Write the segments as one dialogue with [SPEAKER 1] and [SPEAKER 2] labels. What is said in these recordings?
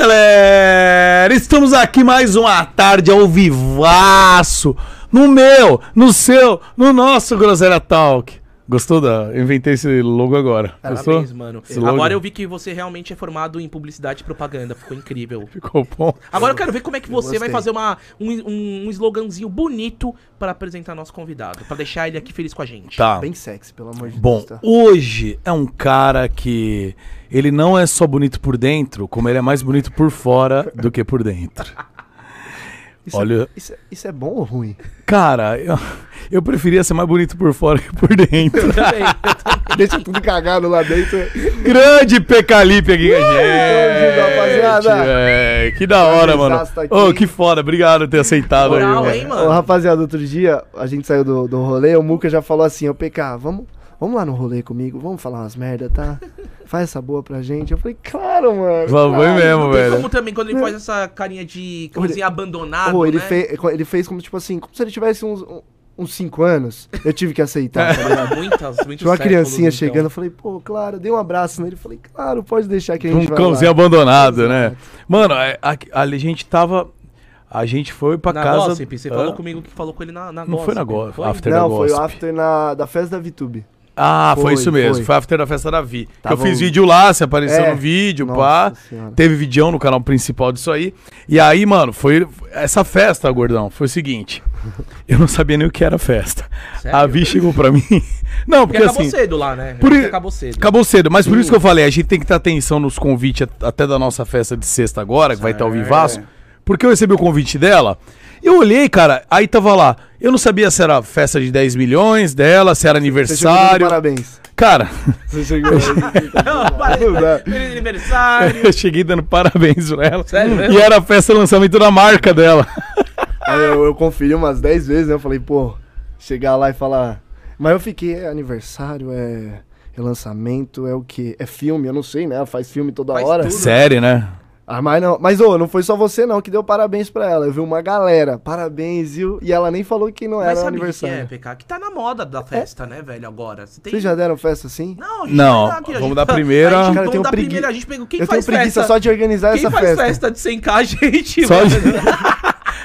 [SPEAKER 1] galera! Estamos aqui mais uma tarde ao vivaço. No meu, no seu, no nosso Groselha Talk. Gostou da? Eu inventei esse logo agora. Gostou?
[SPEAKER 2] Parabéns, mano.
[SPEAKER 1] Esse logo?
[SPEAKER 2] Agora eu vi que você realmente é formado em publicidade e propaganda. Ficou incrível.
[SPEAKER 1] Ficou bom.
[SPEAKER 2] Agora eu quero ver como é que você vai
[SPEAKER 3] gostei.
[SPEAKER 2] fazer uma, um, um, um sloganzinho bonito pra apresentar nosso convidado. Pra deixar ele aqui feliz com a gente.
[SPEAKER 1] Tá.
[SPEAKER 3] Bem sexy, pelo amor de
[SPEAKER 1] Bom,
[SPEAKER 3] Deus. tá?
[SPEAKER 1] hoje é um cara que ele não é só bonito por dentro, como ele é mais bonito por fora do que por dentro.
[SPEAKER 3] Isso,
[SPEAKER 1] olha-
[SPEAKER 3] é, isso, é- isso é bom ou ruim?
[SPEAKER 1] Cara, eu, eu preferia ser mais bonito por fora que por dentro.
[SPEAKER 3] Deixa tudo cagado lá dentro.
[SPEAKER 1] Grande Pecalipe aqui com a gente.
[SPEAKER 3] rapaziada.
[SPEAKER 1] É, que da hora, mano.
[SPEAKER 3] Prazerzado tá aqui.
[SPEAKER 1] Ô, que foda. Obrigado por ter aceitado aí,
[SPEAKER 2] Moral,
[SPEAKER 1] mano.
[SPEAKER 2] hein,
[SPEAKER 3] Ô,
[SPEAKER 2] mano?
[SPEAKER 3] rapaziada, outro dia a gente saiu do, do rolê, o Muca já falou assim, ô PK, vamos, vamos lá no rolê comigo, vamos falar umas merda, tá? Faz essa boa pra gente. Eu falei, claro, mano.
[SPEAKER 1] Vamos
[SPEAKER 3] claro.
[SPEAKER 1] mesmo,
[SPEAKER 2] Tem
[SPEAKER 1] velho.
[SPEAKER 2] como também quando ele faz essa carinha de cãozinho abandonado,
[SPEAKER 3] Ô, ele,
[SPEAKER 2] né?
[SPEAKER 3] fez, ele fez como, tipo assim, como se ele tivesse uns... Uns 5 anos, eu tive que aceitar. tá ligado?
[SPEAKER 2] Mano, Muitas, muitos
[SPEAKER 3] Tinha uma
[SPEAKER 2] séculos,
[SPEAKER 3] criancinha
[SPEAKER 2] então.
[SPEAKER 3] chegando, eu falei, pô, claro, dei um abraço nele. Eu falei, claro, pode deixar que a gente
[SPEAKER 1] Um
[SPEAKER 3] vai
[SPEAKER 1] cãozinho
[SPEAKER 3] lá.
[SPEAKER 1] abandonado, né?
[SPEAKER 3] Exato.
[SPEAKER 1] Mano, a, a- a gente tava. A gente foi pra
[SPEAKER 2] Na
[SPEAKER 1] casa.
[SPEAKER 2] Gossip, você
[SPEAKER 1] Hã?
[SPEAKER 2] falou comigo que falou com ele na, na
[SPEAKER 1] Não foi na Gossip,
[SPEAKER 2] Gossip, foi?
[SPEAKER 1] after da
[SPEAKER 3] Não, foi o
[SPEAKER 1] Gossip.
[SPEAKER 3] after na, da festa da VTube.
[SPEAKER 1] Ah, foi,
[SPEAKER 3] Foi,
[SPEAKER 1] isso mesmo. Foi.
[SPEAKER 3] foi.
[SPEAKER 1] after da festa da Vi. Que eu
[SPEAKER 3] Tava
[SPEAKER 1] fiz
[SPEAKER 3] um-
[SPEAKER 1] vídeo lá, você apareceu
[SPEAKER 3] É.
[SPEAKER 1] no vídeo,
[SPEAKER 3] Nossa
[SPEAKER 1] pá.
[SPEAKER 3] Senhora.
[SPEAKER 1] Teve videão no canal principal disso aí. E aí, mano, foi. Essa festa, gordão, foi o seguinte. Eu não sabia nem o que era festa.
[SPEAKER 2] Sério?
[SPEAKER 1] A Vi chegou pra mim. Não,
[SPEAKER 2] Porque
[SPEAKER 1] Ah, porque,
[SPEAKER 2] acabou
[SPEAKER 1] assim.
[SPEAKER 2] cedo Hum. lá, né?
[SPEAKER 1] por
[SPEAKER 2] Porque
[SPEAKER 1] i-
[SPEAKER 2] Acabou cedo.
[SPEAKER 1] Acabou cedo, mas por isso que eu falei, a gente tem que ter atenção nos convites at- até da nossa festa de sexta agora, que vai estar o Vivaço. Porque eu recebi o convite dela, eu olhei, cara, aí tava lá. Eu não sabia se era festa de 10 milhões dela, se era
[SPEAKER 3] Você chegou dando
[SPEAKER 1] aniversário.
[SPEAKER 3] Parabéns.
[SPEAKER 1] Cara,
[SPEAKER 3] Você chegou.
[SPEAKER 2] Feliz aniversário.
[SPEAKER 1] eu cheguei dando parabéns pra ela.
[SPEAKER 2] Sério mesmo?
[SPEAKER 1] E era a festa de lançamento da marca dela.
[SPEAKER 3] Aí eu, eu conferi umas 10 vezes, né? Eu falei, pô, chegar lá e falar. Mas eu fiquei, é aniversário, é, é lançamento, é o quê? É filme, eu não sei, né? Ela Faz filme toda
[SPEAKER 2] Faz
[SPEAKER 3] hora.
[SPEAKER 2] tudo.
[SPEAKER 1] Sério, né?
[SPEAKER 3] Ah, mas não. Mas, ô, não foi só você, não, que deu parabéns pra ela. Eu vi uma galera, parabéns, viu? E ela nem falou que não
[SPEAKER 2] Mas
[SPEAKER 3] era
[SPEAKER 2] sabe o que que é,
[SPEAKER 3] aniversário.
[SPEAKER 2] PK? Que tá na moda da festa, né, velho, agora. Você tem...
[SPEAKER 3] Vocês já deram festa assim?
[SPEAKER 2] Não, a
[SPEAKER 1] Não,
[SPEAKER 2] vai lá, que a
[SPEAKER 1] vamos
[SPEAKER 2] gente- tá-
[SPEAKER 1] dar a primeira.
[SPEAKER 2] A gente,
[SPEAKER 3] Cara,
[SPEAKER 2] vamos
[SPEAKER 3] eu tenho
[SPEAKER 2] dar a
[SPEAKER 3] pregui-
[SPEAKER 2] primeira. A gente pegou... Quem
[SPEAKER 3] eu tenho
[SPEAKER 2] faz
[SPEAKER 3] preguiça
[SPEAKER 2] festa?
[SPEAKER 3] só de organizar
[SPEAKER 2] Quem
[SPEAKER 3] essa
[SPEAKER 2] faz
[SPEAKER 3] festa.
[SPEAKER 2] festa? de 100k, a gente,
[SPEAKER 1] Só
[SPEAKER 2] velho.
[SPEAKER 1] de...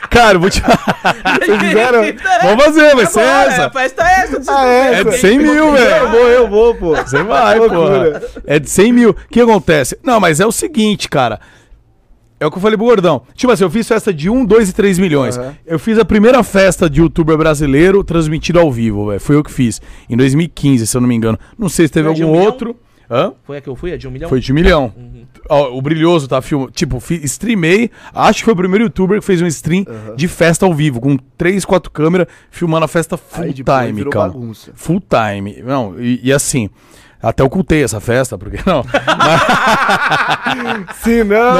[SPEAKER 1] Cara, eu vou te...
[SPEAKER 2] Vocês
[SPEAKER 3] fizeram?
[SPEAKER 1] Vamos fazer, vai ser
[SPEAKER 2] A
[SPEAKER 1] essa.
[SPEAKER 2] festa é essa. de
[SPEAKER 3] Ah, é?
[SPEAKER 2] 100K.
[SPEAKER 1] É de
[SPEAKER 3] Quem
[SPEAKER 1] 100 mil, velho.
[SPEAKER 3] Eu vou, eu vou, pô.
[SPEAKER 1] Você vai,
[SPEAKER 3] Loucura.
[SPEAKER 1] porra. É de 100 mil. O que acontece? Não, mas é o seguinte, cara. É o que eu falei pro Gordão. Tipo assim, eu fiz festa de 1, 2 e 3 milhões.
[SPEAKER 3] Aham.
[SPEAKER 1] Eu fiz a primeira festa de youtuber brasileiro transmitida ao vivo, velho. Foi eu que fiz. Em 2015, se eu não me engano. Não sei se teve
[SPEAKER 2] Foi de
[SPEAKER 1] algum
[SPEAKER 2] um milhão?
[SPEAKER 1] outro. Hã?
[SPEAKER 2] Foi a que eu fui? A de um milhão?
[SPEAKER 1] Foi de um milhão. Ó, o Brilhoso tá filmando. Tipo, fi- streamei. Acho que foi o primeiro youtuber que fez um stream de festa ao vivo, com 3, 4 câmeras, filmando a festa full
[SPEAKER 3] Aí depois
[SPEAKER 1] time,
[SPEAKER 3] virou
[SPEAKER 1] cara.
[SPEAKER 3] bagunça.
[SPEAKER 1] Full time. Não, e, e assim, até ocultei essa festa, porque não.
[SPEAKER 3] Se não,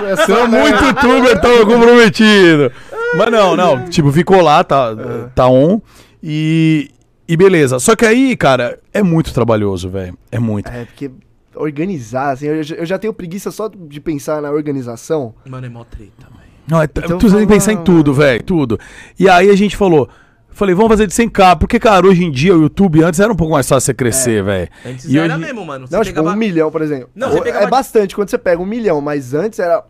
[SPEAKER 1] não,
[SPEAKER 3] é só
[SPEAKER 1] sou muito youtuber tão comprometido. Mas não, não. Tipo, ficou lá, tá,
[SPEAKER 3] É.
[SPEAKER 1] tá on. E, e beleza. Só que aí, cara, é muito trabalhoso, velho. É muito.
[SPEAKER 3] É, porque organizar, assim, eu, já- eu já tenho preguiça só de pensar na organização.
[SPEAKER 2] Mano, é mó treta, velho.
[SPEAKER 1] Não, é, t-
[SPEAKER 3] Então
[SPEAKER 1] tu tem que
[SPEAKER 3] vamos
[SPEAKER 1] pensar
[SPEAKER 3] lá,
[SPEAKER 1] em tudo, velho, tudo. E aí a gente falou, falei, vamos fazer de 100k, porque, cara, hoje em dia o YouTube antes era um pouco mais fácil você crescer, velho.
[SPEAKER 2] É, Antes
[SPEAKER 1] E
[SPEAKER 2] era
[SPEAKER 1] hoje-
[SPEAKER 2] mesmo, mano. Você
[SPEAKER 3] não, tipo,
[SPEAKER 2] pegava...
[SPEAKER 3] um milhão, por exemplo.
[SPEAKER 2] Não, você
[SPEAKER 3] Ou-
[SPEAKER 2] pegava-
[SPEAKER 3] É bastante quando você pega um milhão, mas antes era.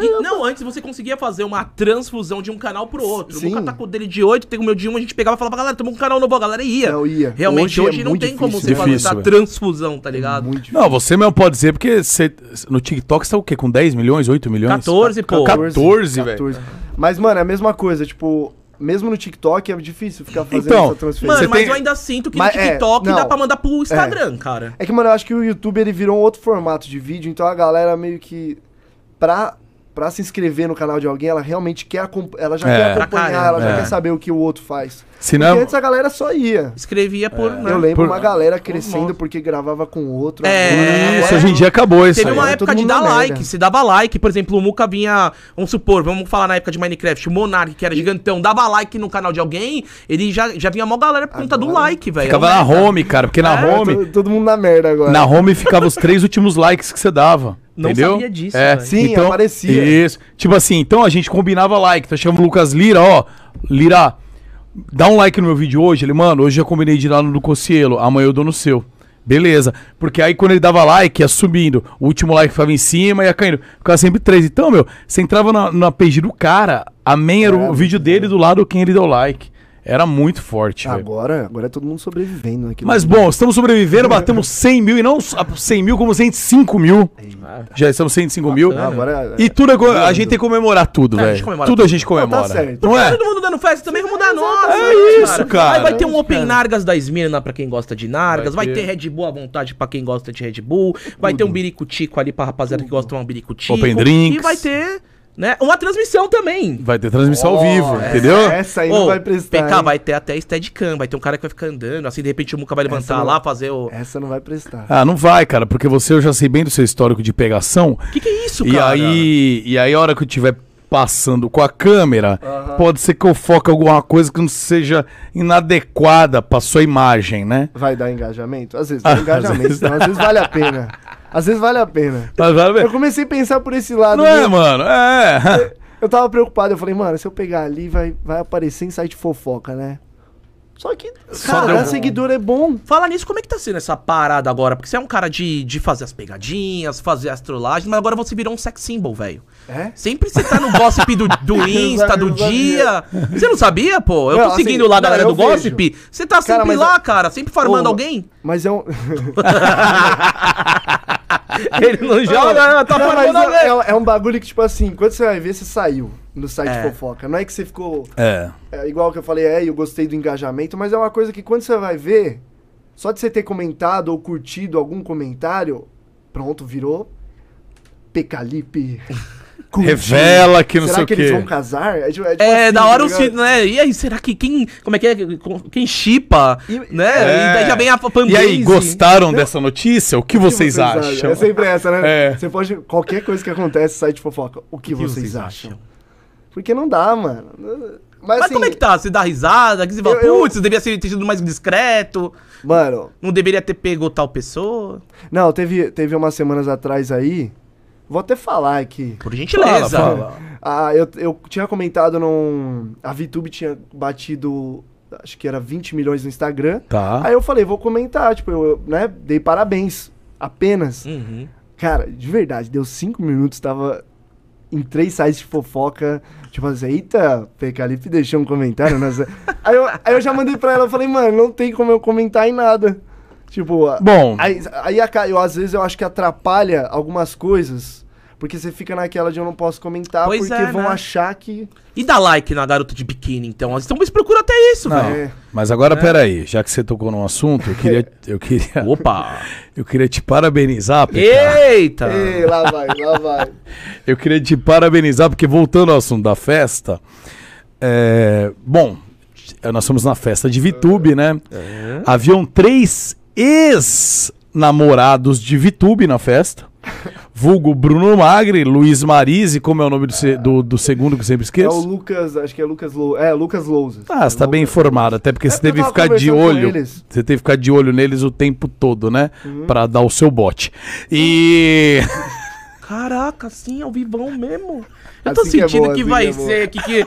[SPEAKER 2] E- não, antes você conseguia fazer uma transfusão de um canal pro outro.
[SPEAKER 3] Sim.
[SPEAKER 2] Nunca tá com o dele de 8, tem o meu de 1, a gente pegava e falava, galera, toma um canal novo, a galera ia.
[SPEAKER 3] Não, ia.
[SPEAKER 2] Realmente,
[SPEAKER 3] Hoje
[SPEAKER 2] hoje,
[SPEAKER 3] é
[SPEAKER 2] não
[SPEAKER 3] muito
[SPEAKER 2] tem como
[SPEAKER 3] difícil,
[SPEAKER 2] você fazer
[SPEAKER 1] velho.
[SPEAKER 2] essa
[SPEAKER 1] Difícil,
[SPEAKER 2] transfusão, tá ligado?
[SPEAKER 3] Muito difícil.
[SPEAKER 1] Não, você mesmo pode dizer, porque você- no TikTok você tá o quê? Com 10 milhões, 8 milhões?
[SPEAKER 2] 14, pô.
[SPEAKER 1] 14, velho.
[SPEAKER 3] 14. Mas, mano, é a mesma coisa, tipo, mesmo no TikTok é difícil ficar fazendo
[SPEAKER 1] Então,
[SPEAKER 3] essa transferência.
[SPEAKER 2] Mano,
[SPEAKER 1] Você
[SPEAKER 2] mas
[SPEAKER 1] tem-
[SPEAKER 2] eu ainda sinto que
[SPEAKER 3] Mas
[SPEAKER 2] no
[SPEAKER 3] é,
[SPEAKER 2] TikTok
[SPEAKER 3] não.
[SPEAKER 2] dá pra mandar pro Instagram, cara.
[SPEAKER 3] É que, mano, eu acho que o YouTube ele virou um outro formato de vídeo, então a galera meio que. Pra, pra se inscrever no canal de alguém, ela realmente quer acom- ela já
[SPEAKER 1] É.
[SPEAKER 3] quer
[SPEAKER 2] Pra
[SPEAKER 3] acompanhar,
[SPEAKER 2] caramba,
[SPEAKER 3] ela já
[SPEAKER 1] é.
[SPEAKER 3] quer saber o que o outro faz.
[SPEAKER 1] Se
[SPEAKER 3] Porque
[SPEAKER 1] não,
[SPEAKER 3] antes a galera só ia.
[SPEAKER 2] Escrevia por. né?
[SPEAKER 3] Eu lembro
[SPEAKER 1] Por-
[SPEAKER 3] uma galera
[SPEAKER 2] monstros.
[SPEAKER 3] crescendo porque gravava com outro.
[SPEAKER 2] É,
[SPEAKER 1] isso
[SPEAKER 3] agora-
[SPEAKER 1] hoje em dia acabou isso
[SPEAKER 2] Teve
[SPEAKER 1] aí.
[SPEAKER 2] uma
[SPEAKER 3] Agora
[SPEAKER 2] época
[SPEAKER 3] todo
[SPEAKER 2] de
[SPEAKER 3] mundo
[SPEAKER 2] dar
[SPEAKER 3] na
[SPEAKER 2] like.
[SPEAKER 3] merda.
[SPEAKER 2] Se dava like, por exemplo, o Muca vinha. Vamos supor, vamos falar na época de Minecraft, o Monark, que era gigantão, dava like no canal de alguém, ele já, já vinha mó galera por conta do
[SPEAKER 3] Agora-
[SPEAKER 2] like, velho. é?
[SPEAKER 1] Ficava na home, cara, porque na
[SPEAKER 3] É,
[SPEAKER 1] home,
[SPEAKER 3] todo, todo mundo na merda agora.
[SPEAKER 1] na home ficava os três últimos likes que você dava.
[SPEAKER 2] Não
[SPEAKER 1] entendeu?
[SPEAKER 2] sabia disso,
[SPEAKER 1] é.
[SPEAKER 2] velho.
[SPEAKER 3] Sim,
[SPEAKER 1] então,
[SPEAKER 3] aparecia.
[SPEAKER 1] Isso. Tipo assim, então a gente combinava like. Então chama o Lucas Lira, ó. Lira, dá um like no meu vídeo hoje. Ele, mano, hoje eu combinei de ir lá no do Cocielo. Amanhã eu dou no seu. Beleza. Porque aí quando ele dava like, ia subindo. O último like ficava em cima, ia caindo. Ficava sempre três. Então, meu, você entrava na, na page do cara, a main era
[SPEAKER 3] É,
[SPEAKER 1] o vídeo dele do lado quem ele deu like. Era muito forte, velho.
[SPEAKER 3] Agora, agora é todo mundo sobrevivendo aqui.
[SPEAKER 1] Mas bom, estamos sobrevivendo, batemos 100 mil, e não s- 100 mil, como 105 mil. Já estamos 105 mil.
[SPEAKER 3] Ah, agora é-
[SPEAKER 1] E tudo, é co- a gente tem que comemorar tudo,
[SPEAKER 2] É, a gente
[SPEAKER 1] velho.
[SPEAKER 2] comemora
[SPEAKER 1] Tudo a gente
[SPEAKER 3] Não, tá
[SPEAKER 1] comemora.
[SPEAKER 3] certo.
[SPEAKER 1] Não é?
[SPEAKER 2] Todo mundo dando festa também, vamos dar nossa.
[SPEAKER 1] É
[SPEAKER 2] né,
[SPEAKER 1] isso, cara.
[SPEAKER 2] Aí vai ter um Open Nargas da Esmirna pra quem gosta de Nargas, vai, ter Red Bull à vontade pra quem gosta de Red Bull, vai ter um biricutico ali pra rapaziada que gosta de um biricutico.
[SPEAKER 1] Open drinks.
[SPEAKER 2] E vai ter, né, uma transmissão também.
[SPEAKER 1] Vai ter transmissão ao
[SPEAKER 3] Ó,
[SPEAKER 1] vivo,
[SPEAKER 3] essa-
[SPEAKER 1] entendeu?
[SPEAKER 3] Essa aí não
[SPEAKER 2] Ô,
[SPEAKER 3] vai prestar.
[SPEAKER 2] PK,
[SPEAKER 3] hein?
[SPEAKER 2] vai ter até Steadicam, vai ter um cara que vai ficar andando, assim, de repente o Muca vai levantar
[SPEAKER 3] não- É.
[SPEAKER 2] lá, fazer o...
[SPEAKER 3] Essa não vai prestar.
[SPEAKER 1] Ah, não vai, cara, porque você, eu já sei bem do seu histórico de pegação.
[SPEAKER 2] O que que é isso,
[SPEAKER 1] E
[SPEAKER 2] cara?
[SPEAKER 1] aí, e aí a hora que eu estiver passando com a câmera, pode ser que eu foque alguma coisa que não seja inadequada pra sua imagem, né?
[SPEAKER 3] Vai dar engajamento? Às vezes
[SPEAKER 1] Ah,
[SPEAKER 3] dá
[SPEAKER 1] às
[SPEAKER 3] engajamento,
[SPEAKER 1] vezes
[SPEAKER 3] então, às vezes vale a pena. Às vezes vale a pena.
[SPEAKER 1] Mas vai ver.
[SPEAKER 3] Eu comecei a pensar por esse lado.
[SPEAKER 1] Não é,
[SPEAKER 3] viu?
[SPEAKER 1] mano? É.
[SPEAKER 3] Eu tava preocupado, eu falei, mano, se eu pegar ali, vai, vai aparecer em site fofoca, né? Só que,
[SPEAKER 1] Só
[SPEAKER 3] cara,
[SPEAKER 1] deu-
[SPEAKER 3] seguidor é bom.
[SPEAKER 2] Fala nisso, como é que tá sendo essa parada agora? Porque você é um cara de, de fazer as pegadinhas, fazer as trollagens, mas agora você virou um sex symbol, velho.
[SPEAKER 3] É?
[SPEAKER 2] Sempre você tá no gossip do, do Insta, do
[SPEAKER 3] Eu sabia.
[SPEAKER 2] dia. Você não sabia, pô? Eu
[SPEAKER 3] Não,
[SPEAKER 2] tô
[SPEAKER 3] assim,
[SPEAKER 2] seguindo lá a
[SPEAKER 3] não,
[SPEAKER 2] galera
[SPEAKER 3] eu
[SPEAKER 2] do gossip. Você tá
[SPEAKER 3] Cara,
[SPEAKER 2] sempre
[SPEAKER 3] mas
[SPEAKER 2] lá, cara, sempre farmando
[SPEAKER 3] Ô,
[SPEAKER 2] alguém.
[SPEAKER 3] Mas é um.
[SPEAKER 2] Ele não joga, ela tá
[SPEAKER 3] Não, mas
[SPEAKER 2] farmando alguém.
[SPEAKER 3] é, é um bagulho que, tipo assim, quando você vai ver, você saiu no site
[SPEAKER 2] É.
[SPEAKER 3] fofoca. Não é que você ficou.
[SPEAKER 1] É.
[SPEAKER 3] É, igual que eu falei, é, eu gostei do engajamento, mas é uma coisa que quando você vai ver, só de você ter comentado ou curtido algum comentário, pronto, virou Pecalipe. Curti.
[SPEAKER 1] Revela que não
[SPEAKER 3] Será
[SPEAKER 1] sei o
[SPEAKER 3] que eles
[SPEAKER 1] quê.
[SPEAKER 3] vão casar? É, tipo- é tipo
[SPEAKER 2] É,
[SPEAKER 3] assim,
[SPEAKER 2] da hora
[SPEAKER 3] tá
[SPEAKER 2] o
[SPEAKER 3] ligado?
[SPEAKER 2] sítio, né? E aí, será que quem. Como é que é? Quem chipa,
[SPEAKER 3] E-
[SPEAKER 2] né?
[SPEAKER 1] É.
[SPEAKER 2] E daí já vem a fanbase.
[SPEAKER 1] E aí, gostaram dessa notícia? O que
[SPEAKER 3] O que
[SPEAKER 1] vocês acham?
[SPEAKER 3] É sempre essa, né?
[SPEAKER 1] É.
[SPEAKER 3] Você pode. Qualquer coisa que acontece, site fofoca. O que,
[SPEAKER 2] O que
[SPEAKER 3] vocês, acham? Porque não dá, mano. Mas,
[SPEAKER 2] Mas
[SPEAKER 3] assim,
[SPEAKER 2] como é que tá? Você dá risada? Que você fala,
[SPEAKER 3] eu- eu-
[SPEAKER 2] putz, devia ser- ter sido mais discreto,
[SPEAKER 3] Mano,
[SPEAKER 2] não deveria ter pego tal pessoa.
[SPEAKER 3] não, teve, teve umas semanas atrás aí. Vou até falar aqui.
[SPEAKER 2] Por gentileza.
[SPEAKER 3] Ah, eu, eu tinha comentado num. A VTube tinha batido. Acho que era 20 milhões no Instagram.
[SPEAKER 1] Tá.
[SPEAKER 3] Aí eu falei, vou comentar, tipo, eu, eu, né, dei parabéns. Apenas.
[SPEAKER 2] Uhum.
[SPEAKER 3] Cara, de verdade, deu 5 minutos, tava em três sites de fofoca. Tipo assim, eita, Pecalipe deixou um comentário. Nessa... aí, eu, aí eu já mandei pra ela, eu falei, mano, não tem como eu comentar em nada. Tipo, a-
[SPEAKER 1] Bom.
[SPEAKER 3] Aí, aí a, ca- eu, às vezes eu acho que atrapalha algumas coisas. Porque você fica naquela de eu não posso comentar,
[SPEAKER 2] Pois
[SPEAKER 3] porque
[SPEAKER 2] é,
[SPEAKER 3] vão
[SPEAKER 2] né?
[SPEAKER 3] achar que.
[SPEAKER 2] E dá like na garota de biquíni, então. Então eles procuram até isso,
[SPEAKER 1] Não,
[SPEAKER 2] velho.
[SPEAKER 3] É.
[SPEAKER 1] mas agora peraí, já que você tocou num assunto, eu queria, eu
[SPEAKER 3] É.
[SPEAKER 1] queria,
[SPEAKER 2] Opa!
[SPEAKER 1] eu queria te parabenizar, PK.
[SPEAKER 2] Eita!
[SPEAKER 3] Ei, lá vai, lá vai.
[SPEAKER 1] Eu queria te parabenizar, porque voltando ao assunto da festa, é, bom, eh, nós fomos na festa de Vitube, né?
[SPEAKER 3] É.
[SPEAKER 1] Haviam três ex-namorados de Vitube na festa. Vulgo Bruno Magri, Luiz Marise, como é o nome do, se- do- do segundo que eu sempre
[SPEAKER 3] É o É
[SPEAKER 1] esqueço?
[SPEAKER 3] Lucas, acho que é Lucas Lou, É, Lucas Lousas.
[SPEAKER 1] Ah, você tá bem informado, até porque você
[SPEAKER 3] porque É, eu
[SPEAKER 1] teve que
[SPEAKER 3] tava
[SPEAKER 1] ficar de
[SPEAKER 3] conversando com
[SPEAKER 1] olho.
[SPEAKER 3] eles. Uhum.
[SPEAKER 1] Você teve que ficar de olho neles o tempo todo, né? Pra dar o seu bote. E.
[SPEAKER 2] Caraca, sim, ao vivão mesmo. Eu tô
[SPEAKER 3] Assim que é
[SPEAKER 2] sentindo
[SPEAKER 3] boa,
[SPEAKER 2] que
[SPEAKER 3] assim
[SPEAKER 2] vai
[SPEAKER 3] que é boa.
[SPEAKER 2] ser que, que.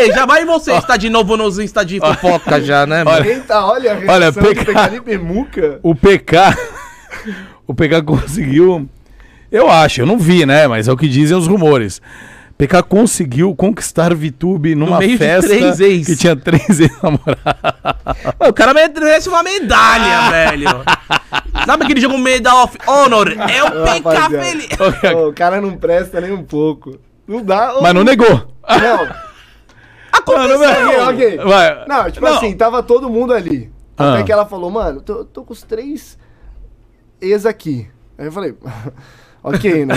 [SPEAKER 2] Ei, já vai você estar de novo nos Insta de fofoca já, né, mano?
[SPEAKER 3] Eita, tá, olha a
[SPEAKER 1] Olha,
[SPEAKER 3] reação de
[SPEAKER 1] peca-
[SPEAKER 3] Pecalipe e Muca.
[SPEAKER 1] O PK. o PK conseguiu. Eu acho, eu não vi, né? Mas é o que dizem os rumores. PK conseguiu conquistar Vitube numa
[SPEAKER 2] meio de
[SPEAKER 1] festa
[SPEAKER 2] três ex.
[SPEAKER 1] que tinha três ex-namorados.
[SPEAKER 2] O cara merece uma medalha, velho. Sabe aquele jogo Medal of Honor? É o PK
[SPEAKER 3] rapaziada.
[SPEAKER 2] feliz.
[SPEAKER 3] Ô, o cara não presta nem um pouco. Não dá. ô,
[SPEAKER 1] Mas não negou.
[SPEAKER 3] Não,
[SPEAKER 1] Mano,
[SPEAKER 3] ok, ok.
[SPEAKER 1] Vai.
[SPEAKER 3] não, tipo assim, tava todo mundo ali.
[SPEAKER 1] Ah.
[SPEAKER 3] Até que ela falou, mano, tô, tô com os três ex aqui. Aí eu falei, ok, né?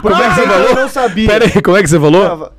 [SPEAKER 1] Como é que você falou?
[SPEAKER 3] Eu não sabia.
[SPEAKER 1] Pera aí, como é que você falou?
[SPEAKER 3] Tava-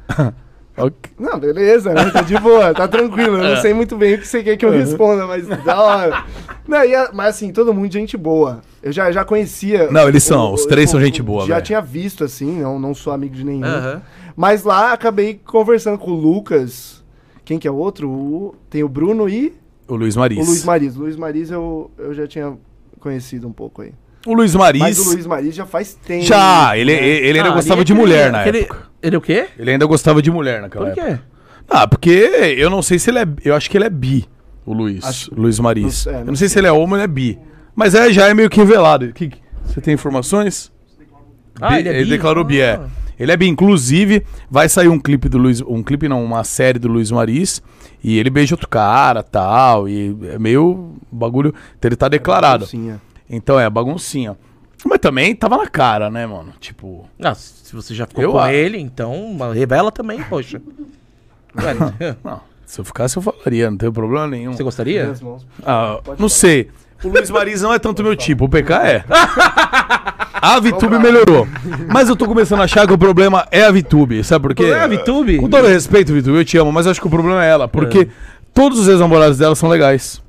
[SPEAKER 1] Ok.
[SPEAKER 3] Não, beleza, né? Tá de boa, tá tranquilo.
[SPEAKER 1] É.
[SPEAKER 3] Eu não sei muito bem o que você quer que eu responda, mas da hora. Não, e a- mas assim, todo mundo gente boa. Eu já, já conhecia.
[SPEAKER 1] Não, eles são, os três são gente boa,
[SPEAKER 3] Já
[SPEAKER 1] velho.
[SPEAKER 3] tinha visto, assim, não, não sou amigo de nenhum.
[SPEAKER 2] Aham.
[SPEAKER 3] Mas lá acabei conversando com o Lucas. Quem que é o outro? O- tem o Bruno e
[SPEAKER 1] O Luiz Maris.
[SPEAKER 3] o Luiz Mariz. O Luiz Mariz eu, eu já tinha conhecido um pouco aí.
[SPEAKER 1] O Luiz
[SPEAKER 3] Mas o
[SPEAKER 1] Maris.
[SPEAKER 3] Luiz Mariz já faz tempo. né? É,
[SPEAKER 1] Já, ele, é ele ainda
[SPEAKER 2] Ah,
[SPEAKER 1] gostava
[SPEAKER 2] ali
[SPEAKER 1] de
[SPEAKER 2] aquele-
[SPEAKER 1] mulher na
[SPEAKER 2] aquele-
[SPEAKER 1] época.
[SPEAKER 2] Ele é o quê?
[SPEAKER 1] Ele ainda gostava de mulher naquela
[SPEAKER 2] Por
[SPEAKER 1] época.
[SPEAKER 2] quê?
[SPEAKER 1] Ah, porque eu não sei se ele é. Eu acho que ele é bi, o Luiz.
[SPEAKER 3] Acho-
[SPEAKER 1] Luiz Maris.
[SPEAKER 3] Não- é,
[SPEAKER 1] eu
[SPEAKER 3] não
[SPEAKER 1] não sei, se ele é homo ou ele é bi. Mas aí já é meio que revelado. Que- que- Você tem informações? Bi- ele,
[SPEAKER 2] Ah, bi?
[SPEAKER 1] declarou bi, é.
[SPEAKER 2] Ah.
[SPEAKER 1] Ele é bi, inclusive, vai sair um clipe do Luiz. Um clipe não, uma série do Luiz Mariz. E ele beija outro cara, tal. E é meio bagulho. Então ele tá declarado.
[SPEAKER 3] Sim, é.
[SPEAKER 1] Então é, baguncinha. Mas também tava na cara, né, mano? Tipo.
[SPEAKER 2] Ah, se você já ficou
[SPEAKER 1] Eu
[SPEAKER 2] com
[SPEAKER 1] acho.
[SPEAKER 2] ele, então revela também, poxa. Ué,
[SPEAKER 1] Não, se eu ficasse eu falaria, não tem problema nenhum.
[SPEAKER 2] você gostaria?
[SPEAKER 3] Minhas mãos.
[SPEAKER 1] Ah, não
[SPEAKER 3] Pode falar.
[SPEAKER 1] sei. O Luiz Mariz não é tanto meu tipo, o PK é. A VTube melhorou. Mas eu tô começando a achar que o problema é a VTube, sabe por quê?
[SPEAKER 2] É a VTube?
[SPEAKER 1] Com todo respeito, VTube, eu te amo, mas acho que o problema é ela, porque
[SPEAKER 2] É.
[SPEAKER 1] todos os ex-namorados dela são legais.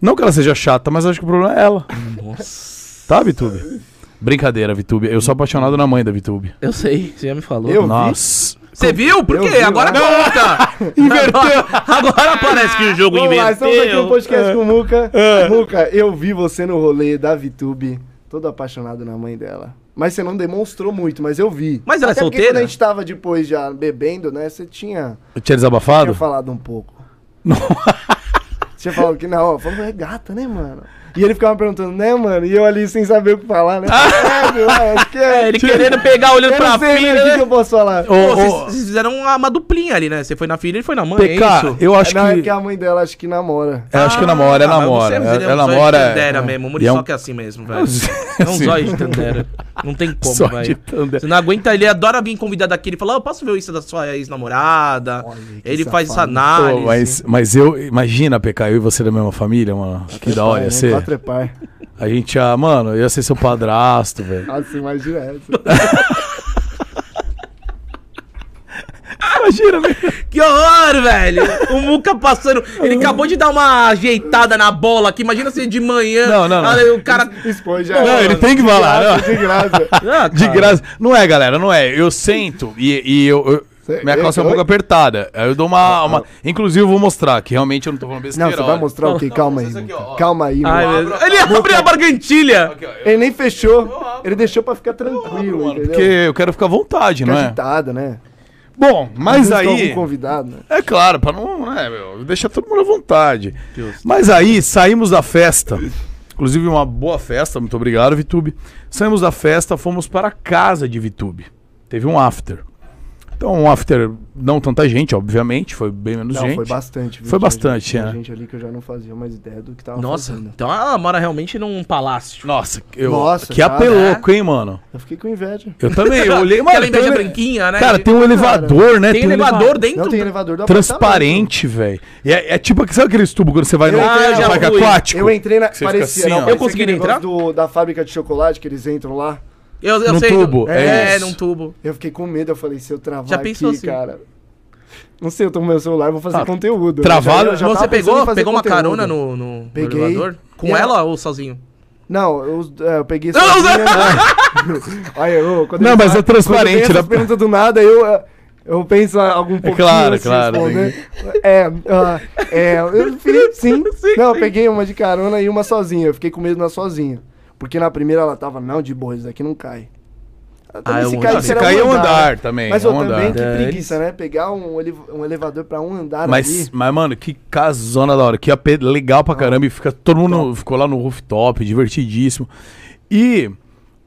[SPEAKER 1] Não que ela seja chata, mas acho que o problema é ela.
[SPEAKER 2] Nossa.
[SPEAKER 1] Tá, VTube? Brincadeira, VTube. Eu sou apaixonado na mãe da VTube.
[SPEAKER 2] Eu sei, você já me falou.
[SPEAKER 3] Eu vi.
[SPEAKER 1] Nossa.
[SPEAKER 2] Você viu? Por
[SPEAKER 3] Eu
[SPEAKER 2] quê?
[SPEAKER 3] vi,
[SPEAKER 2] Agora
[SPEAKER 3] né?
[SPEAKER 2] conta! Agora, agora parece que o jogo
[SPEAKER 3] Vamos lá, estamos aqui no
[SPEAKER 2] inverteu.
[SPEAKER 3] podcast com o Muca. Muca, eu vi você no rolê da VTube, todo apaixonado na mãe dela. Mas você não demonstrou muito, mas eu vi.
[SPEAKER 2] Mas ela é
[SPEAKER 3] Até porque
[SPEAKER 2] solteira?
[SPEAKER 3] quando a gente tava depois já bebendo, né? Você tinha,
[SPEAKER 1] Eu tinha
[SPEAKER 3] tinha
[SPEAKER 1] desabafado?
[SPEAKER 3] falado um pouco. Você falou que não, falou, é gata, né, mano? E ele ficava perguntando, né, mano? E eu ali sem saber o que falar, né? é, meu, é, acho que é.
[SPEAKER 2] É, ele querendo pegar, olhando
[SPEAKER 3] Eu
[SPEAKER 2] pra
[SPEAKER 3] não sei, né,
[SPEAKER 2] filha,
[SPEAKER 3] o que, que
[SPEAKER 2] né?
[SPEAKER 3] eu posso falar?
[SPEAKER 1] Ô,
[SPEAKER 2] Pô,
[SPEAKER 1] ô,
[SPEAKER 2] vocês- Vocês fizeram uma, uma duplinha ali, né? Você foi na filha, ele foi na mãe, é isso? Ah,
[SPEAKER 1] PK, eu acho
[SPEAKER 3] não, é
[SPEAKER 1] que.
[SPEAKER 3] porque a mãe dela acho que namora.
[SPEAKER 1] Eu acho que namora, é namora.
[SPEAKER 2] um
[SPEAKER 1] É, é namora.
[SPEAKER 2] namora.
[SPEAKER 1] é-
[SPEAKER 2] mesmo, o
[SPEAKER 1] E é um-
[SPEAKER 2] Muriçoca é assim mesmo, velho. É um
[SPEAKER 1] Assim,
[SPEAKER 2] zóio de Tandera. Não tem como,
[SPEAKER 1] Zóio de
[SPEAKER 2] velho.
[SPEAKER 1] Tandera.
[SPEAKER 2] Você não aguenta, ele adora vir convidar daqui. Ele fala, "Ah, eu posso ver o Insta da sua ex-namorada.
[SPEAKER 3] Olha aí, que
[SPEAKER 2] Ele faz essa
[SPEAKER 3] safado.
[SPEAKER 1] Pô,
[SPEAKER 2] análise.
[SPEAKER 1] mas, mas eu, imagina, PK, eu e você da mesma família, mano. Que da hora ia
[SPEAKER 3] né?
[SPEAKER 1] ser.
[SPEAKER 3] Quatro é par.
[SPEAKER 1] A gente, ah, mano, eu ia ser seu padrasto, velho.
[SPEAKER 3] Nossa, imagina essa.
[SPEAKER 1] Imagina, né? velho.
[SPEAKER 2] Que horror, velho! O Muca passando. Ele acabou de dar uma ajeitada na bola aqui. Imagina se de manhã.
[SPEAKER 1] Não, não, não.
[SPEAKER 2] aí O cara.
[SPEAKER 3] Expõe já.
[SPEAKER 1] Não,
[SPEAKER 3] era.
[SPEAKER 1] ele tem que falar,
[SPEAKER 3] é De graça, de graça.
[SPEAKER 2] Ah,
[SPEAKER 1] De
[SPEAKER 2] cara.
[SPEAKER 1] graça. Não é, galera, não é. Eu sento e, e eu. eu-
[SPEAKER 3] Cê-
[SPEAKER 1] minha calça é um
[SPEAKER 3] eu-
[SPEAKER 1] pouco apertada. Aí eu dou uma, uma. Inclusive, eu vou mostrar que realmente eu não tô falando besteira.
[SPEAKER 3] Não, você vai
[SPEAKER 1] olha.
[SPEAKER 3] mostrar o quê? Calma aí.
[SPEAKER 1] isso aqui,
[SPEAKER 3] Muca.
[SPEAKER 1] ó.
[SPEAKER 3] Calma aí,
[SPEAKER 2] Ai,
[SPEAKER 3] mano.
[SPEAKER 2] meu Deus. Ele abriu a bargantilha!
[SPEAKER 1] Aqui, ó, eu-
[SPEAKER 3] Ele nem fechou. Ele deixou pra ficar tranquilo,
[SPEAKER 1] mano,
[SPEAKER 3] entendeu?
[SPEAKER 1] porque eu quero ficar à vontade, não
[SPEAKER 3] Fica
[SPEAKER 1] é?
[SPEAKER 3] agitado, né?
[SPEAKER 1] Bom, mas
[SPEAKER 3] Junto com tá algum
[SPEAKER 1] aí.
[SPEAKER 3] convidado, né?
[SPEAKER 1] É claro, pra não, né, meu, deixar todo mundo à vontade. Mas aí saímos da festa. Inclusive uma boa festa, muito obrigado, Vitube. Saímos da festa, fomos para a casa de Vitube. Teve um after. Então, um after, não tanta gente, obviamente, foi bem menos
[SPEAKER 3] Não,
[SPEAKER 1] gente.
[SPEAKER 3] foi bastante. viu?
[SPEAKER 1] Foi
[SPEAKER 3] Tinha
[SPEAKER 1] bastante,
[SPEAKER 3] gente,
[SPEAKER 1] né?
[SPEAKER 3] tinha gente ali que eu já não fazia mais ideia do que tava
[SPEAKER 2] Nossa,
[SPEAKER 3] fazendo.
[SPEAKER 2] então ela mora realmente num palácio.
[SPEAKER 1] Nossa, eu,
[SPEAKER 3] Nossa,
[SPEAKER 1] que
[SPEAKER 3] cara.
[SPEAKER 1] apeloco, hein, mano?
[SPEAKER 3] Eu fiquei com inveja.
[SPEAKER 1] Eu também, eu olhei, mano.
[SPEAKER 2] Aquela
[SPEAKER 1] tem um
[SPEAKER 2] inveja
[SPEAKER 1] ele-
[SPEAKER 2] branquinha, né?
[SPEAKER 1] Cara, tem um elevador, né?
[SPEAKER 2] Tem elevador dentro
[SPEAKER 3] Não tem
[SPEAKER 2] do-
[SPEAKER 3] elevador do
[SPEAKER 1] transparente, velho. E É, é tipo, sabe aqueles tubos quando você vai
[SPEAKER 3] Eu
[SPEAKER 1] no
[SPEAKER 3] entrei,
[SPEAKER 2] eu já
[SPEAKER 1] parque
[SPEAKER 2] fui.
[SPEAKER 1] aquático?
[SPEAKER 3] Eu entrei na.
[SPEAKER 1] Que você
[SPEAKER 3] Parecia,
[SPEAKER 1] fica assim, ó.
[SPEAKER 3] não,
[SPEAKER 1] Eu
[SPEAKER 3] parecia
[SPEAKER 2] consegui
[SPEAKER 3] aquele
[SPEAKER 2] entrar?
[SPEAKER 3] negócio do- da fábrica de chocolate que eles entram lá.
[SPEAKER 2] Eu, eu
[SPEAKER 1] Num
[SPEAKER 2] sei.
[SPEAKER 1] tubo,
[SPEAKER 2] É,
[SPEAKER 1] é isso.
[SPEAKER 2] num tubo.
[SPEAKER 3] Eu fiquei com medo, eu falei, se eu travar
[SPEAKER 2] Já pensou
[SPEAKER 3] aqui,
[SPEAKER 2] assim?
[SPEAKER 3] cara. Não sei, eu tô com meu celular, vou fazer
[SPEAKER 1] Ah,
[SPEAKER 3] conteúdo.
[SPEAKER 1] travado?
[SPEAKER 3] Eu já- eu já
[SPEAKER 2] Você
[SPEAKER 3] tava pensando
[SPEAKER 2] pegou,
[SPEAKER 3] em fazer
[SPEAKER 2] pegou uma
[SPEAKER 3] conteúdo.
[SPEAKER 2] carona no, no, no
[SPEAKER 3] Peguei.
[SPEAKER 2] elevador? Com
[SPEAKER 3] E
[SPEAKER 2] ela ou sozinho?
[SPEAKER 3] Não, eu, é, eu peguei
[SPEAKER 2] Não,
[SPEAKER 3] sozinho, né? Olha, eu, quando
[SPEAKER 1] Não,
[SPEAKER 3] ele
[SPEAKER 1] mas
[SPEAKER 3] fala-
[SPEAKER 1] é transparente,
[SPEAKER 3] quando vem
[SPEAKER 1] né? É
[SPEAKER 3] essas perguntas do nada, eu, é, eu penso algum pouquinho
[SPEAKER 1] claro,
[SPEAKER 3] antes de
[SPEAKER 1] claro,
[SPEAKER 3] responder. É, ah, é, eu fiquei, sim.
[SPEAKER 2] Sim,
[SPEAKER 3] Não,
[SPEAKER 2] sim.
[SPEAKER 3] eu peguei uma de carona e uma sozinha. Eu fiquei com medo na sozinha. Porque na primeira ela tava, não, de boa, isso daqui não cai.
[SPEAKER 2] Ah, é um andar.
[SPEAKER 1] Se
[SPEAKER 3] será
[SPEAKER 1] cair é um andar
[SPEAKER 3] né?
[SPEAKER 1] também.
[SPEAKER 3] Mas
[SPEAKER 1] é
[SPEAKER 3] eu
[SPEAKER 1] um andar.
[SPEAKER 3] também, que
[SPEAKER 2] É,
[SPEAKER 3] preguiça, né? Pegar um, elev- um elevador pra um andar
[SPEAKER 1] Mas,
[SPEAKER 3] ali.
[SPEAKER 1] mas, mano, que casona da hora. Que AP legal
[SPEAKER 3] Ah.
[SPEAKER 1] pra caramba. E fica, todo mundo ficou lá no rooftop, divertidíssimo. E,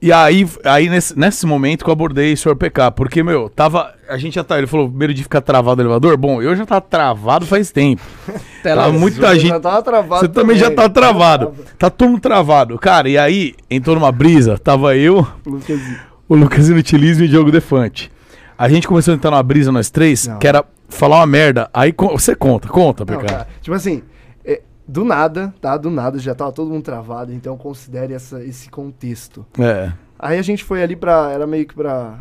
[SPEAKER 1] e aí, aí nesse, nesse momento que eu abordei o Sr. PK. Porque, meu, tava. A gente já tá. Ele falou primeiro de ficar travado no elevador. Bom, eu já tava travado faz tempo. tava muita
[SPEAKER 3] Eu
[SPEAKER 1] gente.
[SPEAKER 3] já tava travado
[SPEAKER 1] Você também já tá travado. Tá todo mundo travado. Cara, e aí entrou numa brisa. Tava eu,
[SPEAKER 3] Lucas,
[SPEAKER 1] o Lucas Inutilismo e o Diogo Defante. A gente começou a entrar numa brisa nós três,
[SPEAKER 3] Não.
[SPEAKER 1] que era falar uma merda. Aí co- você conta, conta,
[SPEAKER 3] Não,
[SPEAKER 1] PK.
[SPEAKER 3] cara, tipo assim, é, do nada, tá? Do nada, já tava todo mundo travado, então considere essa- esse contexto.
[SPEAKER 1] É.
[SPEAKER 3] Aí a gente foi ali pra. Era meio que pra.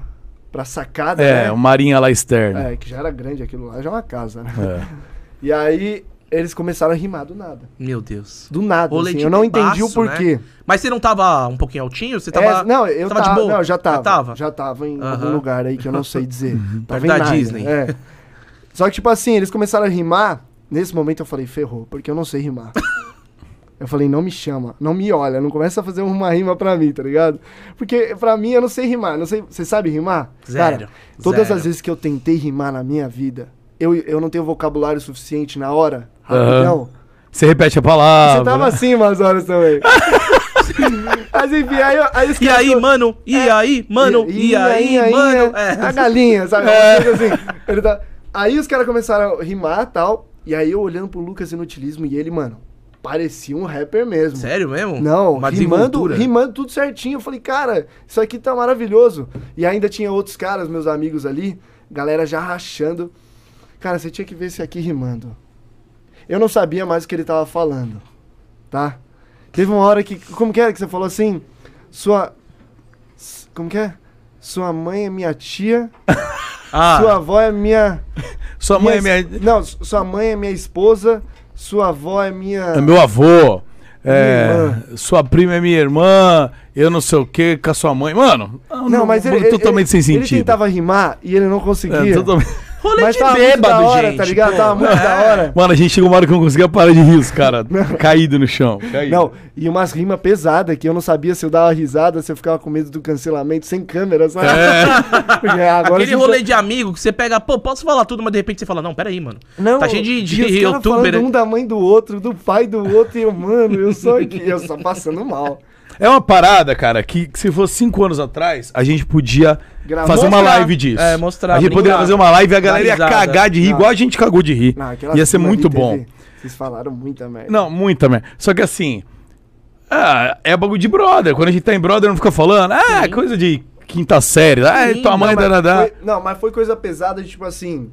[SPEAKER 3] pra sacada,
[SPEAKER 1] É, o
[SPEAKER 3] né?
[SPEAKER 1] Marinha lá externa.
[SPEAKER 3] É, que já era grande aquilo lá, já é uma casa, né?
[SPEAKER 1] É.
[SPEAKER 3] E aí eles começaram a rimar do nada.
[SPEAKER 2] Meu Deus.
[SPEAKER 3] Do nada,
[SPEAKER 2] Rolê
[SPEAKER 3] assim,
[SPEAKER 2] de
[SPEAKER 3] eu não entendi o
[SPEAKER 2] bebaço, né?
[SPEAKER 3] porquê.
[SPEAKER 2] Mas você não tava um pouquinho altinho? Você tava.
[SPEAKER 3] É, não, eu
[SPEAKER 2] tava
[SPEAKER 3] tava,
[SPEAKER 2] de boa?
[SPEAKER 3] Não, já tava.
[SPEAKER 2] Já tava?
[SPEAKER 3] em
[SPEAKER 2] Aham. Uhum.
[SPEAKER 3] algum lugar aí que eu não sei dizer. tava
[SPEAKER 2] Perto
[SPEAKER 3] em
[SPEAKER 2] da
[SPEAKER 3] Narnia,
[SPEAKER 2] Disney.
[SPEAKER 3] É. Só que, tipo assim, eles começaram a rimar. Nesse momento eu falei, ferrou, porque eu não sei rimar. Eu falei, não me chama, não me olha, não começa a fazer uma rima pra mim, tá ligado? Porque pra mim eu não sei rimar, não sei. Você sabe rimar?
[SPEAKER 2] Zero.
[SPEAKER 3] todas
[SPEAKER 2] zero.
[SPEAKER 3] as vezes que eu tentei rimar na minha vida, eu, eu não tenho vocabulário suficiente na hora,
[SPEAKER 1] Aham. Ah,
[SPEAKER 3] rapidão.
[SPEAKER 1] Você repete a
[SPEAKER 3] Você
[SPEAKER 1] palavra.
[SPEAKER 3] tava assim umas horas também. Mas enfim, aí, eu- aí os
[SPEAKER 2] E
[SPEAKER 3] caras
[SPEAKER 2] aí,
[SPEAKER 3] tão-
[SPEAKER 2] mano? E aí, mano? E, aí, mano?
[SPEAKER 3] É. A
[SPEAKER 2] É.
[SPEAKER 3] galinha, sabe? Uma coisa assim. Ele tá- Aí os caras começaram a rimar e tal. E aí eu olhando pro Lucas Inutilismo e ele, mano, parecia um rapper mesmo.
[SPEAKER 2] Sério mesmo?
[SPEAKER 3] Não,
[SPEAKER 2] Uma
[SPEAKER 3] rimando,
[SPEAKER 2] desenvoltura.
[SPEAKER 3] rimando tudo certinho. Eu falei, cara, isso aqui tá maravilhoso. E ainda tinha outros caras, meus amigos ali, galera já rachando. Cara, você tinha que ver esse aqui rimando. Eu não sabia mais o que ele tava falando, tá? Teve uma hora que. Como que era que você falou assim? Sua. s- Como que é? Sua mãe é minha tia,
[SPEAKER 2] Ah,
[SPEAKER 3] sua avó é minha.
[SPEAKER 1] Tá. Sua mãe é
[SPEAKER 3] minha
[SPEAKER 1] minha.
[SPEAKER 3] es- Não, s- sua mãe é minha esposa, sua avó é minha.
[SPEAKER 1] é meu avô. é,
[SPEAKER 3] irmã.
[SPEAKER 1] sua prima é minha irmã. Eu não sei o que com a sua mãe. Mano,
[SPEAKER 3] Não, mas ele. ele-
[SPEAKER 1] totalmente sem
[SPEAKER 3] ele
[SPEAKER 1] sentido.
[SPEAKER 3] tentava rimar e ele não conseguia.
[SPEAKER 1] É, totalmente-
[SPEAKER 2] rolê
[SPEAKER 3] Mas
[SPEAKER 2] de
[SPEAKER 3] tava muito
[SPEAKER 2] bêbado,
[SPEAKER 3] da hora,
[SPEAKER 2] gente.
[SPEAKER 3] tá ligado?
[SPEAKER 2] pô. É.
[SPEAKER 3] Tava muito da hora.
[SPEAKER 1] Mano, a gente chegou uma hora que eu não conseguia parar de rir, os caras. Caído no chão. Caído.
[SPEAKER 3] Não, e umas rimas pesadas que eu não sabia se eu dava risada, se eu ficava com medo do cancelamento sem câmera, sabe?
[SPEAKER 1] É.
[SPEAKER 3] Porque agora
[SPEAKER 2] Aquele rolê de amigo que você pega, pô, posso falar tudo, mas de repente você fala, não, peraí, mano.
[SPEAKER 3] Não,
[SPEAKER 2] tá cheio de, de
[SPEAKER 3] e os caras
[SPEAKER 2] youtuber.
[SPEAKER 3] falando
[SPEAKER 2] né?
[SPEAKER 3] um da mãe do outro, do pai do outro, e eu, mano, eu sou aqui, eu só passando mal.
[SPEAKER 1] É uma parada, cara, que, que se fosse cinco anos atrás, a gente podia
[SPEAKER 3] Gravar.
[SPEAKER 1] fazer uma
[SPEAKER 2] Mostrar.
[SPEAKER 1] live disso.
[SPEAKER 2] É, mostrar,
[SPEAKER 1] A gente
[SPEAKER 2] brincar.
[SPEAKER 1] poderia fazer uma live e a
[SPEAKER 2] Dar
[SPEAKER 1] galera ia
[SPEAKER 2] risada.
[SPEAKER 1] cagar de rir,
[SPEAKER 3] Não.
[SPEAKER 1] igual a gente cagou de rir.
[SPEAKER 3] Não, aquelas
[SPEAKER 1] ia ser
[SPEAKER 3] rimas ali,
[SPEAKER 1] muito
[SPEAKER 3] teve-
[SPEAKER 1] bom.
[SPEAKER 3] Vocês falaram muita merda.
[SPEAKER 1] Não, muita merda. Só que assim. ah, é bagulho de brother. Quando a gente tá em brother, não fica falando. Ah, coisa de quinta série. Ah,
[SPEAKER 2] Sim,
[SPEAKER 1] tua mãe
[SPEAKER 3] mas
[SPEAKER 1] danadá.
[SPEAKER 3] foi- não, mas foi coisa pesada de tipo assim.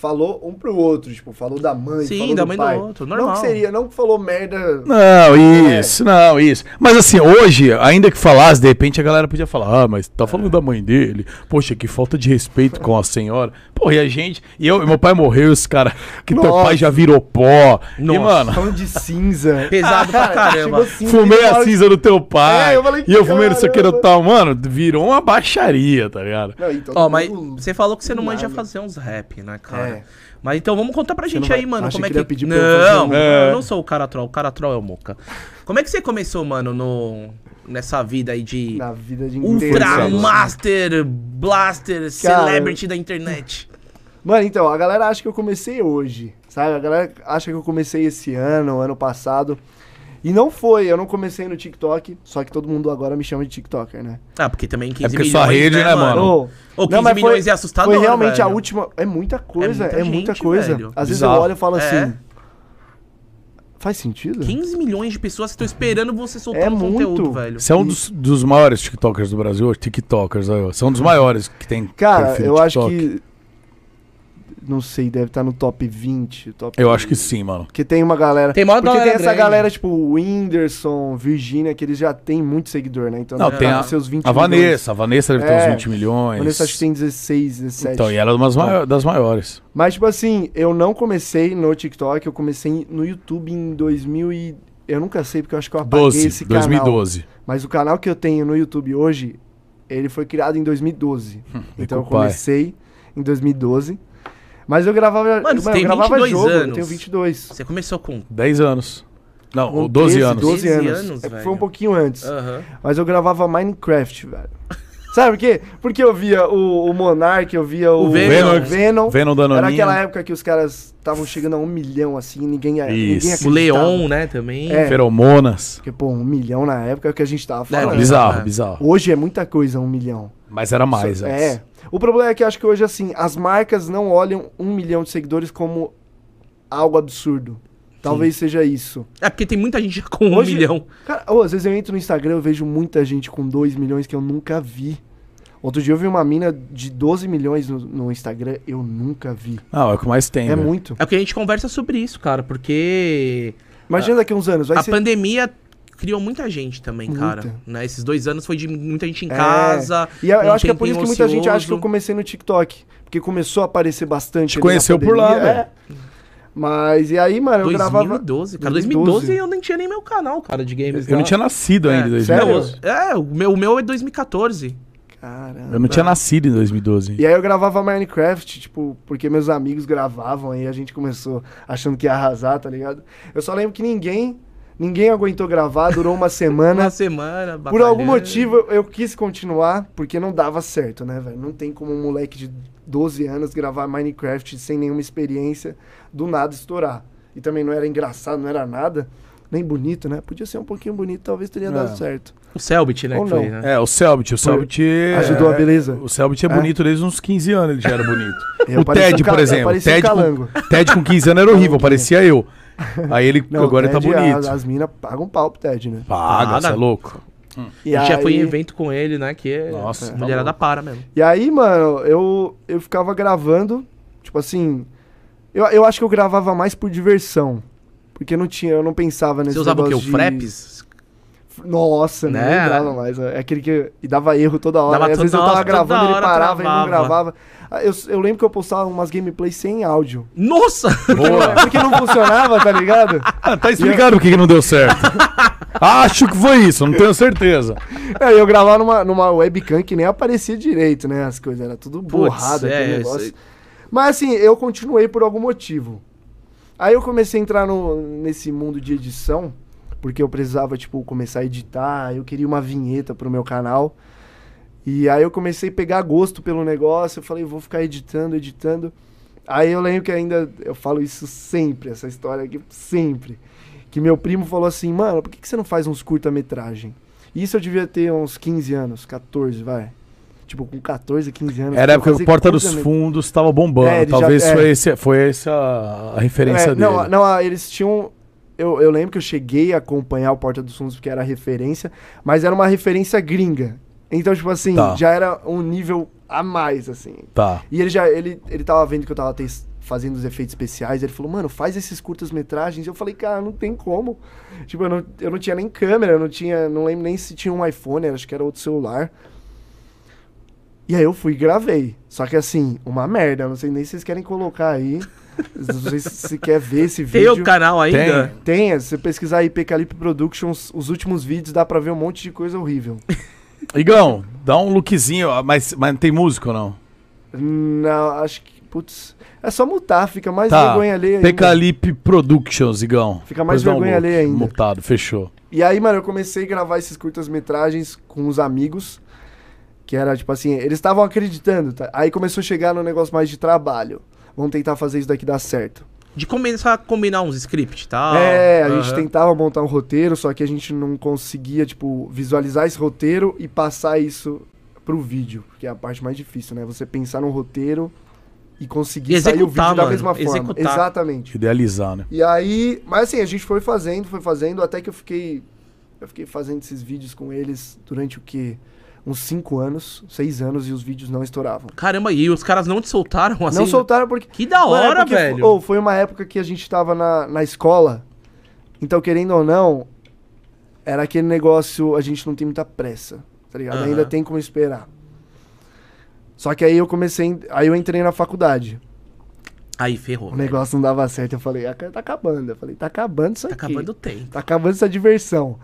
[SPEAKER 3] Falou um pro outro, tipo, falou da mãe,
[SPEAKER 2] Sim,
[SPEAKER 3] falou
[SPEAKER 2] da
[SPEAKER 3] do
[SPEAKER 2] mãe do
[SPEAKER 3] pai.
[SPEAKER 2] outro,
[SPEAKER 3] Não
[SPEAKER 2] normal.
[SPEAKER 3] que seria, não que falou merda.
[SPEAKER 1] Não,
[SPEAKER 3] É.
[SPEAKER 1] isso, não, isso. Mas assim, hoje, ainda que falasse, de repente a galera podia falar, ah, mas tá falando da mãe dele. Poxa, que falta de respeito com a senhora. Porra, e a gente, e eu, meu pai morreu, esse cara, que teu
[SPEAKER 3] Nossa.
[SPEAKER 1] pai já virou pó. E,
[SPEAKER 2] Nossa.
[SPEAKER 1] mano,
[SPEAKER 3] Falando de cinza. tipo assim,
[SPEAKER 2] Pesado pra caramba.
[SPEAKER 1] fumei a cinza do teu pai.
[SPEAKER 3] É, eu falei,
[SPEAKER 1] e eu fumei não sei o que
[SPEAKER 3] caramba.
[SPEAKER 1] tal. Mano, virou uma baixaria, tá ligado?
[SPEAKER 3] então,
[SPEAKER 2] Ó, mas você falou que você não manja fazer uns rap, né, cara?
[SPEAKER 3] É.
[SPEAKER 2] Mas então vamos contar pra gente
[SPEAKER 3] não
[SPEAKER 2] aí,
[SPEAKER 3] vai-
[SPEAKER 2] mano,
[SPEAKER 3] Achei
[SPEAKER 2] como é
[SPEAKER 3] que ele
[SPEAKER 2] que...
[SPEAKER 3] ia pedir pra eu fazer
[SPEAKER 2] não,
[SPEAKER 3] um-
[SPEAKER 2] eu não sou o cara troll, o cara troll é o Moca. Como é que você começou, mano, no... nessa vida aí de
[SPEAKER 3] Na vida
[SPEAKER 2] um
[SPEAKER 3] assim. de
[SPEAKER 2] Ultra
[SPEAKER 3] internet.
[SPEAKER 2] Master Blaster Celebrity da internet?
[SPEAKER 3] Mano, então, a galera acha que eu comecei hoje, sabe? A galera acha que eu comecei esse ano, ano passado. E não foi, eu não comecei no TikTok, só que todo mundo agora me chama de TikToker, né?
[SPEAKER 2] Ah, porque também 15
[SPEAKER 1] É porque
[SPEAKER 2] milhões,
[SPEAKER 1] sua rede, né, mano?
[SPEAKER 3] Ô,
[SPEAKER 2] Ô, 15 milhões é assustador,
[SPEAKER 3] Foi realmente a
[SPEAKER 2] velho.
[SPEAKER 3] última. É muita coisa, é
[SPEAKER 2] muita
[SPEAKER 3] muita,
[SPEAKER 2] gente,
[SPEAKER 3] coisa.
[SPEAKER 2] velho.
[SPEAKER 3] Às vezes eu
[SPEAKER 1] Bizarro.
[SPEAKER 3] olho e falo
[SPEAKER 2] É.
[SPEAKER 3] assim. Faz sentido?
[SPEAKER 2] 15 milhões de pessoas que estão esperando você soltar
[SPEAKER 3] É
[SPEAKER 2] um conteúdo,
[SPEAKER 3] muito.
[SPEAKER 2] velho.
[SPEAKER 1] Você é um dos, dos maiores TikTokers do Brasil, hoje, TikTokers, aí, ó. são dos maiores que tem.
[SPEAKER 3] Cara,
[SPEAKER 1] perfil
[SPEAKER 3] eu
[SPEAKER 1] no
[SPEAKER 3] acho
[SPEAKER 1] TikTok.
[SPEAKER 3] que. Não sei, deve estar no top 20. Top
[SPEAKER 1] Eu acho que sim, mano.
[SPEAKER 3] Porque tem uma galera.
[SPEAKER 2] Tem maior
[SPEAKER 3] porque
[SPEAKER 2] galera
[SPEAKER 3] tem essa
[SPEAKER 2] grande.
[SPEAKER 3] galera, tipo, o Whindersson, Virginia, que eles já têm muito seguidor, né? Então
[SPEAKER 1] Não,
[SPEAKER 3] deve
[SPEAKER 1] tem
[SPEAKER 3] tá
[SPEAKER 1] a,
[SPEAKER 3] nos seus 20
[SPEAKER 1] a
[SPEAKER 3] milhões.
[SPEAKER 1] Vanessa. A Vanessa deve ter
[SPEAKER 3] É,
[SPEAKER 1] uns 20 milhões.
[SPEAKER 3] Vanessa acho que tem 16, 17.
[SPEAKER 1] Então, e ela é uma das maior- das maiores.
[SPEAKER 3] Mas, tipo assim, eu não comecei no TikTok, eu comecei no YouTube em 2000 e... Eu nunca sei, porque eu acho que eu apaguei
[SPEAKER 1] 12,
[SPEAKER 3] esse canal.
[SPEAKER 1] 2012.
[SPEAKER 3] Mas o canal que eu tenho no YouTube hoje, ele foi criado em 2012. então eu
[SPEAKER 1] com o pai.
[SPEAKER 3] comecei em 2012. Mas eu gravava,
[SPEAKER 2] Mano, você
[SPEAKER 3] eu
[SPEAKER 2] tem
[SPEAKER 3] gravava
[SPEAKER 2] 22
[SPEAKER 3] jogo, eu
[SPEAKER 2] anos.
[SPEAKER 3] tenho 22.
[SPEAKER 2] Você começou com...
[SPEAKER 1] 10 anos. Não,
[SPEAKER 3] Com
[SPEAKER 1] 12
[SPEAKER 3] 13,
[SPEAKER 1] anos.
[SPEAKER 3] 12
[SPEAKER 2] 13
[SPEAKER 3] anos.
[SPEAKER 2] anos,
[SPEAKER 3] É que foi
[SPEAKER 2] velho. Ah.
[SPEAKER 3] um pouquinho antes.
[SPEAKER 2] Aham.
[SPEAKER 3] Mas eu gravava Minecraft, velho. Sabe por quê? Porque eu via o, o Monark, eu via o,
[SPEAKER 2] O Venom.
[SPEAKER 3] Venom.
[SPEAKER 1] Venom Danoninho.
[SPEAKER 3] Era aquela época que os caras estavam chegando a um milhão, assim, ninguém, ninguém
[SPEAKER 1] Isso.
[SPEAKER 2] O
[SPEAKER 3] acreditava.
[SPEAKER 2] Leon, né, também.
[SPEAKER 3] É.
[SPEAKER 1] Feromonas.
[SPEAKER 3] Porque, pô, um milhão na época é o que a gente tava
[SPEAKER 2] É,
[SPEAKER 1] Não,
[SPEAKER 3] falando.
[SPEAKER 1] bizarro,
[SPEAKER 2] é.
[SPEAKER 1] bizarro.
[SPEAKER 3] Hoje é muita coisa, um milhão.
[SPEAKER 1] Mas era mais. antes.
[SPEAKER 3] É. O problema é que eu acho que hoje, assim, as marcas não olham um milhão de seguidores como algo absurdo. Talvez seja isso.
[SPEAKER 2] É porque tem muita gente com um
[SPEAKER 3] Hoje-
[SPEAKER 2] milhão.
[SPEAKER 3] Cara, ô, às vezes eu entro no Instagram eu vejo muita gente com 2 milhões que eu nunca vi. Outro dia eu vi uma mina de 12 milhões no, no Instagram, eu nunca vi.
[SPEAKER 1] Não, é o que mais tem.
[SPEAKER 3] é
[SPEAKER 1] velho.
[SPEAKER 3] muito.
[SPEAKER 2] É porque a gente conversa sobre isso, cara, porque
[SPEAKER 3] Imagina daqui a uns anos, vai
[SPEAKER 2] a
[SPEAKER 3] ser.
[SPEAKER 2] pandemia criou muita gente também,
[SPEAKER 3] Muita.
[SPEAKER 2] cara. Né? Esses dois anos foi de muita gente em
[SPEAKER 3] É.
[SPEAKER 2] casa.
[SPEAKER 3] E eu, eu
[SPEAKER 2] um
[SPEAKER 3] acho que é por isso
[SPEAKER 2] tempinho
[SPEAKER 3] que muita gente acha que eu
[SPEAKER 2] ocioso.
[SPEAKER 3] comecei no TikTok. Porque começou a aparecer bastante.
[SPEAKER 1] Te
[SPEAKER 3] ali na
[SPEAKER 1] conheceu por lá, né?
[SPEAKER 3] pandemia,
[SPEAKER 1] velho.
[SPEAKER 3] é. Mas e aí, mano, eu gravava.
[SPEAKER 2] 2012, cara. 2012 eu nem tinha nem meu canal, cara, de games.
[SPEAKER 1] Eu não tinha nascido ainda em
[SPEAKER 2] É,
[SPEAKER 1] 2012.
[SPEAKER 3] sério?
[SPEAKER 2] É, o meu, o meu é 2014.
[SPEAKER 3] Caramba.
[SPEAKER 1] Eu não tinha nascido em 2012.
[SPEAKER 3] É. E aí eu gravava Minecraft, tipo, porque meus amigos gravavam aí a gente começou achando que ia arrasar, tá ligado? Eu só lembro que ninguém, ninguém aguentou gravar, durou uma
[SPEAKER 2] Uma
[SPEAKER 3] semana.
[SPEAKER 2] semana,
[SPEAKER 3] É, né? Por algum
[SPEAKER 2] batalhando.
[SPEAKER 3] motivo eu- eu quis continuar, porque não dava certo, né, velho? Não tem como um moleque de 12 anos gravar Minecraft sem nenhuma experiência, do nada estourar. E também não era engraçado, não era nada. nem bonito, né? Podia ser um pouquinho bonito, talvez teria dado certo.
[SPEAKER 2] O Selbit, né?
[SPEAKER 3] Ou
[SPEAKER 2] que
[SPEAKER 3] não.
[SPEAKER 2] foi, né?
[SPEAKER 1] É, o Selbit. O Selbit.
[SPEAKER 3] Ajudou
[SPEAKER 1] é,
[SPEAKER 3] a beleza.
[SPEAKER 1] O Selbit é
[SPEAKER 3] É.
[SPEAKER 1] bonito desde uns 15 anos, ele já era bonito.
[SPEAKER 3] Eu
[SPEAKER 1] o
[SPEAKER 3] parecia
[SPEAKER 1] Ted,
[SPEAKER 3] um ca-
[SPEAKER 1] por
[SPEAKER 3] eu
[SPEAKER 1] exemplo.
[SPEAKER 3] parecia um
[SPEAKER 1] Ted,
[SPEAKER 3] calango.
[SPEAKER 1] com, Ted com 15 anos era horrível, parecia eu. Aí ele
[SPEAKER 3] Não,
[SPEAKER 1] agora
[SPEAKER 3] o
[SPEAKER 1] ele tá
[SPEAKER 3] Ted,
[SPEAKER 1] bonito.
[SPEAKER 3] As, as minas pagam pau pro Ted, né?
[SPEAKER 1] Paga,
[SPEAKER 2] Paga.
[SPEAKER 1] você é louco.
[SPEAKER 3] É, E
[SPEAKER 2] A gente já foi em
[SPEAKER 3] aí-
[SPEAKER 2] evento com ele, né? Que
[SPEAKER 1] Nossa,
[SPEAKER 2] Nossa,
[SPEAKER 1] tá
[SPEAKER 2] mulherada
[SPEAKER 1] louco.
[SPEAKER 2] para mesmo.
[SPEAKER 3] E aí, mano, eu, eu ficava gravando, tipo assim. Eu, eu acho que eu gravava mais por diversão. Porque não tinha, eu não pensava nesse
[SPEAKER 2] Você usava o quê? O
[SPEAKER 3] negócio de-
[SPEAKER 2] Freps?
[SPEAKER 3] Nossa, não
[SPEAKER 2] Né?
[SPEAKER 3] lembrava mais. É aquele que. E dava erro toda hora.
[SPEAKER 2] Dava
[SPEAKER 3] e às
[SPEAKER 2] toda
[SPEAKER 3] vezes eu tava
[SPEAKER 2] hora,
[SPEAKER 3] gravando,
[SPEAKER 2] toda
[SPEAKER 3] ele
[SPEAKER 2] hora
[SPEAKER 3] parava e não
[SPEAKER 2] travava.
[SPEAKER 3] gravava. Ah, Eu, eu lembro que eu postava umas gameplays sem áudio.
[SPEAKER 2] Nossa!
[SPEAKER 1] Boa.
[SPEAKER 3] Porque não funcionava, tá ligado?
[SPEAKER 1] Ah, tá explicado o que, que não deu certo. Acho que foi isso, não tenho certeza.
[SPEAKER 3] É, eu gravava numa, numa webcam que nem aparecia direito, né? As coisas, era tudo borrado
[SPEAKER 2] é,
[SPEAKER 3] aquele
[SPEAKER 2] isso
[SPEAKER 3] negócio.
[SPEAKER 2] aí.
[SPEAKER 3] Mas assim, eu continuei por algum motivo. Aí eu comecei a entrar no, nesse mundo de edição, porque eu precisava, tipo, começar a editar, eu queria uma vinheta pro meu canal. E aí eu comecei a pegar gosto pelo negócio, eu falei, vou ficar editando, editando. Aí eu lembro que ainda, eu falo isso sempre, essa história aqui, sempre. Que meu primo falou assim, mano, por que, que você não faz uns curta-metragem? Isso eu devia ter uns 15 anos, 14, vai. Tipo, com 14, 15 anos.
[SPEAKER 1] Era a
[SPEAKER 3] eu
[SPEAKER 1] época que
[SPEAKER 3] fazia
[SPEAKER 1] o Porta dos
[SPEAKER 3] curta-metragem.
[SPEAKER 1] Fundos tava bombando.
[SPEAKER 3] É, ele já-
[SPEAKER 1] Talvez
[SPEAKER 3] é.
[SPEAKER 1] foi, esse, foi essa a referência
[SPEAKER 3] É,
[SPEAKER 1] dele.
[SPEAKER 3] Não, não, ah, eles tinham. Eu, eu lembro que eu cheguei a acompanhar o Porta dos Fundos porque era referência, mas era uma referência gringa. Então, tipo assim,
[SPEAKER 1] Tá.
[SPEAKER 3] já era um nível a mais, assim.
[SPEAKER 1] Tá.
[SPEAKER 3] E ele já, ele, ele tava vendo que eu tava tes- fazendo os efeitos especiais, ele falou, mano, faz esses curtas-metragens. Eu falei, cara, não tem como. Tipo, eu não, eu não tinha nem câmera, eu não tinha, não lembro nem se tinha um iPhone, acho que era outro celular. E aí eu fui e gravei. Só que assim, uma merda, eu não sei nem se vocês querem colocar aí. não sei se você quer ver esse
[SPEAKER 2] Tem
[SPEAKER 3] vídeo.
[SPEAKER 2] o canal ainda?
[SPEAKER 1] Tem.
[SPEAKER 3] Tem, é, se você pesquisar aí Pecalipe Productions, os últimos vídeos dá pra ver um monte de coisa horrível.
[SPEAKER 1] Igão, dá um lookzinho, ah, mas, mas não tem músico, não?
[SPEAKER 3] não, acho que, putz, é só mutar, fica mais
[SPEAKER 1] Tá,
[SPEAKER 3] vergonha alheia ainda.
[SPEAKER 1] Pecalipe Productions, Igão.
[SPEAKER 3] Fica mais
[SPEAKER 1] Depois dá um
[SPEAKER 3] vergonha
[SPEAKER 1] look.
[SPEAKER 3] alheia ainda.
[SPEAKER 1] Mutado, fechou.
[SPEAKER 3] E aí, mano, eu comecei a gravar esses curtas-metragens com os amigos. Que era tipo assim, eles estavam acreditando, tá? Aí começou a chegar no negócio mais de trabalho. Vamos tentar fazer isso daqui dar certo.
[SPEAKER 2] De começar a combinar uns scripts e tal.
[SPEAKER 3] é, a gente
[SPEAKER 2] Ah, Aham.
[SPEAKER 3] tentava montar um roteiro, só que a gente não conseguia, tipo, visualizar esse roteiro e passar isso pro vídeo, que é a parte mais difícil, né? Você pensar num roteiro e conseguir
[SPEAKER 2] E
[SPEAKER 3] sair o vídeo
[SPEAKER 2] executar,
[SPEAKER 3] da
[SPEAKER 2] mano,
[SPEAKER 3] mesma forma.
[SPEAKER 2] executar.
[SPEAKER 3] Exatamente.
[SPEAKER 1] Idealizar, né?
[SPEAKER 3] E aí, mas assim, a gente foi fazendo, foi fazendo, até que eu fiquei. Eu fiquei fazendo esses vídeos com eles durante o quê? Uns 5 anos, 6 anos, e os vídeos não estouravam.
[SPEAKER 2] Caramba, e os caras não te soltaram assim?
[SPEAKER 3] não soltaram porque.
[SPEAKER 2] Que da
[SPEAKER 3] Mano, é
[SPEAKER 2] hora,
[SPEAKER 3] porque-
[SPEAKER 2] velho.
[SPEAKER 3] ou, foi uma época que a gente tava na, na escola. Então, querendo ou não, era aquele negócio, a gente não tem muita pressa, tá ligado?
[SPEAKER 2] Aham.
[SPEAKER 3] Ainda tem como esperar. Só que aí eu comecei. Aí eu entrei na faculdade.
[SPEAKER 2] Aí, ferrou.
[SPEAKER 3] O
[SPEAKER 2] velho.
[SPEAKER 3] negócio não dava certo. Eu falei, "Ah, cara, tá acabando. Eu falei, tá acabando isso
[SPEAKER 2] Tá
[SPEAKER 3] aqui.
[SPEAKER 2] acabando o tempo.
[SPEAKER 3] Tá acabando essa diversão.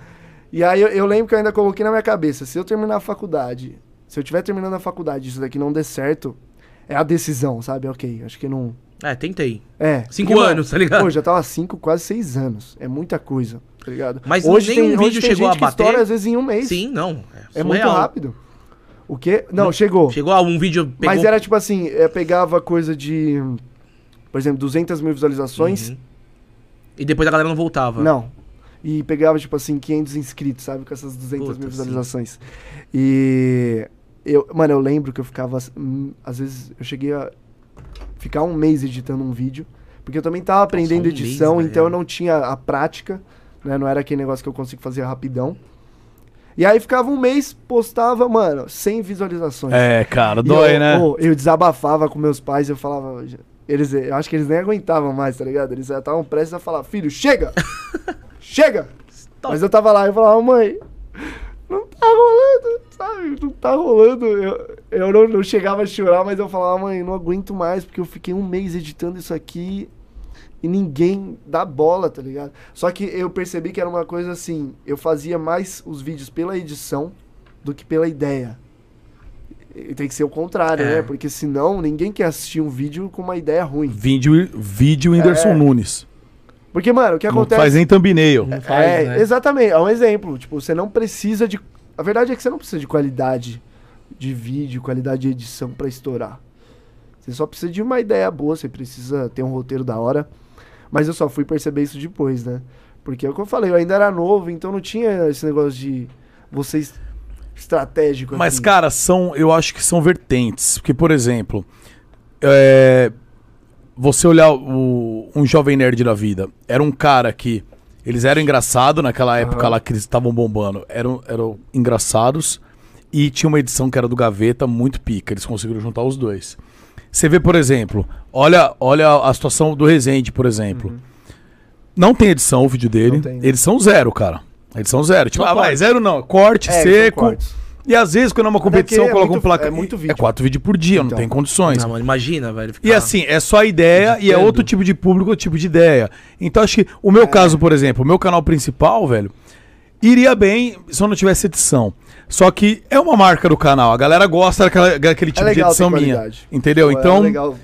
[SPEAKER 3] E aí eu, eu lembro que eu ainda coloquei na minha cabeça, se eu terminar a faculdade, se eu tiver terminando a faculdade e isso daqui não der certo, é a decisão, sabe? Ok, acho que não.
[SPEAKER 2] É, tentei.
[SPEAKER 3] É.
[SPEAKER 2] Cinco
[SPEAKER 3] Porque, mano,
[SPEAKER 2] anos, tá ligado?
[SPEAKER 3] Pô, já tava cinco, quase seis anos. É muita coisa, tá ligado?
[SPEAKER 2] Mas nenhum vídeo chegou a
[SPEAKER 3] que estoura,
[SPEAKER 2] bater?
[SPEAKER 3] às vezes, em um mês.
[SPEAKER 2] Sim, não.
[SPEAKER 3] É muito rápido. O quê? Não,
[SPEAKER 2] Não,
[SPEAKER 3] chegou.
[SPEAKER 2] Chegou a um vídeo. Pegou...
[SPEAKER 3] Mas era tipo assim, eu pegava coisa de. Por exemplo, 200 mil visualizações.
[SPEAKER 2] Uhum. E depois a galera não voltava.
[SPEAKER 3] Não. E pegava, tipo assim, 500 inscritos, sabe? Com essas 200
[SPEAKER 2] Puta, sim.
[SPEAKER 3] mil visualizações. E. Eu, mano, eu lembro que eu ficava. hum, Às vezes eu cheguei a ficar um mês editando um vídeo. Porque eu também tava aprendendo
[SPEAKER 2] um
[SPEAKER 3] edição,
[SPEAKER 2] mês, né,
[SPEAKER 3] então eu
[SPEAKER 2] é.
[SPEAKER 3] não tinha a prática, né? Não era aquele negócio que eu consigo fazer rapidão. E aí ficava um mês, postava, mano, 100 visualizações.
[SPEAKER 1] É, cara,
[SPEAKER 3] E
[SPEAKER 1] dói,
[SPEAKER 3] eu,
[SPEAKER 1] né?
[SPEAKER 3] ô, eu desabafava com meus pais, eu falava. Eles, eh, eu acho que eles nem aguentavam mais, tá ligado? Eles já estavam prestes a falar: filho, chega! chega!
[SPEAKER 2] Tá.
[SPEAKER 3] Mas eu tava lá e falava: mãe, não tá rolando, sabe? Não tá rolando. Eu, eu não, não chegava a chorar, mas eu falava: mãe, não aguento mais, porque eu fiquei um mês editando isso aqui e ninguém dá bola, tá ligado? Só que eu percebi que era uma coisa assim: eu fazia mais os vídeos pela edição do que pela ideia. E tem que ser o contrário,
[SPEAKER 2] É.
[SPEAKER 3] né? Porque senão ninguém quer assistir um vídeo com uma ideia ruim.
[SPEAKER 1] Vídeo, vídeo Whindersson
[SPEAKER 3] É.
[SPEAKER 1] Nunes.
[SPEAKER 3] Porque, mano, o que
[SPEAKER 1] Não
[SPEAKER 3] acontece.
[SPEAKER 1] faz nem thumbnail.
[SPEAKER 2] Não faz,
[SPEAKER 3] é,
[SPEAKER 2] né?
[SPEAKER 3] exatamente, é um exemplo. Tipo, você não precisa de. A verdade é que você não precisa de qualidade de vídeo, qualidade de edição pra estourar. Você só precisa de uma ideia boa, você precisa ter um roteiro da hora. Mas eu só fui perceber isso depois, né? Porque é o que eu falei, eu ainda era novo, então não tinha esse negócio de vocês estratégico. assim.
[SPEAKER 1] Mas,
[SPEAKER 3] aqui.
[SPEAKER 1] cara, são, eu acho que são vertentes. Porque, por exemplo, é, você olhar o- um jovem nerd da vida, era um cara que. Eles eram engraçados naquela época lá que eles estavam bombando. Eram, eram engraçados. E tinha uma edição que era do Gaveta, muito pica. Eles conseguiram juntar os dois. Você vê, por exemplo, olha, olha a situação do Rezende, por exemplo. Não tem edição o vídeo dele.
[SPEAKER 3] Uhum. Não tem. né?
[SPEAKER 1] Edição zero, cara. Edição zero. Tipo,
[SPEAKER 2] Só
[SPEAKER 1] ah, vai,
[SPEAKER 2] corte.
[SPEAKER 1] zero não. Corte,
[SPEAKER 3] É, são
[SPEAKER 1] seco.
[SPEAKER 3] cortes.
[SPEAKER 1] E às vezes, quando é uma competição,
[SPEAKER 3] porque é
[SPEAKER 1] coloca um
[SPEAKER 3] muito-
[SPEAKER 1] placa.
[SPEAKER 3] é muito vídeo.
[SPEAKER 1] É quatro vídeos por dia, não
[SPEAKER 3] Então. tá.
[SPEAKER 1] tem condições.
[SPEAKER 2] Não, mano, imagina, velho.
[SPEAKER 1] E assim, é só ideia e é
[SPEAKER 2] Entendo.
[SPEAKER 1] outro tipo de público, outro tipo de ideia. Então acho que o meu
[SPEAKER 3] É.
[SPEAKER 1] caso, por exemplo, o meu canal principal, velho, iria bem se eu não tivesse edição. Só que é uma marca do canal, a galera gosta daquela, daquele tipo de
[SPEAKER 3] É legal ter
[SPEAKER 1] edição minha.
[SPEAKER 3] qualidade.
[SPEAKER 1] Entendeu?
[SPEAKER 3] Pô, é
[SPEAKER 1] Então,
[SPEAKER 3] legal.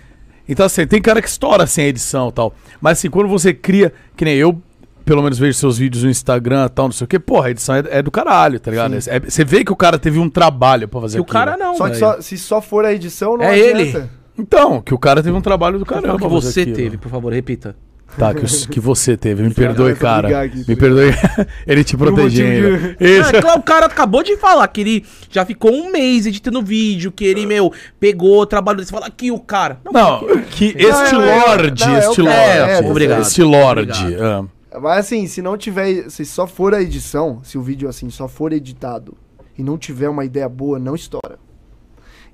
[SPEAKER 1] então, assim, tem cara que estoura sem edição e tal. Mas assim, quando você cria, que nem eu, pelo menos vejo seus vídeos no Instagram e tal, não sei o quê, porra, a edição é, é do caralho, tá ligado? É- você vê que o cara teve um trabalho pra fazer
[SPEAKER 2] que o
[SPEAKER 1] aquilo.
[SPEAKER 2] cara não,
[SPEAKER 3] Só
[SPEAKER 2] velho.
[SPEAKER 3] que só- se só for a edição, não
[SPEAKER 2] É
[SPEAKER 3] adianta.
[SPEAKER 2] ele.
[SPEAKER 1] Então, que o cara teve um trabalho do
[SPEAKER 2] Fala
[SPEAKER 1] caramba.
[SPEAKER 2] o Tá que
[SPEAKER 1] pra fazer
[SPEAKER 2] você
[SPEAKER 1] aquilo.
[SPEAKER 2] teve, por favor, repita.
[SPEAKER 1] Tá, que, os- que você teve. Me perdoe,
[SPEAKER 3] eu vou ligar
[SPEAKER 1] cara.
[SPEAKER 3] aqui,
[SPEAKER 1] Me
[SPEAKER 3] tá
[SPEAKER 1] perdoe. Ele te protegendo.
[SPEAKER 3] motivo
[SPEAKER 1] Isso.
[SPEAKER 2] Ah, é claro, o cara acabou de falar que ele já ficou um mês editando vídeo, que ele, meu, pegou o trabalho dele. Você fala aqui o cara. Não,
[SPEAKER 1] Não, que este
[SPEAKER 3] Não, é-
[SPEAKER 1] lorde,
[SPEAKER 3] não, é o
[SPEAKER 1] este
[SPEAKER 3] cara,
[SPEAKER 2] é,
[SPEAKER 1] lorde.
[SPEAKER 2] obrigado.
[SPEAKER 1] Este lorde. ah.
[SPEAKER 3] Mas assim, se não tiver, se só for a edição, se o vídeo assim só for editado e não tiver uma ideia boa, não estoura.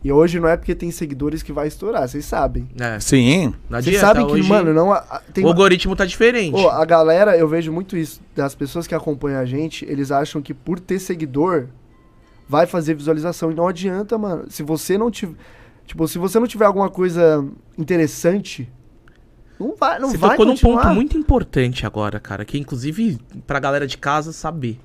[SPEAKER 3] E hoje não é porque tem seguidores que vai estourar, vocês sabem.
[SPEAKER 2] é,
[SPEAKER 1] Sim.
[SPEAKER 2] não
[SPEAKER 3] Vocês
[SPEAKER 2] adianta.
[SPEAKER 3] sabem que,
[SPEAKER 2] hoje
[SPEAKER 3] mano, não a- a- tem
[SPEAKER 2] o algoritmo tá diferente.
[SPEAKER 3] Ô, ah, a galera, eu vejo muito isso das pessoas que acompanham a gente, eles acham que por ter seguidor vai fazer visualização e não adianta, mano. Se você não tiver, tipo, se você não tiver alguma coisa interessante, não vai, não
[SPEAKER 2] Você
[SPEAKER 3] vai
[SPEAKER 2] tocou num
[SPEAKER 3] continuar.
[SPEAKER 2] ponto muito importante agora, cara, que inclusive pra galera de casa saber.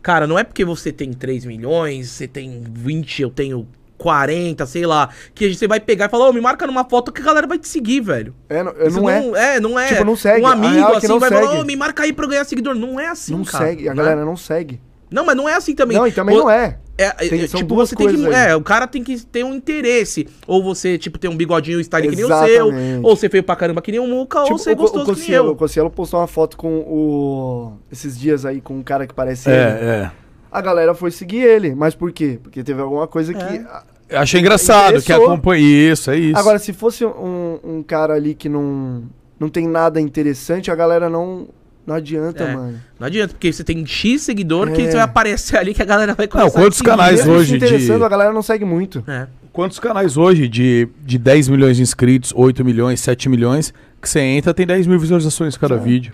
[SPEAKER 2] Cara, não é porque você tem 3 milhões, você tem 20, eu tenho 40, sei lá, que você vai pegar e falar, ô, me marca numa foto que a galera vai te seguir, velho.
[SPEAKER 3] É, não, eu
[SPEAKER 2] Isso
[SPEAKER 3] não é.
[SPEAKER 2] é, não é.
[SPEAKER 3] Tipo, não segue.
[SPEAKER 2] Um
[SPEAKER 3] A
[SPEAKER 2] amigo
[SPEAKER 3] real é que
[SPEAKER 2] assim
[SPEAKER 3] não
[SPEAKER 2] vai falar,
[SPEAKER 3] segue.
[SPEAKER 2] ô, me marca aí pra eu ganhar seguidor. Não é assim,
[SPEAKER 3] não
[SPEAKER 2] cara.
[SPEAKER 3] segue, a
[SPEAKER 2] né?
[SPEAKER 3] galera não segue.
[SPEAKER 2] Não, mas não é assim também.
[SPEAKER 3] Não, e também
[SPEAKER 2] O-
[SPEAKER 3] não é.
[SPEAKER 2] é,
[SPEAKER 3] Tem-
[SPEAKER 2] é,
[SPEAKER 3] são
[SPEAKER 2] tipo,
[SPEAKER 3] duas
[SPEAKER 2] você tem que.
[SPEAKER 3] coisas aí.
[SPEAKER 2] É, o cara tem que ter um interesse. Ou você, tipo, tem um bigodinho style que nem o seu.
[SPEAKER 3] Exatamente. Tipo,
[SPEAKER 2] Ou você feio pra caramba que nem o Muca. ou você é
[SPEAKER 3] o, Co- o
[SPEAKER 2] gostoso que nem
[SPEAKER 3] Cossielo, o
[SPEAKER 2] eu.
[SPEAKER 3] Cossielo postou uma foto com o esses dias aí com um cara que parecia
[SPEAKER 1] É,
[SPEAKER 3] A galera foi seguir ele, mas por quê? Porque teve alguma coisa que a-
[SPEAKER 1] é. Achei engraçado que
[SPEAKER 3] Interessou.
[SPEAKER 1] acompanha isso, é isso.
[SPEAKER 3] Agora, se fosse um, um cara ali que não, não tem nada interessante, a galera não. Não adianta,
[SPEAKER 2] É.
[SPEAKER 3] mano.
[SPEAKER 2] Não adianta, porque você tem X seguidor que
[SPEAKER 3] É.
[SPEAKER 2] você vai aparecer ali que a galera vai
[SPEAKER 1] Não,
[SPEAKER 2] a
[SPEAKER 1] quantos
[SPEAKER 2] seguir.
[SPEAKER 1] canais
[SPEAKER 3] Mesmo
[SPEAKER 1] hoje
[SPEAKER 3] se
[SPEAKER 1] de-
[SPEAKER 3] interessando, a galera não segue muito.
[SPEAKER 2] É.
[SPEAKER 1] Quantos canais hoje de, de 10 milhões de inscritos, 8 milhões, 7 milhões, que você entra, tem 10 mil visualizações cada
[SPEAKER 3] É.
[SPEAKER 1] vídeo.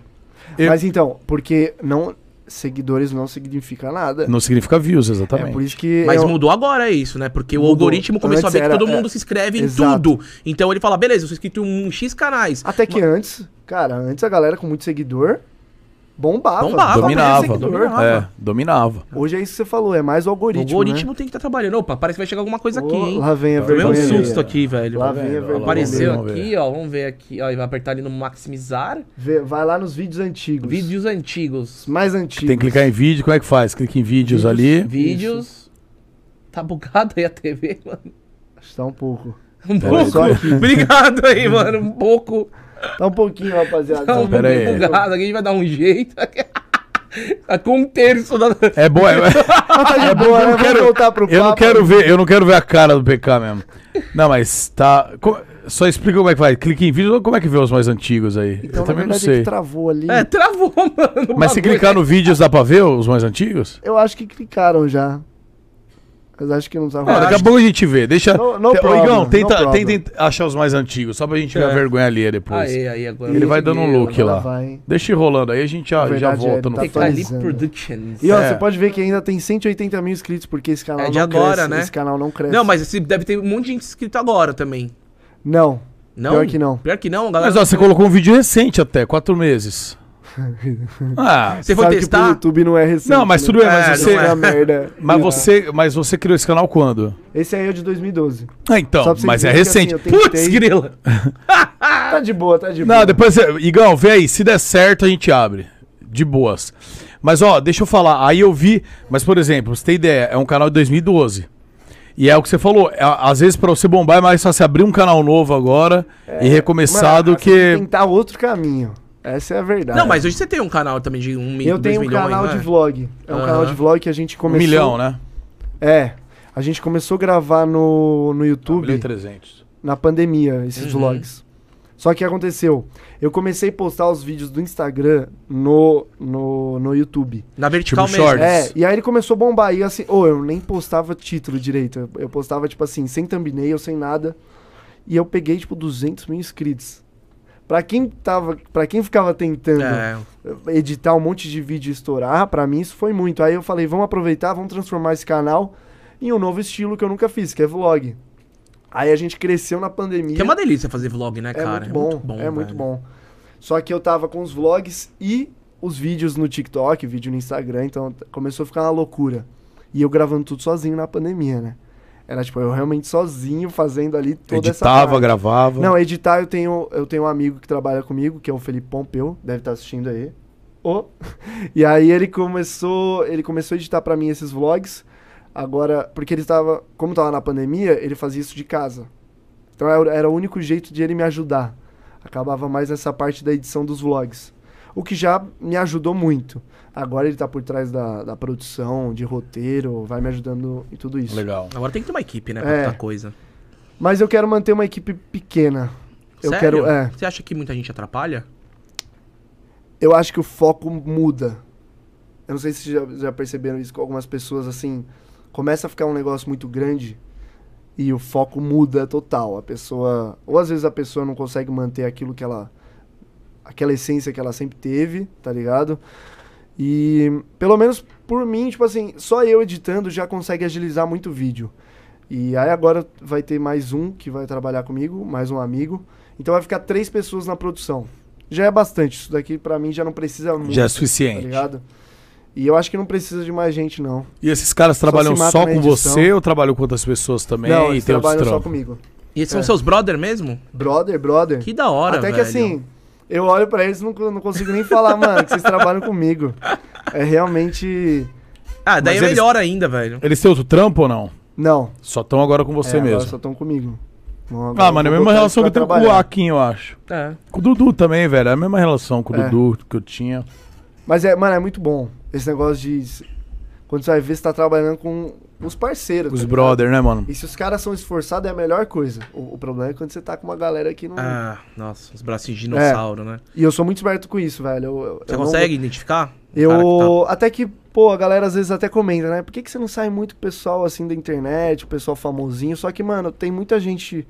[SPEAKER 1] Eu-
[SPEAKER 3] Mas então, porque não seguidores não significa nada.
[SPEAKER 1] Não significa views,
[SPEAKER 3] é
[SPEAKER 1] exatamente.
[SPEAKER 3] por isso que. é um-
[SPEAKER 2] Mas
[SPEAKER 3] eu-
[SPEAKER 2] mudou agora isso, né? Porque o
[SPEAKER 3] Mudou.
[SPEAKER 2] algoritmo começou
[SPEAKER 3] Antes
[SPEAKER 2] a ver
[SPEAKER 3] era-
[SPEAKER 2] que todo mundo
[SPEAKER 3] é,
[SPEAKER 2] se inscreve em
[SPEAKER 3] exato.
[SPEAKER 2] tudo. Então ele fala, beleza, eu sou inscrito em um X canais.
[SPEAKER 3] Até que antes, cara, antes a galera com muito seguidor bombava.
[SPEAKER 2] Bombava,
[SPEAKER 3] Dominava.
[SPEAKER 1] dominava.
[SPEAKER 2] mas dominava.
[SPEAKER 1] É, dominava.
[SPEAKER 3] né? Hoje é isso que você falou, é mais o
[SPEAKER 2] O
[SPEAKER 3] algoritmo.
[SPEAKER 2] algoritmo
[SPEAKER 3] né?
[SPEAKER 2] tem que estar trabalhando. Opa, parece que vai chegar alguma coisa aqui,
[SPEAKER 3] Ô,
[SPEAKER 2] hein?
[SPEAKER 3] Lá vem a
[SPEAKER 2] Tomei
[SPEAKER 3] vergonha.
[SPEAKER 2] um
[SPEAKER 1] vermelho.
[SPEAKER 2] susto aqui, velho.
[SPEAKER 3] Lá vem a
[SPEAKER 1] Vamos ver,
[SPEAKER 3] vergonha.
[SPEAKER 2] Apareceu
[SPEAKER 1] vamos ver.
[SPEAKER 2] aqui, ó. Vamos ver aqui. Ó, e vai apertar ali no maximizar.
[SPEAKER 3] Vê- Vai lá nos vídeos antigos.
[SPEAKER 2] Vídeos antigos.
[SPEAKER 3] mais antigos.
[SPEAKER 1] Tem que clicar em vídeo, como é que faz? Clica em vídeos
[SPEAKER 3] Vídeos.
[SPEAKER 1] ali.
[SPEAKER 2] Vídeos. Tá bugado aí a TV, mano.
[SPEAKER 3] Tá um pouco.
[SPEAKER 2] Um
[SPEAKER 1] Pera aí,
[SPEAKER 2] pouco.
[SPEAKER 1] só
[SPEAKER 2] Obrigado aí, mano. Um pouco.
[SPEAKER 3] Tá um pouquinho, rapaziada.
[SPEAKER 2] Tá um pouco
[SPEAKER 1] pera aí.
[SPEAKER 2] bugado. Aqui a gente vai dar um jeito. Tá com um terço da.
[SPEAKER 1] É bom, é,
[SPEAKER 3] Mas tá de boa, né?
[SPEAKER 1] não
[SPEAKER 3] Vamos
[SPEAKER 1] quero-
[SPEAKER 3] voltar pro papo.
[SPEAKER 1] eu não quero ver, eu não quero ver a cara do PK mesmo. Não, mas tá. co- Só explica como é que vai. Clica em vídeo, como é que vê os mais antigos aí?
[SPEAKER 3] Então,
[SPEAKER 1] eu também
[SPEAKER 3] na
[SPEAKER 1] não
[SPEAKER 3] verdade, é que
[SPEAKER 1] sei.
[SPEAKER 3] travou ali.
[SPEAKER 2] É, travou, mano.
[SPEAKER 1] Mas se clicar no vídeos dá pra ver os mais antigos?
[SPEAKER 3] Eu acho que clicaram já. Mas acho que não tá tava.
[SPEAKER 1] Ah, daqui a pouco a gente vê. Deixa.
[SPEAKER 3] No- no
[SPEAKER 1] Te- Ô,
[SPEAKER 3] problem,
[SPEAKER 1] Igão,
[SPEAKER 3] no
[SPEAKER 1] tenta,
[SPEAKER 3] problem.
[SPEAKER 1] tenta achar os mais antigos, só pra gente ver a
[SPEAKER 2] É.
[SPEAKER 1] vergonha ali depois.
[SPEAKER 2] Aí, aí, agora.
[SPEAKER 1] Ele
[SPEAKER 2] eu
[SPEAKER 1] vai
[SPEAKER 2] cheguei,
[SPEAKER 1] dando um look
[SPEAKER 2] mano.
[SPEAKER 1] lá.
[SPEAKER 3] vai, hein?
[SPEAKER 1] Deixa ir rolando aí, a gente já,
[SPEAKER 3] Na
[SPEAKER 1] já
[SPEAKER 3] verdade,
[SPEAKER 1] volta
[SPEAKER 3] é,
[SPEAKER 1] no papo.
[SPEAKER 3] tá
[SPEAKER 2] Tecali
[SPEAKER 3] atualizando.
[SPEAKER 2] Productions.
[SPEAKER 3] E ó,
[SPEAKER 1] É.
[SPEAKER 3] você pode ver que ainda tem 180 mil inscritos, porque esse canal
[SPEAKER 2] É de
[SPEAKER 3] não
[SPEAKER 2] agora,
[SPEAKER 3] cresce.
[SPEAKER 2] né?
[SPEAKER 3] Esse canal não cresce.
[SPEAKER 2] Não, mas esse deve ter um monte de gente inscrito agora também.
[SPEAKER 3] Não.
[SPEAKER 2] Não?
[SPEAKER 3] Pior que não.
[SPEAKER 2] Pior que não, galera.
[SPEAKER 1] Mas ó, você colocou um vídeo recente até, quatro meses. Ah,
[SPEAKER 2] Você foi
[SPEAKER 3] Sabe que pro
[SPEAKER 2] testar?
[SPEAKER 3] YouTube não é recente.
[SPEAKER 1] Não, mas
[SPEAKER 3] né?
[SPEAKER 1] tudo bem, mas
[SPEAKER 3] É,
[SPEAKER 1] você-
[SPEAKER 3] não é merda.
[SPEAKER 1] mas
[SPEAKER 3] Não.
[SPEAKER 1] você, mas você criou esse canal quando?
[SPEAKER 3] Esse aí é de 2012.
[SPEAKER 1] Ah, então,
[SPEAKER 3] Só pra vocês
[SPEAKER 1] mas é
[SPEAKER 3] verem que,
[SPEAKER 1] recente.
[SPEAKER 3] assim, eu
[SPEAKER 1] Putz,
[SPEAKER 3] tentei-
[SPEAKER 1] grila.
[SPEAKER 3] Tá de boa, tá de boa.
[SPEAKER 1] Não, depois, é, Igão, vê aí, se der certo a gente abre. De boas. Mas ó, deixa eu falar, aí eu vi, mas por exemplo, você tem ideia, é um canal de 2012. E é o que você falou, é, às vezes pra você bombar é mais fácil abrir um canal novo agora e recomeçar
[SPEAKER 3] Mano,
[SPEAKER 1] do
[SPEAKER 3] assim, tem
[SPEAKER 1] que um
[SPEAKER 3] Tentar outro caminho. Essa é a verdade.
[SPEAKER 2] Não, mas hoje você tem um canal também de um mi-
[SPEAKER 3] Eu
[SPEAKER 2] dois
[SPEAKER 3] tenho um
[SPEAKER 2] milhões,
[SPEAKER 3] canal
[SPEAKER 2] né?
[SPEAKER 3] de vlog. É um
[SPEAKER 2] Aham.
[SPEAKER 3] canal de vlog que a gente
[SPEAKER 1] Um
[SPEAKER 3] começou.
[SPEAKER 1] milhão, né?
[SPEAKER 3] É. A gente começou a gravar no, no
[SPEAKER 1] Um milhão
[SPEAKER 3] YouTube
[SPEAKER 1] e 300.
[SPEAKER 3] na pandemia, esses
[SPEAKER 2] Uhum.
[SPEAKER 3] vlogs. Só que o que aconteceu? Eu comecei a postar os vídeos do Instagram no, no, no YouTube.
[SPEAKER 2] Na vertical
[SPEAKER 1] Tipo
[SPEAKER 2] mesmo.
[SPEAKER 1] shorts.
[SPEAKER 3] É, e aí ele começou a bombar. E assim, ou eu nem postava título direito. Eu- Eu postava, tipo assim, sem thumbnail, sem nada. E eu peguei, tipo, 200 mil inscritos. Pra quem tava. para quem ficava tentando
[SPEAKER 2] É.
[SPEAKER 3] editar um monte de vídeo e estourar, pra mim isso foi muito. Aí eu falei, vamos aproveitar, vamos transformar esse canal em um novo estilo que eu nunca fiz, que é vlog. Aí a gente cresceu na pandemia.
[SPEAKER 2] Que é uma delícia fazer vlog, né,
[SPEAKER 3] É
[SPEAKER 2] cara?
[SPEAKER 3] muito bom, é muito bom.
[SPEAKER 2] velho.
[SPEAKER 3] Só que eu tava com os vlogs e os vídeos no TikTok, vídeo no Instagram, então t- começou a ficar uma loucura. E eu gravando tudo sozinho na pandemia, né? Era tipo, eu realmente sozinho fazendo ali toda essa.
[SPEAKER 1] Editava,
[SPEAKER 3] parte.
[SPEAKER 1] gravava.
[SPEAKER 3] Não, é editar eu tenho, eu tenho um amigo que trabalha comigo, que é o Felipe Pompeu, deve estar assistindo aí. Ô. E aí ele começou, ele começou a editar pra mim esses vlogs. Agora, porque ele tava, como tava na pandemia, ele fazia isso de casa. Então era, era o único jeito de ele me ajudar. Acabava mais essa parte da edição dos vlogs. O que já me ajudou muito. Agora ele tá por trás da, da produção, de roteiro, vai me ajudando em tudo isso.
[SPEAKER 1] Legal.
[SPEAKER 2] Agora tem que ter uma equipe, né, pra
[SPEAKER 3] É.
[SPEAKER 2] muita coisa.
[SPEAKER 3] Mas eu quero manter uma equipe pequena. Eu
[SPEAKER 2] Sério?
[SPEAKER 3] quero, é.
[SPEAKER 2] Você acha que muita gente atrapalha?
[SPEAKER 3] eu acho que o foco muda. Eu não sei se já, já perceberam isso com algumas pessoas, assim, começa a ficar um negócio muito grande e o foco muda total. A pessoa, ou às vezes a pessoa não consegue manter aquilo que ela aquela essência que ela sempre teve, tá ligado? E pelo menos por mim, tipo assim, só eu editando já consegue agilizar muito o vídeo. E aí agora vai ter mais um que vai trabalhar comigo, mais um amigo. Então vai ficar três pessoas na produção. Já é bastante. Isso daqui pra mim já não precisa muito,
[SPEAKER 1] Já é
[SPEAKER 3] tá
[SPEAKER 1] suficiente.
[SPEAKER 3] ligado? E eu acho que não precisa de mais gente, não.
[SPEAKER 1] e esses caras trabalham
[SPEAKER 3] se mata
[SPEAKER 1] só,
[SPEAKER 3] na
[SPEAKER 1] com
[SPEAKER 3] edição.
[SPEAKER 1] você ou trabalham com outras pessoas também?
[SPEAKER 3] não,
[SPEAKER 1] e
[SPEAKER 3] eles
[SPEAKER 1] tem outros
[SPEAKER 3] trabalham só
[SPEAKER 1] trampos?
[SPEAKER 3] comigo.
[SPEAKER 2] E esses são
[SPEAKER 3] É.
[SPEAKER 2] seus brother mesmo?
[SPEAKER 3] Brother, brother.
[SPEAKER 2] Que da hora,
[SPEAKER 3] Até
[SPEAKER 2] velho.
[SPEAKER 3] que assim, eu olho pra eles e não, co- não consigo nem falar, mano, que vocês trabalham comigo. É realmente.
[SPEAKER 2] Ah,
[SPEAKER 1] Mas
[SPEAKER 2] daí é
[SPEAKER 1] eles-
[SPEAKER 2] melhor ainda, velho.
[SPEAKER 1] Eles têm outro trampo ou não?
[SPEAKER 3] Não.
[SPEAKER 1] Só estão agora com você
[SPEAKER 3] É, agora
[SPEAKER 1] mesmo.
[SPEAKER 3] só estão comigo. Bom, agora
[SPEAKER 1] Ah,
[SPEAKER 3] eu
[SPEAKER 1] mano, é a
[SPEAKER 3] vou
[SPEAKER 1] mesma
[SPEAKER 3] botar
[SPEAKER 1] relação que eu
[SPEAKER 3] eles pra
[SPEAKER 1] tenho com o
[SPEAKER 3] trabalhar.
[SPEAKER 1] Akin, eu acho.
[SPEAKER 2] É.
[SPEAKER 1] Com o Dudu também, velho. É a mesma relação com o
[SPEAKER 3] É.
[SPEAKER 1] Dudu que eu tinha.
[SPEAKER 3] Mas é, mano, é muito bom. Esse negócio de. s- Quando você vai ver, você tá trabalhando com os parceiros. tá
[SPEAKER 1] Os
[SPEAKER 3] ligado?
[SPEAKER 1] brother, né, mano?
[SPEAKER 3] E se os caras são esforçados, é a melhor coisa. O, o problema é quando você tá com uma galera que não.
[SPEAKER 2] Ah, nossa, os bracinhos de dinossauro, né?
[SPEAKER 3] E É. eu sou muito esperto com isso, velho. Eu, eu-
[SPEAKER 2] Você
[SPEAKER 3] eu não-
[SPEAKER 2] consegue identificar? o cara que tá-
[SPEAKER 3] Eu. Até que, pô, a galera às vezes até comenta, né? Por que, que você não sai muito com o pessoal assim da internet, o pessoal famosinho? Só que, mano, tem muita gente.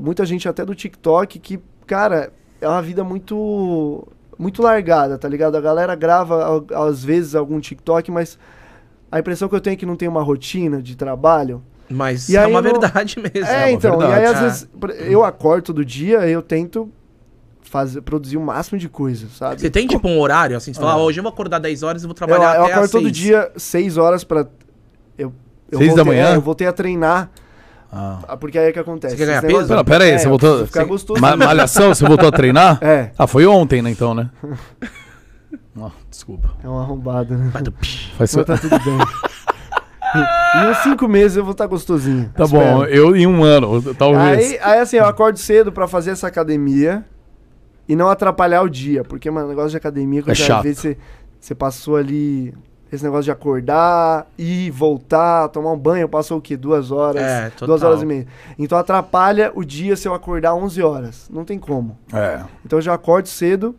[SPEAKER 3] Muita gente até do TikTok que, cara, é uma vida muito. Muito largada, tá ligado? A galera grava, al- às vezes, algum TikTok, mas a impressão que eu tenho é que não tem uma rotina de trabalho.
[SPEAKER 2] Mas
[SPEAKER 3] E
[SPEAKER 2] é
[SPEAKER 3] aí
[SPEAKER 2] uma
[SPEAKER 3] não-
[SPEAKER 2] verdade mesmo.
[SPEAKER 1] é
[SPEAKER 3] É,
[SPEAKER 1] uma
[SPEAKER 3] então,
[SPEAKER 1] verdade.
[SPEAKER 3] e aí às
[SPEAKER 2] É.
[SPEAKER 3] vezes por- eu acordo todo dia eu tento fazer, produzir o máximo de coisa, sabe?
[SPEAKER 2] Você tem, tipo, um horário, assim, você fala, ah, hoje eu vou acordar 10 horas e vou
[SPEAKER 3] É. Eu,
[SPEAKER 2] trabalhar
[SPEAKER 3] eu
[SPEAKER 2] até
[SPEAKER 3] acordo
[SPEAKER 2] às
[SPEAKER 3] todo
[SPEAKER 2] 6.
[SPEAKER 3] dia, 6 horas pra. Eu, eu
[SPEAKER 1] Seis da
[SPEAKER 3] voltei,
[SPEAKER 1] manhã?
[SPEAKER 3] é, eu voltei a treinar,
[SPEAKER 1] Ah.
[SPEAKER 3] ah, porque aí é que acontece.
[SPEAKER 2] Você quer ganhar
[SPEAKER 3] Esse negócio-
[SPEAKER 2] peso?
[SPEAKER 1] Pera, pera aí,
[SPEAKER 3] É,
[SPEAKER 1] você
[SPEAKER 3] eu
[SPEAKER 1] voltou.
[SPEAKER 3] preciso Ficar
[SPEAKER 1] você-
[SPEAKER 3] gostoso.
[SPEAKER 1] Ma- malhação, você voltou a treinar?
[SPEAKER 3] É,
[SPEAKER 1] Ah, foi ontem, né, então, né? Ah, desculpa.
[SPEAKER 3] é uma arrombada, né?
[SPEAKER 2] Vai do psh.
[SPEAKER 1] Faz
[SPEAKER 3] Mas
[SPEAKER 1] seu-
[SPEAKER 3] tá tudo bem. em uns 5 meses eu vou estar gostosinho.
[SPEAKER 1] Tá
[SPEAKER 3] espero.
[SPEAKER 1] bom, eu em um ano, talvez.
[SPEAKER 3] Aí, aí, assim, eu acordo cedo pra fazer essa academia e não atrapalhar o dia. Porque, mano, negócio de academia, que
[SPEAKER 1] É
[SPEAKER 3] eu já
[SPEAKER 1] chato.
[SPEAKER 3] vi, você, você passou ali. Esse negócio de acordar, ir, voltar, tomar um banho, passou o quê? Duas horas?
[SPEAKER 2] É, total.
[SPEAKER 3] Duas horas e meia. Então atrapalha o dia se eu acordar 11 horas. Não tem como.
[SPEAKER 1] É,
[SPEAKER 3] Então eu já acordo cedo,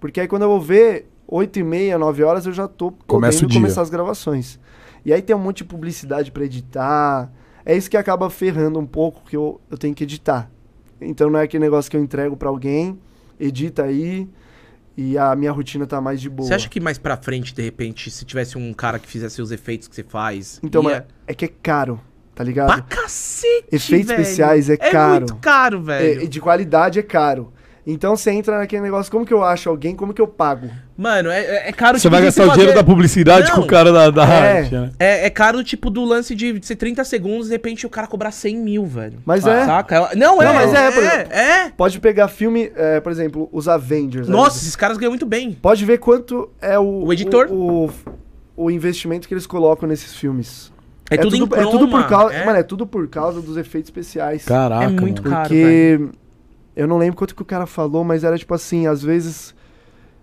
[SPEAKER 3] porque aí quando eu vou ver, 8 e meia, 9 horas, eu já tô
[SPEAKER 1] Começa o
[SPEAKER 3] podendo
[SPEAKER 1] dia.
[SPEAKER 3] começar as gravações. E aí tem um monte de publicidade pra editar. É isso que acaba ferrando um pouco, que eu, eu tenho que editar. Então não é aquele negócio que eu entrego pra alguém, edita aí, e a minha rotina tá mais de boa.
[SPEAKER 2] Você acha que mais pra frente, de repente, se tivesse um cara que fizesse os efeitos que você faz...
[SPEAKER 3] Então,
[SPEAKER 2] ia-
[SPEAKER 3] mas é que é caro, tá ligado?
[SPEAKER 2] Pra cacete,
[SPEAKER 3] Efeitos
[SPEAKER 2] velho.
[SPEAKER 3] especiais é
[SPEAKER 2] É
[SPEAKER 3] caro.
[SPEAKER 2] muito caro, velho.
[SPEAKER 3] É, e de qualidade é caro. Então você entra naquele negócio, como que eu acho alguém, como que eu pago?
[SPEAKER 2] Mano, é- é, é caro...
[SPEAKER 1] Você vai
[SPEAKER 2] tipo, de
[SPEAKER 1] gastar o dinheiro
[SPEAKER 2] fazer-
[SPEAKER 1] da publicidade
[SPEAKER 2] Não.
[SPEAKER 1] com o cara da, da
[SPEAKER 3] É.
[SPEAKER 1] arte, né?
[SPEAKER 2] É, é caro, tipo, do lance de ser 30 segundos, de repente o cara cobrar 100 mil, velho.
[SPEAKER 3] Mas
[SPEAKER 1] Ah,
[SPEAKER 3] é.
[SPEAKER 2] Saca? É- Não, é,
[SPEAKER 3] Não,
[SPEAKER 2] mas
[SPEAKER 3] mas é, por
[SPEAKER 2] é,
[SPEAKER 3] exemplo.
[SPEAKER 2] é,
[SPEAKER 3] Pode pegar filme, é, por exemplo, os Avengers. né?
[SPEAKER 2] Nossa, esses caras ganham muito bem.
[SPEAKER 3] Pode ver quanto é o,
[SPEAKER 2] O editor?
[SPEAKER 3] O, o- o investimento que eles colocam nesses filmes.
[SPEAKER 2] É, tudo, em
[SPEAKER 3] é tudo por
[SPEAKER 2] croma,
[SPEAKER 3] causa,
[SPEAKER 2] é.
[SPEAKER 3] mano, é tudo por causa dos efeitos especiais.
[SPEAKER 1] Caraca.
[SPEAKER 2] É muito
[SPEAKER 1] mano.
[SPEAKER 2] caro,
[SPEAKER 3] porque Eu não lembro quanto que o cara falou, mas era tipo assim, às vezes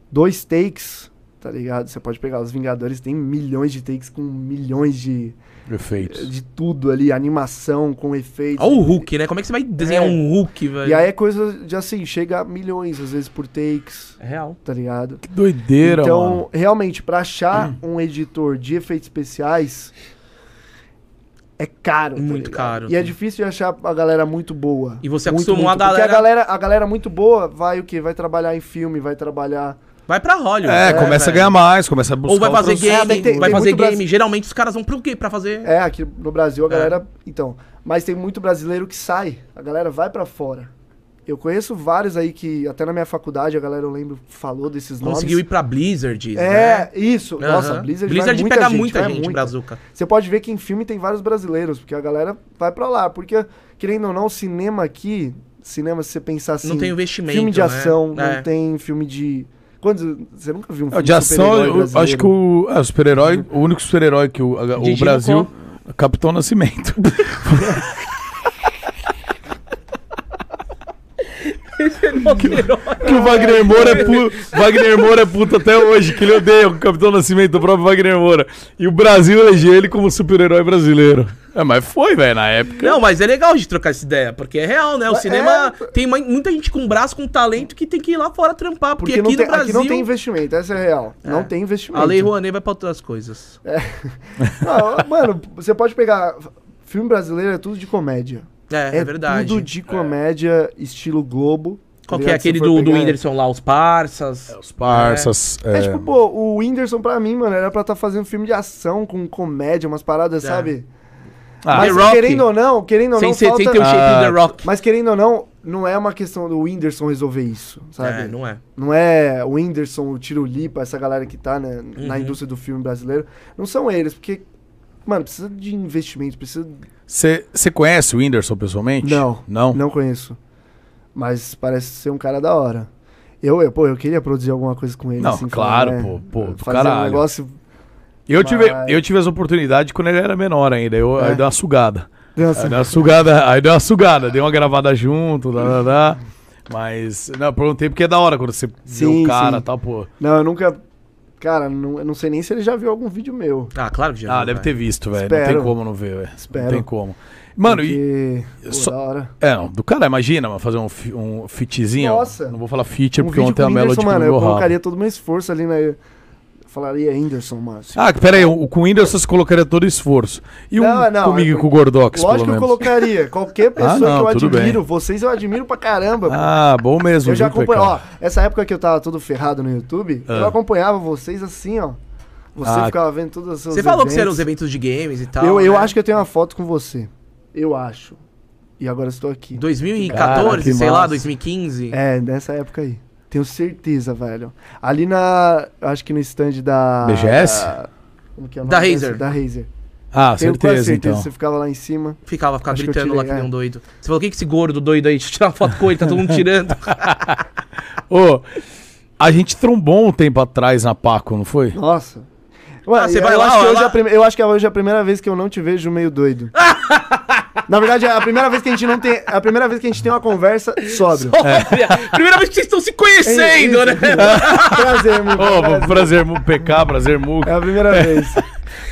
[SPEAKER 3] dois takes, tá ligado? Você pode pegar os Vingadores, tem milhões de takes com milhões de,
[SPEAKER 1] Perfeito.
[SPEAKER 3] de tudo ali, animação com efeitos.
[SPEAKER 2] Olha o Hulk, né? Como é que você vai desenhar
[SPEAKER 3] É.
[SPEAKER 2] um Hulk, velho?
[SPEAKER 3] E aí é coisa de assim, chega a milhões às vezes por takes,
[SPEAKER 2] É real.
[SPEAKER 3] tá ligado?
[SPEAKER 1] Que doideira,
[SPEAKER 3] então,
[SPEAKER 1] mano.
[SPEAKER 3] realmente, pra achar
[SPEAKER 2] Hum.
[SPEAKER 3] um editor de efeitos especiais é caro. tá
[SPEAKER 2] Muito
[SPEAKER 3] ligado?
[SPEAKER 2] caro,
[SPEAKER 3] E é
[SPEAKER 2] sim.
[SPEAKER 3] difícil de achar a galera muito boa.
[SPEAKER 2] E você
[SPEAKER 3] muito,
[SPEAKER 2] acostumou a
[SPEAKER 3] muito, Porque
[SPEAKER 2] galera-
[SPEAKER 3] a galera, a galera muito boa vai o quê? Vai trabalhar em filme, vai trabalhar.
[SPEAKER 2] Vai pra Hollywood.
[SPEAKER 1] É, começa a
[SPEAKER 2] velho.
[SPEAKER 1] ganhar mais, começa a buscar.
[SPEAKER 2] Ou vai fazer
[SPEAKER 1] outras-
[SPEAKER 3] produção.
[SPEAKER 2] game,
[SPEAKER 3] É, tem-
[SPEAKER 2] vai
[SPEAKER 3] tem
[SPEAKER 2] fazer
[SPEAKER 3] muito
[SPEAKER 2] game.
[SPEAKER 3] brasi-
[SPEAKER 2] Geralmente os caras vão pro quê? Pra fazer...
[SPEAKER 3] É, aqui no Brasil a galera. Então. Mas tem muito brasileiro que sai. A galera vai pra fora. Eu conheço vários aí que, até na minha faculdade, a galera, eu lembro, falou desses nomes.
[SPEAKER 2] Conseguiu ir pra Blizzard,
[SPEAKER 3] É,
[SPEAKER 2] né?
[SPEAKER 3] isso. Nossa,
[SPEAKER 2] Aham.
[SPEAKER 3] Blizzard,
[SPEAKER 2] Blizzard
[SPEAKER 3] vai muita
[SPEAKER 2] pega
[SPEAKER 3] gente,
[SPEAKER 2] muita
[SPEAKER 3] vai
[SPEAKER 2] gente,
[SPEAKER 3] muita.
[SPEAKER 2] Brazuca.
[SPEAKER 3] Você pode ver que em filme tem vários brasileiros, porque a galera vai pra lá. Porque, querendo ou não, cinema aqui, cinema, se você pensar assim.
[SPEAKER 2] Não tem investimento,
[SPEAKER 3] Filme de
[SPEAKER 2] né?
[SPEAKER 3] ação, não
[SPEAKER 2] É,
[SPEAKER 3] tem filme de. Quantos. Você nunca viu um filme
[SPEAKER 1] É, de ação,
[SPEAKER 3] super-herói
[SPEAKER 1] eu- eu
[SPEAKER 3] brasileiro?
[SPEAKER 1] acho que o, é, o super-herói, o único super-herói que o, a- o
[SPEAKER 2] Didi
[SPEAKER 1] Brasil. Capitão Nascimento.
[SPEAKER 2] Herói. é
[SPEAKER 1] que o Wagner Moura, é pu- Wagner Moura é puto até hoje, que ele odeia o Capitão Nascimento, o próprio Wagner Moura. E o Brasil elegeu ele como super-herói brasileiro. É, mas foi, velho, na época.
[SPEAKER 2] Não, mas é legal de trocar essa ideia, porque é real, né? O
[SPEAKER 3] É.
[SPEAKER 2] cinema tem ma- muita gente com braço, com talento, que tem que ir lá fora trampar, porque,
[SPEAKER 3] Porque não
[SPEAKER 2] aqui
[SPEAKER 3] tem,
[SPEAKER 2] no Brasil
[SPEAKER 3] aqui não tem investimento, essa é a real. Não tem investimento.
[SPEAKER 2] a Lei Rouanet vai pra outras coisas.
[SPEAKER 3] Não, mano, você pode pegar. Filme brasileiro é tudo de comédia.
[SPEAKER 2] É, é, verdade.
[SPEAKER 3] Tudo de comédia, estilo Globo. tá
[SPEAKER 2] Qual que é
[SPEAKER 3] ligado? Se
[SPEAKER 2] aquele
[SPEAKER 3] for
[SPEAKER 2] do, do
[SPEAKER 3] pegar-
[SPEAKER 2] Whindersson lá, os parças?
[SPEAKER 1] Os parças.
[SPEAKER 3] É,
[SPEAKER 1] é.
[SPEAKER 3] tipo, pô, o Whindersson pra mim, mano, era pra estar fazendo filme de ação com comédia, umas paradas,
[SPEAKER 2] É.
[SPEAKER 3] sabe?
[SPEAKER 1] Ah,
[SPEAKER 3] mas
[SPEAKER 2] The Rock.
[SPEAKER 3] querendo ou não, querendo ou
[SPEAKER 2] sem,
[SPEAKER 3] não,
[SPEAKER 2] ser,
[SPEAKER 3] falta...
[SPEAKER 2] sem ter o shape do
[SPEAKER 1] Ah,
[SPEAKER 2] The Rock.
[SPEAKER 3] Mas querendo ou não, não é uma questão do Whindersson resolver isso, sabe?
[SPEAKER 2] É,
[SPEAKER 3] não...
[SPEAKER 2] não é.
[SPEAKER 3] é o Whindersson, o Tiro Lipa, essa galera que tá né, na
[SPEAKER 2] Uhum.
[SPEAKER 3] indústria do filme brasileiro. Não são eles, porque, mano, precisa de investimento, precisa...
[SPEAKER 1] Você conhece o Whindersson pessoalmente?
[SPEAKER 3] Não.
[SPEAKER 1] Não?
[SPEAKER 3] Não conheço. Mas parece ser um cara da hora. Eu, eu, pô, eu queria produzir alguma coisa com ele.
[SPEAKER 1] Não,
[SPEAKER 3] assim,
[SPEAKER 1] claro,
[SPEAKER 3] falar,
[SPEAKER 1] pô, pô, do
[SPEAKER 3] Fazer um
[SPEAKER 1] caralho.
[SPEAKER 3] negócio...
[SPEAKER 1] Eu, tive,
[SPEAKER 3] Mas-
[SPEAKER 1] eu tive essa oportunidade quando ele era menor ainda. Eu,
[SPEAKER 3] É.
[SPEAKER 1] Aí deu uma sugada.
[SPEAKER 3] Nossa,
[SPEAKER 1] Aí deu uma sugada, aí deu uma sugada, deu uma gravada junto, lá, lá, lá. Mas, não, eu perguntei porque é da hora quando você vê
[SPEAKER 3] Sim,
[SPEAKER 1] o cara e
[SPEAKER 3] sim.
[SPEAKER 1] tal, pô. Ah,
[SPEAKER 3] Não, eu nunca. Cara, não, eu não sei nem se ele já viu algum vídeo meu.
[SPEAKER 2] Ah, claro que já.
[SPEAKER 1] Ah,
[SPEAKER 2] viu,
[SPEAKER 1] deve
[SPEAKER 2] velho.
[SPEAKER 1] ter visto, velho. Não tem
[SPEAKER 3] Espero.
[SPEAKER 1] como não ver, velho. Não
[SPEAKER 3] Espero.
[SPEAKER 1] tem como. Mano, e,
[SPEAKER 3] porque, pô,
[SPEAKER 1] só-
[SPEAKER 3] da hora.
[SPEAKER 1] é, não, do cara, imagina, mano, fazer um, fi- um fitzinho.
[SPEAKER 3] Nossa. Um
[SPEAKER 1] Não vou falar fit, porque Tipo,
[SPEAKER 3] vídeo
[SPEAKER 1] ontem a
[SPEAKER 3] com o Whindersson,
[SPEAKER 1] Melody
[SPEAKER 3] mano, eu
[SPEAKER 1] comeu rabo.
[SPEAKER 3] colocaria todo o meu esforço ali na. eu Falaria Anderson, mano. assim.
[SPEAKER 1] Ah, pera aí, o- com o Whindersson você colocaria todo o esforço. E um
[SPEAKER 3] Não, não,
[SPEAKER 1] comigo
[SPEAKER 3] eu-
[SPEAKER 1] e com o Gordox,
[SPEAKER 3] Lógico
[SPEAKER 1] pelo
[SPEAKER 3] que
[SPEAKER 1] menos.
[SPEAKER 3] eu
[SPEAKER 1] Ah,
[SPEAKER 3] colocaria. Qualquer pessoa
[SPEAKER 1] não,
[SPEAKER 3] que
[SPEAKER 1] tudo
[SPEAKER 3] eu
[SPEAKER 1] bem.
[SPEAKER 3] admiro, vocês eu admiro pra caramba. pô.
[SPEAKER 1] Ah, bom mesmo.
[SPEAKER 3] eu já
[SPEAKER 1] viu,
[SPEAKER 3] acompanho.
[SPEAKER 1] Pecão?
[SPEAKER 3] Ó, essa época que eu tava todo ferrado no YouTube,
[SPEAKER 1] Ah.
[SPEAKER 3] eu acompanhava vocês assim, ó. Você
[SPEAKER 1] Ah.
[SPEAKER 3] ficava vendo todos os seus.
[SPEAKER 2] Você falou que você era
[SPEAKER 3] eventos.
[SPEAKER 2] os eventos de games e tal.
[SPEAKER 3] Eu, eu
[SPEAKER 2] né?
[SPEAKER 3] acho que eu tenho uma foto com você. Eu acho. E agora estou aqui.
[SPEAKER 2] 2014,
[SPEAKER 1] Cara, que
[SPEAKER 2] sei lá,
[SPEAKER 1] massa.
[SPEAKER 2] 2015.
[SPEAKER 3] É, nessa época aí. Tenho certeza, velho. Ali na. eu Acho que no stand da.
[SPEAKER 1] BGS?
[SPEAKER 3] Da, como que é o
[SPEAKER 2] Da
[SPEAKER 3] nome
[SPEAKER 2] Razer.
[SPEAKER 3] dessa? Da Razer.
[SPEAKER 1] Ah,
[SPEAKER 3] Tenho quase
[SPEAKER 1] certeza, então.
[SPEAKER 3] Você ficava lá em cima.
[SPEAKER 2] Ficava, ficava
[SPEAKER 3] Acho que eu
[SPEAKER 2] gritando lá que
[SPEAKER 3] tirei,
[SPEAKER 2] nem
[SPEAKER 3] é.
[SPEAKER 2] um doido. Você falou, o que que esse gordo doido aí? Deixa eu tirar uma foto com ele, tá todo mundo tirando.
[SPEAKER 1] Ô, a gente trombou um tempo atrás na Paco, não foi?
[SPEAKER 3] Nossa. Ué,
[SPEAKER 2] Ah, você
[SPEAKER 3] eu
[SPEAKER 2] vai lá,
[SPEAKER 3] acho que
[SPEAKER 2] ó,
[SPEAKER 3] hoje
[SPEAKER 2] lá.
[SPEAKER 3] é a prime- Eu acho que hoje é a primeira vez que eu não te vejo meio doido. Na verdade, é a primeira vez que a gente não tem. é a primeira vez que a gente tem uma conversa sóbrio.
[SPEAKER 1] É.
[SPEAKER 2] Olha, Primeira vez que vocês estão se conhecendo,
[SPEAKER 3] É
[SPEAKER 2] né?
[SPEAKER 3] isso. Prazer,
[SPEAKER 1] Ô,
[SPEAKER 3] muito
[SPEAKER 1] prazer, prazer, Mu- PK, prazer, Muca.
[SPEAKER 3] É a primeira vez.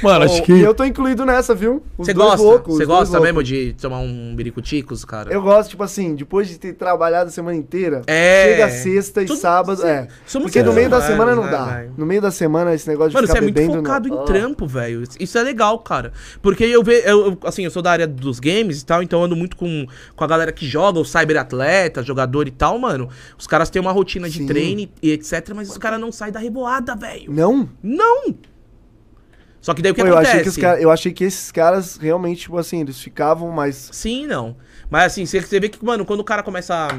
[SPEAKER 1] Mano, acho que.
[SPEAKER 3] E eu tô incluído nessa, viu? Os
[SPEAKER 2] Você
[SPEAKER 3] dois
[SPEAKER 2] gosta?
[SPEAKER 3] loucos,
[SPEAKER 2] você
[SPEAKER 3] os dois
[SPEAKER 2] gosta
[SPEAKER 3] loucos.
[SPEAKER 2] mesmo de tomar um biricuticos, cara?
[SPEAKER 3] Eu gosto, tipo assim, depois de ter trabalhado a semana inteira,
[SPEAKER 2] É.
[SPEAKER 3] chega sexta e
[SPEAKER 2] Tudo-
[SPEAKER 3] sábado,
[SPEAKER 2] cê-
[SPEAKER 3] é.
[SPEAKER 2] somos
[SPEAKER 3] Porque no
[SPEAKER 2] seres
[SPEAKER 3] meio da
[SPEAKER 2] humanos,
[SPEAKER 3] semana não
[SPEAKER 2] né,
[SPEAKER 3] dá.
[SPEAKER 2] velho?
[SPEAKER 3] No meio da semana esse negócio
[SPEAKER 2] Mano,
[SPEAKER 3] de
[SPEAKER 2] você é
[SPEAKER 3] ficar
[SPEAKER 2] muito
[SPEAKER 3] bebendo...
[SPEAKER 2] focado
[SPEAKER 3] não.
[SPEAKER 2] em trampo, velho. Isso é legal, cara. Porque eu vejo, eu, eu- assim, eu sou da área dos games e tal, então eu ando muito com, com a galera que joga, o cyberatleta, jogador e tal, mano. Os caras têm uma rotina de
[SPEAKER 3] Sim.
[SPEAKER 2] treino e etc, mas os caras não saem da reboada, velho.
[SPEAKER 3] Não?
[SPEAKER 2] Não! Só que daí o que
[SPEAKER 3] Pô, eu,
[SPEAKER 2] acontece?
[SPEAKER 3] achei que os cara- eu achei que esses caras realmente, tipo assim, eles ficavam mais...
[SPEAKER 2] Sim, não. Mas assim, você você vê que, mano, quando o cara começa a,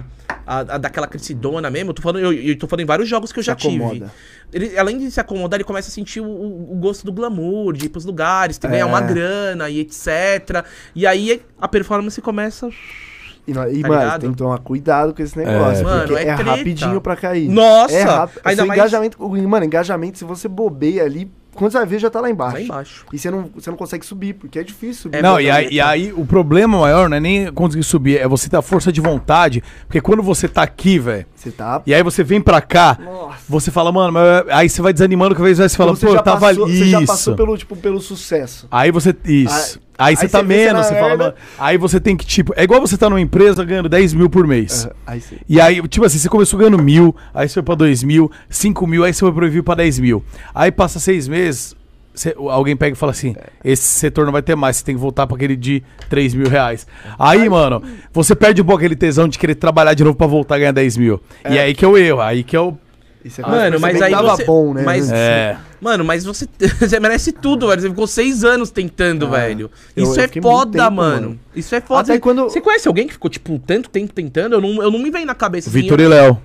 [SPEAKER 2] a, a dar aquela crescidona mesmo, eu tô falando, eu, eu tô falando em vários jogos que eu já tive.
[SPEAKER 3] acomoda.
[SPEAKER 2] Ele, além de se acomodar, ele começa a sentir o, o- o gosto do glamour, de ir pros lugares, de ganhar
[SPEAKER 3] É.
[SPEAKER 2] uma grana e etc. E aí a performance começa.
[SPEAKER 3] E, não- e,
[SPEAKER 2] Tá
[SPEAKER 3] mano,
[SPEAKER 2] ligado?
[SPEAKER 3] tem que tomar cuidado com esse negócio,
[SPEAKER 2] Mano,
[SPEAKER 3] porque
[SPEAKER 2] é
[SPEAKER 3] é,
[SPEAKER 2] treta.
[SPEAKER 3] rapidinho pra cair.
[SPEAKER 2] Nossa!
[SPEAKER 3] É rápido.
[SPEAKER 2] Ainda
[SPEAKER 3] Ainda
[SPEAKER 2] mais-
[SPEAKER 3] engajamento, Mano, engajamento, se você bobeia ali, quando você vai ver, já tá lá embaixo.
[SPEAKER 2] Lá embaixo.
[SPEAKER 3] E você não, você não consegue subir, porque é difícil subir.
[SPEAKER 2] É
[SPEAKER 1] não,
[SPEAKER 2] verdade,
[SPEAKER 1] e aí, e aí o problema maior não é nem conseguir subir, é você ter a força de vontade. Porque quando você tá aqui, velho,
[SPEAKER 3] Você tá.
[SPEAKER 1] e aí você vem pra cá,
[SPEAKER 3] Nossa.
[SPEAKER 1] você fala, mano, mas- aí você vai desanimando que vez você fala,
[SPEAKER 3] você
[SPEAKER 1] pô,
[SPEAKER 3] já
[SPEAKER 1] eu tava
[SPEAKER 3] passou,
[SPEAKER 1] ali.
[SPEAKER 3] Você já
[SPEAKER 1] isso.
[SPEAKER 3] passou pelo, tipo, pelo sucesso.
[SPEAKER 1] Aí você. Isso. Aí,
[SPEAKER 3] aí
[SPEAKER 1] você
[SPEAKER 3] você
[SPEAKER 1] tá
[SPEAKER 3] vê que você
[SPEAKER 1] menos,
[SPEAKER 3] na
[SPEAKER 1] você fala,
[SPEAKER 3] merda.
[SPEAKER 1] mano. Aí você tem que, tipo. É igual você tá numa empresa ganhando 10 mil por mês.
[SPEAKER 3] Ah, aí você.
[SPEAKER 1] E aí, tipo assim, você começou ganhando mil, aí você foi pra dois mil, cinco mil, aí você foi pro review pra dez mil. Aí passa seis meses, você- alguém pega e fala assim: esse setor não vai ter mais, você tem que voltar pra aquele de três mil reais. Aí, mano, você perde um pouco aquele tesão de querer trabalhar de novo pra voltar a ganhar 10 mil. E aí que é o erro, aí que é o.
[SPEAKER 3] Isso é
[SPEAKER 2] Mano, mas aí
[SPEAKER 3] tava
[SPEAKER 2] você-
[SPEAKER 3] bom, né?
[SPEAKER 2] mas-
[SPEAKER 3] né?
[SPEAKER 1] É.
[SPEAKER 2] Mano, mas você, você merece tudo, velho. Você ficou seis anos tentando, velho.
[SPEAKER 3] Ah. eu-
[SPEAKER 2] Isso
[SPEAKER 3] eu
[SPEAKER 2] é
[SPEAKER 3] fiquei muito
[SPEAKER 2] foda,
[SPEAKER 3] tempo,
[SPEAKER 2] mano.
[SPEAKER 3] mano.
[SPEAKER 2] Isso é foda.
[SPEAKER 3] Até quando-
[SPEAKER 2] Você conhece alguém que ficou, tipo, tanto tempo tentando? Eu não, eu não me vem na cabeça assim,
[SPEAKER 1] Vitor
[SPEAKER 2] eu-
[SPEAKER 1] e Léo.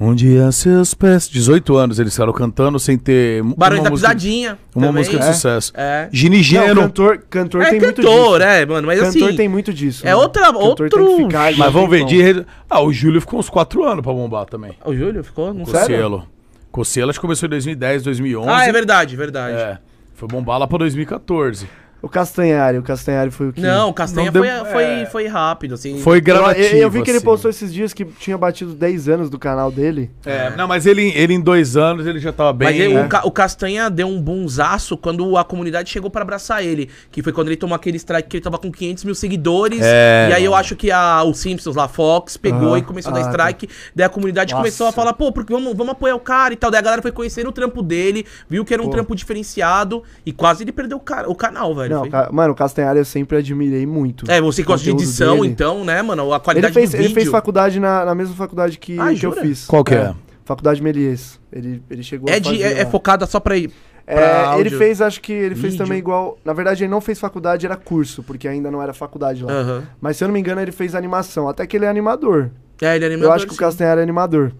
[SPEAKER 1] Um dia seus pés. 18 anos eles ficaram cantando sem ter. m-
[SPEAKER 2] Barulho
[SPEAKER 1] uma
[SPEAKER 2] da
[SPEAKER 1] música-
[SPEAKER 2] pisadinha.
[SPEAKER 1] Uma
[SPEAKER 2] também.
[SPEAKER 1] música de sucesso.
[SPEAKER 2] É.
[SPEAKER 1] Gini
[SPEAKER 3] Não,
[SPEAKER 1] Geno.
[SPEAKER 3] cantor, cantor
[SPEAKER 2] É
[SPEAKER 3] tem muito
[SPEAKER 2] cantor,
[SPEAKER 3] disso.
[SPEAKER 2] é, mano. Mas
[SPEAKER 3] cantor
[SPEAKER 2] assim.
[SPEAKER 3] tem muito disso.
[SPEAKER 2] é
[SPEAKER 3] né?
[SPEAKER 2] outra-
[SPEAKER 3] Cantor tem que
[SPEAKER 2] outro-
[SPEAKER 3] ficar ali um
[SPEAKER 1] Mas vamos ver.
[SPEAKER 3] tempão.
[SPEAKER 1] de- Ah, o Júlio ficou uns 4 anos pra bombar também.
[SPEAKER 2] O Júlio ficou? Não sei.
[SPEAKER 3] Sério?
[SPEAKER 1] Cocielo. Cocielo acho que começou em 2010, 2011.
[SPEAKER 2] Ah, é verdade, verdade.
[SPEAKER 1] É. Foi bombar lá pra 2014.
[SPEAKER 3] O Castanhari, o Castanhari foi o que.
[SPEAKER 2] Não, o Castanha
[SPEAKER 1] Não
[SPEAKER 2] foi,
[SPEAKER 1] deu-
[SPEAKER 2] foi,
[SPEAKER 1] é.
[SPEAKER 2] foi rápido, assim.
[SPEAKER 1] Foi
[SPEAKER 3] Eu- eu-
[SPEAKER 1] gradativo.
[SPEAKER 3] Eu, vi que ele
[SPEAKER 1] assim.
[SPEAKER 3] postou esses dias que tinha batido 10 anos do canal dele.
[SPEAKER 1] É, não, mas ele, ele em dois anos ele já tava bem.
[SPEAKER 2] Mas ele-
[SPEAKER 1] é.
[SPEAKER 2] o, Ca- o Castanha deu um bonzaço quando a comunidade chegou pra abraçar ele. Que foi quando ele tomou aquele strike que ele tava com 500 mil seguidores.
[SPEAKER 1] É,
[SPEAKER 2] e aí eu
[SPEAKER 1] mano.
[SPEAKER 2] acho que a, o Simpsons lá, Fox, pegou
[SPEAKER 3] Aham.
[SPEAKER 2] e começou a dar
[SPEAKER 3] Ah,
[SPEAKER 2] strike. Daí a comunidade
[SPEAKER 3] Nossa.
[SPEAKER 2] começou a falar, pô, porque vamos, vamos apoiar o cara e tal. Daí a galera foi conhecendo o trampo dele, viu que era um trampo diferenciado. E quase ele perdeu o, ca- o canal, velho.
[SPEAKER 3] Não,
[SPEAKER 2] Foi-
[SPEAKER 3] ca- mano, o Castanhari eu sempre admirei muito.
[SPEAKER 2] É, você que gosta de
[SPEAKER 3] Conteúdo
[SPEAKER 2] edição,
[SPEAKER 3] dele.
[SPEAKER 2] então, né, mano? A
[SPEAKER 3] Ele
[SPEAKER 2] qualidade
[SPEAKER 3] fez,
[SPEAKER 2] do
[SPEAKER 3] ele
[SPEAKER 2] vídeo.
[SPEAKER 3] fez faculdade na, na mesma faculdade que,
[SPEAKER 2] Ah,
[SPEAKER 3] que eu
[SPEAKER 2] jura?
[SPEAKER 3] fiz.
[SPEAKER 1] Qual que é?
[SPEAKER 3] Faculdade Melies. Ele, ele chegou
[SPEAKER 2] é, de,
[SPEAKER 3] fazer
[SPEAKER 2] é, é
[SPEAKER 3] lá.
[SPEAKER 2] focada só pra,
[SPEAKER 3] É,
[SPEAKER 2] pra áudio.
[SPEAKER 3] ele fez, acho que ele fez
[SPEAKER 2] Vídeo.
[SPEAKER 3] também igual. Na verdade, ele não fez faculdade, era curso, porque ainda não era faculdade lá.
[SPEAKER 2] Aham.
[SPEAKER 3] Mas se eu não me engano, ele fez animação. Até que ele é animador.
[SPEAKER 2] É, ele é
[SPEAKER 3] eu acho que o
[SPEAKER 2] sim.
[SPEAKER 3] Castanhari é animador.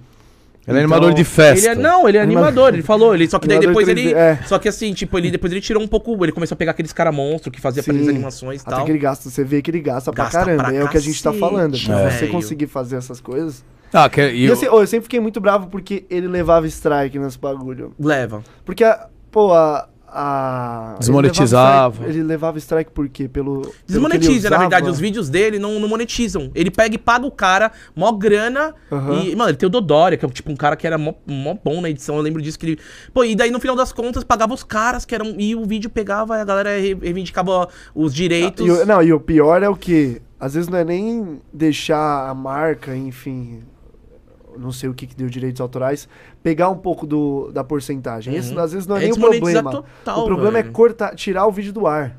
[SPEAKER 1] Ele é animador
[SPEAKER 3] Então,
[SPEAKER 1] de festa.
[SPEAKER 2] Ele é, não, ele é
[SPEAKER 3] Animador.
[SPEAKER 2] animador, ele falou. Ele, só que daí
[SPEAKER 3] Animador
[SPEAKER 2] depois ele.
[SPEAKER 3] 3D, é.
[SPEAKER 2] Só que assim, tipo, ele depois ele tirou um pouco. Ele começou a pegar aqueles cara monstro que fazia aquelas
[SPEAKER 3] Sim.
[SPEAKER 2] animações e
[SPEAKER 3] Até
[SPEAKER 2] tal.
[SPEAKER 3] que ele gasta, você vê que ele gasta,
[SPEAKER 2] Gasta
[SPEAKER 3] pra caramba.
[SPEAKER 2] pra
[SPEAKER 3] é o que a gente tá
[SPEAKER 2] cacete,
[SPEAKER 3] falando. Se você
[SPEAKER 2] velho.
[SPEAKER 3] conseguir fazer essas coisas.
[SPEAKER 1] Ah, que, e
[SPEAKER 3] E,
[SPEAKER 1] o-
[SPEAKER 3] assim, ô, eu sempre fiquei muito bravo porque ele levava strike nesse bagulho.
[SPEAKER 2] Leva.
[SPEAKER 3] Porque, a- pô, a. a- ele
[SPEAKER 1] Desmonetizava.
[SPEAKER 3] levava strike- Ele levava strike por quê? Pelo. pelo que ele
[SPEAKER 2] Desmonetiza, na
[SPEAKER 3] usava?
[SPEAKER 2] verdade. Os vídeos dele não, não monetizam. Ele pega e paga o cara mó grana.
[SPEAKER 3] Aham.
[SPEAKER 2] E, mano, ele tem o Dodória, que é tipo um cara que era mó, mó bom na edição. Eu lembro disso que ele. Pô, e daí no final das contas pagava os caras que eram. E o vídeo pegava e a galera re- reivindicava os direitos.
[SPEAKER 3] Ah, E o- não, e o pior é o que? Às vezes não é nem deixar a marca, enfim, não sei o que, que deu direitos autorais, pegar um pouco do, da porcentagem. Isso às vezes não é,
[SPEAKER 2] É
[SPEAKER 3] nem o
[SPEAKER 2] desmonetizar
[SPEAKER 3] problema.
[SPEAKER 2] total,
[SPEAKER 3] o problema
[SPEAKER 2] velho.
[SPEAKER 3] é cortar, tirar o vídeo do ar.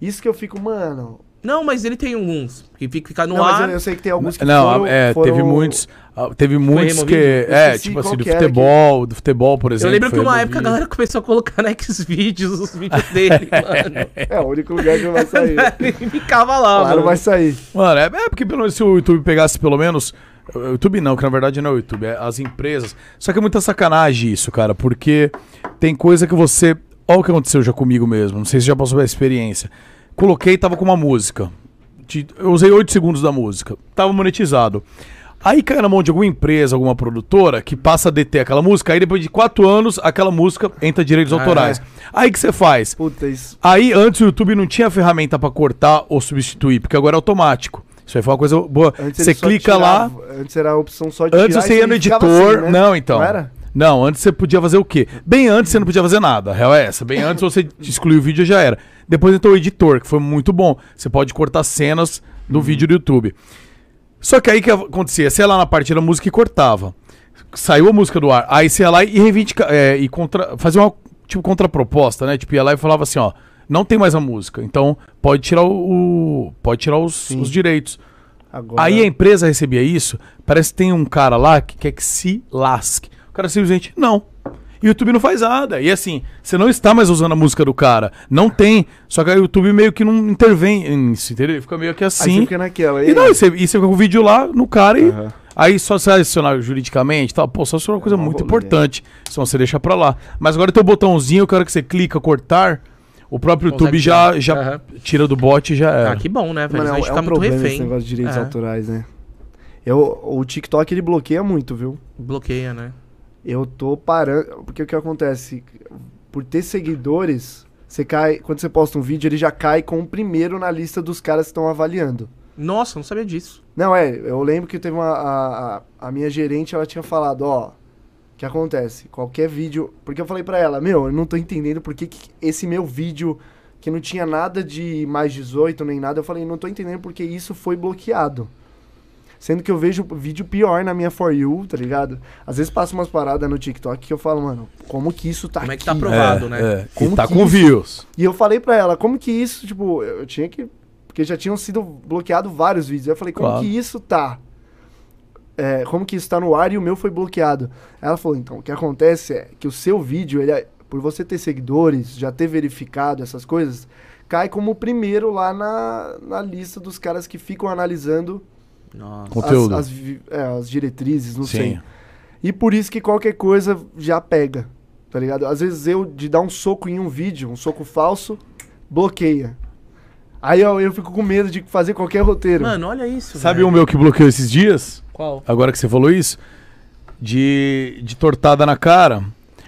[SPEAKER 3] Isso que eu fico, mano.
[SPEAKER 2] Não, mas ele tem alguns. Que fica fica no
[SPEAKER 3] não,
[SPEAKER 2] ar.
[SPEAKER 3] mas é eu, eu sei que tem alguns que
[SPEAKER 1] não,
[SPEAKER 3] foram-
[SPEAKER 1] é,
[SPEAKER 3] foram-
[SPEAKER 1] teve muitos. ah, Teve muitos que.
[SPEAKER 2] removido?
[SPEAKER 1] É,
[SPEAKER 3] Esqueci
[SPEAKER 1] tipo assim,
[SPEAKER 3] qual
[SPEAKER 1] do
[SPEAKER 3] que era
[SPEAKER 1] futebol, do futebol, por exemplo.
[SPEAKER 2] Eu lembro que
[SPEAKER 1] foi
[SPEAKER 2] uma época a
[SPEAKER 1] removido.
[SPEAKER 2] galera começou a colocar na Xvideos os vídeos dele, mano.
[SPEAKER 3] É o único lugar que vai sair.
[SPEAKER 2] Ele ficava lá,
[SPEAKER 3] claro,
[SPEAKER 2] mano.
[SPEAKER 3] vai sair.
[SPEAKER 1] Mano, é, é porque pelo menos se o YouTube pegasse pelo menos. o YouTube não, que na verdade não é o YouTube, é as empresas. Só que é muita sacanagem isso, cara, porque tem coisa que você. Olha o que aconteceu já comigo mesmo, não sei se já passou pela experiência. Coloquei, tava com uma música. De- Eu usei 8 segundos da música, tava monetizado. Aí cai na mão de alguma empresa, alguma produtora que passa a deter aquela música, aí depois de 4 anos aquela música entra direitos autorais. Aí que você faz?
[SPEAKER 3] Puta, isso.
[SPEAKER 1] Aí, antes o YouTube não tinha ferramenta pra cortar ou substituir, porque agora é automático. Isso aí foi uma coisa boa.
[SPEAKER 3] Antes
[SPEAKER 1] Você
[SPEAKER 3] ele só
[SPEAKER 1] clica lá,
[SPEAKER 3] tirava- Antes era a opção só de
[SPEAKER 1] antes
[SPEAKER 3] tirar e
[SPEAKER 1] você ia no
[SPEAKER 3] ele ficava
[SPEAKER 1] editor.
[SPEAKER 3] assim, né?
[SPEAKER 1] Não, então.
[SPEAKER 3] Não era?
[SPEAKER 1] Não, antes você podia fazer o quê? Bem antes você não podia fazer nada, a real é essa. Bem antes você excluiu o vídeo já era. Depois entrou o editor, que foi muito bom. Você pode cortar cenas do
[SPEAKER 3] Uhum.
[SPEAKER 1] vídeo do YouTube. Só que aí que acontecia? Você ia lá na parte da música e cortava. Saiu a música do ar. Aí você ia lá e reivindica. é, e contra, fazia uma tipo contraproposta, né? Tipo, ia lá e falava assim, ó. Não tem mais a música, então pode tirar o. o- pode tirar os, os direitos.
[SPEAKER 3] Agora.
[SPEAKER 1] Aí a empresa recebia isso, parece que tem um cara lá que quer que se lasque. O cara simplesmente, não. YouTube não faz nada. E assim, você não está mais usando a música do cara. Não tem. Só que aí o YouTube meio que não intervém nisso, entendeu? Ele Fica meio que
[SPEAKER 3] Aí você
[SPEAKER 1] assim.
[SPEAKER 3] fica naquela.
[SPEAKER 1] E
[SPEAKER 3] aí-
[SPEAKER 1] não, e você, e você fica com o vídeo lá no cara e. Aí só se acionar juridicamente e tal. Pô, só se for uma coisa
[SPEAKER 3] mó
[SPEAKER 1] muito
[SPEAKER 3] rolê.
[SPEAKER 1] importante. Senão você deixa pra lá. Mas agora tem o botãozinho, que a hora que você clica cortar, o próprio
[SPEAKER 2] Consegue
[SPEAKER 1] YouTube já,
[SPEAKER 2] tirar.
[SPEAKER 1] já
[SPEAKER 2] Aham.
[SPEAKER 1] tira do bot e já era.
[SPEAKER 2] Ah, que bom, né, velho?
[SPEAKER 3] Mano,
[SPEAKER 2] a
[SPEAKER 3] é,
[SPEAKER 2] gente
[SPEAKER 3] um-
[SPEAKER 2] tá
[SPEAKER 3] é um
[SPEAKER 2] muito
[SPEAKER 3] problema
[SPEAKER 2] refém.
[SPEAKER 3] esse negócio de direitos
[SPEAKER 2] É,
[SPEAKER 3] autorais, né? Eu, o TikTok ele bloqueia muito, viu?
[SPEAKER 2] Bloqueia, né?
[SPEAKER 3] Eu tô parando. Porque o que acontece? por ter seguidores, você cai. Quando você posta um vídeo, ele já cai com o primeiro na lista dos caras que estão avaliando.
[SPEAKER 2] Nossa, eu não sabia disso.
[SPEAKER 3] Não, é, eu lembro que teve uma. A, a, a minha gerente, ela tinha falado, ó. O que acontece? Qualquer vídeo. Porque eu falei pra ela, meu, eu não tô entendendo por que, que esse meu vídeo, que não tinha nada de mais 18 nem nada, eu falei, não tô entendendo porque isso foi bloqueado. Sendo que eu vejo vídeo pior na minha For You, tá ligado? Às vezes passa umas paradas no TikTok que eu falo, mano, como que isso tá
[SPEAKER 2] Como é
[SPEAKER 3] aqui?
[SPEAKER 2] que tá aprovado,
[SPEAKER 1] É,
[SPEAKER 2] né?
[SPEAKER 1] é.
[SPEAKER 3] Como
[SPEAKER 1] E tá
[SPEAKER 3] que
[SPEAKER 1] com
[SPEAKER 3] isso-
[SPEAKER 1] views.
[SPEAKER 3] E eu falei pra ela, como que isso, tipo, eu tinha que. Porque já tinham sido bloqueados vários vídeos. Eu falei, como
[SPEAKER 1] Claro.
[SPEAKER 3] que isso tá? É, como que isso tá no ar e o meu foi bloqueado? Ela falou, então, o que acontece é que o seu vídeo, ele é- por você ter seguidores, já ter verificado essas coisas, cai como o primeiro lá na, na lista dos caras que ficam analisando
[SPEAKER 2] Nossa.
[SPEAKER 3] as-
[SPEAKER 1] Conteúdo.
[SPEAKER 3] As, vi- é, as diretrizes, não sei.
[SPEAKER 1] Sim.
[SPEAKER 3] E por isso que qualquer coisa já pega, tá ligado? Às vezes eu, de dar um soco em um vídeo, um soco falso, bloqueia. Aí eu, eu fico com medo de fazer qualquer roteiro.
[SPEAKER 2] Mano, olha isso.
[SPEAKER 1] Sabe
[SPEAKER 3] É.
[SPEAKER 2] velho.
[SPEAKER 3] um
[SPEAKER 1] o meu que bloqueou esses dias?
[SPEAKER 2] Qual?
[SPEAKER 1] Agora que você falou isso, de, de tortada na cara.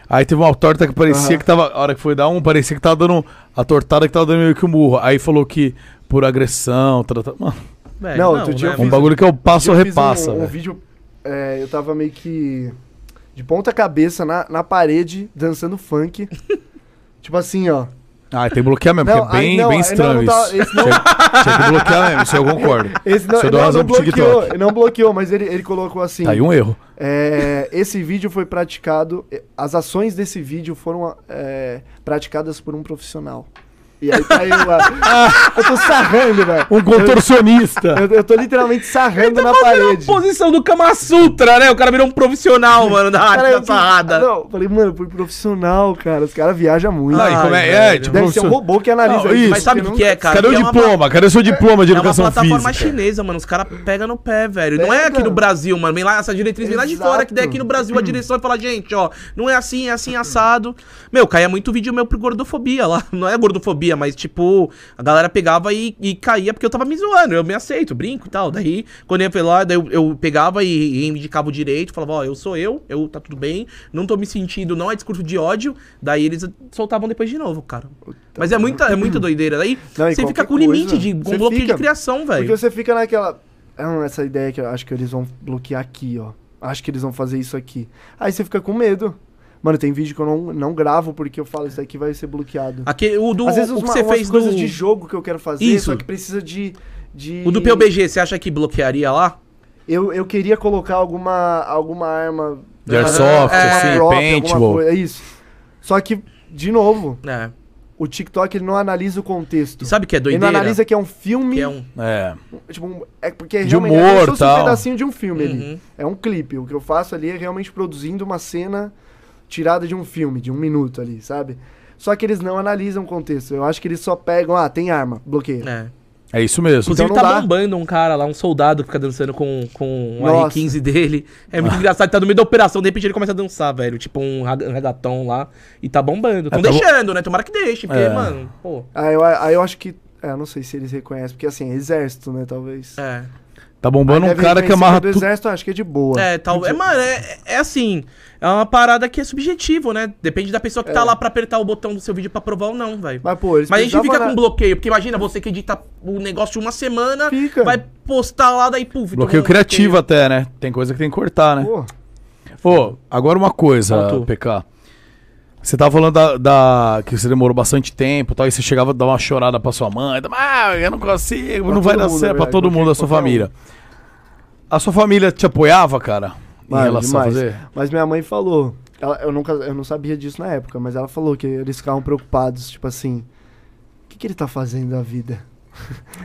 [SPEAKER 1] Aí teve uma torta que parecia
[SPEAKER 3] Aham.
[SPEAKER 1] que tava. A hora que foi dar um, parecia que tava dando. A tortada que tava dando meio que um murro. Aí falou que por agressão. Trata... Mano,
[SPEAKER 2] Velho, né?
[SPEAKER 3] Não, outro dia eu
[SPEAKER 1] é um
[SPEAKER 3] fiz-
[SPEAKER 1] bagulho que eu passo
[SPEAKER 3] eu
[SPEAKER 1] ou
[SPEAKER 3] fiz
[SPEAKER 1] repassa.
[SPEAKER 3] Um, um
[SPEAKER 1] velho.
[SPEAKER 3] vídeo, é, eu tava meio que de ponta cabeça na, na parede, dançando funk. tipo assim, ó.
[SPEAKER 1] Ah, tem que bloquear mesmo,
[SPEAKER 3] Não,
[SPEAKER 1] porque é
[SPEAKER 3] aí
[SPEAKER 1] bem,
[SPEAKER 3] não,
[SPEAKER 1] bem
[SPEAKER 3] aí não,
[SPEAKER 1] estranho
[SPEAKER 3] não tá-
[SPEAKER 1] isso.
[SPEAKER 3] esse não-
[SPEAKER 1] Tinha, tinha que bloquear mesmo, isso eu concordo.
[SPEAKER 3] Esse não,
[SPEAKER 1] Você deu
[SPEAKER 3] não,
[SPEAKER 1] razão
[SPEAKER 3] não
[SPEAKER 1] pro TikTok.
[SPEAKER 3] bloqueou, não bloqueou, mas ele, ele colocou assim.
[SPEAKER 1] Tá aí um erro.
[SPEAKER 3] É, esse vídeo foi praticado. é, As ações desse vídeo foram é, praticadas por um profissional. E aí tá eu lá. eu tô sarrando, velho.
[SPEAKER 1] Um contorcionista.
[SPEAKER 3] Eu, eu tô literalmente
[SPEAKER 2] tá
[SPEAKER 3] sarrando na
[SPEAKER 2] Olha a
[SPEAKER 3] parede.
[SPEAKER 2] posição do Kama Sutra, né? O cara virou um profissional, mano, da
[SPEAKER 3] Cara,
[SPEAKER 2] arte
[SPEAKER 3] eu
[SPEAKER 2] da
[SPEAKER 3] fui-
[SPEAKER 2] parrada.
[SPEAKER 3] Não, eu falei, mano, por profissional, cara. Os caras viajam muito.
[SPEAKER 1] Não, e
[SPEAKER 2] Ai,
[SPEAKER 1] como é, é,
[SPEAKER 2] velho.
[SPEAKER 1] tipo,
[SPEAKER 3] Deve ser um
[SPEAKER 1] professor-
[SPEAKER 3] robô que analisa
[SPEAKER 1] Não, isso.
[SPEAKER 2] Ah, então, Mas sabe o que,
[SPEAKER 3] porque
[SPEAKER 2] que é,
[SPEAKER 3] não-
[SPEAKER 2] cara?
[SPEAKER 1] Cadê
[SPEAKER 2] Que
[SPEAKER 1] o
[SPEAKER 2] é uma
[SPEAKER 1] diploma? Cadê o seu diploma de
[SPEAKER 2] É uma
[SPEAKER 1] educação
[SPEAKER 2] plataforma
[SPEAKER 1] física?
[SPEAKER 2] chinesa, mano. Os caras pegam no pé, velho. Não é,
[SPEAKER 3] É,
[SPEAKER 2] aqui no
[SPEAKER 3] mano.
[SPEAKER 2] Brasil, mano. Vem lá essa diretriz, vem lá de
[SPEAKER 3] Exato.
[SPEAKER 2] fora, que daí aqui no Brasil a direção fala, gente, ó, não é assim, é assim, assado. Meu, caía muito vídeo meu pro gordofobia lá. Não é gordofobia, mas tipo, a galera pegava e, e caía porque eu tava me zoando. Eu me aceito, brinco e tal. Daí, quando eu ia lá, daí eu, eu pegava e, e indicava o direito, falava, ó, eu sou eu, eu tá tudo bem, não tô me sentindo, não é discurso de ódio. Daí eles soltavam depois de novo, cara. Mas é muita, é muita doideira. Daí
[SPEAKER 3] Não, e
[SPEAKER 2] você fica
[SPEAKER 3] qualquer
[SPEAKER 2] com limite
[SPEAKER 3] coisa,
[SPEAKER 2] de com
[SPEAKER 3] você
[SPEAKER 2] bloqueio de
[SPEAKER 3] fica-
[SPEAKER 2] criação, velho.
[SPEAKER 3] Porque você fica naquela. Ah, essa ideia que eu acho que eles vão bloquear aqui, ó. Acho que eles vão fazer isso aqui. Aí você fica com medo. Mano, tem vídeo que eu não, não gravo porque eu falo, isso daqui vai ser bloqueado.
[SPEAKER 2] Aquele, o do,
[SPEAKER 3] Às vezes
[SPEAKER 2] o que
[SPEAKER 3] uma-
[SPEAKER 2] você
[SPEAKER 3] umas
[SPEAKER 2] fez do,
[SPEAKER 3] coisas de jogo que eu quero fazer,
[SPEAKER 2] Isso.
[SPEAKER 3] só que precisa de. de...
[SPEAKER 2] o do PUBG, você acha que bloquearia lá?
[SPEAKER 3] Eu, eu queria colocar alguma, alguma arma.
[SPEAKER 2] né?
[SPEAKER 1] De airsoft,
[SPEAKER 2] É.
[SPEAKER 3] Alguma
[SPEAKER 1] assim,
[SPEAKER 3] prop, alguma
[SPEAKER 1] paintball.
[SPEAKER 3] coisa, É isso. Só que, de novo,
[SPEAKER 2] É.
[SPEAKER 3] o TikTok ele não analisa o contexto.
[SPEAKER 2] E sabe o que é
[SPEAKER 3] ele
[SPEAKER 2] doideira?
[SPEAKER 3] não analisa que é um filme.
[SPEAKER 2] Que é um...
[SPEAKER 1] É.
[SPEAKER 3] Tipo, um- é porque
[SPEAKER 1] De
[SPEAKER 3] realmente
[SPEAKER 1] humor,
[SPEAKER 3] é como se fosse
[SPEAKER 1] tal.
[SPEAKER 3] um pedacinho de um filme
[SPEAKER 2] Uhum.
[SPEAKER 3] ali. É um clipe. O que eu faço ali é realmente produzindo uma cena tirada de um filme, de um minuto ali, sabe? Só que eles não analisam o contexto. Eu acho que eles só pegam, ah, tem arma, bloqueia.
[SPEAKER 2] É.
[SPEAKER 1] É isso mesmo.
[SPEAKER 2] Inclusive
[SPEAKER 3] Então não
[SPEAKER 2] tá
[SPEAKER 3] dá.
[SPEAKER 2] bombando um cara lá, um soldado que fica dançando com, com o
[SPEAKER 3] Nossa. Ah.
[SPEAKER 2] R15 dele. É muito engraçado, tá no meio da operação, de repente ele começa a dançar, velho. Tipo um raga- um regatão lá. E tá bombando.
[SPEAKER 3] É,
[SPEAKER 2] Tão
[SPEAKER 1] tá bom.
[SPEAKER 2] deixando, né? Tomara que deixe, porque,
[SPEAKER 1] É.
[SPEAKER 2] mano, pô.
[SPEAKER 3] Aí eu, aí eu acho que. É, eu não sei se eles reconhecem, porque assim, é exército, né? Talvez.
[SPEAKER 2] É.
[SPEAKER 1] Tá bombando um
[SPEAKER 3] Deve
[SPEAKER 1] cara que
[SPEAKER 3] reconhecer
[SPEAKER 1] amarra
[SPEAKER 3] do
[SPEAKER 1] tudo.
[SPEAKER 3] exército, eu acho que é de boa.
[SPEAKER 2] É, tal, é, mano, é, é assim, é uma parada que é subjetivo, né? Depende da pessoa que tá lá pra apertar o botão do seu vídeo pra aprovar ou não, velho. Mas,
[SPEAKER 3] É. Mas, pô, eles
[SPEAKER 2] a gente fica
[SPEAKER 3] precisavam
[SPEAKER 2] com
[SPEAKER 3] na-
[SPEAKER 2] bloqueio, porque imagina você que edita o negócio uma semana,
[SPEAKER 3] Fica.
[SPEAKER 2] vai postar lá, daí, puf. então,
[SPEAKER 1] Bloqueio criativo até, né? Tem coisa que tem que cortar, né?
[SPEAKER 3] Pô,
[SPEAKER 1] Ô, agora uma coisa,
[SPEAKER 2] Ponto.
[SPEAKER 1] PK. Você tava falando da, da- que você demorou bastante tempo, e tal, e você chegava a dar uma chorada pra sua mãe, tava, ah, eu não consigo, não
[SPEAKER 3] todo
[SPEAKER 1] vai dar
[SPEAKER 3] mundo,
[SPEAKER 1] certo
[SPEAKER 3] na
[SPEAKER 1] pra
[SPEAKER 3] verdade,
[SPEAKER 1] todo mundo da sua
[SPEAKER 3] qualquer um.
[SPEAKER 1] família. A sua família te apoiava, cara?
[SPEAKER 3] mano,
[SPEAKER 1] em relação
[SPEAKER 3] demais.
[SPEAKER 1] a fazer?
[SPEAKER 3] Mas minha mãe falou. ela- eu, nunca, eu não sabia disso na época, mas ela falou que eles ficavam preocupados, tipo assim. O que, que ele tá fazendo da vida?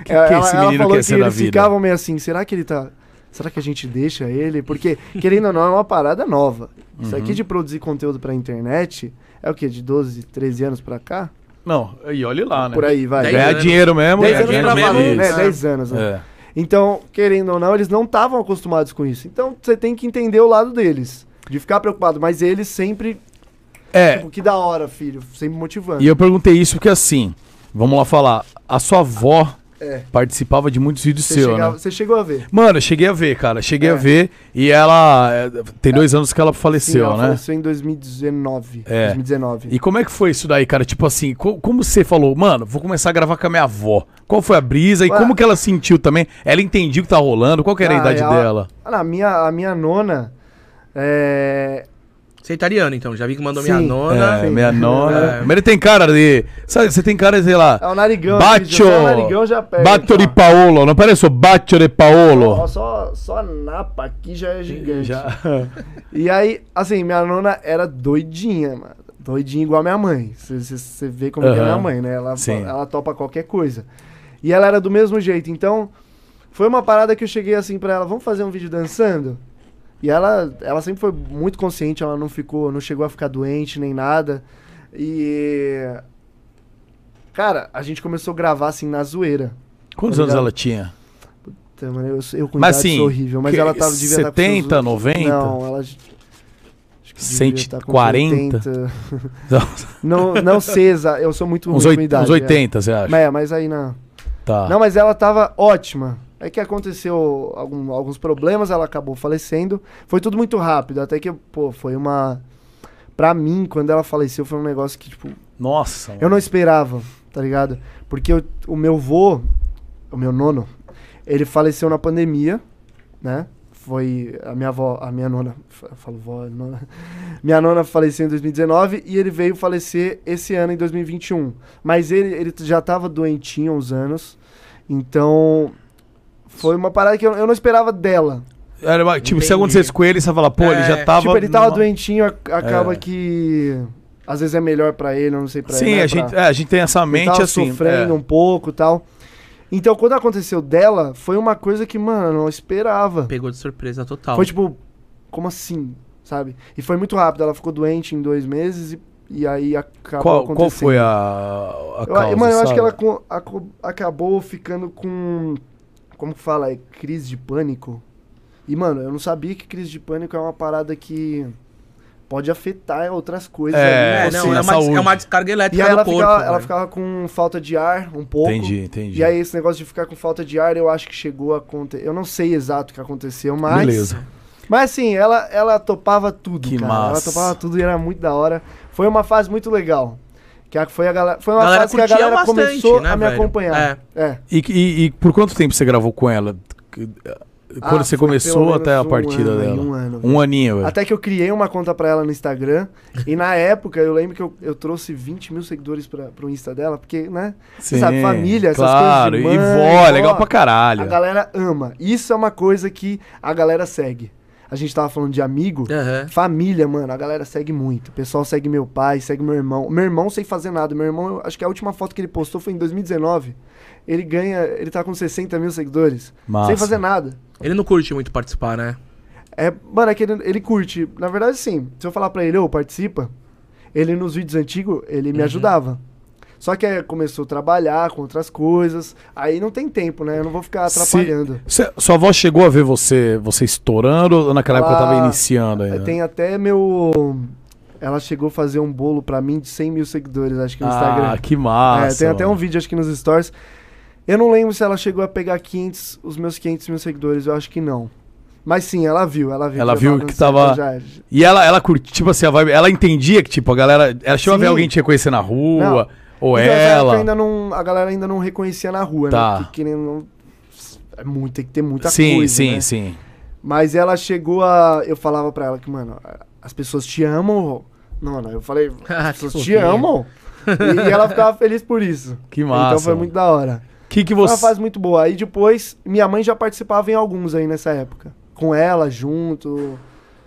[SPEAKER 1] que esse menino quer ser da
[SPEAKER 3] eles
[SPEAKER 1] vida?
[SPEAKER 3] ficavam meio assim, será que ele tá. Será que a gente deixa ele? Porque, querendo ou não, é uma parada nova. Isso
[SPEAKER 1] Uhum.
[SPEAKER 3] aqui de produzir conteúdo pra internet é o quê? De 12, 13 anos pra cá?
[SPEAKER 1] Não, e olhe lá, né?
[SPEAKER 3] Por aí, vai.
[SPEAKER 2] Dez
[SPEAKER 1] Ganhar
[SPEAKER 2] anos.
[SPEAKER 1] dinheiro mesmo,
[SPEAKER 2] Dez
[SPEAKER 1] ganhar
[SPEAKER 2] anos
[SPEAKER 1] dinheiro
[SPEAKER 2] trabalhando,
[SPEAKER 1] mesmo.
[SPEAKER 2] né?
[SPEAKER 1] isso.
[SPEAKER 3] 10 anos, né?
[SPEAKER 1] É.
[SPEAKER 3] Então, querendo ou não, eles não estavam acostumados com isso. Então, você tem que entender o lado deles. De ficar preocupado, mas eles sempre,
[SPEAKER 1] É,
[SPEAKER 3] tipo, que da hora, filho, sempre motivando.
[SPEAKER 1] E eu perguntei isso porque assim, vamos lá falar, a sua avó
[SPEAKER 3] É.
[SPEAKER 1] Participava de muitos vídeos
[SPEAKER 3] Você,
[SPEAKER 1] seus,
[SPEAKER 3] chegava-
[SPEAKER 1] né?
[SPEAKER 3] você chegou a ver.
[SPEAKER 1] Mano, eu cheguei a ver, cara. Cheguei
[SPEAKER 3] É.
[SPEAKER 1] a ver. E ela. é, Tem dois anos que ela
[SPEAKER 3] Sim,
[SPEAKER 1] faleceu,
[SPEAKER 3] ela
[SPEAKER 1] né?
[SPEAKER 3] faleceu em 2019.
[SPEAKER 1] É.
[SPEAKER 3] 2019.
[SPEAKER 1] E como é que foi isso daí, cara? Tipo assim, co- como você falou, mano, vou começar a gravar com a minha avó. Qual foi a brisa e
[SPEAKER 3] Ué.
[SPEAKER 1] como que ela sentiu também? Ela entendia o que tá rolando? Qual que era a
[SPEAKER 3] Ah,
[SPEAKER 1] idade
[SPEAKER 3] ela-
[SPEAKER 1] dela?
[SPEAKER 3] Ah, não, a minha, a minha nona. É.
[SPEAKER 2] Você é italiano, então. Já vi que mandou
[SPEAKER 3] Sim.
[SPEAKER 2] minha
[SPEAKER 1] É,
[SPEAKER 2] nona.
[SPEAKER 3] sim.
[SPEAKER 1] meia nona.
[SPEAKER 2] É.
[SPEAKER 1] Mas ele tem cara de. Sabe, você tem cara, sei lá.
[SPEAKER 3] É o narigão.
[SPEAKER 1] Bacio.
[SPEAKER 3] né, o narigão já pega.
[SPEAKER 1] Batto di Paolo, não parece o Batto di
[SPEAKER 3] Ó,
[SPEAKER 1] Paolo.
[SPEAKER 3] só, só a napa aqui já é gigante.
[SPEAKER 1] Já.
[SPEAKER 3] E aí, assim, minha nona era doidinha, mano. Doidinha igual a minha mãe. Você vê como que é
[SPEAKER 1] Aham.
[SPEAKER 3] minha mãe, né? Ela,
[SPEAKER 1] Sim.
[SPEAKER 3] ela topa qualquer coisa. E ela era do mesmo jeito. Então, foi uma parada que eu cheguei assim pra ela, vamos fazer um vídeo dançando? E ela, ela sempre foi muito consciente, ela não ficou, não chegou a ficar doente nem nada. E. Cara, a gente começou a gravar assim na zoeira.
[SPEAKER 1] Quantos
[SPEAKER 3] Tá
[SPEAKER 1] anos
[SPEAKER 3] ligado?
[SPEAKER 1] ela tinha?
[SPEAKER 3] Puta, mano, eu, eu com
[SPEAKER 1] Mas
[SPEAKER 3] idade
[SPEAKER 1] assim,
[SPEAKER 3] sou é horrível, mas
[SPEAKER 1] que-
[SPEAKER 3] ela tava, devia estar com
[SPEAKER 1] 70,
[SPEAKER 3] seus-
[SPEAKER 1] 90?
[SPEAKER 3] Não, ela... Acho que devia estar com
[SPEAKER 1] 140?
[SPEAKER 3] 80. Não, não sei, exa- eu sou muito
[SPEAKER 1] uns,
[SPEAKER 3] ruim
[SPEAKER 1] oit-
[SPEAKER 3] com idade,
[SPEAKER 1] uns 80, você acha?
[SPEAKER 3] É. É, mas aí não.
[SPEAKER 1] Tá.
[SPEAKER 3] Não, mas ela tava ótima. É que aconteceu algum- alguns problemas, ela acabou falecendo. Foi tudo muito rápido, até que, pô, foi uma... Pra mim, quando ela faleceu, foi um negócio que, tipo,
[SPEAKER 1] Nossa.
[SPEAKER 3] eu não esperava, tá ligado? Porque eu- o meu vô, o meu nono, ele faleceu na pandemia, né? Foi a minha avó, a minha nona, f- eu falo vó, nona. Minha nona faleceu em 2019 e ele veio falecer esse ano em 2021. Mas ele, ele já tava doentinho há uns anos, então foi uma parada que eu, eu não esperava dela.
[SPEAKER 1] Era, mas, tipo, se
[SPEAKER 2] Entendi.
[SPEAKER 1] acontecesse com ele, você fala, pô, ele
[SPEAKER 2] É,
[SPEAKER 1] já tava.
[SPEAKER 3] tipo, ele tava
[SPEAKER 1] numa-
[SPEAKER 3] doentinho, ac- acaba
[SPEAKER 1] É.
[SPEAKER 3] que às vezes é melhor pra ele, eu não sei pra ele.
[SPEAKER 1] Sim,
[SPEAKER 3] né?
[SPEAKER 1] a,
[SPEAKER 3] Pra-
[SPEAKER 1] gente, é, a gente tem essa
[SPEAKER 3] Ele
[SPEAKER 1] mente
[SPEAKER 3] tava
[SPEAKER 1] assim.
[SPEAKER 3] sofrendo
[SPEAKER 1] é.
[SPEAKER 3] um pouco e tal. Então, quando aconteceu dela, foi uma coisa que, mano, eu não esperava.
[SPEAKER 2] Pegou de surpresa total.
[SPEAKER 3] Foi tipo, como assim? Sabe? E foi muito rápido. Ela ficou doente em dois meses e, e aí acabou
[SPEAKER 1] Qual,
[SPEAKER 3] acontecendo.
[SPEAKER 1] qual foi a, a
[SPEAKER 3] Eu-
[SPEAKER 1] causa?
[SPEAKER 3] mano, eu acho
[SPEAKER 1] sabe?
[SPEAKER 3] que ela co- aco- acabou ficando com. Como que fala? É crise de pânico? E, mano, eu não sabia que crise de pânico é uma parada que pode afetar outras coisas.
[SPEAKER 1] É,
[SPEAKER 2] É,
[SPEAKER 3] ali,
[SPEAKER 2] não,
[SPEAKER 1] assim,
[SPEAKER 2] é,
[SPEAKER 1] na
[SPEAKER 2] uma,
[SPEAKER 1] saúde.
[SPEAKER 2] é uma descarga
[SPEAKER 3] E
[SPEAKER 2] elétrica
[SPEAKER 3] aí
[SPEAKER 2] do
[SPEAKER 3] ela,
[SPEAKER 2] corpo. né?
[SPEAKER 3] ficava, ela
[SPEAKER 2] velho.
[SPEAKER 3] ficava com falta de ar um pouco.
[SPEAKER 1] né? Entendi, entendi.
[SPEAKER 3] E aí esse negócio de ficar com falta de ar, eu acho que chegou a acontecer. Eu não sei exato o que aconteceu, mas.
[SPEAKER 1] Beleza.
[SPEAKER 3] Mas assim, ela, ela topava tudo,
[SPEAKER 1] Que
[SPEAKER 3] cara.
[SPEAKER 1] massa.
[SPEAKER 3] Ela topava tudo e era muito da hora. Foi uma fase muito legal. Que a- foi, a galera, foi uma
[SPEAKER 2] Galera
[SPEAKER 3] fase que a
[SPEAKER 2] curtia
[SPEAKER 3] galera
[SPEAKER 2] bastante,
[SPEAKER 3] começou
[SPEAKER 2] né,
[SPEAKER 3] a me
[SPEAKER 2] velho?
[SPEAKER 3] acompanhar. É.
[SPEAKER 1] E, e- e por quanto tempo você gravou com ela? Quando
[SPEAKER 3] Ah,
[SPEAKER 1] você
[SPEAKER 3] foi pelo
[SPEAKER 1] começou
[SPEAKER 3] menos
[SPEAKER 1] até a
[SPEAKER 3] um
[SPEAKER 1] partida
[SPEAKER 3] ano aí,
[SPEAKER 1] dela?
[SPEAKER 3] Um ano. velho.
[SPEAKER 1] Um aninho, velho.
[SPEAKER 3] Até que eu criei uma conta pra ela no Instagram. e na época, eu lembro que eu, eu trouxe 20 mil seguidores pra, pro Insta dela, porque, né? Você
[SPEAKER 1] Sim,
[SPEAKER 3] sabe, família, essas
[SPEAKER 1] claro,
[SPEAKER 3] coisas de mãe,
[SPEAKER 1] e vó, é
[SPEAKER 3] vó.
[SPEAKER 1] legal pra caralho.
[SPEAKER 3] A galera ama. Isso é uma coisa que a galera segue. A gente tava falando de amigo.
[SPEAKER 1] É.
[SPEAKER 2] Aham.
[SPEAKER 3] Família, mano, a galera segue muito. O pessoal segue meu pai, segue meu irmão. Meu irmão sem fazer nada. Meu irmão, eu acho que a última foto que ele postou foi em 2019. Ele ganha, ele tá com 60 mil seguidores.
[SPEAKER 1] Massa.
[SPEAKER 3] Sem fazer nada.
[SPEAKER 2] Ele não curte muito participar, né?
[SPEAKER 3] É, mano, é que ele, ele curte. Na verdade, sim. Se eu falar pra ele, ô, participa, ele nos vídeos antigos, ele me
[SPEAKER 1] Uhum.
[SPEAKER 3] ajudava. Só que aí começou a trabalhar com outras coisas. Aí não tem tempo, né? Eu não vou ficar
[SPEAKER 1] Se-
[SPEAKER 3] atrapalhando.
[SPEAKER 1] Cê- sua avó chegou a ver você, você estourando ou naquela época
[SPEAKER 3] Ela-
[SPEAKER 1] tava iniciando ainda?
[SPEAKER 3] Tem até meu. Ela chegou a fazer um bolo pra mim de 100 mil seguidores, acho que no
[SPEAKER 1] Ah,
[SPEAKER 3] Instagram.
[SPEAKER 1] que massa.
[SPEAKER 3] é, tem até um
[SPEAKER 1] mano.
[SPEAKER 3] vídeo, acho que nos stories. Eu não lembro se ela chegou a pegar 500, os meus 500 mil seguidores, eu acho que não. Mas sim, ela viu, ela viu.
[SPEAKER 1] Ela
[SPEAKER 3] eu
[SPEAKER 1] viu que tava-
[SPEAKER 3] já-
[SPEAKER 1] E ela, ela curtiu, tipo assim, a vibe, ela entendia que, tipo, a galera. Ela chegou a ver
[SPEAKER 3] Sim.
[SPEAKER 1] alguém te reconhecer na rua, ou
[SPEAKER 3] Então, essa época
[SPEAKER 1] ela.
[SPEAKER 3] Ainda não, a galera ainda não reconhecia na rua,
[SPEAKER 1] Tá.
[SPEAKER 3] né? Que, que nem- não- é muito, tem que ter muita
[SPEAKER 1] sim,
[SPEAKER 3] coisa,
[SPEAKER 1] sim,
[SPEAKER 3] né?
[SPEAKER 1] sim.
[SPEAKER 3] Mas ela chegou a. Eu falava pra ela que, mano, as pessoas te amam. vô. Não, não, eu falei,
[SPEAKER 2] Ah,
[SPEAKER 3] as pessoas
[SPEAKER 2] que
[SPEAKER 3] te
[SPEAKER 2] fofinho.
[SPEAKER 3] amam. E, ela ficava feliz por isso.
[SPEAKER 1] Que massa.
[SPEAKER 3] então foi muito da hora.
[SPEAKER 1] Que que
[SPEAKER 3] Foi uma
[SPEAKER 1] você.
[SPEAKER 3] fase muito boa. Aí depois, minha mãe já participava em alguns aí nessa época. Com ela, junto.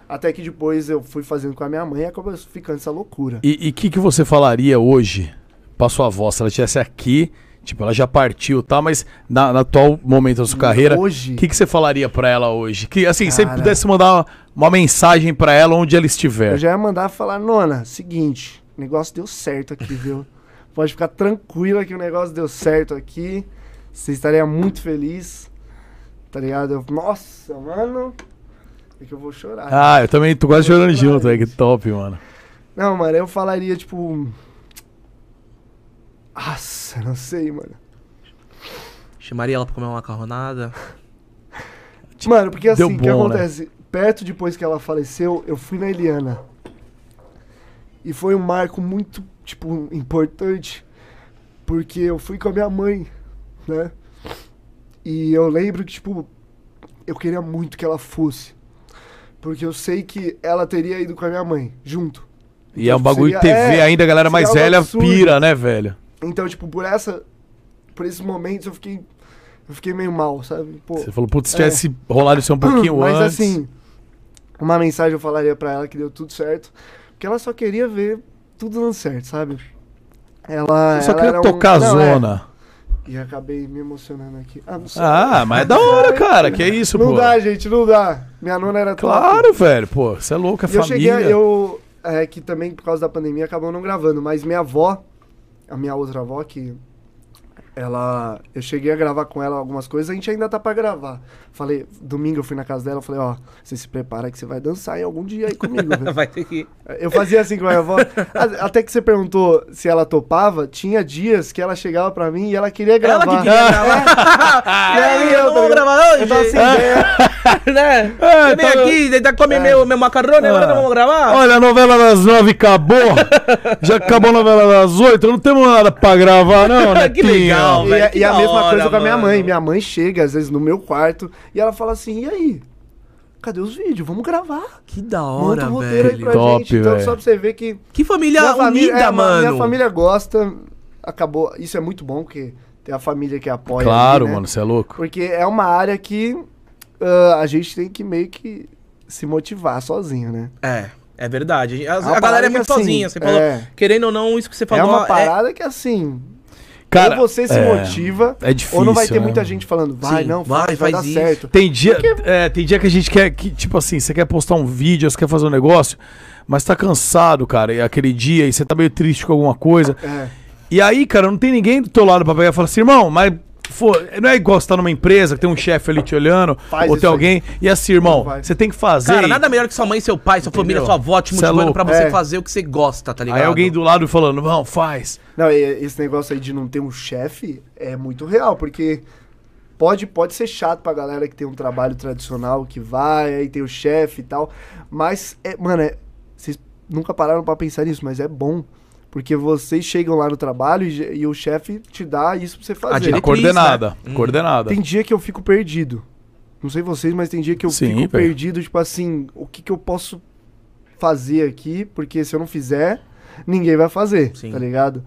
[SPEAKER 3] Até que depois eu fui fazendo com a minha mãe e acabou ficando essa loucura.
[SPEAKER 1] E o que, que você falaria hoje pra sua avó? Se ela estivesse aqui, tipo, ela já partiu e tal, mas na, na atual momento da sua carreira.
[SPEAKER 3] Hum, Hoje.
[SPEAKER 1] O que, que você falaria pra ela hoje? Que assim, se você
[SPEAKER 3] Cara.
[SPEAKER 1] pudesse mandar uma, uma mensagem pra ela onde ela estiver.
[SPEAKER 3] Eu já ia mandar falar, nona, seguinte, o negócio deu certo aqui, viu? Pode ficar tranquila que o negócio deu certo aqui. Você estaria muito feliz. Tá ligado? Eu, Nossa, mano. É que eu vou chorar.
[SPEAKER 1] Ah, eu também tô quase chorando junto, velho. Que top, mano.
[SPEAKER 3] Não, mano, eu falaria, tipo. Nossa, não sei, mano.
[SPEAKER 2] Chamaria ela pra comer uma macarronada.
[SPEAKER 3] Mano, porque assim,
[SPEAKER 1] Tipo, Deu
[SPEAKER 3] o que
[SPEAKER 1] bom, né?
[SPEAKER 3] acontece? Perto depois que ela faleceu, eu fui na Eliana. E foi um marco muito, tipo, importante. Porque eu fui com a minha mãe, né? E eu lembro que, tipo, eu queria muito que ela fosse. Porque eu sei que ela teria ido com a minha mãe, junto.
[SPEAKER 1] E é um bagulho de
[SPEAKER 3] Seria-
[SPEAKER 1] TV
[SPEAKER 3] é,
[SPEAKER 1] ainda, a galera mais
[SPEAKER 3] seria
[SPEAKER 1] velha
[SPEAKER 3] algo absurdo.
[SPEAKER 1] pira, né, velho?
[SPEAKER 3] Então, tipo, por essa. Por esses momentos eu fiquei. Eu fiquei meio mal, sabe? Pô,
[SPEAKER 1] Você falou, putz, se
[SPEAKER 3] É.
[SPEAKER 1] tivesse rolado isso um pouquinho
[SPEAKER 3] Mas
[SPEAKER 1] antes.
[SPEAKER 3] assim, uma mensagem eu falaria pra ela que deu tudo certo, porque ela só queria ver tudo dando certo, sabe? Ela
[SPEAKER 1] eu só
[SPEAKER 3] ela
[SPEAKER 1] queria
[SPEAKER 3] era um-
[SPEAKER 1] tocar a
[SPEAKER 3] Não, é.
[SPEAKER 1] zona.
[SPEAKER 3] E acabei me emocionando aqui. Ah, não sei.
[SPEAKER 1] Ah, mas é da hora, cara. Que é isso,
[SPEAKER 3] não
[SPEAKER 1] pô.
[SPEAKER 3] dá, gente, não dá. Minha nona era top.
[SPEAKER 1] Claro, velho. Pô, você é louco, é
[SPEAKER 3] E eu cheguei,
[SPEAKER 1] família.
[SPEAKER 3] a- eu é que também por causa da pandemia acabou não gravando, mas minha avó, a minha outra avó que ela, eu cheguei a gravar com ela algumas coisas, a gente ainda tá pra gravar. Falei, domingo eu fui na casa dela, falei, ó, você se prepara que você vai dançar em algum dia aí comigo, velho.
[SPEAKER 2] Vai ter que.
[SPEAKER 3] Eu fazia assim com a minha avó. A- Até que você perguntou se ela topava, tinha dias que ela chegava pra mim e ela queria
[SPEAKER 2] Ela
[SPEAKER 3] gravar.
[SPEAKER 2] que queria gravar.
[SPEAKER 3] É.
[SPEAKER 2] E aí, eu não vou
[SPEAKER 3] Eu tava-
[SPEAKER 2] gravar
[SPEAKER 3] Eu tava
[SPEAKER 2] hoje. Ah.
[SPEAKER 3] sem ideia. Ah,
[SPEAKER 2] né?
[SPEAKER 1] É,
[SPEAKER 2] Você vem
[SPEAKER 1] tá-
[SPEAKER 2] aqui, tentar
[SPEAKER 3] É.
[SPEAKER 2] comer meu, meu macarrone, agora não vamos gravar?
[SPEAKER 1] Olha, a novela das nove acabou. Já acabou a novela das oito. Não temos nada pra gravar, não, né?
[SPEAKER 2] Que legal.
[SPEAKER 3] E,
[SPEAKER 2] velho,
[SPEAKER 3] a-
[SPEAKER 2] que
[SPEAKER 3] e é a
[SPEAKER 2] da
[SPEAKER 3] mesma
[SPEAKER 2] hora,
[SPEAKER 3] coisa com a minha
[SPEAKER 2] mano.
[SPEAKER 3] mãe. Minha mãe chega, às vezes, no meu quarto e ela fala assim: e aí? Cadê os vídeos? Vamos gravar.
[SPEAKER 2] Que da
[SPEAKER 3] Manda
[SPEAKER 2] hora,
[SPEAKER 3] um roteiro aí
[SPEAKER 2] velho.
[SPEAKER 3] pra
[SPEAKER 1] Top,
[SPEAKER 3] gente. Então,
[SPEAKER 1] velho.
[SPEAKER 3] só pra você ver que.
[SPEAKER 2] Que família
[SPEAKER 3] minha
[SPEAKER 2] unida,
[SPEAKER 3] família, é, ma-
[SPEAKER 2] mano.
[SPEAKER 3] Minha família gosta. Acabou. Isso é muito bom, porque tem a família que apoia.
[SPEAKER 1] Claro,
[SPEAKER 3] ali, né?
[SPEAKER 1] mano, você é louco.
[SPEAKER 3] Porque é uma área que ah, a gente tem que meio que se motivar sozinho, né?
[SPEAKER 2] É, é verdade. A,
[SPEAKER 3] uma
[SPEAKER 2] a galera
[SPEAKER 3] parada
[SPEAKER 2] é muito
[SPEAKER 3] que, assim,
[SPEAKER 2] sozinha. Você falou,
[SPEAKER 3] é.
[SPEAKER 2] querendo ou não, isso que você
[SPEAKER 3] é
[SPEAKER 2] falou
[SPEAKER 3] uma
[SPEAKER 2] é-
[SPEAKER 3] parada que assim.
[SPEAKER 1] Cara,
[SPEAKER 3] ou você se
[SPEAKER 1] é,
[SPEAKER 3] motiva,
[SPEAKER 1] é difícil,
[SPEAKER 3] ou não vai ter
[SPEAKER 1] né,
[SPEAKER 3] muita
[SPEAKER 1] mano?
[SPEAKER 3] gente falando, vai,
[SPEAKER 2] Sim,
[SPEAKER 3] não,
[SPEAKER 2] vai,
[SPEAKER 3] faz, vai
[SPEAKER 2] faz
[SPEAKER 3] dar
[SPEAKER 2] isso.
[SPEAKER 3] certo.
[SPEAKER 1] Tem dia, é, tem dia que a gente quer que, tipo assim, você quer postar um vídeo, você quer fazer um negócio, mas tá cansado, cara, e aquele dia, e você tá meio triste com alguma coisa.
[SPEAKER 3] É.
[SPEAKER 1] E aí, cara, não tem ninguém do teu lado pra pegar e falar assim, irmão, mas fo- não é igual você tá numa empresa que tem um chefe ali te olhando,
[SPEAKER 3] Faz
[SPEAKER 1] ou tem
[SPEAKER 3] isso aí.
[SPEAKER 1] alguém, e assim, irmão,
[SPEAKER 3] Vai.
[SPEAKER 1] você tem que fazer.
[SPEAKER 2] Cara, nada melhor que sua mãe, seu pai, sua família, sua avó te
[SPEAKER 1] Cê é
[SPEAKER 2] motivando
[SPEAKER 1] louco.
[SPEAKER 2] pra você
[SPEAKER 3] assim. É.
[SPEAKER 2] fazer o que você gosta, tá ligado?
[SPEAKER 1] Aí alguém do lado falando, não, faz.
[SPEAKER 3] Não, e- esse negócio aí de não ter um chefe é muito real, porque pode, pode ser chato pra galera que tem um trabalho tradicional, que vai, aí tem o chefe e tal. Mas, é- mano, é- vocês nunca pararam pra pensar nisso, mas é bom. Porque vocês chegam lá no trabalho e, je- e o chefe te dá isso pra você fazer.
[SPEAKER 1] Tá
[SPEAKER 2] diretriz,
[SPEAKER 1] coordenada, coordenada.
[SPEAKER 3] né? Tem dia que eu fico perdido. Não sei vocês, mas tem dia que eu
[SPEAKER 1] Sim,
[SPEAKER 3] fico
[SPEAKER 1] velho.
[SPEAKER 3] perdido, tipo assim, o que, que eu posso fazer aqui? Porque se eu não fizer, ninguém vai fazer,
[SPEAKER 2] Sim.
[SPEAKER 3] tá ligado?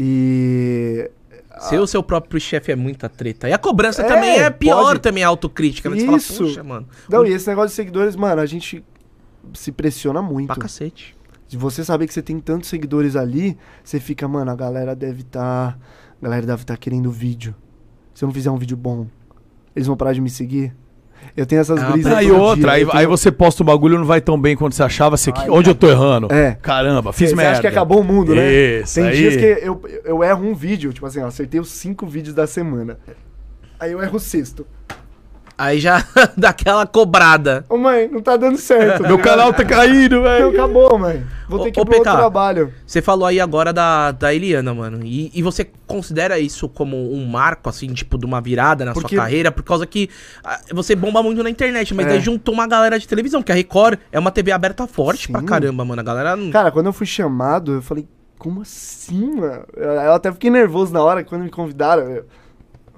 [SPEAKER 3] E.
[SPEAKER 2] Ser o seu próprio chefe é muita treta. E a cobrança
[SPEAKER 3] É,
[SPEAKER 2] também é pior,
[SPEAKER 3] pode.
[SPEAKER 2] também a autocrítica. Né? Você
[SPEAKER 3] Isso.
[SPEAKER 2] fala, puxa, mano. um
[SPEAKER 3] Não,
[SPEAKER 1] Hum.
[SPEAKER 3] e é esse negócio de seguidores, mano, a gente se pressiona muito.
[SPEAKER 2] Pra cacete.
[SPEAKER 3] De você saber que você tem tantos seguidores ali, você fica, mano, a galera deve estar. A galera deve estar querendo vídeo. Se eu não fizer um vídeo bom, eles vão parar de me seguir. Eu tenho essas
[SPEAKER 2] É uma
[SPEAKER 3] brisas.
[SPEAKER 2] parada.
[SPEAKER 1] Aí
[SPEAKER 3] todo
[SPEAKER 1] Ah, tá, outra,
[SPEAKER 3] dia,
[SPEAKER 1] aí,
[SPEAKER 3] eu tenho-
[SPEAKER 1] aí você posta um bagulho e não vai tão bem quanto você achava, você, que- onde eu tô errando?
[SPEAKER 3] É.
[SPEAKER 1] Caramba, fiz
[SPEAKER 3] Você
[SPEAKER 1] merda.
[SPEAKER 3] acha que acabou o mundo, né?
[SPEAKER 1] Isso,
[SPEAKER 3] Tem
[SPEAKER 1] aí.
[SPEAKER 3] dias que eu, eu erro um vídeo, tipo assim, ó, acertei os cinco vídeos da semana. Aí eu erro o sexto.
[SPEAKER 2] Aí já dá aquela cobrada.
[SPEAKER 3] Ô mãe, não tá dando certo.
[SPEAKER 1] Meu canal tá caindo,
[SPEAKER 3] Meu,
[SPEAKER 1] velho.
[SPEAKER 3] acabou, mãe. Vou
[SPEAKER 2] Ô,
[SPEAKER 3] ter que
[SPEAKER 2] ô,
[SPEAKER 3] ir pro outro
[SPEAKER 2] PK.
[SPEAKER 3] trabalho.
[SPEAKER 2] Você falou aí agora da, da Eliana, mano. E, e você considera isso como um marco, assim, tipo, de uma virada na
[SPEAKER 3] Porque-
[SPEAKER 2] sua carreira? Por causa que ah, você bomba muito na internet, mas
[SPEAKER 3] É.
[SPEAKER 2] daí juntou uma galera de televisão, que a Record é uma TV aberta forte pra
[SPEAKER 3] Sim.
[SPEAKER 2] caramba, mano. A galera não.
[SPEAKER 3] Cara, quando eu fui chamado, eu falei, como assim, mano? Eu, eu até fiquei nervoso na hora quando me convidaram. eu-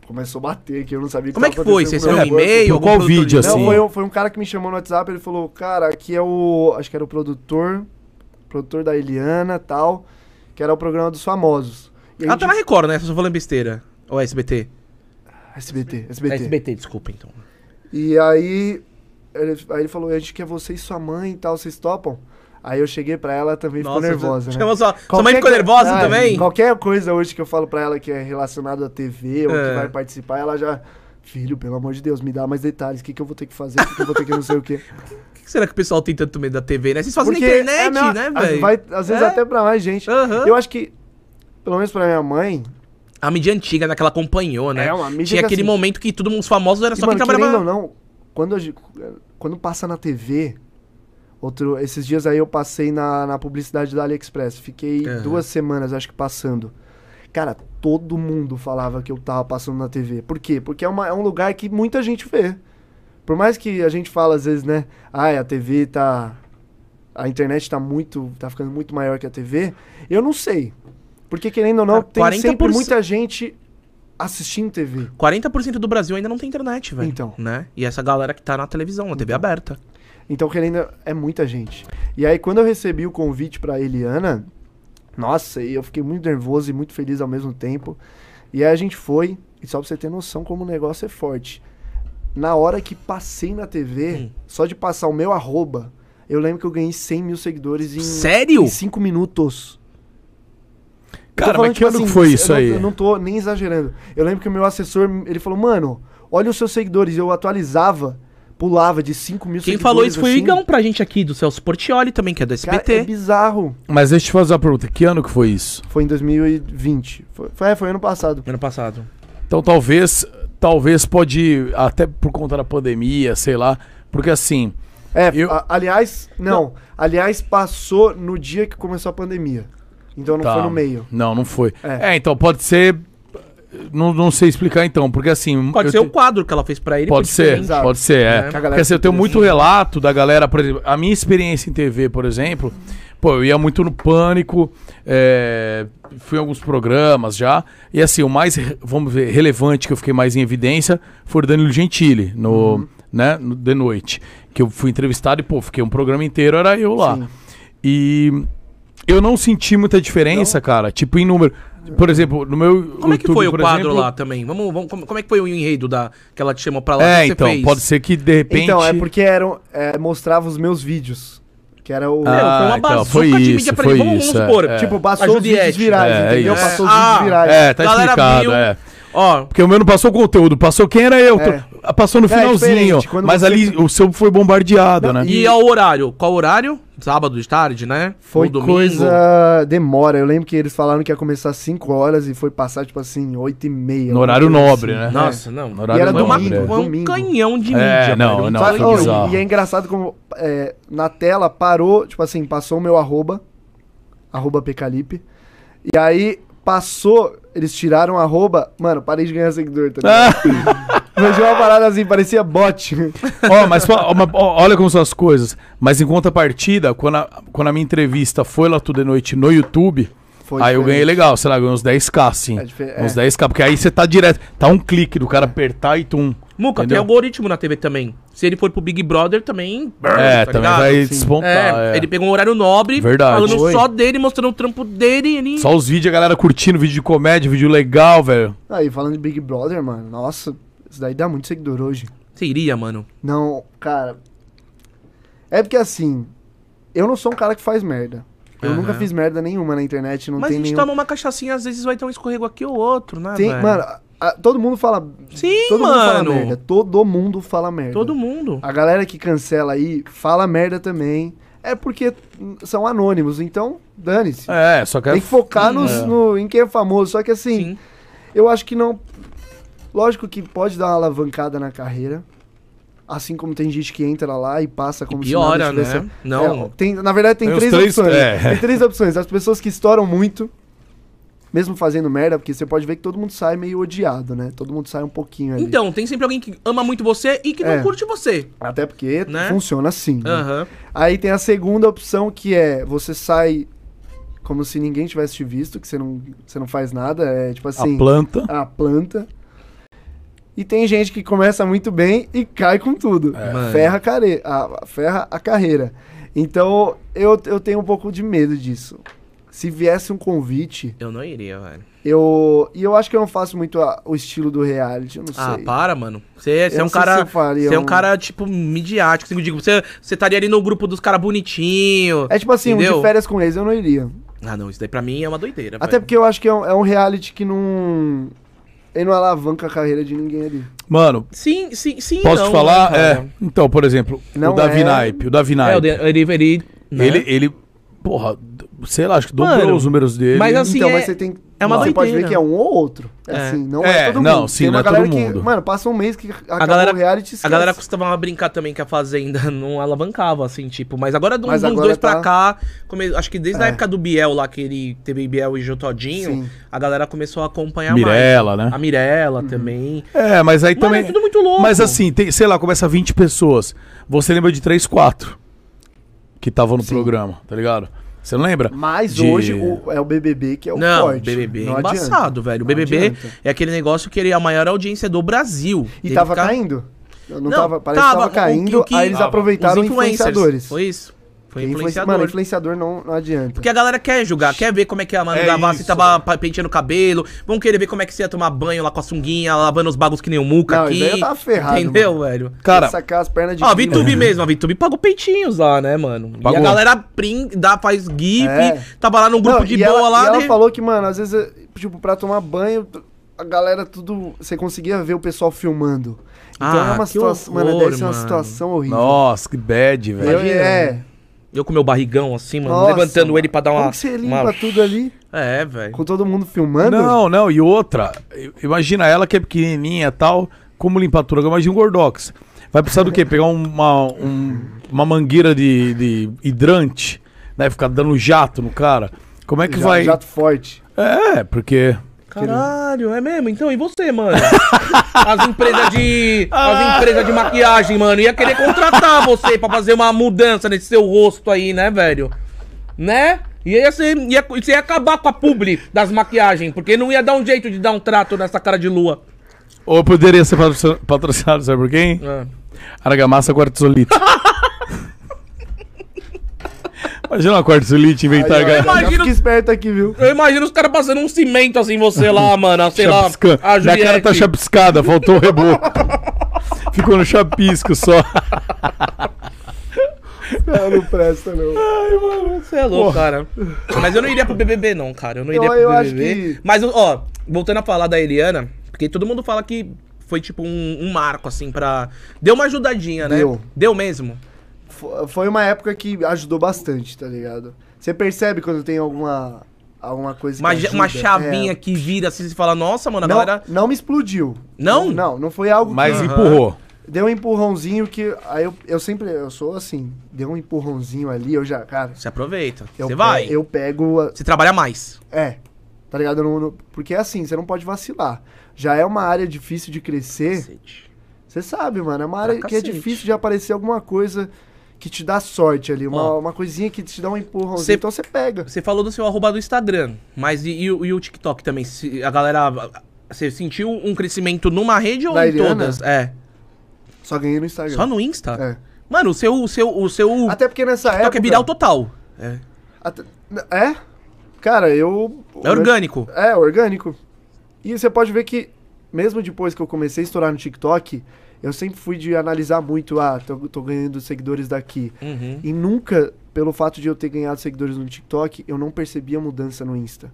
[SPEAKER 3] Começou a bater aqui, eu não sabia o
[SPEAKER 2] Como é que
[SPEAKER 3] tava
[SPEAKER 2] foi? Você
[SPEAKER 3] acontecendo
[SPEAKER 2] recebeu um
[SPEAKER 3] comigo.
[SPEAKER 2] e-mail?
[SPEAKER 1] Por qual
[SPEAKER 2] algum produtor
[SPEAKER 1] vídeo,
[SPEAKER 2] de-
[SPEAKER 1] assim?
[SPEAKER 3] Não, foi um, foi um cara que me chamou no WhatsApp, ele falou, cara, aqui é o. Acho que era o produtor. Produtor da Eliana tal. Que era o programa dos famosos. E a
[SPEAKER 2] Ela
[SPEAKER 3] gente-
[SPEAKER 2] tá na Record, né? Só tô falando besteira. Ou é SBT?
[SPEAKER 3] SBT, SBT.
[SPEAKER 2] SBT. SBT, desculpa, então.
[SPEAKER 3] E aí ele, aí ele falou, a gente quer você e sua mãe e tal, vocês topam? Aí eu cheguei pra ela também ficou nervosa, né?
[SPEAKER 2] Chamou sua, sua mãe ficou
[SPEAKER 3] co-
[SPEAKER 2] nervosa
[SPEAKER 3] Ah,
[SPEAKER 2] também?
[SPEAKER 3] Qualquer coisa hoje que eu falo pra ela que é relacionada à TV ou
[SPEAKER 2] É.
[SPEAKER 3] que vai participar, ela já. Filho, pelo amor de Deus, me dá mais detalhes. O que, que eu vou ter que fazer? O que, que eu vou ter que não sei o quê?
[SPEAKER 2] Por que será que o pessoal tem tanto medo da TV, né? Vocês fazem
[SPEAKER 3] Porque
[SPEAKER 2] na internet,
[SPEAKER 3] é minha-
[SPEAKER 2] né,
[SPEAKER 3] às-
[SPEAKER 2] velho?
[SPEAKER 3] vai- Às vezes
[SPEAKER 2] É.
[SPEAKER 3] até pra mais gente.
[SPEAKER 2] Aham.
[SPEAKER 3] Eu acho que, pelo menos pra minha mãe,
[SPEAKER 2] A mídia antiga, né? Que ela acompanhou, né?
[SPEAKER 3] É, uma mídia
[SPEAKER 2] Tinha
[SPEAKER 3] que,
[SPEAKER 2] aquele
[SPEAKER 3] assim-
[SPEAKER 2] momento que todo mundo, os famosos, era
[SPEAKER 3] E,
[SPEAKER 2] só
[SPEAKER 3] mano,
[SPEAKER 2] quem trabalhava...
[SPEAKER 3] querendo ou não, quando, a gen- quando passa na TV, outro, esses dias aí eu passei na, na publicidade da AliExpress. Fiquei
[SPEAKER 2] Aham.
[SPEAKER 3] duas semanas, acho que, passando. Cara, todo mundo falava que eu tava passando na TV. Por quê? Porque é, uma- é um lugar que muita gente vê. Por mais que a gente fala às vezes, né? Ai, a TV tá. A internet tá muito. tá ficando muito maior que a TV. Eu não sei. Porque querendo ou não,
[SPEAKER 2] Cara,
[SPEAKER 3] tem sempre
[SPEAKER 2] 40%.
[SPEAKER 3] muita gente assistindo TV.
[SPEAKER 2] 40% do Brasil ainda não tem internet, velho.
[SPEAKER 3] Então.
[SPEAKER 2] Né? E essa galera que tá na televisão, na TV aberta.
[SPEAKER 3] Então, querendo, é muita gente. E aí, quando eu recebi o convite pra Eliana, nossa, e eu fiquei muito nervoso e muito feliz ao mesmo tempo. E aí a gente foi, e só pra você ter noção como o negócio é forte. Na hora que passei na TV,
[SPEAKER 2] Hum.
[SPEAKER 3] só de passar o meu arroba, eu lembro que eu ganhei 100 mil seguidores em
[SPEAKER 2] Sério?
[SPEAKER 3] 5 minutos. Eu tô
[SPEAKER 1] Cara,
[SPEAKER 3] falando,
[SPEAKER 1] mas que
[SPEAKER 3] tipo
[SPEAKER 1] ano que
[SPEAKER 3] assim,
[SPEAKER 1] foi
[SPEAKER 3] eu
[SPEAKER 1] isso
[SPEAKER 3] não-
[SPEAKER 1] aí?
[SPEAKER 3] Eu não tô nem exagerando. Eu lembro que o meu assessor, ele falou, mano, olha os seus seguidores. Eu atualizava, pulava de 5 mil
[SPEAKER 2] Quem
[SPEAKER 3] seguidores.
[SPEAKER 2] falou isso foi o
[SPEAKER 3] assim.
[SPEAKER 2] Igão pra gente aqui, do Celso Portioli também, que é do
[SPEAKER 3] Cara,
[SPEAKER 2] SBT.
[SPEAKER 3] é bizarro.
[SPEAKER 1] Mas deixa eu te fazer uma pergunta. Que ano que foi isso?
[SPEAKER 3] Foi em 2020. Foi, foi, é, foi ano passado.
[SPEAKER 2] Ano passado.
[SPEAKER 1] Então talvez, talvez pode, até por conta da pandemia, sei lá, porque assim,
[SPEAKER 3] É,
[SPEAKER 1] Eu-
[SPEAKER 3] a- aliás, não. Aliás, passou no dia que começou a pandemia. Então não
[SPEAKER 1] Tá.
[SPEAKER 3] foi no meio.
[SPEAKER 1] Não, não foi.
[SPEAKER 3] É.
[SPEAKER 1] É, então pode ser. Não, não sei explicar então, porque assim.
[SPEAKER 2] Pode
[SPEAKER 1] eu
[SPEAKER 2] ser
[SPEAKER 3] um
[SPEAKER 1] te-
[SPEAKER 2] o quadro que ela fez pra ele.
[SPEAKER 1] Pode
[SPEAKER 2] foi
[SPEAKER 1] ser,
[SPEAKER 2] diferente.
[SPEAKER 3] Exato. Né?
[SPEAKER 1] pode ser,
[SPEAKER 2] É.
[SPEAKER 1] é.
[SPEAKER 2] Que a
[SPEAKER 3] galera
[SPEAKER 1] Porque assim, eu tenho
[SPEAKER 3] fica
[SPEAKER 1] muito relato da galera, por exemplo, a minha experiência em TV, por exemplo, pô, eu ia muito no pânico, é, fui em alguns programas já, e assim, o mais, re- vamos ver, relevante que eu fiquei mais em evidência foi o Danilo Gentili, no,
[SPEAKER 3] Uhum.
[SPEAKER 1] né, no The Noite, que eu fui entrevistado e, pô, fiquei um programa inteiro, era eu lá.
[SPEAKER 3] Sim.
[SPEAKER 1] E eu não senti muita diferença, cara, tipo, em número. Por exemplo, no meu
[SPEAKER 2] Como é que
[SPEAKER 1] YouTube,
[SPEAKER 2] foi o
[SPEAKER 1] por
[SPEAKER 2] quadro
[SPEAKER 1] exemplo,
[SPEAKER 2] lá também? Vamos, vamos, como, como é que foi o enredo da, que ela te chamou pra lá? O
[SPEAKER 1] É,
[SPEAKER 2] que você
[SPEAKER 1] então,
[SPEAKER 2] fez?
[SPEAKER 1] pode ser que de repente...
[SPEAKER 3] Então, é porque eram, é, mostrava os meus vídeos. Que era o.
[SPEAKER 2] Meu,
[SPEAKER 1] Ah,
[SPEAKER 2] foi uma
[SPEAKER 1] então,
[SPEAKER 2] bazuca
[SPEAKER 1] foi
[SPEAKER 2] de
[SPEAKER 1] isso,
[SPEAKER 2] mídia pra ele.
[SPEAKER 1] foi
[SPEAKER 2] Vamos,
[SPEAKER 1] isso,
[SPEAKER 2] vamos supor.
[SPEAKER 1] é, é.
[SPEAKER 3] Tipo, passou
[SPEAKER 2] A
[SPEAKER 3] os
[SPEAKER 2] Juliette.
[SPEAKER 3] vídeos virais,
[SPEAKER 1] É, é
[SPEAKER 3] entendeu?
[SPEAKER 1] isso.
[SPEAKER 3] Passou os
[SPEAKER 2] Ah,
[SPEAKER 3] vídeos virais.
[SPEAKER 1] É, tá
[SPEAKER 2] Galera
[SPEAKER 1] explicado,
[SPEAKER 2] viu.
[SPEAKER 1] é.
[SPEAKER 2] Ó,
[SPEAKER 1] Porque o meu não passou o conteúdo, passou quem era eu.
[SPEAKER 3] É.
[SPEAKER 1] tu- Passou no
[SPEAKER 3] É,
[SPEAKER 1] finalzinho.
[SPEAKER 3] diferente, quando
[SPEAKER 1] mas
[SPEAKER 3] você-
[SPEAKER 1] ali o seu foi bombardeado,
[SPEAKER 3] Não,
[SPEAKER 1] né?
[SPEAKER 2] e, ao horário? Qual horário? Sábado de tarde, né?
[SPEAKER 3] Foi
[SPEAKER 2] Ou domingo?
[SPEAKER 3] coisa. Demora. Eu lembro que eles falaram que ia começar às 5 horas e foi passar, tipo assim, 8 e meia.
[SPEAKER 1] No horário
[SPEAKER 3] alguma coisa
[SPEAKER 1] nobre, né?
[SPEAKER 2] Nossa, não.
[SPEAKER 1] No horário
[SPEAKER 3] E era
[SPEAKER 2] foi uma-
[SPEAKER 1] nobre,
[SPEAKER 2] foi
[SPEAKER 1] é.
[SPEAKER 2] um
[SPEAKER 3] Domingo.
[SPEAKER 2] canhão de
[SPEAKER 1] É,
[SPEAKER 2] mídia.
[SPEAKER 1] não,
[SPEAKER 2] velho.
[SPEAKER 1] não,
[SPEAKER 2] Foi
[SPEAKER 1] foi
[SPEAKER 3] Sabe-
[SPEAKER 2] legal.
[SPEAKER 3] oh,
[SPEAKER 1] bizarro.
[SPEAKER 3] e, e é engraçado como é, na tela parou, tipo assim, passou o meu arroba, arroba Pecalipe, e aí passou, eles tiraram o arroba, mano, parei de ganhar seguidor, tá ligado? Mas tinha uma parada assim, parecia bot.
[SPEAKER 1] Ó, mas fa- ó, mas, ó, olha como são as coisas. Mas em contrapartida, quando a, quando a minha entrevista foi lá tudo de noite no YouTube,
[SPEAKER 3] Foi
[SPEAKER 1] aí eu
[SPEAKER 3] diferente.
[SPEAKER 1] ganhei legal, sei lá, ganhei uns 10k, assim.
[SPEAKER 3] É difer-
[SPEAKER 1] uns
[SPEAKER 3] é.
[SPEAKER 1] 10k, porque aí você tá direto. Tá um clique do cara apertar e tum.
[SPEAKER 2] Muca, tem
[SPEAKER 1] Entendeu?
[SPEAKER 2] algoritmo na TV também. Se ele for pro Big Brother, também.
[SPEAKER 1] É,
[SPEAKER 2] tá
[SPEAKER 1] também
[SPEAKER 2] ligado?
[SPEAKER 1] vai
[SPEAKER 3] Sim.
[SPEAKER 1] despontar.
[SPEAKER 2] É,
[SPEAKER 1] é.
[SPEAKER 2] ele pegou um horário nobre,
[SPEAKER 1] Verdade.
[SPEAKER 2] falando
[SPEAKER 3] Foi.
[SPEAKER 2] só dele, mostrando o trampo dele ali.
[SPEAKER 1] Só os vídeos, a galera curtindo, vídeo de comédia, vídeo legal, velho.
[SPEAKER 3] Aí, falando de Big Brother, mano, nossa, isso daí dá muito seguidor hoje.
[SPEAKER 2] Você iria, mano.
[SPEAKER 3] Não, cara, é porque assim, eu não sou um cara que faz merda. Eu
[SPEAKER 2] Aham.
[SPEAKER 3] nunca fiz merda nenhuma na internet, não
[SPEAKER 2] Mas a
[SPEAKER 3] tem
[SPEAKER 2] gente
[SPEAKER 3] nenhum...
[SPEAKER 2] toma uma cachaçinha, às vezes vai ter um escorrego aqui ou outro, né?
[SPEAKER 3] Tem,
[SPEAKER 2] velho?
[SPEAKER 3] mano, a- a- todo mundo fala.
[SPEAKER 2] Sim,
[SPEAKER 3] todo
[SPEAKER 2] mano.
[SPEAKER 3] Mundo fala merda, todo mundo fala merda.
[SPEAKER 2] Todo mundo.
[SPEAKER 3] A galera que cancela aí fala merda também. É porque hum, são anônimos, então dane-se.
[SPEAKER 1] É, só que
[SPEAKER 3] Tem que focar nos-
[SPEAKER 1] É.
[SPEAKER 3] no, em quem é famoso. Só que assim,
[SPEAKER 2] Sim.
[SPEAKER 3] eu acho que não. Lógico que pode dar uma alavancada na carreira. Assim como tem gente que entra lá e passa como
[SPEAKER 2] Piora,
[SPEAKER 3] se nada tivesse-
[SPEAKER 2] né? Não.
[SPEAKER 3] É, tem, na verdade, tem,
[SPEAKER 1] Tem os
[SPEAKER 3] três,
[SPEAKER 1] três-
[SPEAKER 3] opções.
[SPEAKER 1] é.
[SPEAKER 3] Tem três opções. As pessoas que estouram muito, mesmo fazendo merda, porque você pode ver que todo mundo sai meio odiado, né? Todo mundo sai um pouquinho ali.
[SPEAKER 2] Então, tem sempre alguém que ama muito você e que
[SPEAKER 3] É.
[SPEAKER 2] não curte você.
[SPEAKER 3] Até porque
[SPEAKER 2] Né?
[SPEAKER 3] funciona assim. né?
[SPEAKER 2] Aham.
[SPEAKER 3] Aí tem a segunda opção que é você sai como se ninguém tivesse te visto, que você não, você não faz nada. É tipo assim,
[SPEAKER 1] a planta.
[SPEAKER 3] a planta. E tem gente que começa muito bem e cai com tudo.
[SPEAKER 2] Mano.
[SPEAKER 3] Ferra, a care... a, ferra a carreira. Então, eu, eu tenho um pouco de medo disso. Se viesse um convite,
[SPEAKER 2] Eu não iria, velho.
[SPEAKER 3] eu. E eu acho que eu não faço muito a- o estilo do reality, eu não
[SPEAKER 2] Ah,
[SPEAKER 3] sei.
[SPEAKER 2] para, mano. Você, você
[SPEAKER 3] Eu
[SPEAKER 2] é um
[SPEAKER 3] não sei se
[SPEAKER 2] cara.
[SPEAKER 3] eu faria
[SPEAKER 2] Você é um
[SPEAKER 3] um-
[SPEAKER 2] cara, tipo, midiático. Assim, eu digo, você, você estaria ali no grupo dos caras bonitinho.
[SPEAKER 3] É tipo assim, um
[SPEAKER 2] Entendeu?
[SPEAKER 3] de férias com eles eu não iria.
[SPEAKER 2] Ah, não, isso daí pra mim é uma doideira.
[SPEAKER 3] Até
[SPEAKER 2] velho.
[SPEAKER 3] porque eu acho que é um, é um reality que não. Ele não alavanca a carreira de ninguém ali.
[SPEAKER 1] Mano,
[SPEAKER 2] Sim, sim, sim. e
[SPEAKER 1] posso
[SPEAKER 2] não,
[SPEAKER 1] te
[SPEAKER 2] né,
[SPEAKER 1] falar?
[SPEAKER 2] cara?
[SPEAKER 1] É. Então, por exemplo,
[SPEAKER 3] Não
[SPEAKER 1] o Davi
[SPEAKER 3] é-
[SPEAKER 1] Naipe. O Davi
[SPEAKER 2] É, o
[SPEAKER 1] Naipe.
[SPEAKER 2] de- ele. ele, né?
[SPEAKER 1] Ele, ele, porra, d- sei lá, acho que dobrou
[SPEAKER 2] Mano,
[SPEAKER 1] os números dele.
[SPEAKER 2] mas assim,
[SPEAKER 3] então,
[SPEAKER 2] é-
[SPEAKER 3] mas você tem,
[SPEAKER 2] É uma
[SPEAKER 3] Você
[SPEAKER 2] doideira.
[SPEAKER 3] pode ver que é um ou outro. É assim, não é,
[SPEAKER 1] É,
[SPEAKER 3] todo mundo.
[SPEAKER 1] não, sim,
[SPEAKER 3] Tem
[SPEAKER 1] não
[SPEAKER 3] uma
[SPEAKER 1] é todo
[SPEAKER 3] galera
[SPEAKER 1] mundo.
[SPEAKER 3] Que, mano, passa um mês que acabou
[SPEAKER 2] A galera,
[SPEAKER 3] o reality e esquece.
[SPEAKER 2] a galera costumava brincar também que a Fazenda não alavancava, assim, tipo. Mas agora, de
[SPEAKER 3] Mas
[SPEAKER 2] uns
[SPEAKER 3] agora
[SPEAKER 2] dois pra
[SPEAKER 3] tá-
[SPEAKER 2] cá, come- acho que desde a
[SPEAKER 3] É.
[SPEAKER 2] época do Biel lá, que ele teve Biel e Jô Todinho,
[SPEAKER 3] Sim. Uhum.
[SPEAKER 2] a galera começou a acompanhar
[SPEAKER 1] Mirella,
[SPEAKER 2] mais.
[SPEAKER 1] né?
[SPEAKER 2] A Mirella também.
[SPEAKER 1] É, mas aí
[SPEAKER 2] Mano,
[SPEAKER 1] também.
[SPEAKER 2] é tudo muito louco.
[SPEAKER 1] Mas assim, tem- sei lá, começa 20 pessoas. Você lembra de 3, 4 que estavam no programa, tá ligado? Você não lembra?
[SPEAKER 3] Mas
[SPEAKER 1] De-
[SPEAKER 3] hoje o- é o BBB que é o
[SPEAKER 2] não,
[SPEAKER 3] forte.
[SPEAKER 2] BBB é
[SPEAKER 3] Não adianta.
[SPEAKER 2] embaçado, velho. O
[SPEAKER 3] Não
[SPEAKER 2] BBB
[SPEAKER 3] adianta.
[SPEAKER 2] é aquele negócio que ele é a maior audiência do Brasil.
[SPEAKER 3] E
[SPEAKER 2] Ele
[SPEAKER 3] tava
[SPEAKER 2] fica-
[SPEAKER 3] caindo? Não, não
[SPEAKER 2] Não,
[SPEAKER 3] tava, parece que tava
[SPEAKER 2] o
[SPEAKER 3] caindo,
[SPEAKER 2] o que-
[SPEAKER 3] aí eles
[SPEAKER 2] tava.
[SPEAKER 3] aproveitaram
[SPEAKER 2] Os
[SPEAKER 3] influenciadores.
[SPEAKER 2] Foi isso. Foi
[SPEAKER 3] Influenci-
[SPEAKER 2] influenciador.
[SPEAKER 3] Mano, influenciador não, não adianta.
[SPEAKER 2] Porque a galera quer julgar, quer ver como é que a Manu
[SPEAKER 1] É
[SPEAKER 2] Gavassi
[SPEAKER 1] isso.
[SPEAKER 2] tava pa- penteando o cabelo, vão querer ver como é que você ia tomar banho lá com a sunguinha, lavando os bagos que nem o Muca
[SPEAKER 3] Não,
[SPEAKER 2] aqui.
[SPEAKER 3] isso aí eu tava ferrado,
[SPEAKER 2] entendeu, velho?
[SPEAKER 1] Cara,
[SPEAKER 3] sacar as pernas de
[SPEAKER 2] Ó, a
[SPEAKER 3] quem,
[SPEAKER 2] VTube
[SPEAKER 3] né?
[SPEAKER 2] mesmo, a VTube pagou peitinhos lá, né, mano? E
[SPEAKER 1] Pagou.
[SPEAKER 2] a galera print, dá, faz gif,
[SPEAKER 3] É.
[SPEAKER 2] tava lá num grupo
[SPEAKER 3] Não,
[SPEAKER 2] de
[SPEAKER 3] e
[SPEAKER 2] boa
[SPEAKER 3] ela,
[SPEAKER 2] lá,
[SPEAKER 3] E ela
[SPEAKER 2] né?
[SPEAKER 3] falou que, mano, às vezes, eh, tipo, pra tomar banho, a galera tudo. Você conseguia ver o pessoal filmando. Então
[SPEAKER 2] Ah,
[SPEAKER 3] é uma
[SPEAKER 2] que
[SPEAKER 3] situação. mano,
[SPEAKER 2] horror,
[SPEAKER 3] deve ser uma
[SPEAKER 2] mano.
[SPEAKER 3] situação horrível.
[SPEAKER 1] nossa, que bad,
[SPEAKER 3] Eu-
[SPEAKER 1] velho.
[SPEAKER 3] é.
[SPEAKER 2] Eu com meu barrigão assim, mano,
[SPEAKER 3] Nossa,
[SPEAKER 2] levantando ele pra dar uma.
[SPEAKER 3] Como que você limpa
[SPEAKER 2] uma-
[SPEAKER 3] tudo ali?
[SPEAKER 2] É, velho.
[SPEAKER 3] Com todo mundo filmando?
[SPEAKER 1] Não, não, e outra. i- Imagina ela que é pequenininha e tal, como limpatura, imagina um gordox. Vai precisar do quê? Pegar uma, um- uma mangueira de, de hidrante, né? Ficar dando jato no cara. Como é que
[SPEAKER 3] Ja-
[SPEAKER 1] vai?
[SPEAKER 3] Jato forte.
[SPEAKER 1] É, porque.
[SPEAKER 2] Caralho, é mesmo? Então, e você, mano? As empresas de. As empresas de maquiagem, mano. Ia querer contratar você pra fazer uma mudança nesse seu rosto aí, né, velho? Né? E aí você ia, você ia acabar com a publi das maquiagens, porque não ia dar um jeito de dar um trato nessa cara de lua.
[SPEAKER 1] Ou poderia ser patrocin- patrocinado, sabe por quem?
[SPEAKER 2] É.
[SPEAKER 1] Argamassa Quartzolite. Imagina uma Quartzolite inventar
[SPEAKER 3] Aí, ó,
[SPEAKER 1] argamassa.
[SPEAKER 3] já
[SPEAKER 2] Tá Imagina-
[SPEAKER 3] fica esperto aqui, viu?
[SPEAKER 2] Eu imagino os caras passando um cimento assim, em você lá, mano. a- Sei lá,
[SPEAKER 1] Chapisca...
[SPEAKER 2] a
[SPEAKER 1] Minha cara tá
[SPEAKER 2] Juliette.
[SPEAKER 1] chapiscada, faltou o reboco. Ficou no chapisco só.
[SPEAKER 3] Não, não presta, não.
[SPEAKER 2] Você é louco, cara. Mas eu não iria pro BBB, não, cara. Eu não iria
[SPEAKER 3] Então, Eu-
[SPEAKER 2] pro
[SPEAKER 3] eu acho
[SPEAKER 2] BBB.
[SPEAKER 3] que-
[SPEAKER 2] Mas, ó, voltando a falar da Eliana, porque todo mundo fala que foi tipo um, um marco, assim, pra. Deu uma ajudadinha, né?
[SPEAKER 3] Deu.
[SPEAKER 2] Deu mesmo.
[SPEAKER 3] Fo- Foi uma época que ajudou bastante, tá ligado? Você percebe quando tem alguma, alguma coisa que
[SPEAKER 2] Uma,
[SPEAKER 3] ajuda.
[SPEAKER 2] uma chavinha
[SPEAKER 3] É.
[SPEAKER 2] que vira assim, você fala, nossa, mano, a
[SPEAKER 3] Não,
[SPEAKER 2] galera.
[SPEAKER 3] não me explodiu.
[SPEAKER 2] Não?
[SPEAKER 3] Não, não foi algo
[SPEAKER 1] Mas
[SPEAKER 3] que...
[SPEAKER 1] empurrou.
[SPEAKER 3] Deu um empurrãozinho que... Aí eu, eu sempre... Eu sou assim. Deu um empurrãozinho ali, eu já... Cara...
[SPEAKER 2] Você aproveita.
[SPEAKER 3] Eu
[SPEAKER 2] Você
[SPEAKER 3] pe-
[SPEAKER 2] vai.
[SPEAKER 3] É Eu pego... a-
[SPEAKER 2] Você trabalha mais.
[SPEAKER 3] É. Tá ligado? Eu não- não- porque é assim, você não pode vacilar. Já é uma área difícil de crescer.
[SPEAKER 2] Cacete.
[SPEAKER 3] Você sabe, mano. É uma área que é
[SPEAKER 2] cacete.
[SPEAKER 3] difícil de aparecer alguma coisa que te dá sorte ali. Uma,
[SPEAKER 2] Ó.
[SPEAKER 3] uma coisinha que te dá um empurrãozinho.
[SPEAKER 2] Cê-
[SPEAKER 3] Então você pega.
[SPEAKER 2] Você falou do seu arroba do Instagram, mas e, e o e o TikTok também? Se- A galera. Você sentiu um crescimento numa rede ou
[SPEAKER 3] Da
[SPEAKER 2] em
[SPEAKER 3] Eliana?
[SPEAKER 2] todas? É.
[SPEAKER 3] Só ganhei no Instagram.
[SPEAKER 2] Só no Insta?
[SPEAKER 3] É. Assim,
[SPEAKER 2] Mano, o seu, o seu, o seu
[SPEAKER 3] Até porque nessa
[SPEAKER 2] TikTok
[SPEAKER 3] época...
[SPEAKER 2] é viral total. É,
[SPEAKER 3] até- É? Cara, eu...
[SPEAKER 2] É orgânico.
[SPEAKER 3] É, orgânico. E você pode ver que, mesmo depois que eu comecei a estourar no TikTok, eu sempre fui de analisar muito, ah, tô, tô ganhando seguidores daqui.
[SPEAKER 2] Uhum.
[SPEAKER 3] E nunca, pelo fato de eu ter ganhado seguidores no TikTok, eu não percebi a mudança no Insta.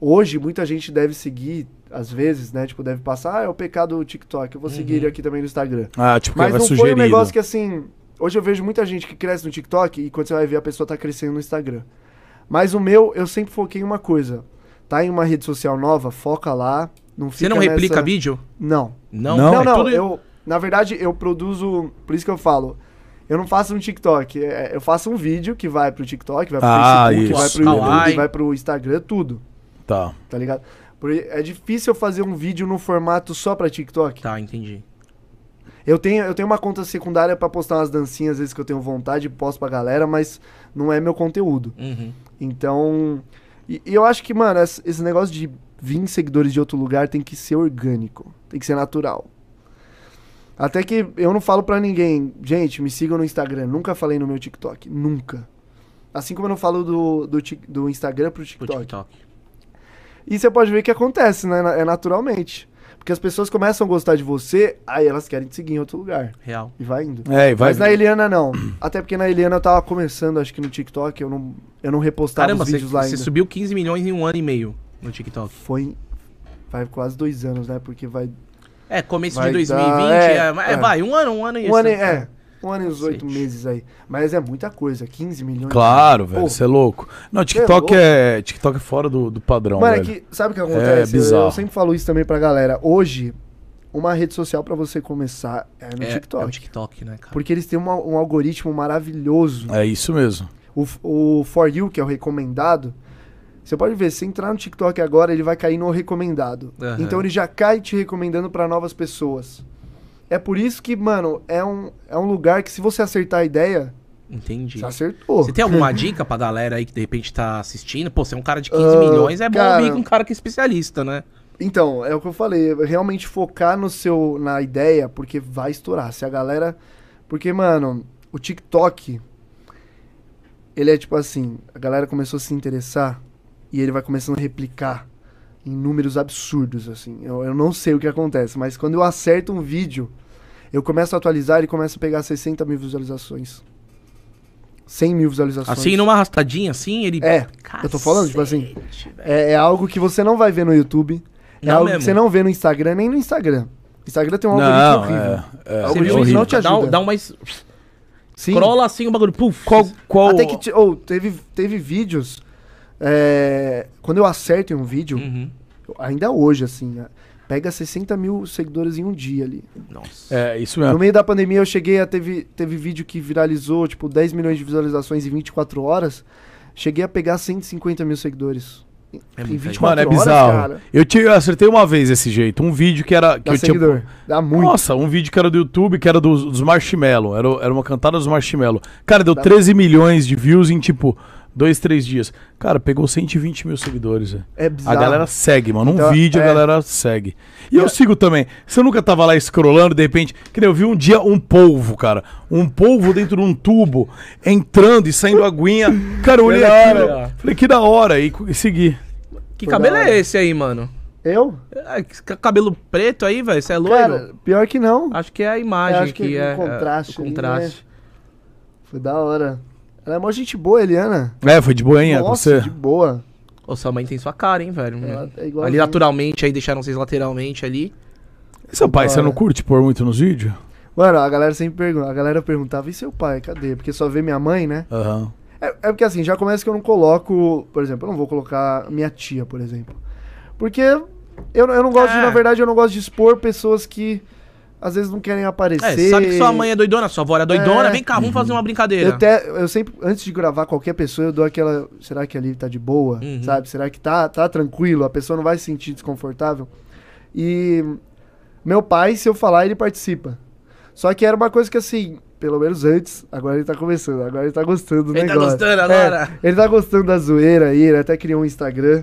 [SPEAKER 3] Hoje, muita gente deve seguir, às vezes, né? Tipo, deve passar, ah, é o pecado do TikTok, eu vou seguir ele aqui também no Instagram.
[SPEAKER 1] Ah, tipo,
[SPEAKER 3] Mas
[SPEAKER 1] vai
[SPEAKER 3] não foi um
[SPEAKER 1] sugerido.
[SPEAKER 3] negócio que assim. Hoje eu vejo muita gente que cresce no TikTok e quando você vai ver a pessoa tá crescendo no Instagram. Mas o meu, eu sempre foquei em uma coisa. Tá em uma rede social nova, foca lá. Não fica
[SPEAKER 2] Você não replica
[SPEAKER 3] nessa...
[SPEAKER 2] vídeo?
[SPEAKER 3] Não.
[SPEAKER 2] Não,
[SPEAKER 1] Não,
[SPEAKER 3] Não,
[SPEAKER 2] é
[SPEAKER 3] não.
[SPEAKER 2] tudo-
[SPEAKER 3] Eu, na verdade, eu produzo. Por isso que eu falo. Eu não faço um TikTok. é, Eu faço um vídeo que vai pro TikTok, vai pro
[SPEAKER 1] Ah,
[SPEAKER 3] Facebook,
[SPEAKER 1] isso.
[SPEAKER 3] vai pro YouTube,
[SPEAKER 2] Kawaii.
[SPEAKER 3] vai pro Instagram, tudo.
[SPEAKER 1] Tá.
[SPEAKER 3] Tá ligado? Porque é difícil eu fazer um vídeo no formato só pra TikTok.
[SPEAKER 2] Tá, entendi.
[SPEAKER 3] Eu tenho, eu tenho uma conta secundária pra postar umas dancinhas às vezes que eu tenho vontade, posto pra galera, mas não é meu conteúdo.
[SPEAKER 2] Uhum.
[SPEAKER 3] Então, e, e eu acho que, mano, esse esse negócio de vir seguidores de outro lugar tem que ser orgânico, tem que ser natural. Até que eu não falo pra ninguém, gente, me sigam no Instagram, nunca falei no meu TikTok, nunca. Assim como eu não falo do, do, Tik- do Instagram pro
[SPEAKER 2] Pro
[SPEAKER 3] TikTok.
[SPEAKER 2] TikTok.
[SPEAKER 3] E você pode ver que acontece, né? na- É naturalmente. Porque as pessoas começam a gostar de você, aí elas querem te seguir em outro lugar.
[SPEAKER 2] Real.
[SPEAKER 3] E vai indo.
[SPEAKER 1] É, e vai.
[SPEAKER 3] Mas na Eliana não. Até porque na Eliana eu tava começando, acho que no TikTok, eu não, eu não repostava
[SPEAKER 2] Caramba,
[SPEAKER 3] os
[SPEAKER 2] você,
[SPEAKER 3] Tá vídeos lá
[SPEAKER 2] você
[SPEAKER 3] ainda.
[SPEAKER 2] subiu 15 milhões em um ano e meio no TikTok.
[SPEAKER 3] Foi. Vai quase dois anos, né? Porque vai.
[SPEAKER 2] É, começo
[SPEAKER 3] Vai
[SPEAKER 2] de
[SPEAKER 3] dar-
[SPEAKER 2] 2020.
[SPEAKER 3] é,
[SPEAKER 2] é, mas- é,
[SPEAKER 3] é.
[SPEAKER 2] vai, um ano, um ano e
[SPEAKER 3] Um ano, e-
[SPEAKER 2] esse-
[SPEAKER 3] é, um ano e uns oito
[SPEAKER 2] Cacete.
[SPEAKER 3] meses aí. Mas é muita coisa, 15 milhões. de-
[SPEAKER 1] Claro, velho,
[SPEAKER 3] Pô,
[SPEAKER 1] você é louco. Não,
[SPEAKER 3] é
[SPEAKER 1] TikTok
[SPEAKER 3] louco.
[SPEAKER 1] é, TikTok é fora do, do padrão,
[SPEAKER 3] Mano, é
[SPEAKER 1] velho.
[SPEAKER 3] que, sabe o que acontece?
[SPEAKER 1] É
[SPEAKER 3] Eu-
[SPEAKER 1] bizarro.
[SPEAKER 3] Eu, sempre falo isso também pra galera. Hoje, uma rede social pra você começar é no
[SPEAKER 1] um
[SPEAKER 2] É,
[SPEAKER 3] TikTok.
[SPEAKER 2] é o TikTok, né, cara?
[SPEAKER 3] Porque eles têm uma- um algoritmo maravilhoso.
[SPEAKER 1] É isso mesmo.
[SPEAKER 3] O, f- o For You, que é o recomendado, você pode ver, se entrar no TikTok agora, ele vai cair no recomendado.
[SPEAKER 2] Aham.
[SPEAKER 3] Então ele já cai te recomendando pra novas pessoas. É por isso que, mano, é um, é um lugar que se você acertar a ideia,
[SPEAKER 2] Entendi.
[SPEAKER 3] você acertou.
[SPEAKER 2] Você tem alguma dica pra galera aí que de repente tá assistindo? Pô, você é um cara de 15
[SPEAKER 3] Ah,
[SPEAKER 2] milhões, é bom
[SPEAKER 3] cara.
[SPEAKER 2] vir com um cara que é especialista, né?
[SPEAKER 3] Então, é o que eu falei, realmente focar no seu na ideia, porque vai estourar. Se a galera, porque mano, o TikTok ele é tipo assim, a galera começou a se interessar e ele vai começando a replicar em números absurdos assim. Eu, eu não sei o que acontece, mas quando eu acerto um vídeo, eu começo a atualizar e começa a pegar 60 mil visualizações. 100 mil visualizações.
[SPEAKER 2] Assim, numa arrastadinha assim, ele.
[SPEAKER 3] É, eu tô falando, tipo assim,
[SPEAKER 2] Cacete, velho.
[SPEAKER 3] É, é algo que você não vai ver no YouTube. É
[SPEAKER 2] Não
[SPEAKER 3] algo
[SPEAKER 2] mesmo.
[SPEAKER 3] que você não vê no Instagram, nem no Instagram. Instagram tem um
[SPEAKER 1] Não,
[SPEAKER 3] algoritmo
[SPEAKER 1] é,
[SPEAKER 3] horrível.
[SPEAKER 1] é,
[SPEAKER 3] Você
[SPEAKER 2] Você
[SPEAKER 3] algo
[SPEAKER 2] viu
[SPEAKER 3] horrível.
[SPEAKER 2] isso?
[SPEAKER 3] Não
[SPEAKER 1] horrível.
[SPEAKER 3] te
[SPEAKER 2] Dá, um-
[SPEAKER 3] ajuda.
[SPEAKER 2] dá uma es-
[SPEAKER 3] Sim.
[SPEAKER 2] scrolla assim o bagulho. Puf.
[SPEAKER 1] Qual, qual...
[SPEAKER 3] Até que. ti- Ou, teve, teve vídeos. é, quando eu acerto em um vídeo,
[SPEAKER 1] Hum.
[SPEAKER 2] Uhum.
[SPEAKER 3] ainda hoje, assim, a- pega 60 mil seguidores em um dia ali.
[SPEAKER 2] Nossa.
[SPEAKER 1] É, isso
[SPEAKER 3] No
[SPEAKER 1] mesmo.
[SPEAKER 3] meio da pandemia eu cheguei a. Teve, teve vídeo que viralizou, tipo, 10 milhões de visualizações em 24 horas. Cheguei a pegar 150 mil seguidores. Em,
[SPEAKER 2] É
[SPEAKER 3] em
[SPEAKER 2] muita
[SPEAKER 3] 24
[SPEAKER 1] Mano, é
[SPEAKER 3] horas,
[SPEAKER 1] bizarro.
[SPEAKER 3] cara.
[SPEAKER 1] Eu, te, eu acertei uma vez esse jeito. Um vídeo que era. Que
[SPEAKER 3] Dá
[SPEAKER 1] eu tinha,
[SPEAKER 3] seguidor. Dá muito.
[SPEAKER 1] Nossa, um vídeo que era do YouTube, que era dos, dos Marshmallow. Era, o- era uma cantada dos Marshmallow. Cara, deu
[SPEAKER 3] Dá-
[SPEAKER 1] 13 milhões de views em tipo dois, três dias. Cara, pegou 120 mil seguidores. velho.
[SPEAKER 3] é
[SPEAKER 1] A
[SPEAKER 3] bizarro.
[SPEAKER 1] galera segue, mano. Um
[SPEAKER 3] Então,
[SPEAKER 1] vídeo a
[SPEAKER 3] é.
[SPEAKER 1] galera segue. E eu, sigo também. Você nunca tava lá escrolando, de repente. Que nem eu vi um dia um polvo, cara. Um polvo dentro de um tubo, entrando e saindo aguinha. Cara, eu olhei
[SPEAKER 3] Que da
[SPEAKER 1] aquilo,
[SPEAKER 2] hora.
[SPEAKER 1] Falei, que da hora. E, co- e segui.
[SPEAKER 2] Que
[SPEAKER 3] Foi
[SPEAKER 2] cabelo
[SPEAKER 3] da hora.
[SPEAKER 2] é esse aí, mano?
[SPEAKER 3] Eu?
[SPEAKER 2] É, que ca- cabelo preto aí, velho? Você é loiro?
[SPEAKER 3] Cara, pior que não.
[SPEAKER 2] acho que é a imagem
[SPEAKER 3] Eu acho que
[SPEAKER 2] que,
[SPEAKER 3] o
[SPEAKER 2] é. é,
[SPEAKER 3] contraste
[SPEAKER 2] o
[SPEAKER 3] ali, né?
[SPEAKER 2] contraste.
[SPEAKER 3] Foi da hora. Ela é mó gente boa, Eliana.
[SPEAKER 1] É, foi de boinha com
[SPEAKER 3] Nossa,
[SPEAKER 1] você.
[SPEAKER 3] de boa.
[SPEAKER 2] Ô, sua mãe tem sua cara, hein, velho?
[SPEAKER 3] Ela é igual
[SPEAKER 2] Hum. ali naturalmente, aí deixaram vocês lateralmente ali.
[SPEAKER 1] E seu pai, você não
[SPEAKER 3] Bora.
[SPEAKER 1] curte pôr muito nos vídeos?
[SPEAKER 3] Mano, a galera sempre pergunta. A galera perguntava, e seu pai, cadê? Porque só vê minha mãe, né?
[SPEAKER 1] Aham.
[SPEAKER 3] É, é porque assim, já começa que eu não coloco... Por exemplo, eu não vou colocar minha tia, por exemplo. Porque eu, eu não gosto, de,
[SPEAKER 2] É.
[SPEAKER 3] na verdade, eu não gosto de expor pessoas que às vezes não querem
[SPEAKER 2] É,
[SPEAKER 3] aparecer.
[SPEAKER 2] você sabe que sua mãe é doidona, sua avó era doidona.
[SPEAKER 3] É.
[SPEAKER 2] Vem cá, vamos fazer uma brincadeira.
[SPEAKER 3] Eu, até, eu sempre, antes de gravar qualquer pessoa, eu dou aquela. Será que ali tá de boa?
[SPEAKER 2] Uhum.
[SPEAKER 3] Sabe? Será que tá, tá tranquilo? A pessoa não vai se sentir desconfortável. E meu pai, se eu falar, ele participa. Só que era uma coisa que assim, pelo menos antes, agora ele tá começando, agora ele tá gostando do
[SPEAKER 2] Ele tá
[SPEAKER 3] negócio.
[SPEAKER 2] gostando
[SPEAKER 3] É,
[SPEAKER 2] agora?
[SPEAKER 3] ele tá gostando da zoeira aí, ele até criou um Instagram.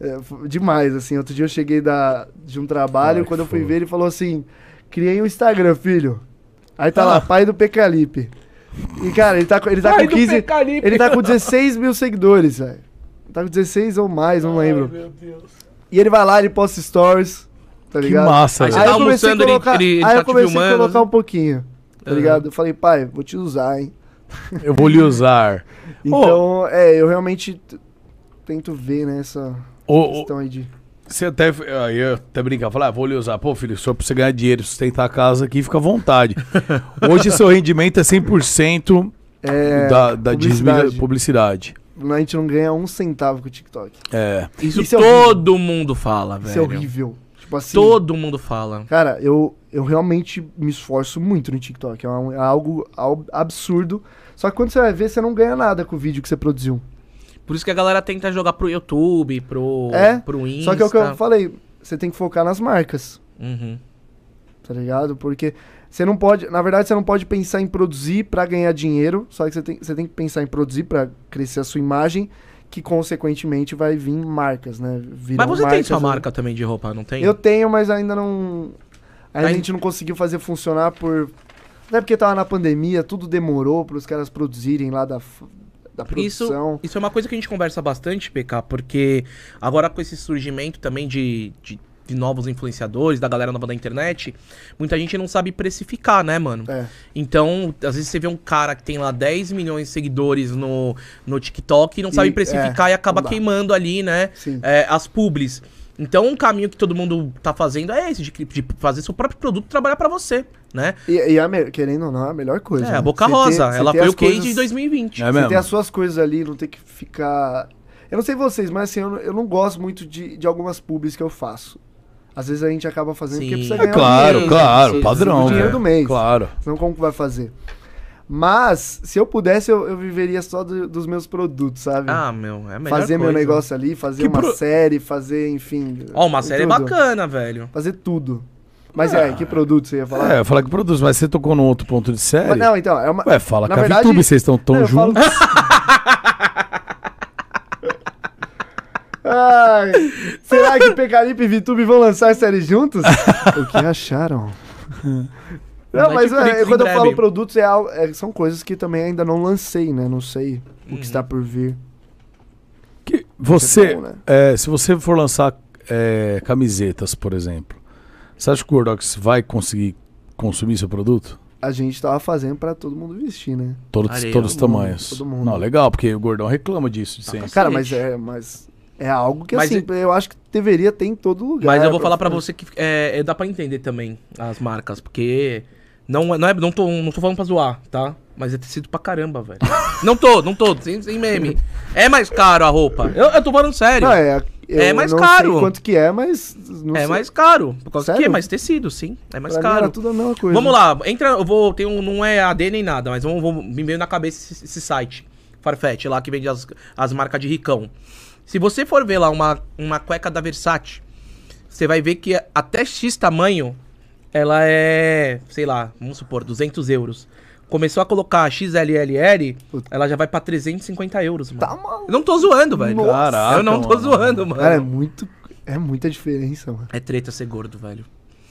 [SPEAKER 3] É, f- demais, assim. Outro dia eu cheguei da, de um trabalho,
[SPEAKER 1] Ai, que
[SPEAKER 3] quando eu fui
[SPEAKER 1] fofo.
[SPEAKER 3] ver, ele falou assim: criei um Instagram, filho. Aí
[SPEAKER 2] Ah.
[SPEAKER 3] tá lá, pai do Pecalipe. E, cara, ele tá, com- ele tá
[SPEAKER 2] Pai
[SPEAKER 3] com
[SPEAKER 2] do
[SPEAKER 3] 15.
[SPEAKER 2] Pecalipe.
[SPEAKER 3] Ele tá com 16 mil seguidores, velho. Tá com 16 ou mais, não lembro.
[SPEAKER 2] meu Deus.
[SPEAKER 3] E ele vai lá, ele posta stories, tá
[SPEAKER 1] Que
[SPEAKER 3] ligado?
[SPEAKER 1] massa,
[SPEAKER 2] Aí
[SPEAKER 1] velho.
[SPEAKER 2] você
[SPEAKER 3] Aí
[SPEAKER 2] tá
[SPEAKER 3] eu comecei a
[SPEAKER 2] almoçando, ele-
[SPEAKER 3] colocar,
[SPEAKER 2] ele- ele
[SPEAKER 3] aí
[SPEAKER 2] tá
[SPEAKER 3] eu
[SPEAKER 2] te
[SPEAKER 3] comecei a
[SPEAKER 2] filmando. Ah.
[SPEAKER 3] colocar um pouquinho, tá
[SPEAKER 2] Aham.
[SPEAKER 3] ligado? Eu falei, pai, vou te usar, hein?
[SPEAKER 1] Eu vou lhe usar.
[SPEAKER 3] Então, é, eu realmente t- tento ver, né, essa
[SPEAKER 1] Ô, ô,
[SPEAKER 3] questão aí de...
[SPEAKER 1] você até, aí eu até brincava, falava, ah, vou lhe usar. Pô, filho, só pra você ganhar dinheiro, sustentar a casa aqui, fica à vontade. Hoje seu rendimento é 100%
[SPEAKER 3] É,
[SPEAKER 1] da, da
[SPEAKER 3] publicidade.
[SPEAKER 1] publicidade. publicidade.
[SPEAKER 3] a gente não ganha um centavo com o TikTok.
[SPEAKER 1] É.
[SPEAKER 2] Isso,
[SPEAKER 3] Isso é
[SPEAKER 2] todo mundo fala, velho.
[SPEAKER 3] Isso é horrível. Tipo assim,
[SPEAKER 2] Todo mundo fala.
[SPEAKER 3] cara, eu, eu realmente me esforço muito no TikTok. É, um- é algo al- absurdo. Só que quando você vai ver, você não ganha nada com o vídeo que você produziu.
[SPEAKER 2] Por isso que a galera tenta jogar pro YouTube, pro,
[SPEAKER 3] É,
[SPEAKER 2] pro Insta.
[SPEAKER 3] Só que é o que eu falei, você tem que focar nas marcas,
[SPEAKER 2] Uhum.
[SPEAKER 3] tá ligado? Porque você não pode, na verdade, você não pode pensar em produzir pra ganhar dinheiro, só que você tem, você tem que pensar em produzir pra crescer a sua imagem, que consequentemente vai vir marcas, né? Viram
[SPEAKER 2] Mas você tem
[SPEAKER 3] marcas,
[SPEAKER 2] sua
[SPEAKER 3] né?
[SPEAKER 2] marca também de roupa, não tem?
[SPEAKER 3] Eu tenho, mas ainda não. Ainda
[SPEAKER 2] Aí-
[SPEAKER 3] a gente não conseguiu fazer funcionar por. Até porque tava na pandemia, tudo demorou para os caras produzirem lá da, f- da
[SPEAKER 2] Isso,
[SPEAKER 3] produção.
[SPEAKER 2] isso é uma coisa que a gente conversa bastante, PK, porque agora com esse surgimento também de, de, de novos influenciadores, da galera nova da internet, muita gente não sabe precificar, né, mano?
[SPEAKER 3] É.
[SPEAKER 2] Então, às vezes você vê um cara que tem lá 10 milhões de seguidores no, no TikTok e não sabe
[SPEAKER 3] E,
[SPEAKER 2] precificar
[SPEAKER 3] é,
[SPEAKER 2] e acaba
[SPEAKER 3] não dá.
[SPEAKER 2] queimando ali, né?
[SPEAKER 3] Sim.
[SPEAKER 2] é, as publis. Então, um caminho que todo mundo tá fazendo é esse, de, cri- de fazer seu próprio produto trabalhar pra você. né?
[SPEAKER 3] E, e a me- querendo ou não, é a melhor coisa.
[SPEAKER 2] É,
[SPEAKER 3] né?
[SPEAKER 2] a Boca
[SPEAKER 3] Você ter-
[SPEAKER 2] Rosa.
[SPEAKER 3] você
[SPEAKER 2] ela
[SPEAKER 3] ter
[SPEAKER 2] foi
[SPEAKER 3] as
[SPEAKER 2] o Cage
[SPEAKER 3] coisas-
[SPEAKER 2] de 2020.
[SPEAKER 1] É
[SPEAKER 3] Você
[SPEAKER 1] mesmo.
[SPEAKER 3] ter as suas coisas ali, não ter que ficar. Eu não sei vocês, mas assim, eu não, eu não gosto muito de, de algumas pubs que eu faço. Às vezes a gente acaba fazendo
[SPEAKER 2] Sim.
[SPEAKER 3] porque precisa
[SPEAKER 2] É
[SPEAKER 1] É
[SPEAKER 3] ganhar um
[SPEAKER 1] claro,
[SPEAKER 3] dinheiro.
[SPEAKER 1] claro,
[SPEAKER 2] sim,
[SPEAKER 1] padrão.
[SPEAKER 3] sim, o dinheiro
[SPEAKER 1] né?
[SPEAKER 3] do mês.
[SPEAKER 1] Claro.
[SPEAKER 3] Senão como que vai fazer? Mas, se eu pudesse, eu, eu viveria só do- dos meus produtos, sabe?
[SPEAKER 2] Ah, meu, é a melhor
[SPEAKER 3] fazer meu
[SPEAKER 2] coisa.
[SPEAKER 3] negócio ali, fazer
[SPEAKER 1] Que
[SPEAKER 3] uma
[SPEAKER 1] pro-
[SPEAKER 3] série, fazer, enfim.
[SPEAKER 2] Ó, uma série é
[SPEAKER 3] tudo.
[SPEAKER 2] bacana, velho.
[SPEAKER 3] Fazer tudo. Mas é, que produto você ia falar?
[SPEAKER 1] É, eu falar que produz, mas você tocou num outro ponto de série.
[SPEAKER 3] Mas não, então, é uma.
[SPEAKER 1] Ué, fala
[SPEAKER 3] Na
[SPEAKER 1] que a
[SPEAKER 3] verdade-
[SPEAKER 1] VTube, vocês estão tão
[SPEAKER 3] Não, eu falo-
[SPEAKER 1] juntos.
[SPEAKER 3] Ai, será que Pecaripe e Vitube vão lançar a série juntos? o que acharam? Não, mas
[SPEAKER 2] Netflix
[SPEAKER 3] é,
[SPEAKER 2] tipo em
[SPEAKER 3] quando eu
[SPEAKER 2] breve.
[SPEAKER 3] falo produtos, é, al- é- são coisas que também ainda não lancei, né? Não sei o
[SPEAKER 2] Uhum.
[SPEAKER 3] que está por vir.
[SPEAKER 1] Que você,
[SPEAKER 3] Isso é bom, né?
[SPEAKER 1] é, se você for lançar é, camisetas, por exemplo, você acha que o Gordox vai conseguir consumir seu produto?
[SPEAKER 3] A gente tava fazendo pra todo mundo vestir, né?
[SPEAKER 1] Todos,
[SPEAKER 2] Olha aí,
[SPEAKER 1] todos os
[SPEAKER 3] todo mundo,
[SPEAKER 1] tamanhos.
[SPEAKER 3] todo mundo.
[SPEAKER 1] Não, legal, porque o Gordão reclama disso, sim.
[SPEAKER 2] Cacete.
[SPEAKER 3] Cara, mas é, mas é algo que
[SPEAKER 2] Mas
[SPEAKER 3] assim, eu acho que deveria ter em todo lugar.
[SPEAKER 2] Mas eu vou falar pra você que é, é, dá pra entender também as marcas, porque. Não, é- não, é, não, tô, não tô falando pra zoar, tá? Mas é tecido pra caramba, velho. não tô, não tô, sem, sem meme. É mais caro a roupa. Eu, eu tô falando sério.
[SPEAKER 3] Não, é, eu
[SPEAKER 2] É mais
[SPEAKER 3] não
[SPEAKER 2] caro.
[SPEAKER 3] Sei quanto que é, mas não
[SPEAKER 2] é
[SPEAKER 3] sei.
[SPEAKER 2] mais caro. Por causa que
[SPEAKER 3] Sério?
[SPEAKER 2] é mais tecido, sim. É mais
[SPEAKER 3] pra mim
[SPEAKER 2] caro.
[SPEAKER 3] era tudo a mesma coisa.
[SPEAKER 2] Vamos lá, entra, eu vou, tem um, não é AD nem nada, mas vamos, vamos- me veio na cabeça esse, esse site, Farfetch, lá que vende as, as marcas de ricão. Se você for ver lá uma, uma cueca da Versace, você vai ver que até X tamanho, ela é, sei lá, vamos supor, 200 euros. Começou a colocar XLLL,
[SPEAKER 3] Puta.
[SPEAKER 2] ela já vai pra 350 euros, mano.
[SPEAKER 3] Tá maluco.
[SPEAKER 2] Eu não tô zoando, velho.
[SPEAKER 3] Nossa.
[SPEAKER 2] eu não tô
[SPEAKER 1] mano.
[SPEAKER 2] zoando, mano.
[SPEAKER 3] Cara, é muito. É muita diferença, mano.
[SPEAKER 2] É treta ser gordo, velho.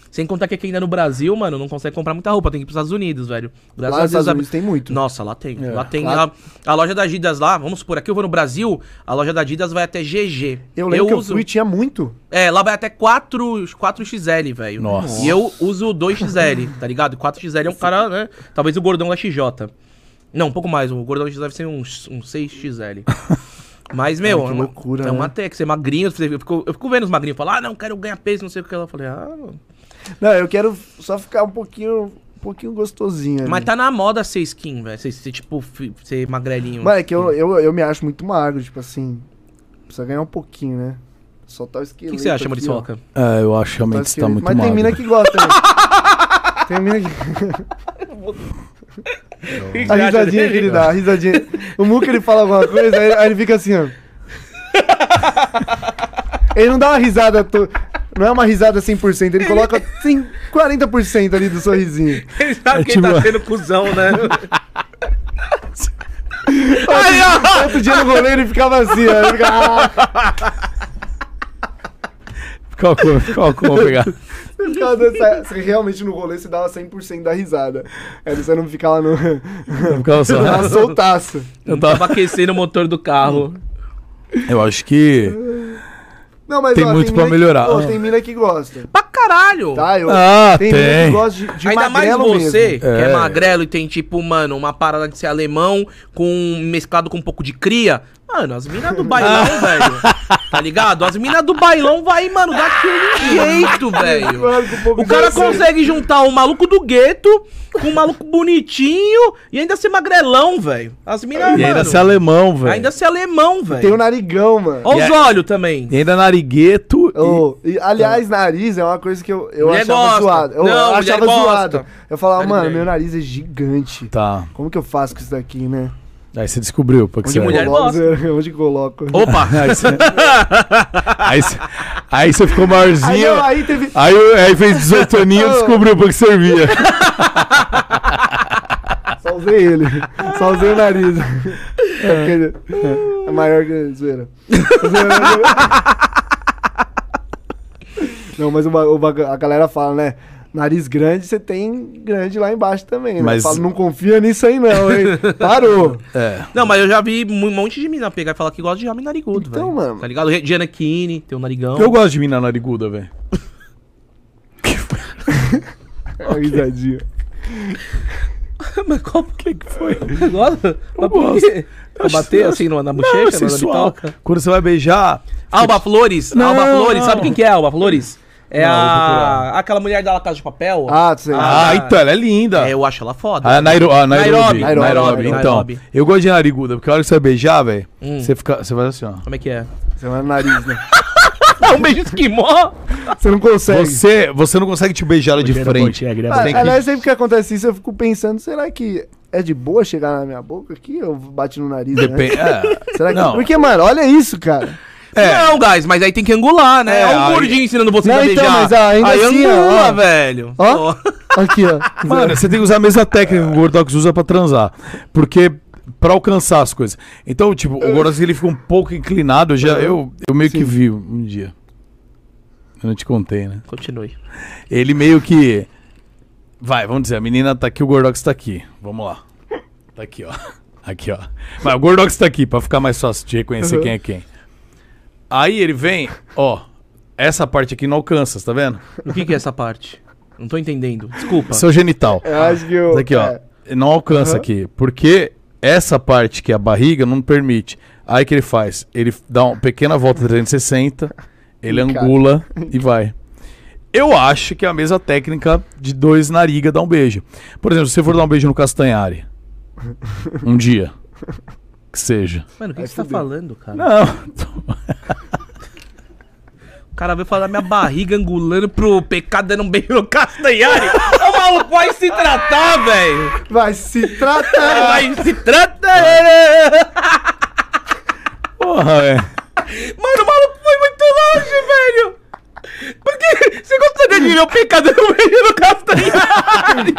[SPEAKER 2] Sem contar que aqui ainda no Brasil, mano, não consegue comprar muita roupa, tem que ir pros Estados Unidos, velho. Graças
[SPEAKER 3] Lá nos Estados
[SPEAKER 2] a-
[SPEAKER 3] Unidos tem muito.
[SPEAKER 2] Nossa, lá tem.
[SPEAKER 1] É,
[SPEAKER 2] lá tem.
[SPEAKER 3] claro.
[SPEAKER 2] A, a loja da Adidas lá, vamos supor, aqui eu vou no Brasil, a loja da Adidas vai até GG.
[SPEAKER 3] Eu lembro que
[SPEAKER 2] uso.
[SPEAKER 3] eu fui e tinha muito.
[SPEAKER 2] É, lá vai até 4, 4XL, velho.
[SPEAKER 1] Nossa.
[SPEAKER 2] E eu uso 2XL, tá ligado? 4XL é um cara, né? Talvez o gordão da XJ. Não, um pouco mais. O gordão da XJ deve ser um, um 6XL. Mas, meu,
[SPEAKER 3] que
[SPEAKER 2] é uma,
[SPEAKER 3] loucura,
[SPEAKER 2] é uma
[SPEAKER 3] né?
[SPEAKER 2] teca. Você é magrinho, você- eu fico, eu fico vendo os magrinhos falar, ah, não, quero ganhar peso, não sei o que. Eu falei, ah, mano.
[SPEAKER 3] Não, eu quero só ficar um pouquinho, um pouquinho gostosinho. ali.
[SPEAKER 2] Mas tá na moda ser skin, velho. Ser, ser, tipo, fi- ser magrelinho.
[SPEAKER 3] Mano, é que eu, eu, eu me acho muito magro, tipo assim. Precisa ganhar um pouquinho, né? Só tá o
[SPEAKER 2] o
[SPEAKER 3] esqueleto.
[SPEAKER 2] que, que você acha,
[SPEAKER 3] aqui, ó.
[SPEAKER 2] Muriçoca?
[SPEAKER 1] É, eu acho
[SPEAKER 3] Só
[SPEAKER 1] realmente
[SPEAKER 3] o
[SPEAKER 1] que você tá
[SPEAKER 3] esqueleto.
[SPEAKER 1] muito
[SPEAKER 3] Mas
[SPEAKER 1] magro.
[SPEAKER 3] tem mina que gosta, né? Tem mina que. A risadinha que ele dá, a risadinha. O Muca ele fala alguma coisa, aí, aí ele fica assim, ó. Ele não dá uma risada. To... Não é uma risada 100%, ele coloca assim, 40% ali do sorrisinho.
[SPEAKER 2] Ele sabe
[SPEAKER 1] É
[SPEAKER 2] quem tá
[SPEAKER 1] tipo-
[SPEAKER 2] sendo cuzão, né?
[SPEAKER 3] Aí, ó. Outro dia no rolê ele ficava assim, ó. Ele ficava, ah,
[SPEAKER 1] Qual cor? Qual cor pegar?
[SPEAKER 3] ele ficava dessa- você realmente no rolê você dava 100% da risada. Aí você não ficava no.
[SPEAKER 1] Eu ficava só-
[SPEAKER 3] Dava soltaço.
[SPEAKER 1] Eu
[SPEAKER 2] Eu
[SPEAKER 1] tava-
[SPEAKER 2] tava aquecendo o motor do
[SPEAKER 3] Hum.
[SPEAKER 2] carro.
[SPEAKER 1] Eu acho que.
[SPEAKER 3] Não, mas
[SPEAKER 1] Tem muito pra
[SPEAKER 3] mina que-
[SPEAKER 1] melhorar.
[SPEAKER 3] ó, tem mina que gosta.
[SPEAKER 2] pra caralho!
[SPEAKER 3] Tá, eu.
[SPEAKER 1] Ah,
[SPEAKER 3] tem, mina que
[SPEAKER 1] tem.
[SPEAKER 3] gosta de, de
[SPEAKER 2] Ainda mais
[SPEAKER 3] magrelo
[SPEAKER 2] você,
[SPEAKER 3] mesmo.
[SPEAKER 2] que é.
[SPEAKER 1] É.
[SPEAKER 2] magrelo e tem, tipo, mano, uma parada de ser alemão com mesclado com um pouco de cria. Mano, as minas do bailão, velho. Tá ligado? As minas do bailão vai, mano, daquele jeito, velho.
[SPEAKER 3] Mano, com um pouco
[SPEAKER 2] O cara
[SPEAKER 3] de-
[SPEAKER 2] consegue juntar o maluco do gueto com o maluco bonitinho e ainda ser magrelão, velho. As minas,
[SPEAKER 1] E ainda
[SPEAKER 2] mano,
[SPEAKER 1] ser alemão, velho. um
[SPEAKER 2] ainda ser alemão,
[SPEAKER 3] Tem o
[SPEAKER 2] velho.
[SPEAKER 3] narigão, mano.
[SPEAKER 2] Olha
[SPEAKER 1] E
[SPEAKER 2] os
[SPEAKER 1] a-
[SPEAKER 2] olhos também.
[SPEAKER 1] E ainda narigueto. e-
[SPEAKER 3] Ô, e, aliás, nariz é uma coisa que eu, eu
[SPEAKER 2] Mulher
[SPEAKER 3] achava
[SPEAKER 2] gosta.
[SPEAKER 3] zoado. Eu,
[SPEAKER 2] Não,
[SPEAKER 3] eu
[SPEAKER 2] mulher
[SPEAKER 3] achava
[SPEAKER 2] gosta.
[SPEAKER 3] zoado. Eu falava,
[SPEAKER 2] Nariz
[SPEAKER 3] mano,
[SPEAKER 2] grande.
[SPEAKER 3] meu nariz é gigante.
[SPEAKER 1] Tá.
[SPEAKER 3] Como que eu faço com isso daqui, né?
[SPEAKER 1] Aí você descobriu. Porque você
[SPEAKER 2] Onde Um
[SPEAKER 1] é.
[SPEAKER 2] mulher
[SPEAKER 3] Coloco- Onde coloco?
[SPEAKER 2] Opa!
[SPEAKER 1] Aí você... aí, você... aí você ficou maiorzinho.
[SPEAKER 3] Aí, eu- aí teve.
[SPEAKER 1] Aí, eu- aí fez 18 aninhos e descobriu pra que servia.
[SPEAKER 3] Só usei ele. Só usei o nariz. É porque- é maior que zoeira. Não, mas o ba- o baga- a galera fala, né? Nariz grande, você tem grande lá embaixo também. Né?
[SPEAKER 1] Mas-
[SPEAKER 3] Mas... Fala, não confia nisso aí, não, hein? Parou.
[SPEAKER 1] É.
[SPEAKER 2] Não, mas eu já vi um monte de mina pegar e falar que gosta de homem narigudo,
[SPEAKER 3] Então,
[SPEAKER 2] velho.
[SPEAKER 3] mano.
[SPEAKER 2] Tá ligado? Diana Kine, tem um narigão.
[SPEAKER 1] Eu gosto de mina nariguda, velho.
[SPEAKER 3] Uma risadinha.
[SPEAKER 2] mas qual que, que foi? Gosta? Mas por
[SPEAKER 1] gosto.
[SPEAKER 2] quê? Pra bater assim na, na bochecha,
[SPEAKER 1] Não, é
[SPEAKER 2] na- na
[SPEAKER 1] sensual.
[SPEAKER 2] bitoca?
[SPEAKER 1] Quando você vai beijar.
[SPEAKER 2] Alba Flores,
[SPEAKER 1] Não,
[SPEAKER 2] Alba Flores,
[SPEAKER 1] não.
[SPEAKER 2] sabe quem que é Alba Flores? É
[SPEAKER 1] Não, vou
[SPEAKER 2] a...
[SPEAKER 1] procurar.
[SPEAKER 2] aquela mulher da La Casa de Papel.
[SPEAKER 3] Ah, sei.
[SPEAKER 1] Ah,
[SPEAKER 2] Ah.
[SPEAKER 1] então, ela é linda.
[SPEAKER 2] É, eu acho ela foda.
[SPEAKER 1] A Nairo, a
[SPEAKER 2] Nairobi,
[SPEAKER 1] Nairobi, Nairobi,
[SPEAKER 3] Nairobi,
[SPEAKER 1] Então,
[SPEAKER 2] Nairobi.
[SPEAKER 1] eu gosto de nariguda, porque a hora que você beijar, velho,
[SPEAKER 2] Hum.
[SPEAKER 1] você fica, você faz assim, ó.
[SPEAKER 2] Como é que é?
[SPEAKER 3] Você vai no nariz, né?
[SPEAKER 2] um beijo esquimó.
[SPEAKER 3] Você não consegue.
[SPEAKER 1] Você, você não consegue te beijar ela de frente.
[SPEAKER 3] Ah,
[SPEAKER 1] tem que-
[SPEAKER 3] aliás, sempre que acontece isso, eu fico pensando, será que é de boa chegar na minha boca aqui? Eu bate no nariz, né?
[SPEAKER 1] Depende. É.
[SPEAKER 3] Será que...
[SPEAKER 1] Não.
[SPEAKER 3] Porque, mano, olha isso, cara.
[SPEAKER 1] É.
[SPEAKER 2] Não, guys, mas aí tem que angular, né?
[SPEAKER 1] É,
[SPEAKER 2] É, um
[SPEAKER 1] aí-
[SPEAKER 2] gordinho ensinando você
[SPEAKER 3] Não,
[SPEAKER 2] a
[SPEAKER 3] então,
[SPEAKER 2] beijar.
[SPEAKER 3] mas ainda
[SPEAKER 2] aí
[SPEAKER 3] assim,
[SPEAKER 2] angula,
[SPEAKER 3] ó.
[SPEAKER 2] velho.
[SPEAKER 3] Ó. Aqui, ó.
[SPEAKER 1] Mano, você tem que usar a mesma técnica que o Gordox usa pra transar. Porque. Pra alcançar as coisas. Então, tipo, o Gordox ele fica um pouco inclinado. Eu, já, eu, eu meio que vi um dia. Eu não te contei, né?
[SPEAKER 2] Continue.
[SPEAKER 1] Ele meio que. Vai, vamos dizer, a menina tá aqui, o Gordox tá aqui. Vamos lá. Tá aqui, ó. Aqui, ó. Mas o Gordox tá aqui, pra ficar mais fácil de reconhecer
[SPEAKER 3] Uhum.
[SPEAKER 1] quem é quem. Aí ele vem, ó. Essa parte aqui não alcança, tá vendo?
[SPEAKER 2] O que, que é essa parte? Não tô entendendo. Desculpa.
[SPEAKER 1] Seu genital.
[SPEAKER 3] Eu acho que eu...
[SPEAKER 1] Isso aqui, ó.
[SPEAKER 3] é.
[SPEAKER 1] Não alcança aqui. Porque essa parte que é a barriga não permite. Aí que ele faz? Ele dá uma pequena volta 360, ele
[SPEAKER 3] Encara.
[SPEAKER 1] angula e vai. Eu acho que é a mesma técnica de dois nariga dar um beijo. Por exemplo, se você for dar um beijo no Castanhari, um dia, que seja.
[SPEAKER 2] Mano, o que,
[SPEAKER 3] Vai
[SPEAKER 2] que você tá
[SPEAKER 3] fuder.
[SPEAKER 2] falando, cara?
[SPEAKER 1] Não,
[SPEAKER 2] O cara veio falar minha barriga angulando pro pecado dando um beijo no Castanhari. Ô, maluco, vai se tratar, velho.
[SPEAKER 3] Vai se tratar.
[SPEAKER 2] Vai
[SPEAKER 1] Ah.
[SPEAKER 2] se tratar.
[SPEAKER 1] porra, é. velho.
[SPEAKER 2] Mano, o maluco foi muito longe, velho. Porque você gostaria de ver o pecado dando um beijo no Castanhari?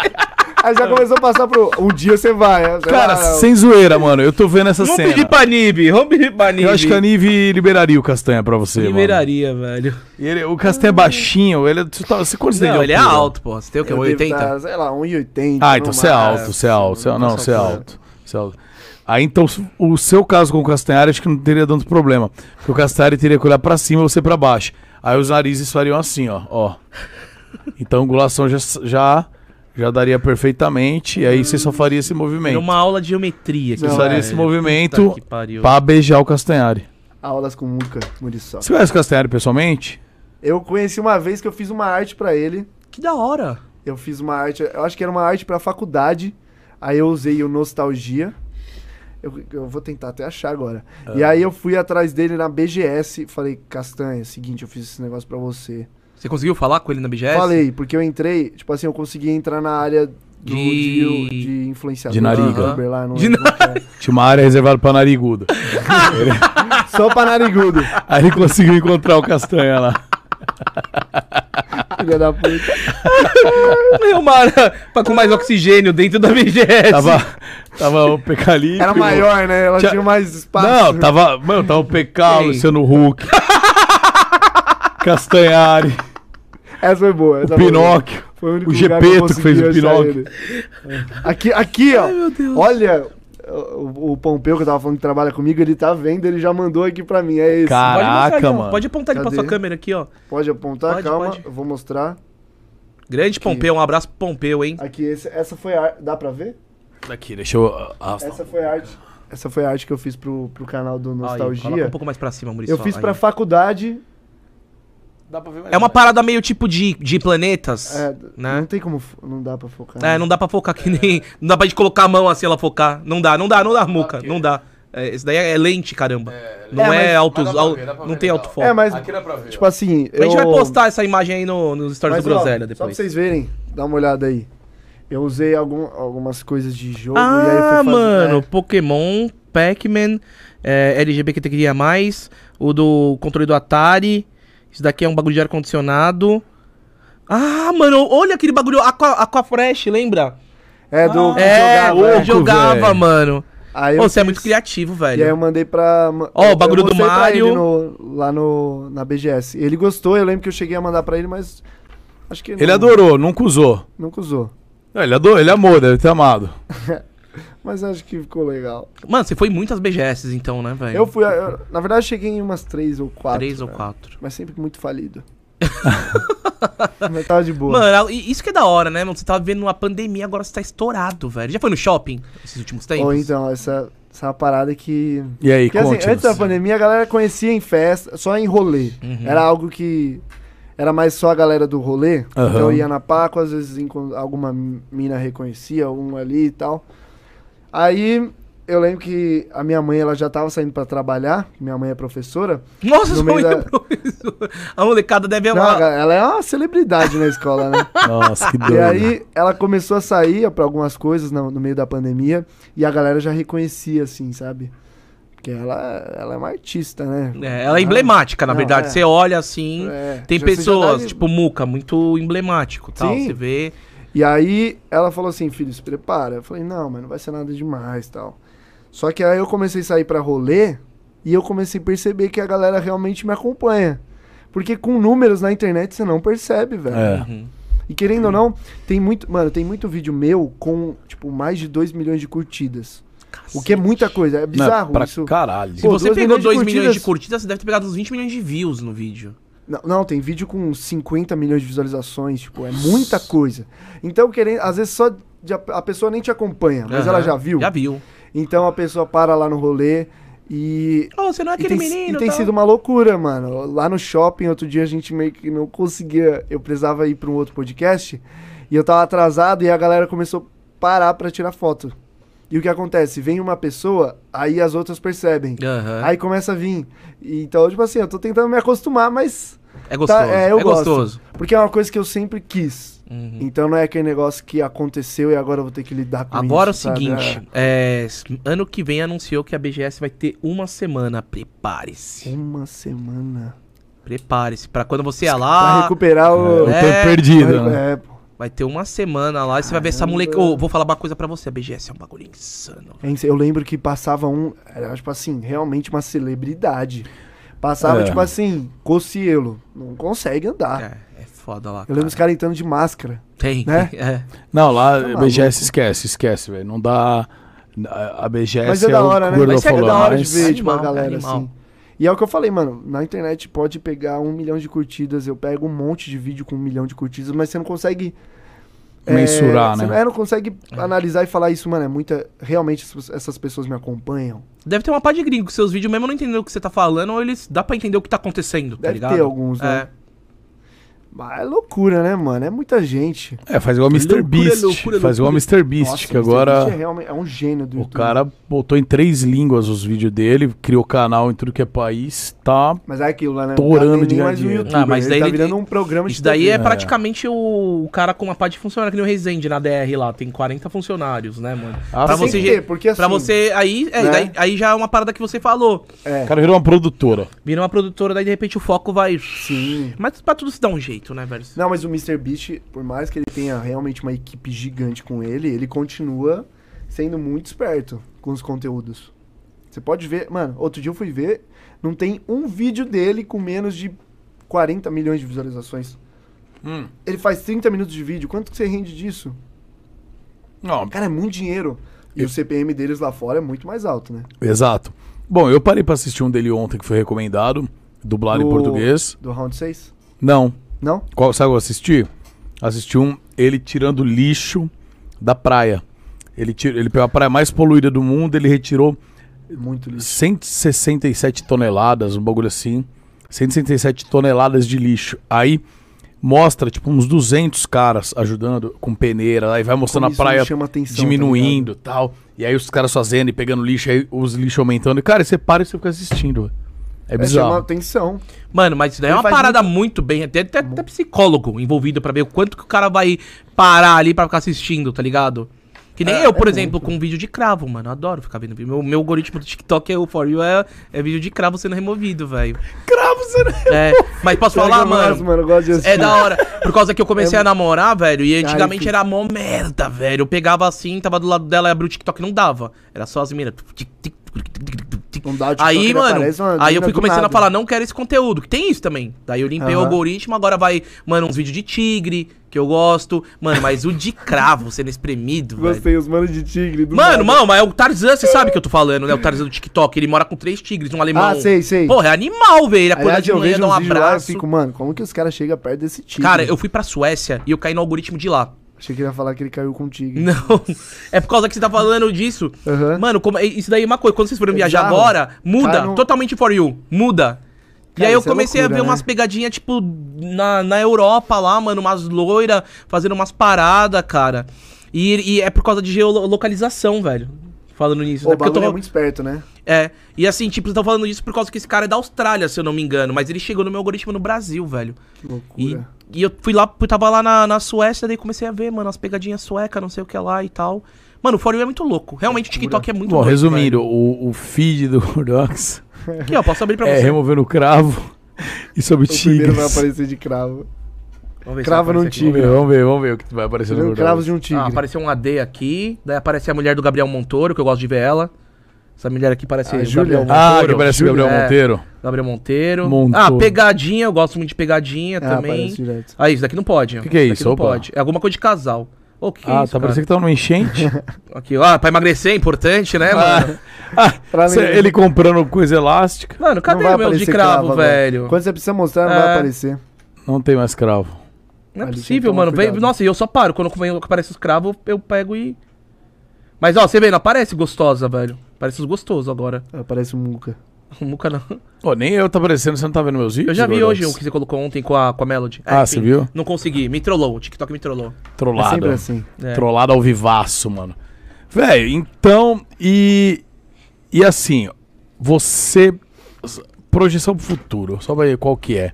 [SPEAKER 3] Aí já começou a passar pro... Um dia você vai. né? Sei
[SPEAKER 1] Cara,
[SPEAKER 3] lá,
[SPEAKER 1] sem zoeira, mano. Eu tô vendo essa
[SPEAKER 2] Vamos
[SPEAKER 1] cena.
[SPEAKER 2] pedir pra Nibe. Vamos pedir pra Nibe.
[SPEAKER 1] Eu acho que a Nive liberaria o Castanha pra você, mano.
[SPEAKER 2] Liberaria, velho.
[SPEAKER 1] E ele- o Castanha é baixinho, ele é. Você tá- você quantos tem de
[SPEAKER 2] Não, ele é
[SPEAKER 1] altura?
[SPEAKER 2] alto, pô. Você tem o quê?
[SPEAKER 3] eu devo
[SPEAKER 2] 80?
[SPEAKER 3] Tá, sei lá, 1,80.
[SPEAKER 1] Ah, então
[SPEAKER 3] no
[SPEAKER 1] você é
[SPEAKER 3] máximo.
[SPEAKER 1] alto, você é alto. você é- Não,
[SPEAKER 3] Nossa
[SPEAKER 1] você é
[SPEAKER 3] altura.
[SPEAKER 1] alto. você é alto. Aí então o seu caso com o Castanhari acho que não teria tanto problema. Porque o Castanhari teria que olhar pra cima e você pra baixo. Aí os narizes fariam assim, ó. ó. Então a angulação já, já, já daria perfeitamente. E aí você só faria esse
[SPEAKER 2] Era
[SPEAKER 1] movimento.
[SPEAKER 2] uma aula de geometria.
[SPEAKER 1] Você
[SPEAKER 3] Não,
[SPEAKER 1] faria
[SPEAKER 3] é,
[SPEAKER 1] esse movimento
[SPEAKER 2] Que pariu.
[SPEAKER 1] pra beijar o Castanhari.
[SPEAKER 3] Aulas com Muca Muriçoca.
[SPEAKER 1] Você conhece o Castanhari pessoalmente?
[SPEAKER 3] Eu conheci uma vez que eu fiz uma arte pra ele.
[SPEAKER 2] Que da hora.
[SPEAKER 3] Eu fiz uma arte, eu acho que era uma arte pra faculdade. Aí eu usei o Nostalgia. Eu, eu vou tentar até achar agora. E
[SPEAKER 1] Ah.
[SPEAKER 3] aí eu fui atrás dele na BGS. Falei, Castanha, é seguinte, eu fiz esse negócio pra você.
[SPEAKER 2] Você conseguiu falar com ele na BGS?
[SPEAKER 3] Falei, porque eu entrei, tipo assim, eu consegui entrar na área do,
[SPEAKER 2] De-
[SPEAKER 3] de... De, influenciador.
[SPEAKER 1] De nariga.
[SPEAKER 3] youtuber lá, né? não
[SPEAKER 2] De
[SPEAKER 3] lembro qual que
[SPEAKER 1] Tinha uma área reservada pra narigudo.
[SPEAKER 3] é. Só pra narigudo.
[SPEAKER 1] Aí ele conseguiu encontrar o Castanha lá.
[SPEAKER 3] Filha da puta.
[SPEAKER 2] Meu mano, pra com mais oxigênio dentro da BGS.
[SPEAKER 1] Tava, tava o Pecalípico.
[SPEAKER 3] Era maior, né? Ela
[SPEAKER 1] Tinha-
[SPEAKER 3] tinha mais espaço.
[SPEAKER 1] Não, tá- tava. Mano, tava o PK,
[SPEAKER 2] Quem?
[SPEAKER 1] Luciano Huck. Castanhari,
[SPEAKER 3] Essa foi boa. Essa
[SPEAKER 1] o
[SPEAKER 3] foi boa.
[SPEAKER 1] Pinóquio.
[SPEAKER 3] Foi único
[SPEAKER 1] O
[SPEAKER 3] lugar eu
[SPEAKER 1] Gepeto que fez o
[SPEAKER 3] consegui achar
[SPEAKER 1] Pinóquio.
[SPEAKER 3] ele. É. Aqui, aqui, ó. Olha, o, o Pompeu que eu tava falando que trabalha comigo, ele tá vendo, ele já mandou aqui pra mim. É esse.
[SPEAKER 1] Cara.
[SPEAKER 2] Pode mostrar,
[SPEAKER 1] Caraca,
[SPEAKER 2] João.
[SPEAKER 1] mano.
[SPEAKER 2] Pode apontar ele pra
[SPEAKER 3] Cadê?
[SPEAKER 2] sua câmera aqui, ó.
[SPEAKER 3] Pode apontar,
[SPEAKER 2] Pode,
[SPEAKER 3] calma.
[SPEAKER 2] pode.
[SPEAKER 3] Eu vou mostrar.
[SPEAKER 2] Grande Pompeu, um abraço pro Pompeu, hein?
[SPEAKER 3] Aqui, esse- essa foi a arte. Dá pra ver?
[SPEAKER 1] Aqui, deixa eu. ah,
[SPEAKER 3] Essa foi a arte. Essa foi a arte que eu fiz pro, pro canal do
[SPEAKER 2] Aí,
[SPEAKER 3] Nostalgia.
[SPEAKER 2] coloca um pouco mais pra cima, Muricy.
[SPEAKER 3] eu fiz pra faculdade. Dá pra ver
[SPEAKER 2] É uma parada meio tipo de, de planetas.
[SPEAKER 3] É,
[SPEAKER 2] né?
[SPEAKER 3] Não tem como. fo- Não dá pra focar.
[SPEAKER 2] É,
[SPEAKER 3] né?
[SPEAKER 2] não dá pra focar que nem. Não dá pra gente colocar a mão assim ela focar. Não dá, não dá, não dá, Muca.
[SPEAKER 1] porque-
[SPEAKER 2] Não dá. É, isso daí é lente, caramba. não
[SPEAKER 3] lente.
[SPEAKER 2] é,
[SPEAKER 3] É, mas-
[SPEAKER 2] alto.
[SPEAKER 1] mas dá pra ver, dá pra
[SPEAKER 2] não
[SPEAKER 1] ver
[SPEAKER 2] tem
[SPEAKER 1] legal.
[SPEAKER 2] alto foco.
[SPEAKER 3] É, mas.
[SPEAKER 1] dá pra ver.
[SPEAKER 3] Tipo assim.
[SPEAKER 2] A gente vai
[SPEAKER 3] eu-
[SPEAKER 2] postar essa imagem aí no, nos stories
[SPEAKER 3] Mas,
[SPEAKER 2] do
[SPEAKER 3] ó,
[SPEAKER 2] Groselha
[SPEAKER 3] Só pra
[SPEAKER 2] depois.
[SPEAKER 3] vocês verem, dá uma olhada aí. Eu usei algum- algumas coisas de jogo e aí eu fui
[SPEAKER 2] Ah,
[SPEAKER 3] fazer-
[SPEAKER 2] mano,
[SPEAKER 3] é.
[SPEAKER 2] Pokémon, Pac-Man, é, LGBTQIA+, o do controle do Atari, isso daqui é um bagulho de ar-condicionado. Ah, mano, olha aquele bagulho Aqua, Aquafresh, lembra?
[SPEAKER 3] É, do que
[SPEAKER 2] é,
[SPEAKER 3] jogava,
[SPEAKER 2] jogava,
[SPEAKER 3] é.
[SPEAKER 1] louco, velho.
[SPEAKER 2] mano.
[SPEAKER 3] Aí
[SPEAKER 2] Ô,
[SPEAKER 3] eu
[SPEAKER 2] você é
[SPEAKER 3] fiz-
[SPEAKER 2] muito criativo,
[SPEAKER 3] E aí eu
[SPEAKER 2] velho.
[SPEAKER 3] mandei pra. ma-
[SPEAKER 2] Ó, o
[SPEAKER 3] eu-
[SPEAKER 2] bagulho
[SPEAKER 3] eu
[SPEAKER 2] do
[SPEAKER 3] mostrei pra
[SPEAKER 2] Mario.
[SPEAKER 3] ele no- lá no, na BGS. Ele gostou, eu lembro que eu cheguei a mandar pra ele, mas. Acho que.
[SPEAKER 1] Ele
[SPEAKER 3] não-
[SPEAKER 1] adorou, nunca usou.
[SPEAKER 3] Nunca usou.
[SPEAKER 1] Não, ele adorou, ele amou, deve ter amado.
[SPEAKER 3] Mas acho que ficou legal.
[SPEAKER 2] Mano, você foi em muitas BGS então, né, velho?
[SPEAKER 3] Eu fui. eu- na verdade, eu cheguei em umas três ou quatro.
[SPEAKER 2] Três ou
[SPEAKER 3] né?
[SPEAKER 2] quatro.
[SPEAKER 3] Mas sempre muito falido. mas tava de boa.
[SPEAKER 2] Mano, e- isso que é da hora, né, mano? Você tava vivendo uma pandemia, agora você tá estourado, velho. Já foi no shopping esses últimos tempos?
[SPEAKER 3] Ou então, essa, essa parada que.
[SPEAKER 1] E aí,
[SPEAKER 3] Porque assim,
[SPEAKER 1] conte.
[SPEAKER 3] antes da pandemia a galera conhecia em festa, só em rolê. Era algo que era mais só a galera do rolê.
[SPEAKER 1] Aham.
[SPEAKER 3] Então eu ia na Paco, às vezes encon- alguma mina reconhecia, um ali e tal. Aí eu lembro que a minha mãe ela já tava saindo pra trabalhar, minha mãe é professora.
[SPEAKER 2] Nossa,
[SPEAKER 3] No
[SPEAKER 2] sua mãe
[SPEAKER 3] meio
[SPEAKER 2] é
[SPEAKER 3] da-
[SPEAKER 2] professora. A molecada deve
[SPEAKER 3] Não,
[SPEAKER 2] amar.
[SPEAKER 3] ela é uma celebridade na escola, né?
[SPEAKER 1] Nossa, que doido.
[SPEAKER 3] E aí ela começou a sair pra algumas coisas no, no meio da pandemia e a galera já reconhecia, assim, sabe? Porque ela, ela é uma artista, né?
[SPEAKER 2] É, ela é emblemática, na
[SPEAKER 3] Não,
[SPEAKER 2] verdade.
[SPEAKER 3] é.
[SPEAKER 2] Você olha assim.
[SPEAKER 3] É,
[SPEAKER 2] Tem
[SPEAKER 3] já- você já
[SPEAKER 2] pessoas,
[SPEAKER 3] dá-
[SPEAKER 2] tipo Muca, muito emblemático tal.
[SPEAKER 3] Sim.
[SPEAKER 2] Você vê.
[SPEAKER 1] É.
[SPEAKER 3] E aí ela falou assim, filho, se prepara. Eu falei, não, mas não vai ser nada demais tal. Só que aí eu comecei a sair pra rolê e eu comecei a perceber que a galera realmente me acompanha. Porque com números na internet você não percebe, velho.
[SPEAKER 1] É.
[SPEAKER 2] Uhum.
[SPEAKER 3] E querendo ou não, tem muito. Mano, tem muito vídeo meu com, tipo, mais de 2 milhões de curtidas. O que é muita coisa. É
[SPEAKER 1] Não,
[SPEAKER 3] bizarro
[SPEAKER 1] pra
[SPEAKER 3] isso.
[SPEAKER 1] caralho.
[SPEAKER 2] Se
[SPEAKER 3] Pô,
[SPEAKER 2] você
[SPEAKER 3] duas
[SPEAKER 2] pegou
[SPEAKER 3] milhões de
[SPEAKER 2] 2 milhões de
[SPEAKER 3] curtidas-
[SPEAKER 2] curtidas, você deve ter pegado uns 20 milhões de views no vídeo.
[SPEAKER 3] Não, não, tem vídeo com 50 milhões de visualizações, tipo, é muita coisa. Então, querendo, às vezes só de- a pessoa nem te acompanha, mas
[SPEAKER 2] Aham.
[SPEAKER 3] ela já viu.
[SPEAKER 2] Já viu.
[SPEAKER 3] Então a pessoa para lá no rolê e.
[SPEAKER 2] Oh, você não é
[SPEAKER 3] e
[SPEAKER 2] aquele
[SPEAKER 3] tem,
[SPEAKER 2] menino.
[SPEAKER 3] e tem
[SPEAKER 2] tal.
[SPEAKER 3] sido uma loucura, mano. Lá no shopping, outro dia a gente meio que não conseguia. Eu precisava ir pra um outro podcast e eu tava atrasado e a galera começou a parar pra tirar foto. E o que acontece? Vem uma pessoa, aí as outras percebem.
[SPEAKER 2] Aham.
[SPEAKER 3] Aí começa a vir. E Então, tipo assim, eu tô tentando me acostumar, mas.
[SPEAKER 2] É gostoso.
[SPEAKER 3] Tá,
[SPEAKER 2] é,
[SPEAKER 3] é, eu gosto.
[SPEAKER 2] gostoso.
[SPEAKER 3] Porque é uma coisa que eu sempre quis.
[SPEAKER 2] Uhum.
[SPEAKER 3] Então não é aquele negócio que aconteceu e agora eu vou ter que lidar com
[SPEAKER 2] Agora
[SPEAKER 3] isso.
[SPEAKER 2] é o
[SPEAKER 3] sabe?
[SPEAKER 2] seguinte, é, s- ano que vem anunciou que a BGS vai ter uma semana.
[SPEAKER 3] É.
[SPEAKER 2] Prepare-se.
[SPEAKER 3] Uma semana.
[SPEAKER 2] Prepare-se. Pra quando você ir
[SPEAKER 3] pra
[SPEAKER 2] lá,
[SPEAKER 3] recuperar o.
[SPEAKER 1] Eu tô
[SPEAKER 2] Ah, É.
[SPEAKER 1] perdido, né?
[SPEAKER 3] É,
[SPEAKER 2] vai ter uma semana lá e você vai ver essa
[SPEAKER 3] Caramba.
[SPEAKER 2] moleca. Ô, vou falar uma coisa pra você. A BGS é um bagulho insano.
[SPEAKER 3] É isso, Eu lembro que passava um. Era, tipo assim, realmente uma celebridade. Passava,
[SPEAKER 1] É.
[SPEAKER 3] tipo assim, Cocielo. Não consegue andar.
[SPEAKER 2] É, é foda lá.
[SPEAKER 3] Ah. Eu lembro
[SPEAKER 2] Cara.
[SPEAKER 3] os caras entrando de máscara.
[SPEAKER 2] Tem.
[SPEAKER 3] né?
[SPEAKER 2] É.
[SPEAKER 1] Não, lá,
[SPEAKER 3] Tá maluco.
[SPEAKER 1] BGS esquece, esquece, velho. Não dá. A a BGS
[SPEAKER 3] Mas é da hora, né?
[SPEAKER 1] gordo
[SPEAKER 2] Mas é
[SPEAKER 1] falou,
[SPEAKER 2] da hora de
[SPEAKER 1] mas-
[SPEAKER 2] ver.
[SPEAKER 3] Vê, tipo, a
[SPEAKER 2] animal,
[SPEAKER 3] galera
[SPEAKER 2] animal.
[SPEAKER 3] assim. E é o que eu falei, mano. Na internet pode pegar um milhão de curtidas. Eu pego um monte de vídeo com um milhão de curtidas, mas você não consegue. é,
[SPEAKER 1] Mensurar,
[SPEAKER 3] você
[SPEAKER 1] né?
[SPEAKER 3] não- É, não consegue analisar e falar isso, mano. É muita. Realmente essas- essas pessoas me acompanham.
[SPEAKER 2] Deve ter uma pá de gringo que seus vídeos, mesmo não entendendo o que você tá falando, ou eles dá pra entender o que tá acontecendo, tá
[SPEAKER 3] Deve
[SPEAKER 2] ligado?
[SPEAKER 3] ter alguns, né?
[SPEAKER 2] É.
[SPEAKER 3] Mas é loucura, né, mano? É muita gente.
[SPEAKER 1] É, faz igual Mr.
[SPEAKER 2] Loucura,
[SPEAKER 1] Beast.
[SPEAKER 2] loucura,
[SPEAKER 1] faz igual Mr. Beast,
[SPEAKER 3] Nossa,
[SPEAKER 1] que
[SPEAKER 3] o Mr.
[SPEAKER 1] agora
[SPEAKER 3] Beast É, realmente- é um gênio do
[SPEAKER 1] o
[SPEAKER 3] YouTube.
[SPEAKER 1] cara botou em três línguas os vídeos dele, criou canal em tudo que é país, tá.
[SPEAKER 3] Mas é aquilo lá, né?
[SPEAKER 1] Torando de ganhar
[SPEAKER 3] mais um
[SPEAKER 1] dinheiro.
[SPEAKER 3] youtuber.
[SPEAKER 2] Ah, mas
[SPEAKER 3] ele
[SPEAKER 2] daí
[SPEAKER 3] tá
[SPEAKER 2] ele-
[SPEAKER 3] virando um programa
[SPEAKER 2] Isso daí
[SPEAKER 3] TV.
[SPEAKER 2] é
[SPEAKER 1] É.
[SPEAKER 2] praticamente o o cara com uma pá de funcionário, que nem o Resende na DR lá. Tem 40 funcionários, né, mano?
[SPEAKER 1] Ah,
[SPEAKER 2] pra
[SPEAKER 1] sim.
[SPEAKER 2] você.
[SPEAKER 3] Tem que ter, porque
[SPEAKER 2] pra
[SPEAKER 3] assim,
[SPEAKER 2] você. Aí, é,
[SPEAKER 3] né?
[SPEAKER 2] daí- aí já é uma parada que você falou.
[SPEAKER 3] é.
[SPEAKER 1] O cara virou uma produtora.
[SPEAKER 2] Vira uma produtora, daí de repente o foco vai.
[SPEAKER 3] Sim.
[SPEAKER 2] Mas pra tudo se dar um jeito, né, velho?
[SPEAKER 3] Não, mas o Mr. Beast, por mais que ele tenha realmente uma equipe gigante com ele, ele continua sendo muito esperto com os conteúdos. Você pode ver, mano, outro dia eu fui ver, não tem um vídeo dele com menos de 40 milhões de visualizações. Ele faz 30 minutos de vídeo, quanto que você rende disso?
[SPEAKER 1] Não,
[SPEAKER 3] Cara, é muito dinheiro. E o CPM deles lá fora é muito mais alto, né?
[SPEAKER 1] exato. Bom, eu parei pra assistir um dele ontem que foi recomendado, dublado em
[SPEAKER 3] Do-
[SPEAKER 1] português.
[SPEAKER 3] Do round 6?
[SPEAKER 1] Não.
[SPEAKER 3] Não?
[SPEAKER 1] Qual, sabe o que eu assisti? Assisti um, ele tirando lixo da praia. Ele, tira, ele pegou a praia mais poluída do mundo, ele retirou
[SPEAKER 3] Muito lixo.
[SPEAKER 1] 167 toneladas, um bagulho assim. 167 toneladas de lixo. Aí mostra, tipo, uns 200 caras ajudando com peneira. Aí vai mostrando
[SPEAKER 3] Como
[SPEAKER 1] a
[SPEAKER 3] isso
[SPEAKER 1] praia
[SPEAKER 3] me chama atenção, tá
[SPEAKER 1] diminuindo e tal. E aí os caras fazendo e pegando lixo, aí os lixos aumentando. E, cara, você para e você fica assistindo. velho. É
[SPEAKER 3] É, chama
[SPEAKER 1] bizarro.
[SPEAKER 3] atenção.
[SPEAKER 2] Mano, mas isso daí é
[SPEAKER 3] Ele
[SPEAKER 2] uma
[SPEAKER 3] faz
[SPEAKER 2] parada muito, bem. Até, até, até psicólogo envolvido pra ver o quanto que o cara vai parar ali pra ficar assistindo, tá ligado? Que
[SPEAKER 3] É,
[SPEAKER 2] nem eu, por exemplo, com um vídeo de cravo, mano. Eu adoro ficar vendo vídeo. Meu, meu algoritmo do TikTok é o For You, é, é vídeo de cravo sendo removido, velho.
[SPEAKER 1] Cravo, você não-
[SPEAKER 2] É, mas posso falar, mano?
[SPEAKER 3] mano eu gosto de
[SPEAKER 2] É
[SPEAKER 3] assistir.
[SPEAKER 2] da hora. Por causa que eu comecei a namorar, velho, e antigamente
[SPEAKER 3] É enfim.
[SPEAKER 2] era mó merda, velho. Eu pegava assim, tava do lado dela e abria o TikTok, não dava. Era só as minas.
[SPEAKER 3] Não dá, o TikTok,
[SPEAKER 2] Aí,
[SPEAKER 3] ele
[SPEAKER 2] mano,
[SPEAKER 3] aparece uma
[SPEAKER 2] aí eu
[SPEAKER 3] mina
[SPEAKER 2] fui
[SPEAKER 3] do
[SPEAKER 2] começando a
[SPEAKER 3] nada.
[SPEAKER 2] falar, não quero esse conteúdo, que tem isso também. Daí eu limpei o
[SPEAKER 3] Aham.
[SPEAKER 2] algoritmo, agora vai, mano, uns vídeos de tigre, que eu gosto. Mano, mas o de cravo sendo espremido, velho.
[SPEAKER 3] Gostei, os manos de tigre. Do
[SPEAKER 2] Mano,
[SPEAKER 3] nada.
[SPEAKER 2] mano, mas é o Tarzan, você sabe que eu tô falando, né? O Tarzan do TikTok, ele mora com três tigres, um alemão.
[SPEAKER 3] Ah, sei, sei.
[SPEAKER 2] Porra, é animal, velho. Ele acorda
[SPEAKER 3] Aliás,
[SPEAKER 2] de
[SPEAKER 3] eu
[SPEAKER 2] manhã,
[SPEAKER 3] vejo
[SPEAKER 2] dá um
[SPEAKER 3] uns vídeos lá e
[SPEAKER 2] abraço.
[SPEAKER 3] fico, mano, como que os caras chegam perto desse tigre?
[SPEAKER 2] Cara, eu fui pra Suécia e eu caí no algoritmo de lá.
[SPEAKER 3] Achei que ele ia falar que ele caiu com o tigre.
[SPEAKER 2] Não. É por causa que você tá falando disso.
[SPEAKER 3] Aham.
[SPEAKER 2] Mano, como- isso daí é uma coisa. Quando vocês forem
[SPEAKER 3] É
[SPEAKER 2] viajar
[SPEAKER 3] bizarro.
[SPEAKER 2] agora, muda.
[SPEAKER 3] Cai no-
[SPEAKER 2] Totalmente for you. Muda. e aí eu
[SPEAKER 3] isso é
[SPEAKER 2] comecei
[SPEAKER 3] loucura,
[SPEAKER 2] a ver
[SPEAKER 3] né?
[SPEAKER 2] umas pegadinhas, tipo, na, na Europa lá, mano, umas loiras fazendo umas paradas, cara. E, e é por causa de geolocalização, velho. Falando nisso,
[SPEAKER 3] Pô,
[SPEAKER 2] né?
[SPEAKER 3] o
[SPEAKER 2] Porque eu
[SPEAKER 3] bagulho
[SPEAKER 2] tô.
[SPEAKER 3] é muito esperto, né?
[SPEAKER 2] É, e assim, tipo, estão falando isso por causa que esse cara é da Austrália, se eu não me engano, mas ele chegou no meu algoritmo no Brasil, velho.
[SPEAKER 3] Que
[SPEAKER 2] E,
[SPEAKER 3] loucura.
[SPEAKER 2] e eu fui lá, eu tava lá na, na Suécia, daí comecei a ver, mano, as pegadinhas suecas, não sei o que lá e tal. Mano, o For You é muito louco. Realmente o TikTok é muito
[SPEAKER 1] Bom,
[SPEAKER 2] louco.
[SPEAKER 1] resumindo, o, o feed do Rodox
[SPEAKER 2] velho. Aqui, ó, posso abrir pra
[SPEAKER 1] é
[SPEAKER 2] você.
[SPEAKER 1] removendo cravo e sobre
[SPEAKER 3] O primeiro vai
[SPEAKER 1] tigres.
[SPEAKER 3] aparecer de cravo.
[SPEAKER 2] Vamos ver se
[SPEAKER 3] cravo
[SPEAKER 2] aparece aqui.
[SPEAKER 3] num
[SPEAKER 1] Vamos ver, vamos ver, vamos ver o que vai aparecer no
[SPEAKER 3] Primeiro
[SPEAKER 1] Rodox.
[SPEAKER 3] cravos de um
[SPEAKER 2] Ah,
[SPEAKER 3] tigre.
[SPEAKER 2] apareceu um AD aqui, daí aparece a mulher do Gabriel Montoro, que eu gosto de ver ela. Essa mulher aqui parece
[SPEAKER 3] Ah,
[SPEAKER 2] o
[SPEAKER 3] Júlia.
[SPEAKER 2] Gabriel Montoro.
[SPEAKER 1] Ah, que parece o
[SPEAKER 2] Júlia.
[SPEAKER 1] Gabriel
[SPEAKER 2] É,
[SPEAKER 1] Monteiro.
[SPEAKER 2] Gabriel Monteiro.
[SPEAKER 1] Montoro.
[SPEAKER 2] Ah, pegadinha, eu gosto muito de pegadinha
[SPEAKER 3] Ah,
[SPEAKER 2] também.
[SPEAKER 3] aparece direto.
[SPEAKER 2] Ah, isso daqui não pode.
[SPEAKER 1] Que que é
[SPEAKER 2] Isso daqui
[SPEAKER 1] isso?
[SPEAKER 2] Não
[SPEAKER 1] Opa.
[SPEAKER 2] pode. É alguma coisa de casal. Ô, que que é
[SPEAKER 1] Ah,
[SPEAKER 2] isso,
[SPEAKER 1] tá
[SPEAKER 2] cara?
[SPEAKER 1] parecendo que tá numa enchente.
[SPEAKER 2] Aqui, ó, pra emagrecer é importante, né, mano?
[SPEAKER 1] Ah,
[SPEAKER 3] Pra
[SPEAKER 1] cê-
[SPEAKER 3] mim-
[SPEAKER 1] ele comprando coisa elástica.
[SPEAKER 2] Mano, cadê
[SPEAKER 3] Não vai
[SPEAKER 2] o meu de
[SPEAKER 3] aparecer
[SPEAKER 2] cravo,
[SPEAKER 3] agora.
[SPEAKER 2] velho?
[SPEAKER 3] Quando você precisa mostrar, não
[SPEAKER 2] É.
[SPEAKER 3] vai aparecer.
[SPEAKER 1] Não tem mais cravo.
[SPEAKER 2] Não é
[SPEAKER 3] Ali,
[SPEAKER 1] então,
[SPEAKER 2] possível,
[SPEAKER 3] tem que
[SPEAKER 2] mano.
[SPEAKER 3] tomar
[SPEAKER 2] Vem-
[SPEAKER 3] cuidado.
[SPEAKER 2] Nossa, e eu só paro. Quando vem- aparece os cravos, eu pego e. Mas ó, você vê, não aparece gostosa, velho. Parece os gostosos agora.
[SPEAKER 3] Aparece um muca.
[SPEAKER 2] O Muca não.
[SPEAKER 1] Ó, nem eu tá aparecendo, você não tá vendo meus vídeos?
[SPEAKER 2] Eu já vi
[SPEAKER 1] Rodox?
[SPEAKER 2] hoje o que você colocou ontem com a, com a Melody. É,
[SPEAKER 1] Ah, você viu?
[SPEAKER 2] Não consegui. Me trollou. O TikTok me trollou.
[SPEAKER 3] É
[SPEAKER 1] Trollado.
[SPEAKER 3] sempre assim.
[SPEAKER 2] É.
[SPEAKER 1] Trollado ao vivaço, mano. Velho, então, e. E assim, você. Projeção pro futuro, só pra ver qual que é.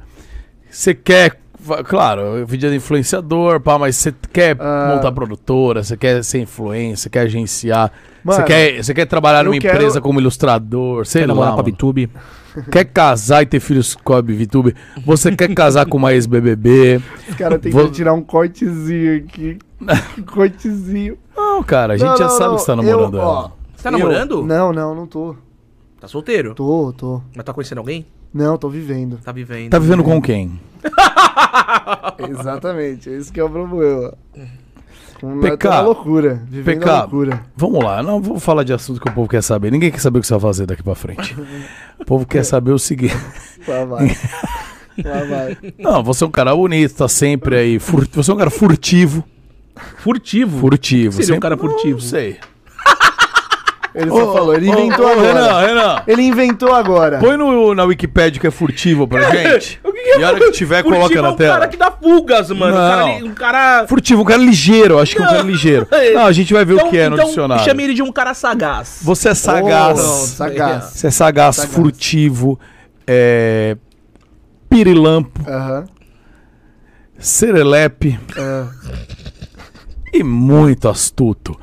[SPEAKER 1] Você quer. va- Claro, vídeo de influenciador, pá, mas você quer
[SPEAKER 3] Ah.
[SPEAKER 1] montar produtora, você quer ser influencer, quer agenciar, você
[SPEAKER 3] Mano,
[SPEAKER 1] quer, você quer trabalhar
[SPEAKER 3] eu
[SPEAKER 1] numa
[SPEAKER 3] quero-
[SPEAKER 1] empresa como ilustrador, sei
[SPEAKER 2] Quer
[SPEAKER 1] lá,
[SPEAKER 2] namorar com a
[SPEAKER 1] mano.
[SPEAKER 2] Bitube.
[SPEAKER 1] quer casar e ter filhos com a VTube, você quer casar com uma ex-BBB.
[SPEAKER 3] Os caras têm
[SPEAKER 1] Vou-
[SPEAKER 3] que tirar um cortezinho aqui. Um cortezinho.
[SPEAKER 1] Não, cara, a gente
[SPEAKER 3] Não,
[SPEAKER 1] já
[SPEAKER 3] não,
[SPEAKER 1] sabe
[SPEAKER 3] não.
[SPEAKER 1] que você tá
[SPEAKER 3] Eu,
[SPEAKER 1] namorando
[SPEAKER 3] ó,
[SPEAKER 1] ela.
[SPEAKER 2] Você tá
[SPEAKER 3] eu-
[SPEAKER 2] namorando?
[SPEAKER 3] Não, não, não tô.
[SPEAKER 2] Tá solteiro?
[SPEAKER 3] Tô, tô.
[SPEAKER 2] Mas tá conhecendo alguém?
[SPEAKER 3] Não, tô vivendo.
[SPEAKER 2] Tá vivendo.
[SPEAKER 1] Tá vivendo com quem?
[SPEAKER 3] Exatamente, esse que é o problema. Com
[SPEAKER 1] PK.
[SPEAKER 3] uma loucura. Vivendo
[SPEAKER 1] PK.
[SPEAKER 3] a loucura.
[SPEAKER 1] Vamos lá, não vou falar de assunto que o povo quer saber. Ninguém quer saber o que você vai fazer daqui pra frente. O povo
[SPEAKER 2] É.
[SPEAKER 1] quer saber o seguinte.
[SPEAKER 3] Lá vai. Lá vai.
[SPEAKER 1] Não, você é um cara bonito, tá sempre aí. fur- Você é um cara furtivo.
[SPEAKER 2] Furtivo.
[SPEAKER 1] Furtivo.
[SPEAKER 2] Seria um
[SPEAKER 1] sempre-
[SPEAKER 2] cara furtivo.
[SPEAKER 1] Não sei.
[SPEAKER 3] Ele só falou, ele
[SPEAKER 1] Ô,
[SPEAKER 3] inventou
[SPEAKER 1] ô,
[SPEAKER 3] agora.
[SPEAKER 1] Renan, Renan.
[SPEAKER 3] Ele inventou agora.
[SPEAKER 1] Põe no, na Wikipédia que é furtivo pra gente.
[SPEAKER 2] O que que é
[SPEAKER 1] E a hora que tiver,
[SPEAKER 2] furtivo
[SPEAKER 1] coloca
[SPEAKER 2] é
[SPEAKER 1] na
[SPEAKER 2] um
[SPEAKER 1] tela.
[SPEAKER 2] cara que dá fugas, mano. Um cara-
[SPEAKER 1] Não.
[SPEAKER 2] Um cara.
[SPEAKER 1] Furtivo, um cara ligeiro. Acho que é um cara
[SPEAKER 2] Não.
[SPEAKER 1] ligeiro. Não, a gente vai ver o que é no dicionário.
[SPEAKER 2] Então, Chame ele de um cara sagaz.
[SPEAKER 1] Você é sagaz.
[SPEAKER 3] Ô, sagaz.
[SPEAKER 1] Você é sagaz,
[SPEAKER 3] Sagaz.
[SPEAKER 1] furtivo. É... Pirilampo.
[SPEAKER 3] Aham.
[SPEAKER 1] Serelepe.
[SPEAKER 3] ah.
[SPEAKER 1] E muito astuto.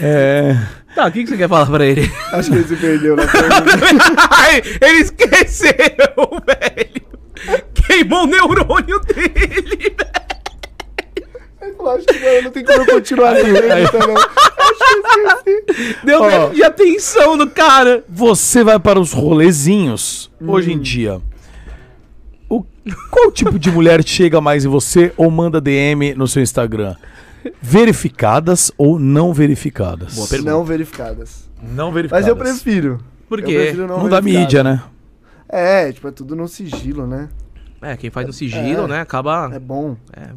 [SPEAKER 1] É.
[SPEAKER 2] Tá, o que, que você quer falar pra ele?
[SPEAKER 3] Acho que ele se perdeu né? na pergunta.
[SPEAKER 2] Ai, ele esqueceu, velho. Queimou o neurônio dele, velho.
[SPEAKER 3] Ele falou, acho que mano, não tem como eu continuar nessa pergunta, não. Acho que eu esqueci.
[SPEAKER 2] Deu
[SPEAKER 1] Ó.
[SPEAKER 2] medo de atenção no cara. Hum.
[SPEAKER 1] Você vai para os rolezinhos hoje em dia. O, qual tipo de mulher chega mais em você ou manda DM no seu Instagram? Verificadas ou não verificadas?
[SPEAKER 2] Boa pergunta.
[SPEAKER 3] Não verificadas.
[SPEAKER 1] Não
[SPEAKER 3] Mas
[SPEAKER 1] verificadas.
[SPEAKER 3] eu prefiro.
[SPEAKER 2] Por
[SPEAKER 3] Eu
[SPEAKER 2] quê?
[SPEAKER 3] prefiro não
[SPEAKER 1] Não da
[SPEAKER 3] verificadas.
[SPEAKER 1] mídia, né?
[SPEAKER 3] É, tipo, é tudo no sigilo, né?
[SPEAKER 2] É, quem faz no sigilo,
[SPEAKER 3] É.
[SPEAKER 2] né, acaba...
[SPEAKER 3] É bom.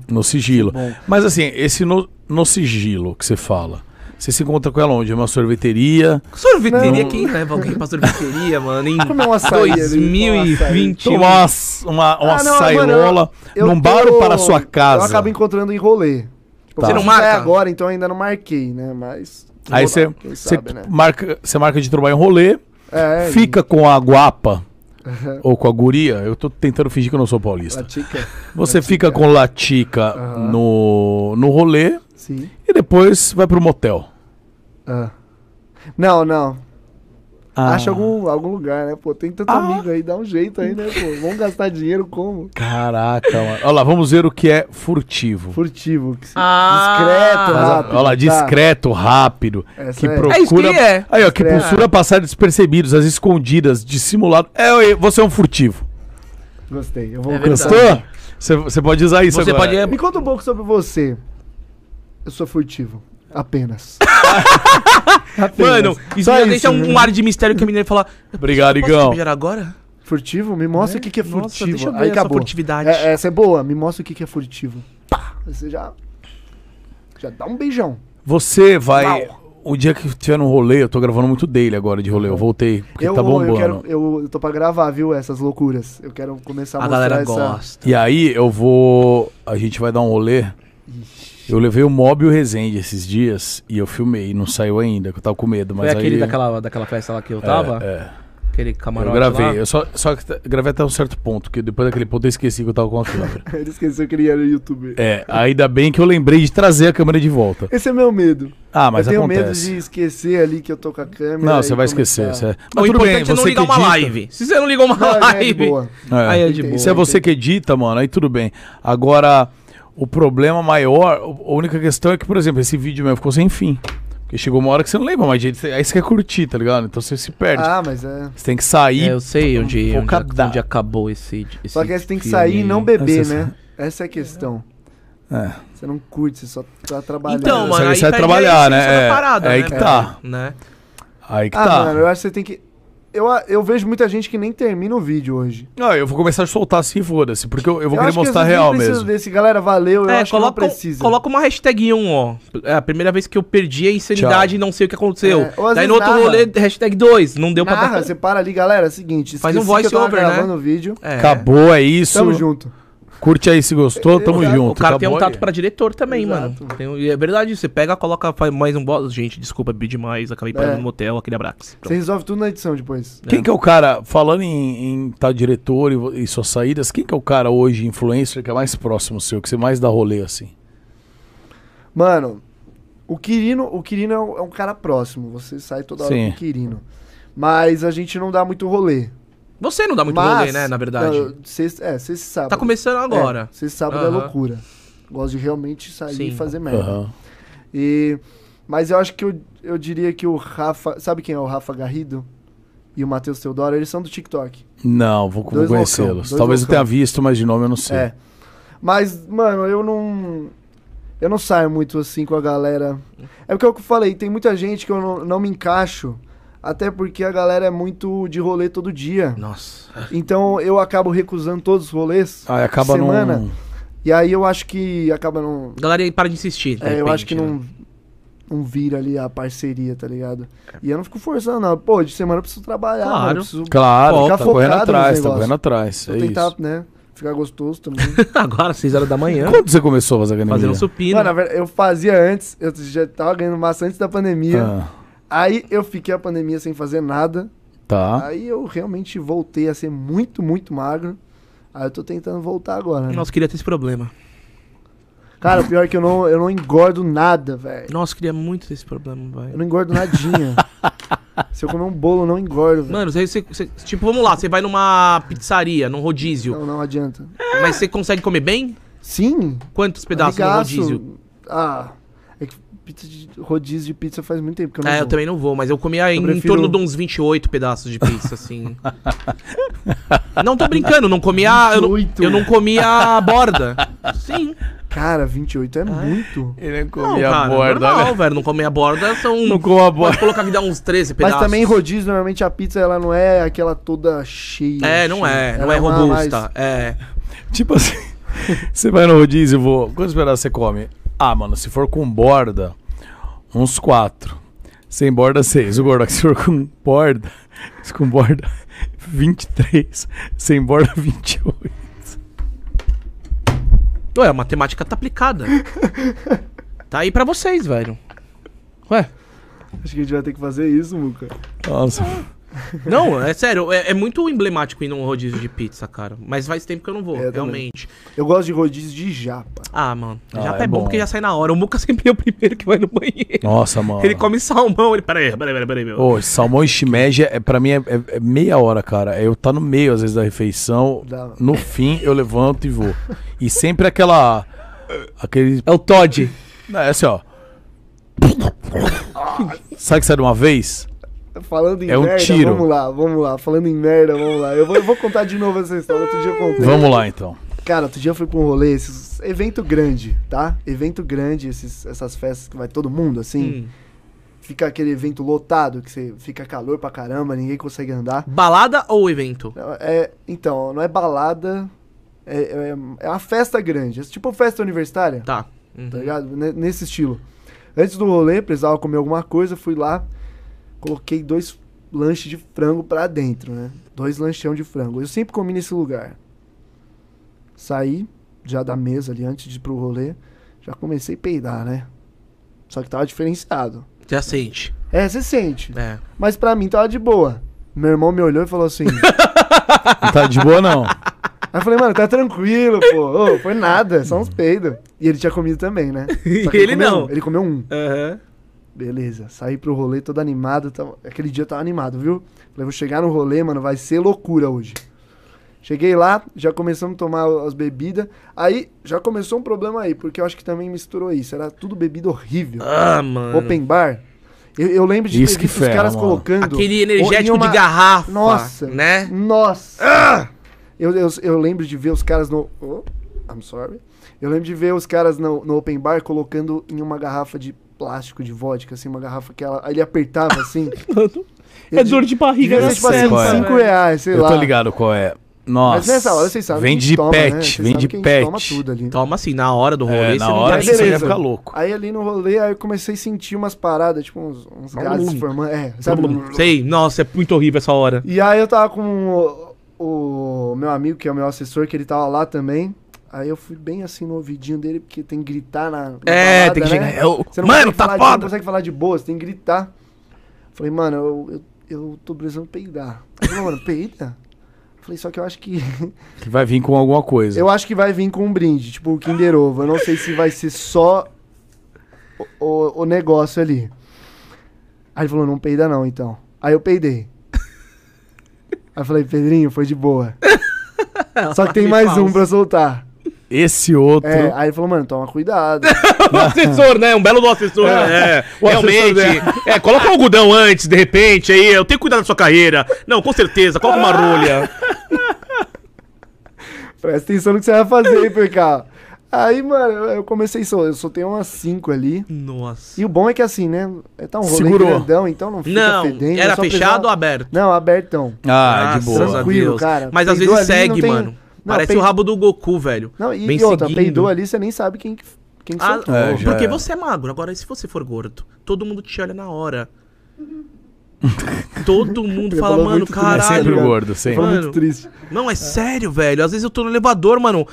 [SPEAKER 1] No sigilo.
[SPEAKER 3] Bom.
[SPEAKER 1] Mas assim, esse no, no sigilo que você fala. Você se encontra com ela onde? Uma sorveteria.
[SPEAKER 2] Sorveteria,
[SPEAKER 3] Não.
[SPEAKER 2] quem leva alguém pra sorveteria, mano, em
[SPEAKER 3] Comer um açaí ali,
[SPEAKER 1] Toma
[SPEAKER 2] 2021?
[SPEAKER 1] Tipo, uma, aç- uma, uma
[SPEAKER 3] Ah, não,
[SPEAKER 1] açairola
[SPEAKER 3] mano, Eu
[SPEAKER 1] num bar
[SPEAKER 3] tô-
[SPEAKER 1] ou para a sua casa.
[SPEAKER 3] Eu acabo encontrando em rolê. Tipo,
[SPEAKER 1] Tá.
[SPEAKER 3] eu
[SPEAKER 1] Você não
[SPEAKER 3] preciso sair
[SPEAKER 2] marca?
[SPEAKER 3] agora, então eu ainda não marquei, né? Mas.
[SPEAKER 1] Aí
[SPEAKER 3] vou lá,
[SPEAKER 1] você
[SPEAKER 3] quem
[SPEAKER 1] você
[SPEAKER 3] sabe, né?
[SPEAKER 1] marca, você marca de trabalhar em rolê,
[SPEAKER 3] É,
[SPEAKER 1] fica com a guapa ou com a guria. Eu tô tentando fingir que eu não sou
[SPEAKER 3] e-
[SPEAKER 1] paulista.
[SPEAKER 3] Latica. né?
[SPEAKER 1] Você fica com latica
[SPEAKER 3] Aham.
[SPEAKER 1] no, no rolê
[SPEAKER 3] Sim.
[SPEAKER 1] e depois vai pro motel.
[SPEAKER 3] Ah. Não, não.
[SPEAKER 1] Ah,
[SPEAKER 3] Acha algum, algum lugar, né? Pô, tem tanto amigo aí, dá um jeito aí, né? Pô, vamos gastar dinheiro como?
[SPEAKER 1] Caraca, mano. Olha lá, vamos ver o que é furtivo.
[SPEAKER 3] Furtivo. Que se...
[SPEAKER 2] Ah!
[SPEAKER 3] discreto,
[SPEAKER 2] Mas,
[SPEAKER 3] rápido.
[SPEAKER 1] Olha lá,
[SPEAKER 3] tá?
[SPEAKER 1] discreto, rápido.
[SPEAKER 3] Essa
[SPEAKER 1] que
[SPEAKER 3] é.
[SPEAKER 1] procura.
[SPEAKER 2] É isso que é.
[SPEAKER 1] Aí, ó, que
[SPEAKER 3] Discreto.
[SPEAKER 1] procura passar despercebidos, as escondidas, dissimulado. É, oi, você é um furtivo.
[SPEAKER 3] Gostei. Eu vou
[SPEAKER 2] É
[SPEAKER 3] gostar.
[SPEAKER 2] verdade.
[SPEAKER 1] Gostou? Você- Você pode usar isso
[SPEAKER 2] Você
[SPEAKER 1] agora.
[SPEAKER 2] pode...
[SPEAKER 3] Me conta um pouco sobre você. Eu sou furtivo. Apenas.
[SPEAKER 2] Mano, isso
[SPEAKER 3] Só
[SPEAKER 2] já deixa um,
[SPEAKER 3] né?
[SPEAKER 2] um ar de mistério que a menina fala...
[SPEAKER 1] Obrigado,
[SPEAKER 2] Posso te
[SPEAKER 1] Igão.
[SPEAKER 2] beijar agora?
[SPEAKER 3] Furtivo? Me mostra o que, que é
[SPEAKER 2] Nossa,
[SPEAKER 3] furtivo.
[SPEAKER 2] deixa eu ver
[SPEAKER 3] aí
[SPEAKER 2] essa
[SPEAKER 3] acabou.
[SPEAKER 2] furtividade.
[SPEAKER 3] É- essa é boa. Me mostra o que, que é furtivo. Pá! Você já. Já dá um beijão.
[SPEAKER 1] Você vai. o dia que tiver no rolê, eu tô gravando muito dele agora de rolê. Eu voltei, porque
[SPEAKER 3] eu,
[SPEAKER 1] tá
[SPEAKER 3] ô,
[SPEAKER 1] bombando.
[SPEAKER 3] eu, quero, eu, eu tô pra gravar, viu? Essas loucuras. Eu quero começar a,
[SPEAKER 2] A
[SPEAKER 3] mostrar
[SPEAKER 2] galera
[SPEAKER 3] essa...
[SPEAKER 2] gosta.
[SPEAKER 1] E aí eu vou. A gente vai dar um rolê. Eu levei o Mob e o Rezende esses dias e eu filmei, não saiu ainda, que eu tava com medo, mas
[SPEAKER 2] Foi aquele
[SPEAKER 1] aí...
[SPEAKER 2] daquela, daquela festa lá que eu
[SPEAKER 1] É,
[SPEAKER 2] tava?
[SPEAKER 1] é.
[SPEAKER 2] Aquele
[SPEAKER 1] Eu
[SPEAKER 2] camarote
[SPEAKER 1] gravei,
[SPEAKER 2] lá?
[SPEAKER 1] eu só, só que t- gravei até um certo ponto, que depois daquele ponto eu esqueci que eu tava com a câmera.
[SPEAKER 3] Ele esqueceu que ele era youtuber.
[SPEAKER 1] é, ainda bem que eu lembrei de trazer a câmera de volta.
[SPEAKER 3] Esse é meu medo.
[SPEAKER 1] Ah, mas
[SPEAKER 3] eu tenho
[SPEAKER 1] acontece.
[SPEAKER 3] medo de é esquecer ali que eu tô com a câmera.
[SPEAKER 1] Não,
[SPEAKER 3] e
[SPEAKER 1] você vai
[SPEAKER 3] começar-
[SPEAKER 1] esquecer. você-
[SPEAKER 2] Mas
[SPEAKER 1] Mas
[SPEAKER 2] o
[SPEAKER 1] tudo
[SPEAKER 2] importante
[SPEAKER 1] bem,
[SPEAKER 2] é não
[SPEAKER 1] você que
[SPEAKER 2] ligar uma
[SPEAKER 1] edita.
[SPEAKER 2] live. Se você não ligou uma
[SPEAKER 3] Não, é de
[SPEAKER 2] live...
[SPEAKER 3] boa.
[SPEAKER 1] É.
[SPEAKER 2] Aí é de
[SPEAKER 1] Isso
[SPEAKER 2] boa.
[SPEAKER 1] é você que edita, mano, aí tudo bem. Agora, o problema maior, o- a única questão é que, por exemplo, esse vídeo meu ficou sem fim. Porque chegou uma hora que você não lembra mais de editar, aí você quer curtir, tá ligado? Então você se perde.
[SPEAKER 3] Ah, mas é.
[SPEAKER 1] Você tem que sair.
[SPEAKER 2] É, eu sei onde, onde,
[SPEAKER 1] focada.
[SPEAKER 2] onde acabou esse, esse
[SPEAKER 3] Só que aí você tem que
[SPEAKER 2] filme
[SPEAKER 3] sair e
[SPEAKER 2] aí.
[SPEAKER 3] não beber,
[SPEAKER 1] Essa-
[SPEAKER 3] né? Essa é a questão.
[SPEAKER 1] É.
[SPEAKER 3] Você não curte, você só tá trabalhando.
[SPEAKER 2] Então,
[SPEAKER 1] Você
[SPEAKER 2] mano, aí
[SPEAKER 1] sai
[SPEAKER 2] perde
[SPEAKER 1] trabalhar,
[SPEAKER 2] a essência
[SPEAKER 1] né?
[SPEAKER 2] da
[SPEAKER 1] É,
[SPEAKER 2] parada,
[SPEAKER 1] é aí
[SPEAKER 2] né,
[SPEAKER 1] que tá.
[SPEAKER 2] Né?
[SPEAKER 1] Aí que
[SPEAKER 3] Ah,
[SPEAKER 1] tá.
[SPEAKER 3] mano, eu acho que você tem que. Eu, eu vejo muita gente que nem termina o vídeo hoje.
[SPEAKER 1] Não, eu vou começar a soltar assim, foda-se, porque eu, eu vou querer
[SPEAKER 3] acho que às
[SPEAKER 1] mostrar
[SPEAKER 3] vezes nem
[SPEAKER 1] real
[SPEAKER 3] precisa
[SPEAKER 1] mesmo.
[SPEAKER 3] Desse, galera, valeu. Eu
[SPEAKER 2] É,
[SPEAKER 3] acho
[SPEAKER 2] coloca,
[SPEAKER 3] que não precisa.
[SPEAKER 2] coloca uma hashtag 1, ó. É a primeira vez que eu perdi a insanidade
[SPEAKER 1] Tchau.
[SPEAKER 2] e não sei o que aconteceu.
[SPEAKER 3] É, ou às
[SPEAKER 2] Daí
[SPEAKER 3] vezes
[SPEAKER 2] no outro
[SPEAKER 3] narra.
[SPEAKER 2] rolê, hashtag 2. Não deu
[SPEAKER 3] Narra,
[SPEAKER 2] pra...
[SPEAKER 3] você para ali, galera. É o seguinte,
[SPEAKER 2] Faz um
[SPEAKER 3] esqueci que eu tava
[SPEAKER 2] voice over, né?
[SPEAKER 3] gravando o vídeo.
[SPEAKER 2] É.
[SPEAKER 1] Acabou, é isso.
[SPEAKER 3] Tamo junto.
[SPEAKER 1] Curte aí se gostou, tamo
[SPEAKER 3] Exato.
[SPEAKER 1] junto.
[SPEAKER 2] O cara tem um
[SPEAKER 1] Acabou
[SPEAKER 2] tato
[SPEAKER 1] aí.
[SPEAKER 2] pra diretor também,
[SPEAKER 3] Exato.
[SPEAKER 2] mano. Tem um- e é verdade, você pega, coloca, faz mais um boss. Gente, desculpa, pedi mais, acabei
[SPEAKER 3] É.
[SPEAKER 2] parando no motel, aquele abraço.
[SPEAKER 3] Você resolve tudo na edição depois.
[SPEAKER 1] Quem que é o cara, falando em, em tá diretor e, vo- e suas saídas, quem que é o cara hoje, influencer, que é mais próximo seu, que você mais dá rolê assim?
[SPEAKER 3] Mano, o Quirino, o Quirino é um, é um cara próximo. Você sai toda hora
[SPEAKER 1] Sim.
[SPEAKER 3] com o Quirino. Mas a gente não dá muito rolê.
[SPEAKER 2] Você não dá muito
[SPEAKER 3] Mas,
[SPEAKER 2] rolê, né, na verdade.
[SPEAKER 3] não, sexta, é, sexta e sábado.
[SPEAKER 2] Tá começando agora.
[SPEAKER 3] É, sexta e sábado é
[SPEAKER 2] Aham.
[SPEAKER 3] loucura. Gosto de realmente sair
[SPEAKER 2] Sim.
[SPEAKER 3] e fazer merda.
[SPEAKER 1] Aham.
[SPEAKER 3] E, mas eu acho que eu, eu diria que o Rafa. Sabe quem é o Rafa Garrido? E o Matheus Teodoro? Eles são do TikTok.
[SPEAKER 1] Não, vou, vou
[SPEAKER 3] Dois loucão,
[SPEAKER 1] conhecê-los.
[SPEAKER 3] dois
[SPEAKER 1] Talvez eu
[SPEAKER 3] loucão.
[SPEAKER 1] tenha visto, mas de nome eu não sei.
[SPEAKER 3] É. Mas, mano, eu não. Eu não saio muito assim com a galera. É porque é o que eu falei, tem muita gente que eu não, não me encaixo. Até porque a galera é muito de rolê todo dia.
[SPEAKER 2] Nossa.
[SPEAKER 3] Então eu acabo recusando todos os rolês.
[SPEAKER 1] Aí acaba num.
[SPEAKER 3] Semana. E aí eu acho que acaba não.
[SPEAKER 2] Galera, aí para de insistir. de
[SPEAKER 3] É, eu
[SPEAKER 2] repente,
[SPEAKER 3] acho que
[SPEAKER 2] né?
[SPEAKER 3] não, não vira ali a parceria, tá ligado? E eu não fico forçando, não. Pô, de semana eu preciso trabalhar,
[SPEAKER 2] É. Claro.
[SPEAKER 3] mano, eu preciso
[SPEAKER 1] Claro,
[SPEAKER 3] Ficar
[SPEAKER 1] tá correndo
[SPEAKER 3] focado nos
[SPEAKER 1] atrás, tá
[SPEAKER 3] negócios.
[SPEAKER 1] correndo atrás. É
[SPEAKER 3] eu tentar,
[SPEAKER 1] isso.
[SPEAKER 3] né, ficar gostoso também.
[SPEAKER 2] Agora, 6 horas da manhã,
[SPEAKER 1] Quando você começou a fazer academia?
[SPEAKER 2] fazendo supino.
[SPEAKER 3] Mano, na verdade, eu fazia antes, eu já tava ganhando massa antes da pandemia.
[SPEAKER 1] Ah,
[SPEAKER 3] Aí eu fiquei a pandemia sem fazer nada.
[SPEAKER 2] Ah.
[SPEAKER 1] tá.
[SPEAKER 3] Aí eu realmente voltei a ser muito, muito magro. Aí eu tô tentando voltar agora. né?
[SPEAKER 2] Nossa, queria ter esse problema.
[SPEAKER 3] Cara, o pior é que eu não, eu não engordo nada, velho.
[SPEAKER 2] Nossa, queria muito ter esse problema,
[SPEAKER 3] Eu
[SPEAKER 2] velho.
[SPEAKER 3] não engordo nadinha. Se eu comer um bolo, eu não engordo, velho.
[SPEAKER 2] Mano, você, você- você- tipo, vamos lá, você vai numa pizzaria, num rodízio,
[SPEAKER 3] Não, não adianta.
[SPEAKER 2] mas você consegue comer bem?
[SPEAKER 3] Sim,
[SPEAKER 2] Quantos pedaços no
[SPEAKER 3] Amigaço.
[SPEAKER 2] rodízio?
[SPEAKER 3] Ah, é que pizza de, rodízio de pizza faz muito tempo que eu não
[SPEAKER 2] É, eu
[SPEAKER 3] vou.
[SPEAKER 2] também não vou, mas eu comia em,
[SPEAKER 3] prefiro-
[SPEAKER 2] torno de uns 28 pedaços de pizza, assim. não tô brincando, não comia. Eu não,
[SPEAKER 3] 28.
[SPEAKER 2] eu não comia a borda. Sim.
[SPEAKER 3] Cara, 28 é
[SPEAKER 2] Ah,
[SPEAKER 3] muito.
[SPEAKER 1] Ele não
[SPEAKER 2] Não,
[SPEAKER 1] comia
[SPEAKER 2] cara,
[SPEAKER 1] a borda,
[SPEAKER 2] normal,
[SPEAKER 1] né?
[SPEAKER 2] velho. Não comer a borda são.
[SPEAKER 1] Não comia a borda.
[SPEAKER 2] Pode colocar que dá uns 13
[SPEAKER 3] Mas
[SPEAKER 2] pedaços.
[SPEAKER 3] também rodízio, normalmente a pizza ela não é aquela toda cheia.
[SPEAKER 2] É, não é.
[SPEAKER 3] cheia.
[SPEAKER 2] Não
[SPEAKER 3] Ela
[SPEAKER 2] é
[SPEAKER 3] uma
[SPEAKER 2] robusta.
[SPEAKER 3] mais-
[SPEAKER 2] É.
[SPEAKER 1] Tipo assim, você vai no rodízio, vou. Quantos pedaços você come? Ah, mano, se for com borda, uns quatro. Sem borda, seis. O gordo, se for com borda, se com borda, 23. Sem borda, 28.
[SPEAKER 2] Ué, a matemática tá aplicada. tá aí pra vocês, velho. Ué.
[SPEAKER 3] Acho que a gente vai ter que fazer isso, Muca.
[SPEAKER 1] Nossa.
[SPEAKER 2] Não, é sério, é, é muito emblemático ir num rodízio de pizza, cara. Mas faz tempo que eu não vou,
[SPEAKER 3] É, eu também.
[SPEAKER 2] realmente.
[SPEAKER 3] Eu gosto de rodízio de japa.
[SPEAKER 2] Ah, mano,
[SPEAKER 1] Ah,
[SPEAKER 2] já tá
[SPEAKER 1] é
[SPEAKER 2] é bom
[SPEAKER 1] bom.
[SPEAKER 2] porque já sai na hora. O Muca sempre é o primeiro que vai no banheiro.
[SPEAKER 1] Nossa, mano.
[SPEAKER 2] Ele come salmão, ele. Peraí, peraí, peraí, peraí, meu. Hum.
[SPEAKER 1] Ô, salmão e shimeji, é, pra mim, é, é- é meia hora, cara. Eu tá no meio, às vezes, da refeição.
[SPEAKER 3] Dá.
[SPEAKER 1] No fim, eu levanto e vou. E sempre aquela... Aquele...
[SPEAKER 2] É o Todd.
[SPEAKER 1] Não, É assim, ó. Sabe que sai de uma vez?
[SPEAKER 3] Falando em
[SPEAKER 1] É um
[SPEAKER 3] merda,
[SPEAKER 1] tiro.
[SPEAKER 3] vamos lá, vamos lá. Falando em merda, vamos lá. Eu vou, eu vou contar de novo essa história, outro dia eu contei.
[SPEAKER 1] Vamos lá, então.
[SPEAKER 3] Cara, outro dia eu fui pra um rolê, esses evento grande, tá? Evento grande, esses, essas festas que vai todo mundo, assim.
[SPEAKER 2] Hum.
[SPEAKER 3] fica aquele evento lotado, que você fica calor pra caramba, ninguém consegue andar.
[SPEAKER 2] Balada ou evento?
[SPEAKER 3] É, então, não é balada, é, é, é uma festa grande. É tipo festa universitária,
[SPEAKER 2] Tá. Uhum.
[SPEAKER 3] tá ligado? Ne- Nesse estilo. Antes do rolê, precisava comer alguma coisa, fui lá, coloquei dois lanches de frango pra dentro, né? Dois lanchão de frango. Eu sempre comi nesse lugar. Saí já da mesa ali antes de ir pro rolê, já comecei a peidar, né? Só que tava diferenciado.
[SPEAKER 2] Já sente.
[SPEAKER 3] É, você sente.
[SPEAKER 2] É.
[SPEAKER 3] Mas pra mim tava de boa. Meu irmão me olhou e falou assim.
[SPEAKER 1] Não tá de boa, não.
[SPEAKER 3] Aí eu falei, mano, tá tranquilo, pô. Ô, foi nada, só uns peidos. E ele tinha comido também, né? Só que
[SPEAKER 2] E ele
[SPEAKER 3] comeu
[SPEAKER 2] não.
[SPEAKER 3] um, ele comeu um.
[SPEAKER 2] Aham.
[SPEAKER 3] Beleza, saí pro rolê todo animado. tava- Aquele dia eu tava animado, viu? Falei, vou chegar no rolê, mano, vai ser loucura hoje. Cheguei lá, já começamos a tomar as bebidas. Aí já começou um problema aí, porque eu acho que também misturou isso. Era tudo bebida horrível.
[SPEAKER 2] Ah, mano.
[SPEAKER 3] Open bar. Eu, eu lembro de ter
[SPEAKER 1] Isso que
[SPEAKER 3] visto os
[SPEAKER 1] ferra,
[SPEAKER 3] caras
[SPEAKER 1] mano.
[SPEAKER 3] colocando.
[SPEAKER 2] Aquele
[SPEAKER 3] em
[SPEAKER 2] energético
[SPEAKER 3] uma-
[SPEAKER 2] de garrafa.
[SPEAKER 3] Nossa.
[SPEAKER 2] Né?
[SPEAKER 3] Nossa! Eu, eu, eu lembro de ver os caras no. Oh, I'm sorry. Eu lembro de ver os caras no, no open bar colocando em uma garrafa de plástico de vodka, assim, uma garrafa que ela. aí Ele apertava assim.
[SPEAKER 4] É dor de barriga,
[SPEAKER 3] Devia
[SPEAKER 4] né?
[SPEAKER 3] ser tipo assim,
[SPEAKER 4] Sério,
[SPEAKER 1] qual é?
[SPEAKER 3] 5
[SPEAKER 4] velho.
[SPEAKER 3] reais, sei
[SPEAKER 1] eu
[SPEAKER 3] lá.
[SPEAKER 1] tô ligado qual é. Nossa.
[SPEAKER 3] Mas nessa hora vocês sabem. que a
[SPEAKER 1] Vende
[SPEAKER 3] gente
[SPEAKER 1] de
[SPEAKER 3] toma, né?
[SPEAKER 1] pet,
[SPEAKER 3] Vocês
[SPEAKER 1] vende
[SPEAKER 3] sabem que a gente Toma
[SPEAKER 1] pet.
[SPEAKER 3] tudo ali.
[SPEAKER 2] Toma assim, na hora do
[SPEAKER 1] É,
[SPEAKER 2] rolê,
[SPEAKER 1] na
[SPEAKER 2] não
[SPEAKER 1] hora
[SPEAKER 2] tem-
[SPEAKER 1] você já
[SPEAKER 3] beleza.
[SPEAKER 1] fica louco.
[SPEAKER 3] Aí ali no rolê, aí eu comecei a sentir umas paradas, tipo uns, uns
[SPEAKER 1] Tá
[SPEAKER 3] gases se formando. É, sabe?
[SPEAKER 2] Sei, nossa, é muito horrível essa hora.
[SPEAKER 3] E aí eu tava com o, o meu amigo, que é o meu assessor, que ele tava lá também. Aí eu fui bem assim no ouvidinho dele, porque tem que gritar na. na
[SPEAKER 2] É,
[SPEAKER 3] balada,
[SPEAKER 2] tem que
[SPEAKER 3] né?
[SPEAKER 2] chegar. é o-
[SPEAKER 3] Você não
[SPEAKER 2] Mano,
[SPEAKER 3] consegue falar
[SPEAKER 2] tá
[SPEAKER 3] de- Você não
[SPEAKER 2] foda!
[SPEAKER 3] consegue falar de boa, você tem que gritar. Falei, mano, eu, eu, eu tô precisando peidar. Ele falou, mano, peida? Falei, só que eu acho que.
[SPEAKER 1] Que vai vir com alguma coisa.
[SPEAKER 3] Eu acho que vai vir com um brinde, tipo o Kinder Ovo. Eu não sei se vai ser só o, o- o negócio ali. Aí ele falou, não peida não, então. Aí eu peidei. Aí eu falei, Pedrinho, foi de boa. Só que tem mais um pra soltar.
[SPEAKER 1] Esse outro.
[SPEAKER 3] É, aí ele falou, mano, toma cuidado.
[SPEAKER 2] O assessor, né? Um belo do assessor. né? É, realmente. É, coloca um algodão antes, de repente, aí. Eu tenho que cuidar da sua carreira. Não, com certeza. Coloca
[SPEAKER 3] Ah!
[SPEAKER 2] uma rolha.
[SPEAKER 3] Presta atenção no que você vai fazer, hein, PK. Aí, mano, eu- eu comecei só, eu soltei umas cinco ali.
[SPEAKER 2] Nossa.
[SPEAKER 3] E o bom é que assim, né? É tá um rolê
[SPEAKER 1] Segurou.
[SPEAKER 3] grandão, então não fica
[SPEAKER 2] Não,
[SPEAKER 3] fedendo. eu
[SPEAKER 2] era fechado
[SPEAKER 3] só
[SPEAKER 2] ou
[SPEAKER 3] precisava-
[SPEAKER 2] aberto?
[SPEAKER 3] Não, abertão.
[SPEAKER 1] Ah, de
[SPEAKER 2] Graças
[SPEAKER 1] boa.
[SPEAKER 2] a
[SPEAKER 3] Tranquilo,
[SPEAKER 2] Deus.
[SPEAKER 3] cara.
[SPEAKER 2] Mas às
[SPEAKER 3] Peidou
[SPEAKER 2] vezes
[SPEAKER 3] ali, não
[SPEAKER 2] segue,
[SPEAKER 3] tem-
[SPEAKER 2] mano.
[SPEAKER 3] Não,
[SPEAKER 2] Parece
[SPEAKER 3] peido-
[SPEAKER 2] o rabo do Goku, velho.
[SPEAKER 3] Não, e,
[SPEAKER 2] Bem
[SPEAKER 3] e outra,
[SPEAKER 2] seguindo.
[SPEAKER 3] peidou ali, você nem sabe quem, que- quem que
[SPEAKER 2] Ah,
[SPEAKER 3] soltou.
[SPEAKER 1] É, já
[SPEAKER 2] porque
[SPEAKER 1] era.
[SPEAKER 2] você é magro. Agora, se você for gordo, todo mundo te olha na hora. todo mundo
[SPEAKER 3] Ele
[SPEAKER 2] fala,
[SPEAKER 3] falou
[SPEAKER 2] mano,
[SPEAKER 3] muito tudo, né?
[SPEAKER 1] É sempre
[SPEAKER 2] caralho.
[SPEAKER 3] ligado?
[SPEAKER 1] gordo, sempre.
[SPEAKER 3] Foi muito
[SPEAKER 2] Mano.
[SPEAKER 3] triste.
[SPEAKER 2] Não, é sério, velho. Às vezes eu tô no elevador, mano.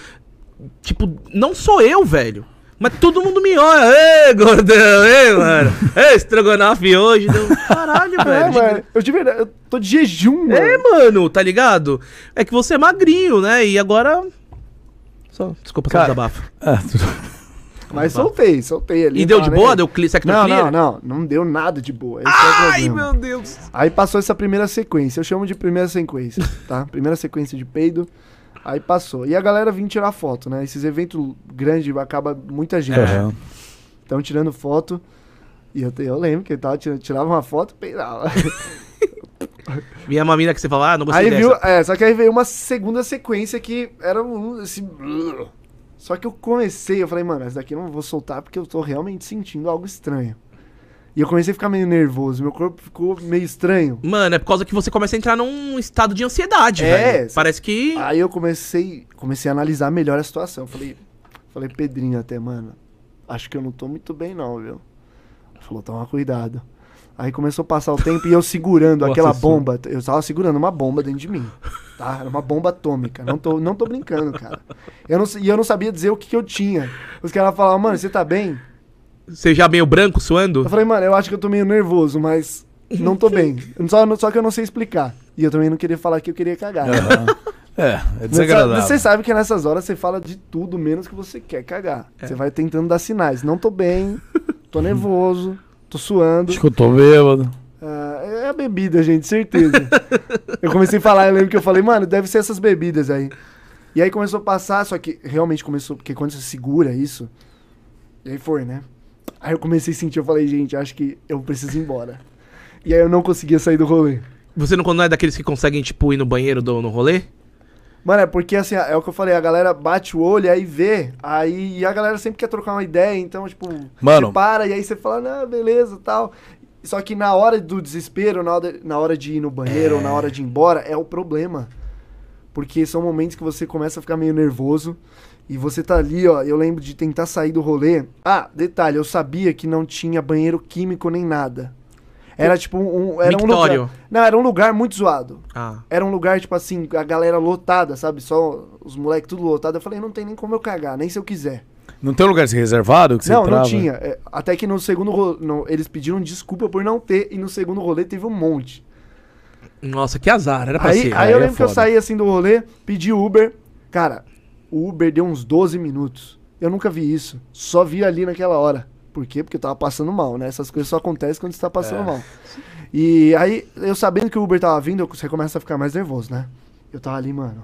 [SPEAKER 2] Tipo, não sou eu, velho. Mas todo mundo me olha. Ê, gordão, ei, mano. Ê, estrogonofe hoje. Deu... Caralho,
[SPEAKER 3] É,
[SPEAKER 2] velho.
[SPEAKER 3] mano, eu de verdade, eu tô de jejum, mano.
[SPEAKER 2] É, mano, tá ligado? É que você é magrinho, né? E agora. Só, desculpa, só
[SPEAKER 1] Cara,
[SPEAKER 2] desabafo.
[SPEAKER 1] Ah, tudo-
[SPEAKER 3] Mas soltei, soltei ali.
[SPEAKER 2] E deu
[SPEAKER 3] tá,
[SPEAKER 2] de
[SPEAKER 3] né?
[SPEAKER 2] boa? Deu cli- sector
[SPEAKER 3] Não,
[SPEAKER 2] clear?
[SPEAKER 3] não, não. Não deu nada de boa. Esse é
[SPEAKER 2] Ai,
[SPEAKER 3] o problema.
[SPEAKER 2] meu Deus.
[SPEAKER 3] Aí passou essa primeira sequência. Eu chamo de primeira sequência, tá? Primeira sequência de peido. Aí passou. E a galera vinha tirar foto, né? Esses eventos grandes acaba muita gente.
[SPEAKER 1] Aham.
[SPEAKER 3] Estão tirando foto. E eu, te- eu lembro que ele tava tirando, tirava uma foto e peidava.
[SPEAKER 2] E é uma mina que você fala, ah, não gostei
[SPEAKER 3] Aí
[SPEAKER 2] dessa.
[SPEAKER 3] viu, é, só que aí veio uma segunda sequência que era um esse Só que eu comecei, eu falei, mano, essa daqui eu não vou soltar porque eu tô realmente sentindo algo estranho. E eu comecei a ficar meio nervoso, meu corpo ficou meio estranho.
[SPEAKER 2] Mano, é por causa que você começa a entrar num estado de ansiedade,
[SPEAKER 3] É,
[SPEAKER 2] velho.
[SPEAKER 3] cê-
[SPEAKER 2] Parece que.
[SPEAKER 3] Aí eu comecei, comecei a analisar melhor a situação. Eu Falei, falei Pedrinho até, mano, acho que eu não tô muito bem não, viu? Ele falou, toma cuidado. Aí começou a passar o tempo e eu segurando
[SPEAKER 1] O
[SPEAKER 3] aquela
[SPEAKER 1] assessor.
[SPEAKER 3] bomba. Eu tava segurando uma bomba dentro de mim. Tá? Era uma bomba atômica. Não tô, não tô brincando, cara. Eu não, e eu não sabia dizer o que, que eu tinha. Os caras falavam, mano, você tá bem?
[SPEAKER 2] Você já é meio branco suando?
[SPEAKER 3] Eu falei, mano, eu acho que eu tô meio nervoso, mas não tô bem. Só, só que eu não sei explicar. E eu também não queria falar que eu queria cagar.
[SPEAKER 1] Aham. É, é desagradável.
[SPEAKER 3] Você sabe que nessas horas você fala de tudo menos que você quer cagar. Você vai tentando dar sinais. Não tô bem, tô nervoso, tô suando.
[SPEAKER 1] Acho que eu tô bêbado.
[SPEAKER 3] Ah, é a bebida, gente, certeza. eu comecei a falar, eu lembro que eu falei, mano, deve ser essas bebidas aí. E aí começou a passar, só que realmente começou, porque quando você segura isso. E aí foi, né? Aí eu comecei a sentir, eu falei, gente, acho que eu preciso ir embora. E aí eu não conseguia sair do rolê.
[SPEAKER 2] Você não, não é daqueles que conseguem, tipo, ir no banheiro do, no rolê?
[SPEAKER 3] Mano, é porque assim, é o que eu falei, a galera bate o olho, aí vê, aí e a galera sempre quer trocar uma ideia, então, tipo,
[SPEAKER 1] Mano.
[SPEAKER 3] você para, e aí você fala, não, beleza tal. Só que na hora do desespero, na hora, na hora de ir no banheiro, ou na hora de ir embora, é o problema. Porque são momentos que você começa a ficar meio nervoso, E você tá ali, ó. Eu lembro de tentar sair do rolê. Ah, detalhe, eu sabia que não tinha banheiro químico nem nada. Era tipo um. Era um
[SPEAKER 2] Mictório.
[SPEAKER 3] lugar, não, era um lugar muito zoado.
[SPEAKER 2] Ah.
[SPEAKER 3] Era um lugar, tipo assim, a galera lotada, sabe? Só os moleques tudo lotado. Eu falei, não tem nem como eu cagar, nem se eu quiser.
[SPEAKER 1] Não tem um lugar reservado que você
[SPEAKER 3] não,
[SPEAKER 1] entrava?
[SPEAKER 3] não tinha. É, Até que no segundo rolê. eles pediram desculpa por não ter, e no segundo rolê teve um monte.
[SPEAKER 2] Nossa, que azar, era pra
[SPEAKER 3] Aí,
[SPEAKER 2] ser.
[SPEAKER 3] aí eu
[SPEAKER 1] aí é
[SPEAKER 3] lembro que eu
[SPEAKER 1] foda.
[SPEAKER 3] saí assim do rolê, pedi Uber. Cara, o Uber deu uns 12 minutos. Eu nunca vi isso. Só vi ali naquela hora. Por quê? Porque eu tava passando mal, né? Essas coisas só acontecem quando você tá passando
[SPEAKER 1] É.
[SPEAKER 3] mal. E aí, eu sabendo que o Uber tava vindo, eu- você começa a ficar mais nervoso, né? Eu tava ali, mano.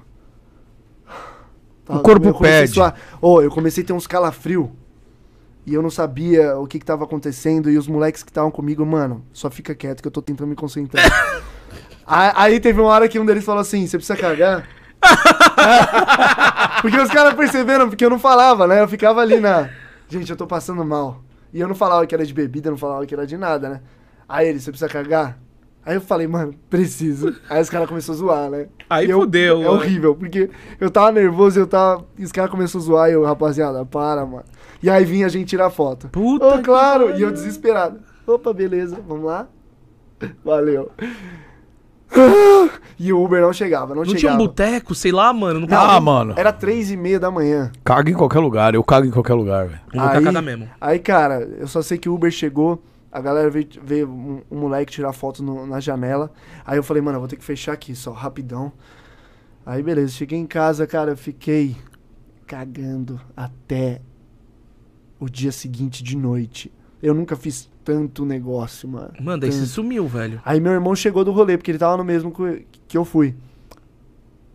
[SPEAKER 1] O corpo
[SPEAKER 3] eu comecei a
[SPEAKER 1] pede.
[SPEAKER 3] suar. Ô, eu comecei a ter uns calafrio. E eu não sabia o que que tava acontecendo. E os moleques que estavam comigo, mano, só fica quieto que eu tô tentando me concentrar. A- Aí teve uma hora que um deles falou assim: você precisa cagar? porque os caras perceberam, porque eu não falava, né? Eu ficava ali na. Gente, eu tô passando mal. E eu não falava que era de bebida, não falava que era de nada, né? Aí ele, você precisa cagar? Aí eu falei, mano, preciso. Aí os caras começaram a zoar, né?
[SPEAKER 2] Aí
[SPEAKER 3] E eu-
[SPEAKER 2] fudeu,
[SPEAKER 3] É
[SPEAKER 2] mano.
[SPEAKER 3] horrível, porque eu tava nervoso, eu tava. E os caras começaram a zoar e eu, rapaziada, para, mano. E aí vinha a gente tirar foto.
[SPEAKER 2] Puta
[SPEAKER 3] Ô,
[SPEAKER 2] que
[SPEAKER 3] claro!
[SPEAKER 2] pariu.
[SPEAKER 3] E eu desesperado. Opa, beleza, vamos lá? Valeu. E o Uber não chegava, não,
[SPEAKER 2] Não tinha um
[SPEAKER 3] chegava.
[SPEAKER 2] boteco, sei lá, mano. Não
[SPEAKER 1] Ah,
[SPEAKER 2] tava-
[SPEAKER 1] mano.
[SPEAKER 3] Era três e meia da manhã.
[SPEAKER 1] Caga em qualquer lugar. Eu cago em qualquer lugar, velho.
[SPEAKER 2] Vou botar cagar mesmo.
[SPEAKER 3] Aí, cara, eu só sei que o Uber chegou, a galera veio, veio um, um moleque tirar foto no- na janela. Aí eu falei, mano, eu vou ter que fechar aqui só, rapidão. Aí, beleza, cheguei em casa, cara, eu fiquei cagando até o dia seguinte de noite. Eu nunca fiz tanto negócio, mano.
[SPEAKER 2] Mano, daí
[SPEAKER 3] Tanto.
[SPEAKER 2] você sumiu, velho.
[SPEAKER 3] Aí meu irmão chegou do rolê, porque ele tava no mesmo que que eu fui.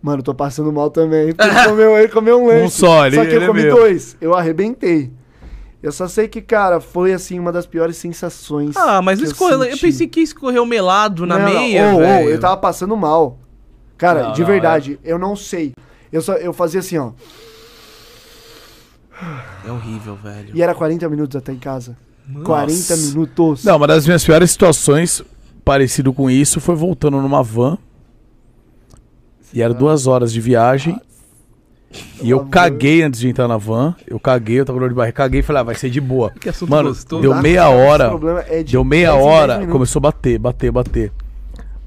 [SPEAKER 3] Mano, eu tô passando mal também. porque Ele comeu, ele comeu um lanche.
[SPEAKER 1] só, ele-
[SPEAKER 3] Só que
[SPEAKER 1] ele é
[SPEAKER 3] eu comi
[SPEAKER 1] mesmo.
[SPEAKER 3] dois. Eu arrebentei. Eu só sei que, cara, foi assim uma das piores sensações.
[SPEAKER 2] Ah, mas não
[SPEAKER 3] que
[SPEAKER 2] escorreu. Eu,
[SPEAKER 3] senti.
[SPEAKER 2] pensei que escorreu melado na
[SPEAKER 3] Não, não,
[SPEAKER 2] meia,
[SPEAKER 3] ô, ô,
[SPEAKER 2] velho.
[SPEAKER 3] eu tava passando mal. Cara,
[SPEAKER 1] Não,
[SPEAKER 3] de
[SPEAKER 1] não, é.
[SPEAKER 3] verdade, eu não sei. Eu só eu fazia assim, ó.
[SPEAKER 2] É horrível, velho.
[SPEAKER 3] E era 40 minutos até em casa.
[SPEAKER 2] Mano,
[SPEAKER 3] 40 minutos.
[SPEAKER 1] Não, uma das minhas piores situações, parecido com isso, foi voltando numa van. E era duas horas de viagem. E eu
[SPEAKER 3] Pelo
[SPEAKER 1] caguei antes de entrar na van. Eu caguei, eu tava com dor de barriga, caguei e falei, ah, vai ser de boa.
[SPEAKER 2] Que assunto
[SPEAKER 1] Mano,
[SPEAKER 2] gostoso.
[SPEAKER 1] deu
[SPEAKER 3] Tá,
[SPEAKER 1] meia
[SPEAKER 3] cara, esse
[SPEAKER 1] hora.
[SPEAKER 3] problema é de
[SPEAKER 1] Deu
[SPEAKER 3] 10
[SPEAKER 1] meia
[SPEAKER 3] em 10
[SPEAKER 1] hora,
[SPEAKER 3] minutos.
[SPEAKER 1] começou a bater, bater, bater.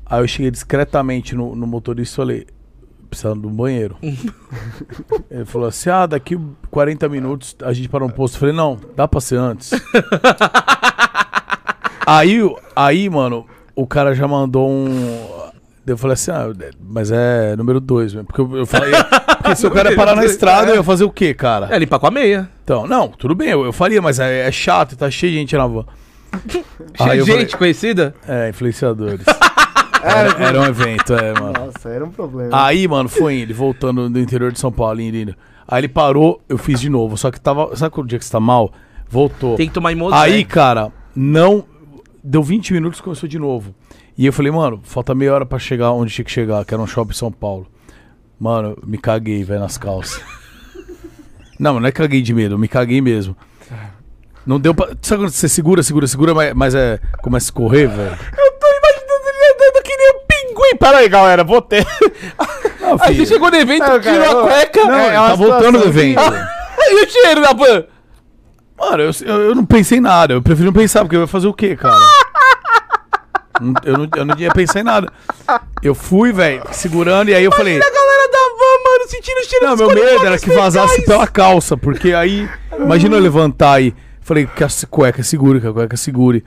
[SPEAKER 1] Aí eu cheguei discretamente no, no motorista e falei, precisando de um banheiro. Ele falou assim, ah, daqui 40 minutos a gente para um posto. Eu falei, não, dá pra ser antes. aí, o- aí, mano, o cara já mandou um... Eu falei assim, ah, mas é número 2, porque eu, eu falei, "É, porque se o cara parar na estrada, eu ia fazer o quê, cara?
[SPEAKER 2] É limpar com a meia.
[SPEAKER 1] Então, não, tudo bem, eu, eu faria, mas é, é chato, tá cheio de gente na van.
[SPEAKER 2] Cheio
[SPEAKER 1] Aí
[SPEAKER 2] de
[SPEAKER 1] eu
[SPEAKER 2] gente conhecida.
[SPEAKER 1] É, influenciadores. era, era um evento, é, mano.
[SPEAKER 3] Nossa, era um problema.
[SPEAKER 1] Aí, mano, foi ele voltando do interior de São Paulo, em Irina. Aí ele parou, eu fiz de novo. Só que tava. Sabe quando o dia que você tá mal? Voltou.
[SPEAKER 2] Tem né? que tomar imozo.
[SPEAKER 1] Aí, cara, não. Deu 20 minutos começou de novo. E eu falei, mano, falta meia hora pra chegar onde tinha que chegar, que era um shopping em São Paulo. Mano, eu me caguei, velho, nas calças. Não, não é caguei de medo, eu me caguei mesmo.
[SPEAKER 4] É.
[SPEAKER 1] Não deu pra. Sabe quando você segura, segura, segura, mas, mas é. Começa a correr, velho?
[SPEAKER 4] Eu tô imaginando ele andando que nem um pinguim. Pera aí, galera, vou ter.
[SPEAKER 1] Ah,
[SPEAKER 4] Aí você
[SPEAKER 1] filho,
[SPEAKER 4] chegou no evento,
[SPEAKER 3] Não, É, cara,
[SPEAKER 4] tirou
[SPEAKER 3] eu-
[SPEAKER 4] a cueca.
[SPEAKER 3] não,
[SPEAKER 4] É,
[SPEAKER 3] é uma
[SPEAKER 1] Tá voltando do
[SPEAKER 3] situação
[SPEAKER 1] evento.
[SPEAKER 4] E o cheiro da van?
[SPEAKER 1] Mano, eu, eu, eu não pensei em nada. Eu prefiro não pensar, porque eu ia fazer o quê, cara? Não- eu, não, eu não ia pensar em nada. Eu fui, velho, segurando, e aí eu falei.
[SPEAKER 4] A galera da van, mano, sentindo o cheiro
[SPEAKER 1] Não,
[SPEAKER 4] dos
[SPEAKER 1] meu medo era
[SPEAKER 4] coliformes
[SPEAKER 1] que vazasse
[SPEAKER 4] fecais.
[SPEAKER 1] pela calça, porque aí. Imagina eu levantar aí. Falei, que a cueca segure, que a cueca segure.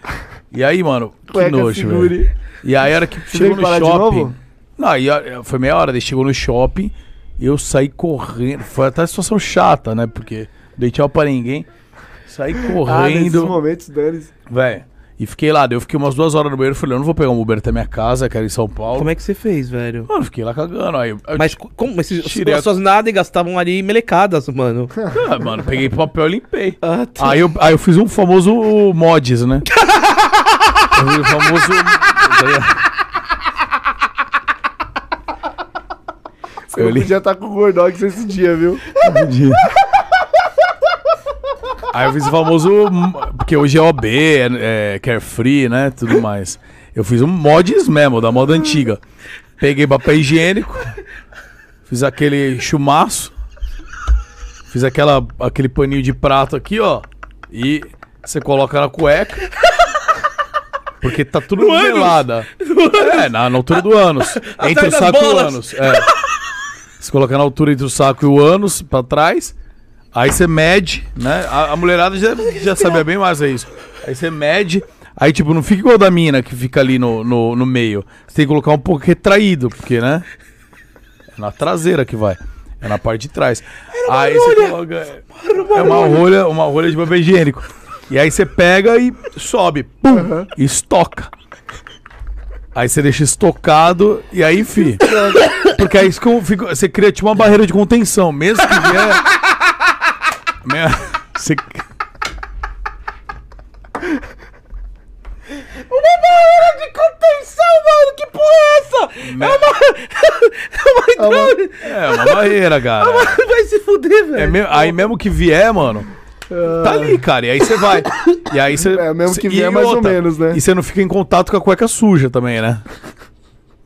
[SPEAKER 1] E aí, mano, que
[SPEAKER 3] Cueca
[SPEAKER 1] nojo,
[SPEAKER 3] segure.
[SPEAKER 1] velho. E aí, a hora que
[SPEAKER 3] teve
[SPEAKER 1] chegou
[SPEAKER 3] que
[SPEAKER 1] no
[SPEAKER 3] parar de
[SPEAKER 1] shopping.
[SPEAKER 3] novo?
[SPEAKER 1] Não, aí a- foi meia hora, daí chegou no shopping, eu saí correndo. Foi até uma situação chata, né? Porque dei tchau pra ninguém. Saí
[SPEAKER 3] Ah, nesses
[SPEAKER 1] correndo,
[SPEAKER 3] momentos, dane-se.
[SPEAKER 1] velho. E fiquei lá, daí eu fiquei umas duas horas no banheiro. Falei, eu não vou pegar um Uber até minha casa, quero ir em São Paulo.
[SPEAKER 2] Como é que você fez, velho?
[SPEAKER 1] Mano, fiquei lá cagando. Aí, eu-
[SPEAKER 2] Mas co- como? Mas se-
[SPEAKER 1] Tirei
[SPEAKER 2] as suas nádegas estavam ali melecadas, mano.
[SPEAKER 1] Ah, mano, peguei papel e limpei.
[SPEAKER 2] Ah,
[SPEAKER 1] Aí eu, aí eu fiz um famoso mods, né? eu fiz o famoso.
[SPEAKER 3] Você não
[SPEAKER 1] li-
[SPEAKER 3] podia estar com o Gordox esse dia, viu?
[SPEAKER 1] Aí eu fiz o famoso. Porque hoje é OB, é, é carefree, né? Tudo mais. Eu fiz um mods mesmo, da moda antiga. Peguei papel higiênico, fiz aquele chumaço. Fiz aquela, aquele paninho de prato aqui, ó. E você coloca na cueca. Porque tá tudo
[SPEAKER 2] ânus.
[SPEAKER 1] nivelada. É, na, na altura do ânus. entre o
[SPEAKER 2] das
[SPEAKER 1] saco e o
[SPEAKER 2] bolas.
[SPEAKER 1] ânus. É. Você coloca na altura entre o saco e o ânus, pra trás. Aí você mede, né? A, a mulherada já, já sabia bem mais é isso. Aí você mede. Aí, tipo, não fica igual da mina que fica ali no, no, no meio. Você tem que colocar um pouco retraído, porque, né? É na traseira que vai. É na parte de trás. aí você coloca. é- É uma rolha, uma rolha de papel higiênico. E aí você pega e sobe. Pum! E estoca. Aí você deixa estocado e aí, fi. Porque aí isso que eu fico- você cria tipo uma barreira de contenção, mesmo que vier. Me- Você...
[SPEAKER 2] barreira de contenção, mano! Que porra é essa?
[SPEAKER 1] Me-
[SPEAKER 2] É uma. é uma hidrônica!
[SPEAKER 1] É uma barreira, cara.
[SPEAKER 2] Vai se fuder, velho!
[SPEAKER 1] É me- Aí mesmo que vier, mano. Tá ali, cara. E aí você vai. E aí você.
[SPEAKER 3] Ah. É, mesmo que
[SPEAKER 1] e
[SPEAKER 3] vier, mais ou menos, né?
[SPEAKER 1] E você não fica em contato com a cueca suja também, né?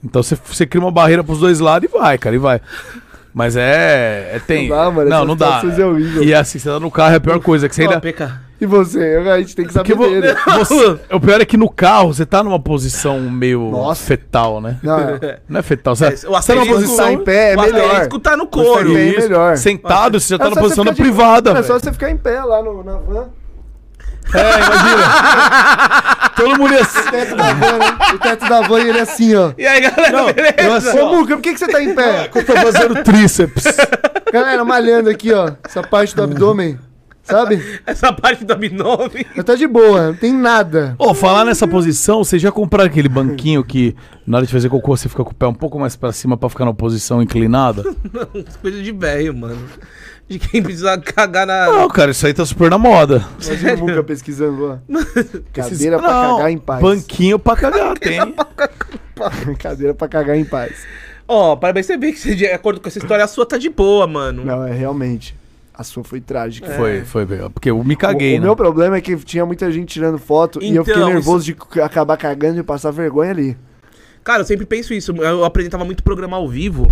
[SPEAKER 1] Então você, você cria uma barreira pros dois lados e vai, cara, e vai. Mas é. é tem.
[SPEAKER 3] Não dá, mano,
[SPEAKER 1] Não,
[SPEAKER 3] essas
[SPEAKER 1] não dá.
[SPEAKER 3] situações é horrível.
[SPEAKER 1] e assim, você tá no carro, é a pior coisa. Que você
[SPEAKER 2] Ó,
[SPEAKER 1] ainda.
[SPEAKER 2] PK.
[SPEAKER 3] E você? A gente tem que
[SPEAKER 1] Porque
[SPEAKER 3] saber
[SPEAKER 1] vo-
[SPEAKER 3] dele.
[SPEAKER 1] você- o pior é que no carro você tá numa posição meio
[SPEAKER 3] Nossa.
[SPEAKER 1] fetal, né? Não,
[SPEAKER 3] Não, é.
[SPEAKER 1] é fetal, você,
[SPEAKER 2] É,
[SPEAKER 1] você tá numa
[SPEAKER 2] asterisco
[SPEAKER 1] posição
[SPEAKER 3] tá em pé, é
[SPEAKER 2] o
[SPEAKER 3] melhor.
[SPEAKER 2] asterisco tá no couro.
[SPEAKER 3] Você bem
[SPEAKER 1] Isso.
[SPEAKER 3] melhor.
[SPEAKER 1] sentado, você já tá
[SPEAKER 3] É
[SPEAKER 1] na
[SPEAKER 3] só
[SPEAKER 1] posição
[SPEAKER 3] você
[SPEAKER 1] da
[SPEAKER 3] ficar de-
[SPEAKER 1] privada,
[SPEAKER 3] É só
[SPEAKER 1] velho.
[SPEAKER 3] você ficar em pé lá no, na van.
[SPEAKER 1] É, imagina. Todo mundo ia se-
[SPEAKER 3] O teto da van, né? O teto da van, ele é assim, ó.
[SPEAKER 2] E aí, galera, beleza?
[SPEAKER 1] eu assim,
[SPEAKER 3] Ô, Muca, por que, que você tá em pé?
[SPEAKER 1] Eu tô fazendo tríceps.
[SPEAKER 3] Galera, malhando aqui, ó. Essa parte do abdômen. Sabe?
[SPEAKER 2] Essa parte do abdômen.
[SPEAKER 3] Eu tá de boa, não tem nada.
[SPEAKER 1] Ô, falar nessa posição, vocês já compraram aquele banquinho que na hora de fazer cocô você fica com o pé um pouco mais pra cima pra ficar na posição inclinada?
[SPEAKER 2] Não, coisa de velho, mano. De quem precisa cagar na.
[SPEAKER 1] Não, cara, isso aí tá super na moda.
[SPEAKER 3] Imagina o Muca pesquisando lá. Cadeira pra
[SPEAKER 1] Não,
[SPEAKER 3] cagar em paz.
[SPEAKER 1] Banquinho pra cagar, tem.
[SPEAKER 3] Cadeira pra cagar em paz.
[SPEAKER 2] Ó, parabéns você ver que você, de acordo com essa história, a sua tá de boa, mano.
[SPEAKER 3] Não, é realmente. A sua foi trágica.
[SPEAKER 1] É. Foi, foi, porque eu me
[SPEAKER 3] É. O,
[SPEAKER 1] caguei,
[SPEAKER 3] o
[SPEAKER 1] né?
[SPEAKER 3] meu problema é que tinha muita gente tirando foto e eu fiquei
[SPEAKER 2] Então,
[SPEAKER 3] nervoso de c- acabar cagando e passar vergonha ali.
[SPEAKER 2] Cara, eu sempre penso isso. Eu apresentava muito programa ao vivo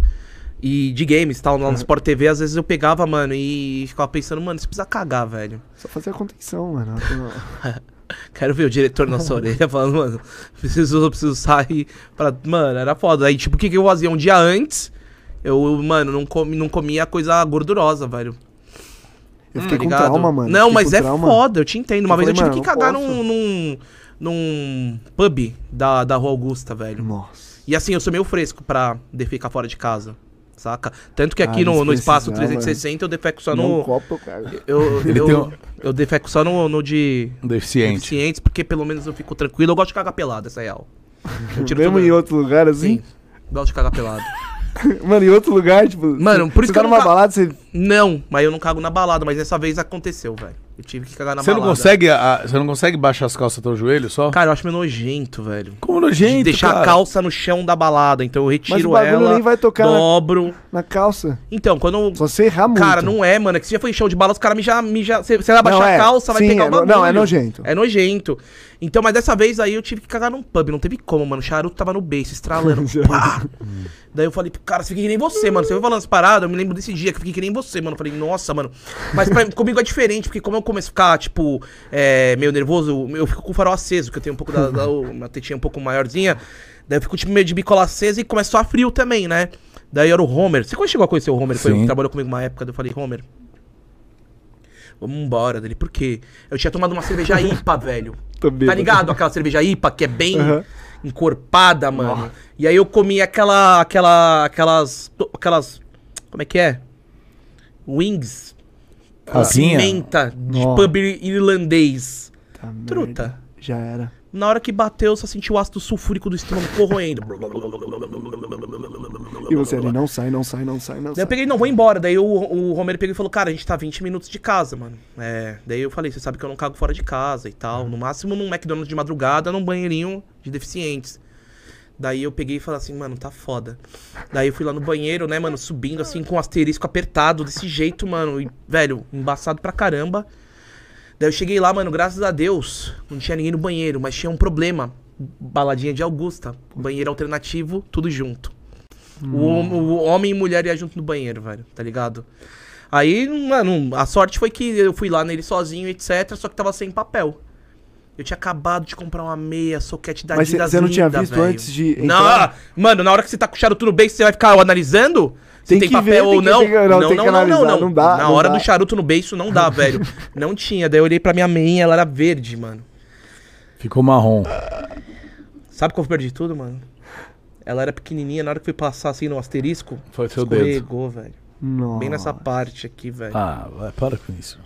[SPEAKER 2] e de games e tal,
[SPEAKER 3] Uhum.
[SPEAKER 2] lá no Sport TV. Às vezes eu pegava, mano, e ficava pensando, mano, você precisa cagar, velho.
[SPEAKER 3] Só fazer a contenção, mano.
[SPEAKER 2] Quero ver o diretor na sua orelha falando, mano, preciso, preciso sair pra. Mano, era foda. Aí, tipo, o que, que eu fazia? Um dia antes, eu, mano, não, comi, não comia coisa gordurosa, velho. Tá
[SPEAKER 3] Eu fiquei com
[SPEAKER 2] ligado?
[SPEAKER 3] trauma, mano.
[SPEAKER 2] Não,
[SPEAKER 3] Fiquei
[SPEAKER 2] mas
[SPEAKER 3] com
[SPEAKER 2] é
[SPEAKER 3] trauma.
[SPEAKER 2] foda, eu te entendo. Uma
[SPEAKER 3] Eu
[SPEAKER 2] vez eu tive
[SPEAKER 3] falei,
[SPEAKER 2] que
[SPEAKER 3] "Mano,
[SPEAKER 2] cagar
[SPEAKER 3] não
[SPEAKER 2] num, num. num pub da, da Rua Augusta, velho.
[SPEAKER 3] Nossa.
[SPEAKER 2] E assim, eu sou meio fresco pra defecar fora de casa, saca? Tanto que aqui
[SPEAKER 3] Ah,
[SPEAKER 2] no,
[SPEAKER 3] eles
[SPEAKER 2] no espaço
[SPEAKER 3] precisavam,
[SPEAKER 2] 360 eu defeco só
[SPEAKER 3] Não
[SPEAKER 2] no.
[SPEAKER 3] copo, cara.
[SPEAKER 2] Eu,
[SPEAKER 1] Ele
[SPEAKER 2] eu,
[SPEAKER 1] tem um-
[SPEAKER 2] eu defeco só no, no de
[SPEAKER 1] Deficiente.
[SPEAKER 2] deficientes, porque pelo menos eu fico tranquilo. Eu gosto de cagar pelado, essa é real. Eu tiro
[SPEAKER 3] Mesmo
[SPEAKER 2] tudo-
[SPEAKER 3] em outro lugar, assim.
[SPEAKER 2] Sim. Gosto de cagar pelado.
[SPEAKER 3] Mano, em outro lugar, tipo.
[SPEAKER 2] Mano,
[SPEAKER 3] você-
[SPEAKER 2] por isso
[SPEAKER 3] você tá
[SPEAKER 2] que eu
[SPEAKER 3] numa
[SPEAKER 2] nunca-
[SPEAKER 3] balada, você.
[SPEAKER 2] não, mas eu não cago na balada, mas dessa vez aconteceu, velho. Eu tive que cagar na
[SPEAKER 1] Você não
[SPEAKER 2] balada.
[SPEAKER 1] consegue, ah, você não consegue baixar as calças até o joelho só?
[SPEAKER 2] Cara, eu acho meio nojento, velho.
[SPEAKER 1] Como
[SPEAKER 2] de
[SPEAKER 1] nojento,
[SPEAKER 2] deixar
[SPEAKER 1] cara.
[SPEAKER 2] a calça no chão da balada. Então eu
[SPEAKER 3] Mas o
[SPEAKER 2] retiro
[SPEAKER 3] bagulho
[SPEAKER 2] ela,
[SPEAKER 3] nem vai tocar né? na-
[SPEAKER 2] dobro.
[SPEAKER 3] Na calça.
[SPEAKER 2] Então, quando.
[SPEAKER 3] Só você errar muito.
[SPEAKER 2] Cara, não é, mano. É que você já foi em show de balada, os caras mijam. Mija, você, você vai
[SPEAKER 3] Não,
[SPEAKER 2] baixar
[SPEAKER 3] é.
[SPEAKER 2] a calça, vai
[SPEAKER 3] Sim,
[SPEAKER 2] pegar
[SPEAKER 3] é
[SPEAKER 2] o
[SPEAKER 3] no-
[SPEAKER 2] bagulho.
[SPEAKER 3] não, é nojento.
[SPEAKER 2] É nojento. Então, mas dessa vez aí eu tive que cagar num pub. Não teve como, mano. O charuto tava no beijo, estralando.
[SPEAKER 3] é
[SPEAKER 2] pá. Daí eu falei, pro cara, você fica que nem você, mano. Você foi falando as paradas, eu me lembro desse dia que eu fiquei que nem você, mano. Eu falei, nossa, mano. Mas pra, comigo é diferente, porque como eu começo a ficar, tipo, é, meio nervoso, eu fico com o farol aceso, que eu tenho um pouco da. da uma tetinha um pouco maiorzinha. Daí eu fico, tipo, meio de bicola acesa e começa a frio também, né? Daí era o Homer. Você quando chegou a conhecer o Homer? Foi
[SPEAKER 1] Sim.
[SPEAKER 2] que trabalhou comigo uma época, daí eu falei, Homer. Vamos embora dele. Por quê? Eu tinha tomado uma cerveja IPA, velho.
[SPEAKER 3] Tô
[SPEAKER 2] Tá
[SPEAKER 3] bêbado.
[SPEAKER 2] ligado? Aquela cerveja IPA que é bem
[SPEAKER 3] Aham.
[SPEAKER 2] encorpada, mano. E aí eu comi aquela. aquela. aquelas. to- aquelas. Como é que é? Wings.
[SPEAKER 1] Asinha?
[SPEAKER 2] Pimenta de
[SPEAKER 3] Nossa.
[SPEAKER 2] pub irlandês.
[SPEAKER 3] Tá merda.
[SPEAKER 2] Truta.
[SPEAKER 3] Já era.
[SPEAKER 2] Na hora que bateu, eu só senti o ácido sulfúrico do estômago corroendo.
[SPEAKER 3] E você ali, não sai, não sai, não sai, não
[SPEAKER 2] Daí
[SPEAKER 3] sai.
[SPEAKER 2] eu peguei, não, vou embora. Daí o, o Romero pegou e falou, cara, a gente tá 20 minutos de casa, mano. É, daí eu falei, você sabe que eu não cago fora de casa e tal. No máximo num McDonald's de madrugada, num banheirinho de deficientes. Daí eu peguei e falei assim, mano, tá foda. Daí eu fui lá no banheiro, né, mano, subindo assim com o asterisco apertado, desse jeito, mano. E, velho, embaçado pra caramba. Daí eu cheguei lá, mano, graças a Deus, não tinha ninguém no banheiro, mas tinha um problema. Baladinha de Augusta, banheiro
[SPEAKER 3] Hum.
[SPEAKER 2] alternativo, tudo junto. O, hom- o homem e mulher ia junto no banheiro, velho, tá ligado? Aí, mano, a sorte foi que eu fui lá nele sozinho, etc. Só que tava sem papel. Eu tinha acabado de comprar uma meia, soquete da
[SPEAKER 3] Mas cê-
[SPEAKER 2] Adidas
[SPEAKER 3] cê não tinha
[SPEAKER 2] linda,
[SPEAKER 3] visto
[SPEAKER 2] velho.
[SPEAKER 3] antes de
[SPEAKER 2] Não,
[SPEAKER 3] entrar?
[SPEAKER 2] ah, mano, na hora que você tá com o charuto no beijo, você vai ficar analisando? Se
[SPEAKER 3] Tem
[SPEAKER 2] tem,
[SPEAKER 3] que
[SPEAKER 2] papel
[SPEAKER 3] ver, tem
[SPEAKER 2] ou
[SPEAKER 3] que-
[SPEAKER 2] não?
[SPEAKER 3] tem que- não, tem que analisar, não dá,
[SPEAKER 2] na
[SPEAKER 3] não
[SPEAKER 2] hora
[SPEAKER 3] dá.
[SPEAKER 2] do charuto no beijo, não dá, velho. não tinha. Daí eu olhei pra minha meinha, ela era verde, mano.
[SPEAKER 1] Ficou marrom.
[SPEAKER 2] Sabe como eu perdi tudo, mano? Ela era pequenininha, na hora que fui passar assim no asterisco,
[SPEAKER 1] Foi seu dedo.
[SPEAKER 2] escorregou, velho.
[SPEAKER 3] Nossa.
[SPEAKER 2] Bem nessa parte aqui, velho.
[SPEAKER 1] Ah, vai, para com isso.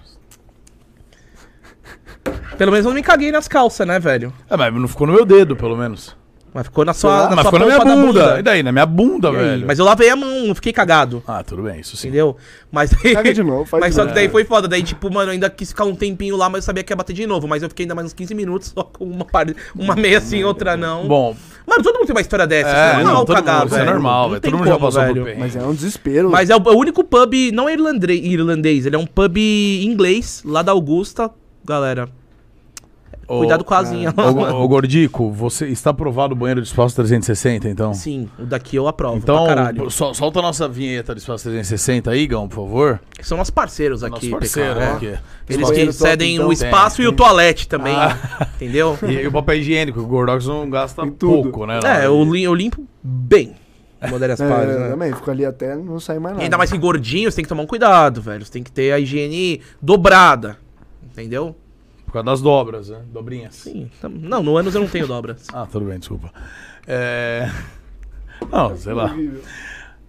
[SPEAKER 3] Ah.
[SPEAKER 2] Pelo menos eu não me caguei nas calças, né, velho?
[SPEAKER 1] Ah, mas não ficou no meu dedo, pelo menos.
[SPEAKER 2] Mas ficou na
[SPEAKER 1] Ah,
[SPEAKER 2] sua, na
[SPEAKER 1] mas
[SPEAKER 2] sua
[SPEAKER 1] ficou na minha
[SPEAKER 2] polpa da
[SPEAKER 1] bunda. E daí? Na minha bunda,
[SPEAKER 2] E aí?
[SPEAKER 1] velho.
[SPEAKER 2] Mas eu lavei a mão, não fiquei cagado.
[SPEAKER 1] Ah, tudo bem, isso sim.
[SPEAKER 2] Entendeu? Mas,
[SPEAKER 3] Caga de novo, faz
[SPEAKER 2] mas
[SPEAKER 3] de
[SPEAKER 2] só que
[SPEAKER 3] novo.
[SPEAKER 2] daí
[SPEAKER 1] É.
[SPEAKER 2] foi foda. Daí, tipo, mano, eu ainda quis ficar um tempinho lá, mas eu sabia que ia bater de novo. Mas eu fiquei ainda mais uns 15 minutos, só com uma, parte, uma meia assim, outra não.
[SPEAKER 1] Hum. Bom,
[SPEAKER 2] Mano, todo mundo tem uma história dessa.
[SPEAKER 1] É,
[SPEAKER 2] isso é normal
[SPEAKER 1] não, todo
[SPEAKER 2] cagar,
[SPEAKER 1] mundo, isso é
[SPEAKER 2] velho.
[SPEAKER 1] normal,
[SPEAKER 2] Não
[SPEAKER 1] velho,
[SPEAKER 2] tem
[SPEAKER 1] todo mundo já
[SPEAKER 2] como,
[SPEAKER 1] passou por
[SPEAKER 2] velho.
[SPEAKER 1] perrengue.
[SPEAKER 3] Mas é um desespero.
[SPEAKER 2] Mas é o, é o único pub, não é irlandre- irlandês, ele é um pub inglês, lá da Augusta. Galera,
[SPEAKER 1] ô-
[SPEAKER 2] cuidado com a asinha
[SPEAKER 1] Ô,
[SPEAKER 2] lá.
[SPEAKER 1] Go- ô, Gordico, você está aprovado o banheiro do Espaço 360, então?
[SPEAKER 2] Sim, o daqui eu aprovo
[SPEAKER 1] Então,
[SPEAKER 2] pra caralho.
[SPEAKER 1] sol- solta a nossa vinheta do Espaço 360 aí, Gão, por favor.
[SPEAKER 2] São nossos parceiros
[SPEAKER 1] nosso
[SPEAKER 2] aqui,
[SPEAKER 1] parceiro,
[SPEAKER 2] PK,
[SPEAKER 1] né?
[SPEAKER 2] é.
[SPEAKER 1] que-
[SPEAKER 2] Eles
[SPEAKER 1] Espaço-
[SPEAKER 2] que
[SPEAKER 3] banheiro top,
[SPEAKER 2] cedem
[SPEAKER 3] então,
[SPEAKER 2] o
[SPEAKER 1] tem.
[SPEAKER 2] espaço e o toalete também,
[SPEAKER 1] Ah.
[SPEAKER 2] entendeu?
[SPEAKER 1] E, e o papel higiênico, o Gordox não gasta
[SPEAKER 3] Em tudo.
[SPEAKER 1] pouco, né?
[SPEAKER 2] É, eu, lim- eu limpo bem. Modere as
[SPEAKER 3] É,
[SPEAKER 2] páginas, né?
[SPEAKER 3] também, fico ali até não sair mais
[SPEAKER 2] E
[SPEAKER 3] nada.
[SPEAKER 2] ainda mais que gordinho, você tem que tomar um cuidado, velho. Você tem que ter a higiene dobrada. Entendeu?
[SPEAKER 1] Por causa das dobras, né? Dobrinhas.
[SPEAKER 2] Sim. tam- Não, no ânus eu não tenho dobras.
[SPEAKER 1] Ah, tudo bem, desculpa. É... Não, sei lá.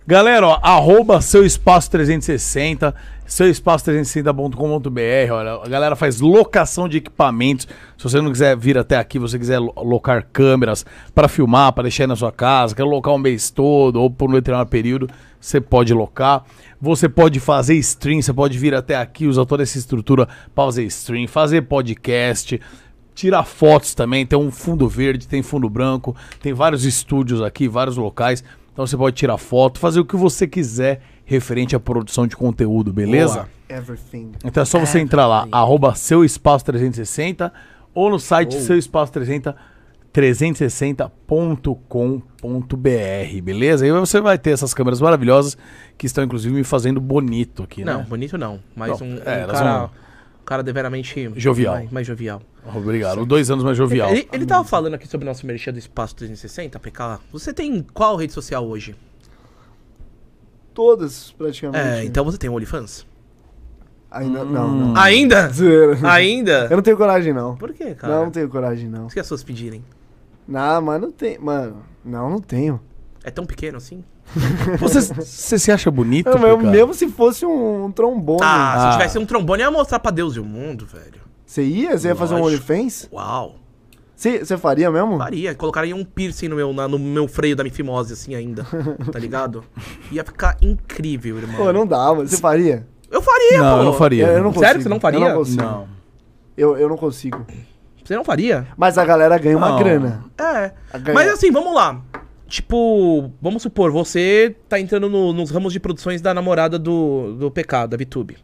[SPEAKER 1] Galera, ó, arroba seu espaço 360, seu espaço 360.com.br, olha, a galera faz locação de equipamentos. Se você não quiser vir até aqui, você quiser lo- locar câmeras para filmar, para deixar aí na sua casa, quer locar um mês todo ou por um determinado período, você pode locar. Você pode fazer stream, você pode vir até aqui, usar toda essa estrutura para fazer stream, fazer podcast, Tira fotos também, tem um fundo verde, tem fundo branco, tem vários estúdios aqui, vários locais. Então você pode tirar foto, fazer o que você quiser referente à produção de conteúdo, beleza?
[SPEAKER 2] Boa.
[SPEAKER 3] Everything.
[SPEAKER 1] Então é só você entrar lá, arroba seu espaço 360 ou no site seu espaço 360 360.com.br, beleza? Aí você vai ter essas câmeras maravilhosas que estão inclusive me fazendo bonito aqui,
[SPEAKER 2] Não,
[SPEAKER 1] né?
[SPEAKER 2] bonito não. Mas
[SPEAKER 1] Não,
[SPEAKER 2] um, um
[SPEAKER 1] é, elas
[SPEAKER 2] cara.
[SPEAKER 1] vão-
[SPEAKER 2] Um cara deveramente.
[SPEAKER 1] Jovial.
[SPEAKER 2] Mais, mais jovial.
[SPEAKER 1] Obrigado. Dois anos mais jovial.
[SPEAKER 2] Ele, ele tava falando aqui sobre o nosso merchan do Espaço 360, PK. Você tem qual rede social hoje?
[SPEAKER 3] Todas, praticamente.
[SPEAKER 2] É, então você tem o OnlyFans?
[SPEAKER 3] Ainda, não, não.
[SPEAKER 2] Ainda?
[SPEAKER 3] Zero.
[SPEAKER 2] Ainda?
[SPEAKER 3] Eu não tenho coragem, não.
[SPEAKER 2] Ah, Por quê, cara?
[SPEAKER 3] Não, não tenho coragem, não.
[SPEAKER 2] O que as pessoas pedirem?
[SPEAKER 3] Não, Ah, mas não tem. Mano, não, não tenho.
[SPEAKER 2] É tão pequeno assim?
[SPEAKER 1] Você, você se acha bonito?
[SPEAKER 3] Não, mas é
[SPEAKER 1] Picá?
[SPEAKER 3] mesmo se fosse um, um trombone.
[SPEAKER 2] Ah,
[SPEAKER 1] Ah.
[SPEAKER 2] se tivesse um trombone, eu ia mostrar pra Deus e o mundo, velho.
[SPEAKER 3] Você ia? Você ia fazer um
[SPEAKER 2] Lógico.
[SPEAKER 3] OnlyFans?
[SPEAKER 2] Uau.
[SPEAKER 3] Você você faria mesmo?
[SPEAKER 2] Faria. Colocaria um piercing no meu, na- no meu freio da mifimose, assim, ainda. Tá ligado? Ia ficar incrível, irmão.
[SPEAKER 3] Pô, não dá, mano. Você faria?
[SPEAKER 2] Eu faria,
[SPEAKER 1] Não,
[SPEAKER 2] pô.
[SPEAKER 1] eu não faria.
[SPEAKER 3] Eu
[SPEAKER 2] Sério?
[SPEAKER 3] não consigo.
[SPEAKER 2] Você não faria?
[SPEAKER 3] Eu não consigo.
[SPEAKER 1] Não.
[SPEAKER 3] Eu, eu não consigo.
[SPEAKER 2] Você não faria?
[SPEAKER 3] Mas a galera ganha uma
[SPEAKER 1] Não.
[SPEAKER 3] grana.
[SPEAKER 2] É.
[SPEAKER 3] A ganha-
[SPEAKER 2] Mas assim, vamos lá. Tipo, vamos supor, você tá entrando no- nos ramos de produções da namorada do, do PK, da VTube,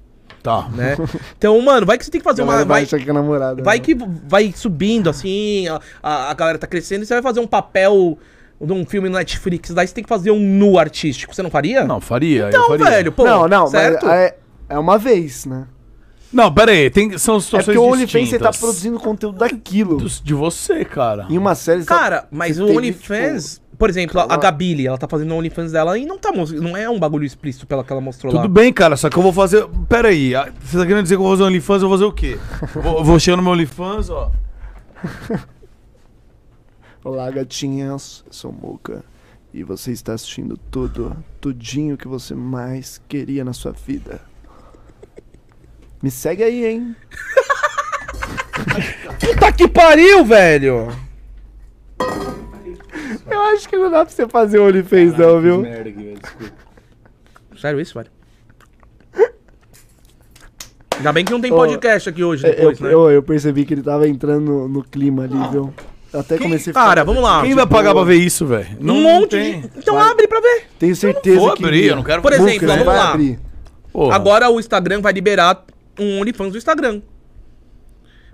[SPEAKER 1] Tá.
[SPEAKER 2] né? Então, mano, vai que você tem que
[SPEAKER 3] a
[SPEAKER 2] fazer
[SPEAKER 3] galera
[SPEAKER 2] uma.
[SPEAKER 3] vai
[SPEAKER 2] Vai,
[SPEAKER 3] achar que é namorada.
[SPEAKER 2] vai
[SPEAKER 3] né?
[SPEAKER 2] que vai subindo, assim, a, a- a galera tá crescendo e você vai fazer um papel de um filme no Netflix, daí você tem que fazer um nu artístico. Você não faria?
[SPEAKER 1] Não, faria. eu
[SPEAKER 2] Então,
[SPEAKER 1] faria.
[SPEAKER 2] velho, pô.
[SPEAKER 3] não, não,
[SPEAKER 2] certo?
[SPEAKER 3] mas é, é uma vez, né?
[SPEAKER 1] Não, pera aí, tem, são
[SPEAKER 3] É
[SPEAKER 1] situações
[SPEAKER 3] porque o OnlyFans você
[SPEAKER 1] distintas.
[SPEAKER 3] tá produzindo conteúdo daquilo.
[SPEAKER 1] Dos- De você, cara.
[SPEAKER 3] Em uma série você tá-
[SPEAKER 2] Cara, mas
[SPEAKER 3] você
[SPEAKER 2] o
[SPEAKER 3] tem, tipo,
[SPEAKER 2] OnlyFans, por exemplo, a- a
[SPEAKER 3] Claro.
[SPEAKER 2] Gabile, ela tá fazendo o OnlyFans dela e não tá mos- não é um bagulho explícito pela que ela mostrou lá.
[SPEAKER 1] Tudo bem, cara, só que eu vou fazer... Pera aí, ah, você tá querendo dizer que eu vou fazer OnlyFans, eu vou fazer o quê? Eu vou, eu vou chegar no meu OnlyFans, ó.
[SPEAKER 3] Olá, gatinhas, eu sou o Muca. E você está assistindo tudo, tudinho que você mais queria na sua vida. Me segue aí, hein?
[SPEAKER 2] Puta que pariu, velho!
[SPEAKER 3] Eu acho que não dá pra você fazer o OnlyFans não, viu?
[SPEAKER 2] Sério isso, velho? Ainda bem que não tem
[SPEAKER 3] Ô,
[SPEAKER 2] podcast aqui hoje,
[SPEAKER 3] É, Eu,
[SPEAKER 2] depois, né?
[SPEAKER 3] eu- eu percebi que ele tava entrando no, no clima ali, viu? Eu até
[SPEAKER 2] Quem-
[SPEAKER 3] comecei a ficar...
[SPEAKER 2] cara, vamos lá.
[SPEAKER 3] Ah,
[SPEAKER 1] Quem vai
[SPEAKER 2] Tipo,
[SPEAKER 1] pagar pra ver isso, velho?
[SPEAKER 2] Um monte de... Então abre pra ver.
[SPEAKER 3] Tenho certeza
[SPEAKER 1] Vou
[SPEAKER 3] que...
[SPEAKER 1] abrir, eu não quero... né?
[SPEAKER 2] Por
[SPEAKER 3] Muca,
[SPEAKER 2] exemplo,
[SPEAKER 3] você
[SPEAKER 2] vamos
[SPEAKER 3] vai
[SPEAKER 2] lá.
[SPEAKER 3] abrir.
[SPEAKER 1] Porra.
[SPEAKER 2] Agora o Instagram vai liberar um OnlyFans do Instagram.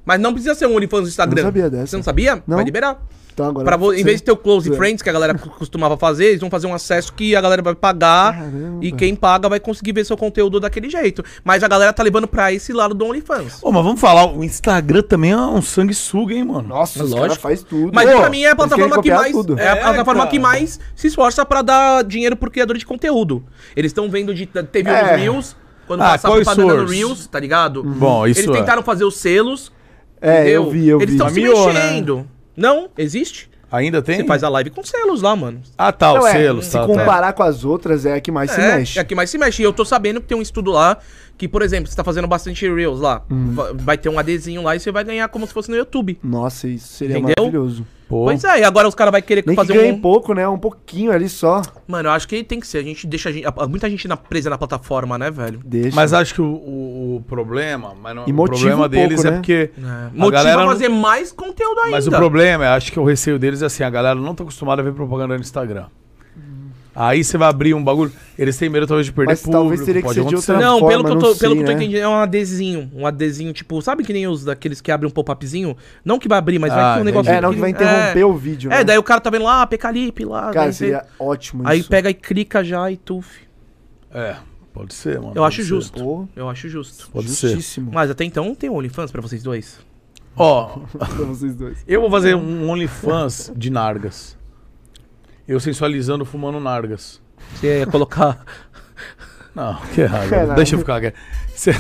[SPEAKER 2] Mas não precisa ser um OnlyFans no Instagram.
[SPEAKER 3] Eu não sabia dessa.
[SPEAKER 2] Você não sabia?
[SPEAKER 3] Não.
[SPEAKER 2] Vai liberar.
[SPEAKER 3] Então agora.
[SPEAKER 2] Pra vo- em vez de ter o Close
[SPEAKER 3] É.
[SPEAKER 2] Friends, que a galera costumava fazer, eles vão fazer um acesso que a galera vai pagar
[SPEAKER 3] Caramba.
[SPEAKER 2] e quem paga vai conseguir ver seu conteúdo daquele jeito. Mas a galera tá levando pra esse lado do OnlyFans.
[SPEAKER 1] Ô, mas vamos falar, o Instagram também é um sanguessuga, hein, mano?
[SPEAKER 3] Nossa, os
[SPEAKER 2] Lógico.
[SPEAKER 3] caras fazem tudo.
[SPEAKER 2] Mas
[SPEAKER 3] Pô,
[SPEAKER 2] pra mim é a
[SPEAKER 3] eles
[SPEAKER 2] plataforma
[SPEAKER 3] querem
[SPEAKER 2] que
[SPEAKER 3] copiar
[SPEAKER 2] mais.
[SPEAKER 3] tudo.
[SPEAKER 2] É a
[SPEAKER 1] É,
[SPEAKER 2] plataforma
[SPEAKER 1] cara.
[SPEAKER 2] que mais se esforça pra dar dinheiro pro criador de conteúdo. Eles estão vendo de. Teve
[SPEAKER 3] É.
[SPEAKER 2] os Reels. Quando
[SPEAKER 1] Ah,
[SPEAKER 2] passava
[SPEAKER 1] qual
[SPEAKER 2] propaganda no
[SPEAKER 1] source?
[SPEAKER 2] Reels, tá ligado?
[SPEAKER 1] Bom, isso
[SPEAKER 2] Eles
[SPEAKER 1] é.
[SPEAKER 2] tentaram fazer os selos.
[SPEAKER 3] Uhum. É,
[SPEAKER 2] entendeu?
[SPEAKER 3] eu vi, eu
[SPEAKER 2] Eles
[SPEAKER 3] vi.
[SPEAKER 2] estão se
[SPEAKER 1] Caminhou, né?
[SPEAKER 2] mexendo. Não, existe.
[SPEAKER 1] Ainda tem?
[SPEAKER 2] Você faz a live com selos lá, mano.
[SPEAKER 1] Ah, tá,
[SPEAKER 3] Não,
[SPEAKER 1] os
[SPEAKER 3] é,
[SPEAKER 1] selos,
[SPEAKER 3] Se
[SPEAKER 1] tá, tá.
[SPEAKER 3] comparar com as outras, é a que mais se
[SPEAKER 2] é,
[SPEAKER 3] mexe.
[SPEAKER 2] é a que mais se mexe. E eu tô sabendo que tem um estudo lá que, por exemplo, você tá fazendo bastante Reels lá.
[SPEAKER 3] Uhum.
[SPEAKER 2] va- Vai ter um ADzinho lá e você vai ganhar como se fosse no YouTube.
[SPEAKER 3] Nossa, isso seria
[SPEAKER 2] Entendeu?
[SPEAKER 3] maravilhoso.
[SPEAKER 1] Pô.
[SPEAKER 2] Pois é, e agora os caras vão querer
[SPEAKER 3] Nem
[SPEAKER 2] fazer
[SPEAKER 3] que ganhe
[SPEAKER 2] um.
[SPEAKER 3] pouco, né? Um pouquinho ali só.
[SPEAKER 2] Mano, eu acho que tem que ser. A gente deixa a gente- a- muita gente na, presa na plataforma, né, velho?
[SPEAKER 3] Deixa.
[SPEAKER 1] Mas acho que o, o- o problema, mas não,
[SPEAKER 3] E
[SPEAKER 1] o problema
[SPEAKER 3] motiva um pouco,
[SPEAKER 1] deles é
[SPEAKER 3] né?
[SPEAKER 1] porque
[SPEAKER 2] É.
[SPEAKER 1] a
[SPEAKER 2] Motiva
[SPEAKER 1] galera
[SPEAKER 2] a
[SPEAKER 1] não-
[SPEAKER 2] fazer mais conteúdo ainda.
[SPEAKER 1] Mas o problema, eu acho que o receio deles é assim, a galera não tá acostumada a ver propaganda no Instagram. Aí você vai abrir um bagulho, eles têm medo talvez de perder
[SPEAKER 3] Mas
[SPEAKER 1] público,
[SPEAKER 3] talvez teria que
[SPEAKER 1] pode
[SPEAKER 3] ser de
[SPEAKER 1] acontecer.
[SPEAKER 3] outra-
[SPEAKER 2] Não, pelo,
[SPEAKER 3] forma,
[SPEAKER 2] que, eu
[SPEAKER 3] não
[SPEAKER 2] tô,
[SPEAKER 3] sei,
[SPEAKER 2] pelo que eu tô
[SPEAKER 3] né?
[SPEAKER 2] entendendo, é um adesivo. Um adesivo, tipo, sabe que nem os daqueles que abrem um pop-upzinho? Não que vai abrir, mas
[SPEAKER 1] Ah,
[SPEAKER 2] vai que um
[SPEAKER 1] entendi.
[SPEAKER 2] negócio.
[SPEAKER 3] É, não que vai interromper o vídeo,
[SPEAKER 2] É,
[SPEAKER 3] né?
[SPEAKER 2] daí o cara tá vendo lá, ah, Pecalipe lá.
[SPEAKER 3] Cara, é
[SPEAKER 2] daí você-
[SPEAKER 3] seria ótimo
[SPEAKER 2] Aí
[SPEAKER 3] isso.
[SPEAKER 2] pega e clica já e tuf.
[SPEAKER 1] É, pode ser, mano.
[SPEAKER 2] Eu
[SPEAKER 1] pode
[SPEAKER 2] acho
[SPEAKER 1] ser.
[SPEAKER 2] justo.
[SPEAKER 3] Pô,
[SPEAKER 2] Eu acho justo.
[SPEAKER 1] Pode ser.
[SPEAKER 3] justíssimo.
[SPEAKER 2] Mas até então não tem OnlyFans pra vocês dois.
[SPEAKER 1] Ó,
[SPEAKER 3] pra vocês dois.
[SPEAKER 1] eu vou fazer um OnlyFans de nargas. Eu sensualizando fumando nargas.
[SPEAKER 2] Você ia colocar.
[SPEAKER 1] Não, que errado.
[SPEAKER 3] Caralho.
[SPEAKER 1] Deixa eu ficar quieto. Você,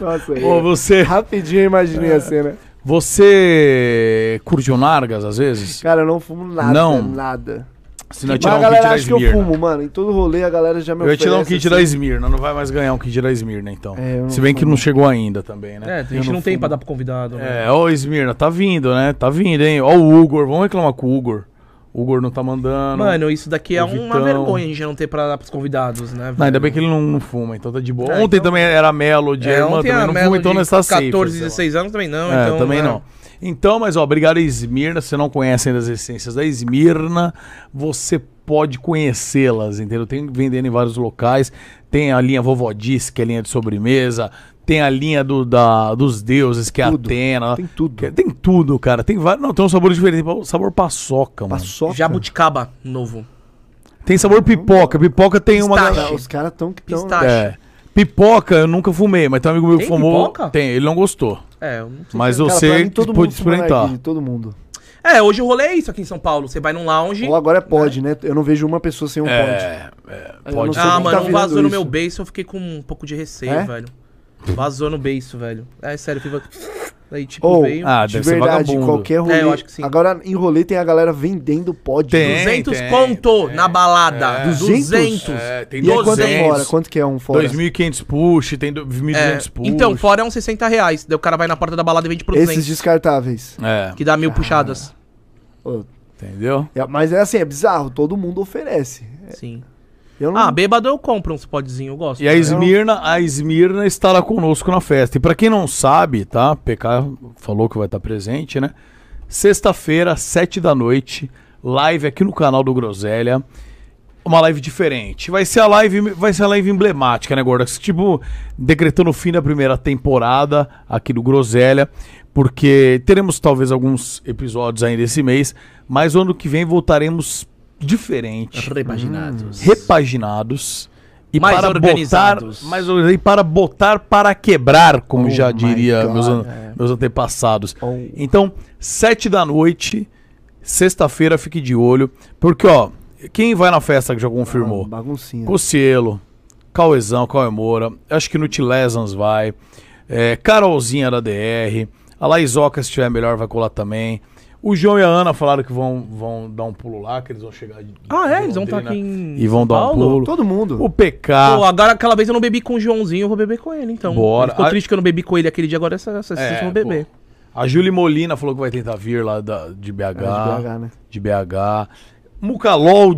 [SPEAKER 3] Nossa,
[SPEAKER 1] Ô,
[SPEAKER 3] eu
[SPEAKER 1] você,
[SPEAKER 3] rapidinho eu
[SPEAKER 2] É.
[SPEAKER 3] imaginei a cena.
[SPEAKER 1] você curtiu nargas às vezes?
[SPEAKER 3] Cara, eu não fumo nada,
[SPEAKER 1] Não.
[SPEAKER 3] nada.
[SPEAKER 1] Se não, eu ia
[SPEAKER 3] Mas
[SPEAKER 1] tirar
[SPEAKER 3] a
[SPEAKER 1] um kit
[SPEAKER 3] galera
[SPEAKER 1] da
[SPEAKER 3] acha que eu
[SPEAKER 1] Smirna.
[SPEAKER 3] fumo, mano. Em todo rolê a galera já me
[SPEAKER 1] Eu ia te dar um
[SPEAKER 3] oferece,
[SPEAKER 1] kit da
[SPEAKER 3] assim.
[SPEAKER 1] Esmirna, não vai mais ganhar um kit da Esmirna, então.
[SPEAKER 3] É, eu não
[SPEAKER 1] Se bem que
[SPEAKER 3] fumo.
[SPEAKER 1] não chegou ainda também, né?
[SPEAKER 2] É, a gente não, tem pra dar pro convidado. né?
[SPEAKER 1] É, ó, Esmirna, tá vindo, né? Tá vindo, hein? Ó, o Ugor, vamos reclamar com o Ugor. O Ugor não tá mandando.
[SPEAKER 2] Mano, isso daqui é
[SPEAKER 1] O
[SPEAKER 2] uma
[SPEAKER 1] Vitão.
[SPEAKER 2] vergonha a gente não ter pra dar pros convidados, né?
[SPEAKER 1] Não, ainda bem que ele não, não fuma, então tá de boa.
[SPEAKER 2] É,
[SPEAKER 1] ontem
[SPEAKER 2] então-
[SPEAKER 1] também era Melody, a
[SPEAKER 2] É,
[SPEAKER 1] irmã
[SPEAKER 2] ontem
[SPEAKER 1] também
[SPEAKER 2] a
[SPEAKER 1] não
[SPEAKER 2] Melo
[SPEAKER 1] fuma, então
[SPEAKER 2] de
[SPEAKER 1] não está safe.
[SPEAKER 2] 14,
[SPEAKER 1] sei lá.
[SPEAKER 2] 16 anos também não,
[SPEAKER 1] É,
[SPEAKER 2] então.
[SPEAKER 1] também
[SPEAKER 2] né?
[SPEAKER 1] não. Então, mas ó, obrigado a Esmirna. Se você não conhece ainda as essências da Esmirna, você pode conhecê-las, entendeu? Tem vendendo em vários locais. Tem a linha Vovó Diz, que é a linha de sobremesa. Tem a linha do, da, dos deuses, que é
[SPEAKER 3] Tudo.
[SPEAKER 1] Atena.
[SPEAKER 3] Tem tudo.
[SPEAKER 1] Que- é, Tem tudo, cara. Tem vários. Não, tem um sabor diferente. Tem Sabor
[SPEAKER 3] ah,
[SPEAKER 1] paçoca, mano.
[SPEAKER 3] Paçoca.
[SPEAKER 2] Jabuticaba novo.
[SPEAKER 1] Tem sabor pipoca. Pipoca tem uma.
[SPEAKER 2] Pistache.
[SPEAKER 1] galera-
[SPEAKER 3] Os caras tão que tão...
[SPEAKER 2] Pistache.
[SPEAKER 1] É. Pipoca eu nunca fumei, mas tem um amigo meu que
[SPEAKER 2] Tem
[SPEAKER 1] fumou.
[SPEAKER 2] pipoca?
[SPEAKER 1] Tem, ele não gostou.
[SPEAKER 2] É, eu não sei.
[SPEAKER 1] Mas
[SPEAKER 3] Cara,
[SPEAKER 1] você
[SPEAKER 3] pra mim, todo
[SPEAKER 1] pôde
[SPEAKER 3] mundo é fuma
[SPEAKER 1] experimentar.
[SPEAKER 3] narguilé, todo mundo.
[SPEAKER 2] É, hoje o rolê é isso aqui em São Paulo. Você vai num lounge.
[SPEAKER 3] Ou agora é pod, né? Eu não vejo uma pessoa sem um pod.
[SPEAKER 1] É, é,
[SPEAKER 3] Eu
[SPEAKER 1] pode
[SPEAKER 3] não sei
[SPEAKER 2] Ah,
[SPEAKER 3] como tá
[SPEAKER 2] mano, um
[SPEAKER 3] virando
[SPEAKER 2] vazou no
[SPEAKER 3] isso.
[SPEAKER 2] meu beiço, eu fiquei com um pouco de receio,
[SPEAKER 3] É?
[SPEAKER 2] velho. Vazou no beiço, velho. É sério, eu fiquei. Aí, tipo,
[SPEAKER 3] Ou,
[SPEAKER 2] veio.
[SPEAKER 1] Ah,
[SPEAKER 3] de
[SPEAKER 1] deve ser
[SPEAKER 3] verdade,
[SPEAKER 1] vagabundo.
[SPEAKER 3] qualquer rolê.
[SPEAKER 2] É, eu acho que sim.
[SPEAKER 3] Agora, em rolê tem a galera vendendo pod.
[SPEAKER 1] Tem.
[SPEAKER 2] 200
[SPEAKER 1] tem,
[SPEAKER 2] conto
[SPEAKER 1] tem.
[SPEAKER 2] na balada.
[SPEAKER 1] É.
[SPEAKER 2] 200?
[SPEAKER 3] 200?
[SPEAKER 1] É, tem
[SPEAKER 3] E aí, quanto é
[SPEAKER 1] 200,
[SPEAKER 3] fora? Quanto que é um fora?
[SPEAKER 1] 2.500 push, tem do-
[SPEAKER 2] É,
[SPEAKER 1] 1.200 push.
[SPEAKER 2] então, fora é uns 60 reais. Daí o cara vai na porta da balada e vende por 200.
[SPEAKER 3] Esses descartáveis.
[SPEAKER 1] É,
[SPEAKER 2] Que dá mil puxadas.
[SPEAKER 3] Ô,
[SPEAKER 1] entendeu?
[SPEAKER 3] é, Mas é assim, é bizarro. Todo mundo oferece.
[SPEAKER 2] Sim.
[SPEAKER 3] Eu não...
[SPEAKER 2] Ah, bêbado eu compro uns podzinho, eu gosto. né?
[SPEAKER 1] E a Esmirna, a Esmirna estará conosco na festa. E pra quem não sabe, tá? PK falou que vai estar presente, né? Sexta-feira, sete da noite, live aqui no canal do Groselha. Uma live diferente. Vai ser a live, vai ser a live emblemática, né, Gorda? Tipo, decretando o fim da primeira temporada aqui do Groselha, porque teremos talvez alguns episódios ainda esse mês, mas ano que vem voltaremos diferente
[SPEAKER 2] Repaginados.
[SPEAKER 1] Hum. repaginados e
[SPEAKER 2] Mais
[SPEAKER 1] para
[SPEAKER 2] organizados.
[SPEAKER 1] botar mais organizados, e para botar para quebrar, como
[SPEAKER 3] Oh
[SPEAKER 1] já
[SPEAKER 3] my
[SPEAKER 1] diria
[SPEAKER 3] God,
[SPEAKER 1] meus, an-
[SPEAKER 3] é.
[SPEAKER 1] meus antepassados.
[SPEAKER 3] Oh.
[SPEAKER 1] Então, sete da noite, sexta-feira, fique de olho, porque ó, quem vai na festa que já
[SPEAKER 3] Ah,
[SPEAKER 1] confirmou?
[SPEAKER 3] Baguncinha.
[SPEAKER 1] Cocielo, Cauezão, Cauê Moura, acho que no Tilesans vai, é, Carolzinha da DR, a Laizoca, se tiver melhor, vai colar também. O João e a Ana falaram que vão, vão dar um pulo lá, que eles vão chegar de
[SPEAKER 2] Ah,
[SPEAKER 1] de
[SPEAKER 2] é? Eles vão estar
[SPEAKER 1] Londrina.
[SPEAKER 2] aqui em.
[SPEAKER 1] E vão
[SPEAKER 2] São
[SPEAKER 1] dar um
[SPEAKER 2] Paulo?
[SPEAKER 1] pulo.
[SPEAKER 3] Todo mundo.
[SPEAKER 1] O PK.
[SPEAKER 2] Pô, agora aquela vez eu não bebi com o Joãozinho, eu vou beber com ele, então.
[SPEAKER 1] Bora.
[SPEAKER 2] Ficou
[SPEAKER 1] Ah.
[SPEAKER 2] triste que eu não bebi com ele aquele dia, agora essa, essa, vocês
[SPEAKER 1] É,
[SPEAKER 2] vão beber.
[SPEAKER 1] pô. A Júlia Molina falou que vai tentar vir lá da- de BH.
[SPEAKER 3] É, de BH, né?
[SPEAKER 1] de BH. Mucalol,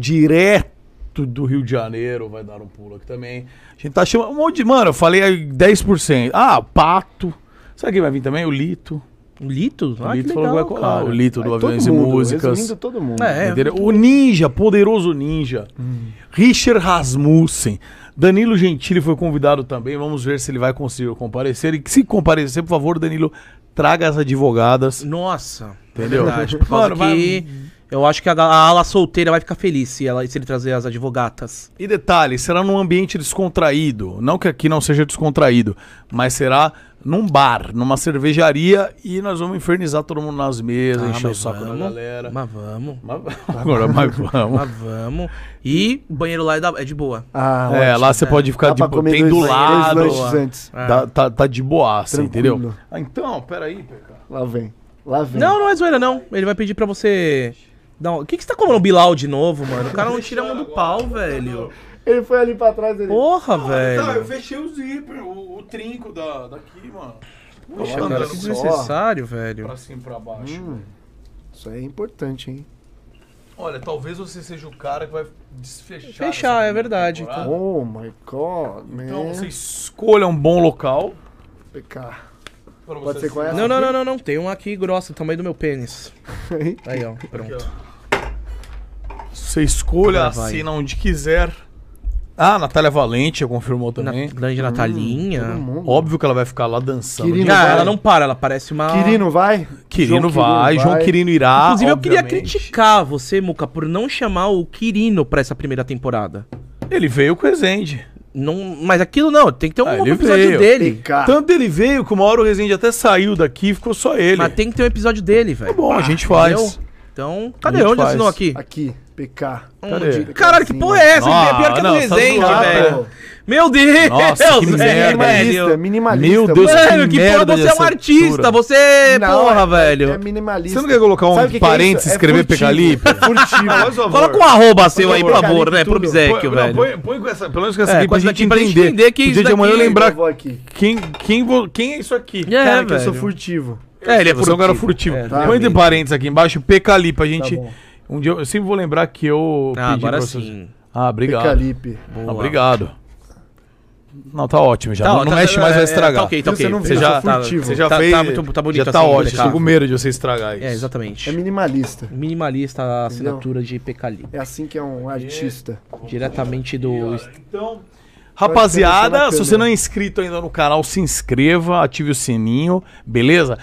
[SPEAKER 1] direto do Rio de Janeiro, vai dar um pulo aqui também. A gente tá chamando um monte de. Mano, eu falei aí 10%. Ah, o Pato. Sabe quem vai vir também? O Lito.
[SPEAKER 2] O Lito?
[SPEAKER 1] O
[SPEAKER 2] Ah, que
[SPEAKER 1] Lito falou que vai
[SPEAKER 2] legal,
[SPEAKER 1] colar.
[SPEAKER 2] cara.
[SPEAKER 1] O Lito do
[SPEAKER 3] Vai todo
[SPEAKER 1] Aviões e
[SPEAKER 3] mundo,
[SPEAKER 1] Músicas.
[SPEAKER 3] resumindo todo mundo.
[SPEAKER 2] É,
[SPEAKER 1] Entendeu? O Ninja, poderoso Ninja. Richard Rasmussen. Danilo Gentili foi convidado também. Vamos ver se ele vai conseguir comparecer. E se comparecer, por favor, Danilo, traga as advogadas.
[SPEAKER 2] Nossa.
[SPEAKER 1] Entendeu?
[SPEAKER 2] É verdade, por causa
[SPEAKER 1] Mano, vai-
[SPEAKER 2] que eu acho que a, ga- a ala solteira vai ficar feliz se, ela, se ele trazer as advogatas.
[SPEAKER 1] E detalhe, será num ambiente descontraído. Não que aqui não seja descontraído, mas será num bar, numa cervejaria e nós vamos infernizar todo mundo nas mesas,
[SPEAKER 2] Ah,
[SPEAKER 1] encher o
[SPEAKER 2] mas
[SPEAKER 1] saco da galera.
[SPEAKER 2] Mas vamos.
[SPEAKER 1] Mas- Agora, mas vamos.
[SPEAKER 2] Mas vamos. E o banheiro lá é, da- é de boa.
[SPEAKER 3] Ah,
[SPEAKER 1] É,
[SPEAKER 3] ótimo.
[SPEAKER 1] lá você pode ficar
[SPEAKER 3] Dá
[SPEAKER 1] de
[SPEAKER 3] pra
[SPEAKER 1] boa.
[SPEAKER 3] comer
[SPEAKER 1] Tem
[SPEAKER 3] dois,
[SPEAKER 1] do
[SPEAKER 3] três
[SPEAKER 1] lado.
[SPEAKER 3] lanches antes.
[SPEAKER 2] É.
[SPEAKER 1] Tá, tá, tá de boaça,
[SPEAKER 3] Tranquilo.
[SPEAKER 1] entendeu? Ah, então, peraí, Peca.
[SPEAKER 3] Lá vem. Lá
[SPEAKER 1] Hum.
[SPEAKER 3] vem.
[SPEAKER 2] Não, não é zoeira, não. Ele vai pedir pra você. dar um- O que, que você tá comendo Bilal de novo, mano? O cara não tira a mão do pau, velho.
[SPEAKER 3] Ele foi ali pra trás ele.
[SPEAKER 2] Porra,
[SPEAKER 1] Tá, eu
[SPEAKER 2] velho.
[SPEAKER 1] fechei o zíper, o, o trinco da, daqui, mano.
[SPEAKER 2] Poxa,
[SPEAKER 1] Olha
[SPEAKER 2] cara,
[SPEAKER 1] só.
[SPEAKER 2] que desnecessário, velho.
[SPEAKER 1] Pra cima e pra baixo.
[SPEAKER 3] Hum. Isso aí é importante, hein?
[SPEAKER 1] Olha, talvez você seja o cara que vai desfechar.
[SPEAKER 2] Fechar,
[SPEAKER 1] essa
[SPEAKER 2] é verdade,
[SPEAKER 1] temporada.
[SPEAKER 3] Oh my god, man.
[SPEAKER 1] Então você escolha um bom local.
[SPEAKER 3] Pecar.
[SPEAKER 1] Pra
[SPEAKER 3] Pode
[SPEAKER 1] você
[SPEAKER 3] ser com
[SPEAKER 1] se-
[SPEAKER 3] essa?
[SPEAKER 2] Não, não, não, não, não. Tem um aqui grosso, do tamanho do meu pênis. Aí, ó. Pronto.
[SPEAKER 1] Você escolha,
[SPEAKER 2] Vai, vai.
[SPEAKER 1] assina onde quiser. Ah, a Natália Valente confirmou
[SPEAKER 2] Na,
[SPEAKER 1] também. Hum,
[SPEAKER 2] grande Natalinha.
[SPEAKER 3] Todo mundo.
[SPEAKER 1] Óbvio que ela vai ficar lá dançando.
[SPEAKER 3] Quirino
[SPEAKER 2] Cara,
[SPEAKER 3] vai.
[SPEAKER 2] ela não para, ela parece uma.
[SPEAKER 3] Quirino vai?
[SPEAKER 1] né? Quirino
[SPEAKER 3] João Quirino
[SPEAKER 1] vai, João
[SPEAKER 3] vai.
[SPEAKER 1] Quirino irá.
[SPEAKER 2] Inclusive, eu queria
[SPEAKER 1] obviamente.
[SPEAKER 2] criticar você, Muca, por não chamar o Quirino pra essa primeira temporada.
[SPEAKER 1] Ele veio com o Rezende.
[SPEAKER 2] Não, mas aquilo não, tem que ter um
[SPEAKER 1] Ah, ele
[SPEAKER 2] episódio
[SPEAKER 1] veio.
[SPEAKER 2] dele.
[SPEAKER 3] Pecar.
[SPEAKER 1] Tanto ele veio que uma hora o Rezende até saiu daqui e ficou só ele.
[SPEAKER 2] Mas tem que ter um episódio dele, velho.
[SPEAKER 1] Tá bom, a gente faz.
[SPEAKER 2] Entendeu? Então, cadê?
[SPEAKER 1] gente
[SPEAKER 2] Onde
[SPEAKER 1] faz.
[SPEAKER 2] assinou aqui?
[SPEAKER 3] Aqui, PK.
[SPEAKER 2] Um
[SPEAKER 1] Cadê?
[SPEAKER 2] Caralho, que porra é essa? hein?
[SPEAKER 1] Ah,
[SPEAKER 2] é pior que a do
[SPEAKER 1] não, tá
[SPEAKER 2] Rezende,
[SPEAKER 1] zoado,
[SPEAKER 2] velho. Meu Deus,
[SPEAKER 1] Nossa, que merda.
[SPEAKER 3] Ah, É Minimalista, minimalista.
[SPEAKER 1] Meu Deus.
[SPEAKER 3] mano.
[SPEAKER 2] Mano, que,
[SPEAKER 1] Que
[SPEAKER 2] porra,
[SPEAKER 1] merda
[SPEAKER 2] você é um
[SPEAKER 1] dessa
[SPEAKER 2] artista,
[SPEAKER 1] altura.
[SPEAKER 2] você,
[SPEAKER 3] Não,
[SPEAKER 2] porra,
[SPEAKER 3] é-
[SPEAKER 2] velho.
[SPEAKER 3] É minimalista.
[SPEAKER 1] Você não quer colocar um
[SPEAKER 3] Sabe o que que é
[SPEAKER 1] parênteses e
[SPEAKER 3] isso? É
[SPEAKER 1] escrever
[SPEAKER 3] furtivo.
[SPEAKER 1] Pecalipe?
[SPEAKER 3] Furtivo.
[SPEAKER 2] Coloca um arroba seu
[SPEAKER 3] Põe
[SPEAKER 2] aí,
[SPEAKER 3] o
[SPEAKER 2] por favor,
[SPEAKER 3] Calipe
[SPEAKER 2] né, pro
[SPEAKER 3] tudo.
[SPEAKER 1] Põe-
[SPEAKER 2] Obséquio,
[SPEAKER 1] não,
[SPEAKER 2] velho.
[SPEAKER 1] põe- põe com essa, pelo menos com essa
[SPEAKER 2] É,
[SPEAKER 1] aqui
[SPEAKER 2] com
[SPEAKER 1] pra
[SPEAKER 2] essa
[SPEAKER 1] gente
[SPEAKER 2] daqui pra gente
[SPEAKER 1] entender.
[SPEAKER 2] entender que
[SPEAKER 1] Podia
[SPEAKER 2] isso
[SPEAKER 1] de amanhã eu
[SPEAKER 2] daqui-
[SPEAKER 1] lembrar
[SPEAKER 3] Eu vou aqui.
[SPEAKER 1] quem, quem, vo- quem é isso aqui.
[SPEAKER 2] É,
[SPEAKER 3] Cara, que eu
[SPEAKER 2] velho.
[SPEAKER 3] sou furtivo.
[SPEAKER 2] É, ele é
[SPEAKER 1] Você é um cara
[SPEAKER 2] furtivo.
[SPEAKER 1] furtivo.
[SPEAKER 2] É, Tá
[SPEAKER 3] tá
[SPEAKER 1] põe
[SPEAKER 3] bem.
[SPEAKER 1] entre parênteses aqui embaixo, Pecali, pra gente...
[SPEAKER 3] bom.
[SPEAKER 1] um dia eu, eu sempre vou lembrar que eu
[SPEAKER 2] Ah, agora
[SPEAKER 1] pra vocês-
[SPEAKER 2] sim.
[SPEAKER 1] Ah, obrigado.
[SPEAKER 3] Pecalipe.
[SPEAKER 1] Ah, obrigado. Não, tá ótimo já.
[SPEAKER 2] Tá,
[SPEAKER 1] não
[SPEAKER 2] tá-
[SPEAKER 1] não mexe mais,
[SPEAKER 2] é,
[SPEAKER 1] vai
[SPEAKER 2] é,
[SPEAKER 1] estragar.
[SPEAKER 2] Tá ok, tá ok.
[SPEAKER 3] Você não
[SPEAKER 1] Você já,
[SPEAKER 3] tá-
[SPEAKER 1] você já
[SPEAKER 2] tá,
[SPEAKER 1] fez.
[SPEAKER 2] Tá, muito, tá bonito
[SPEAKER 1] já tá
[SPEAKER 2] assim,
[SPEAKER 1] ótimo. Tô
[SPEAKER 2] impecável.
[SPEAKER 1] com medo de você estragar isso.
[SPEAKER 2] É, exatamente.
[SPEAKER 3] É minimalista.
[SPEAKER 2] Minimalista a
[SPEAKER 3] Entendeu?
[SPEAKER 2] assinatura de Pecali.
[SPEAKER 3] É assim que é um artista.
[SPEAKER 2] Diretamente do.
[SPEAKER 1] Então, rapaziada,
[SPEAKER 3] Pode
[SPEAKER 1] se
[SPEAKER 3] começar na
[SPEAKER 1] você não é
[SPEAKER 3] câmera.
[SPEAKER 1] inscrito ainda no canal, se inscreva, ative o sininho, beleza?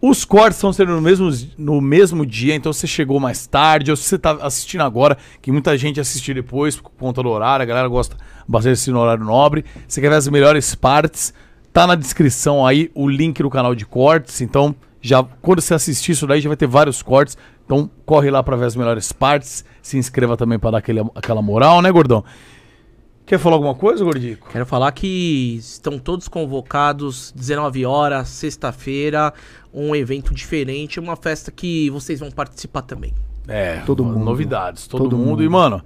[SPEAKER 1] Os cortes estão sendo no mesmo, no mesmo dia, então se você chegou mais tarde, ou se você está assistindo agora, que muita gente assistiu depois por conta do horário, a galera gosta bastante de assistir no horário nobre. Você quer ver as melhores partes? Tá na descrição aí o link do canal de cortes, então já quando você assistir isso daí já vai ter vários cortes. Então corre lá para ver as melhores partes, se inscreva também para dar aquele, aquela moral, né, gordão? Quer falar alguma coisa, Gordico?
[SPEAKER 2] Quero falar que estão todos convocados, 19 horas, sexta-feira, um evento diferente, uma festa que vocês vão participar também.
[SPEAKER 1] É,
[SPEAKER 3] Todo
[SPEAKER 1] no-
[SPEAKER 3] mundo.
[SPEAKER 1] novidades, todo,
[SPEAKER 3] Todo
[SPEAKER 1] mundo.
[SPEAKER 3] mundo.
[SPEAKER 1] E, mano,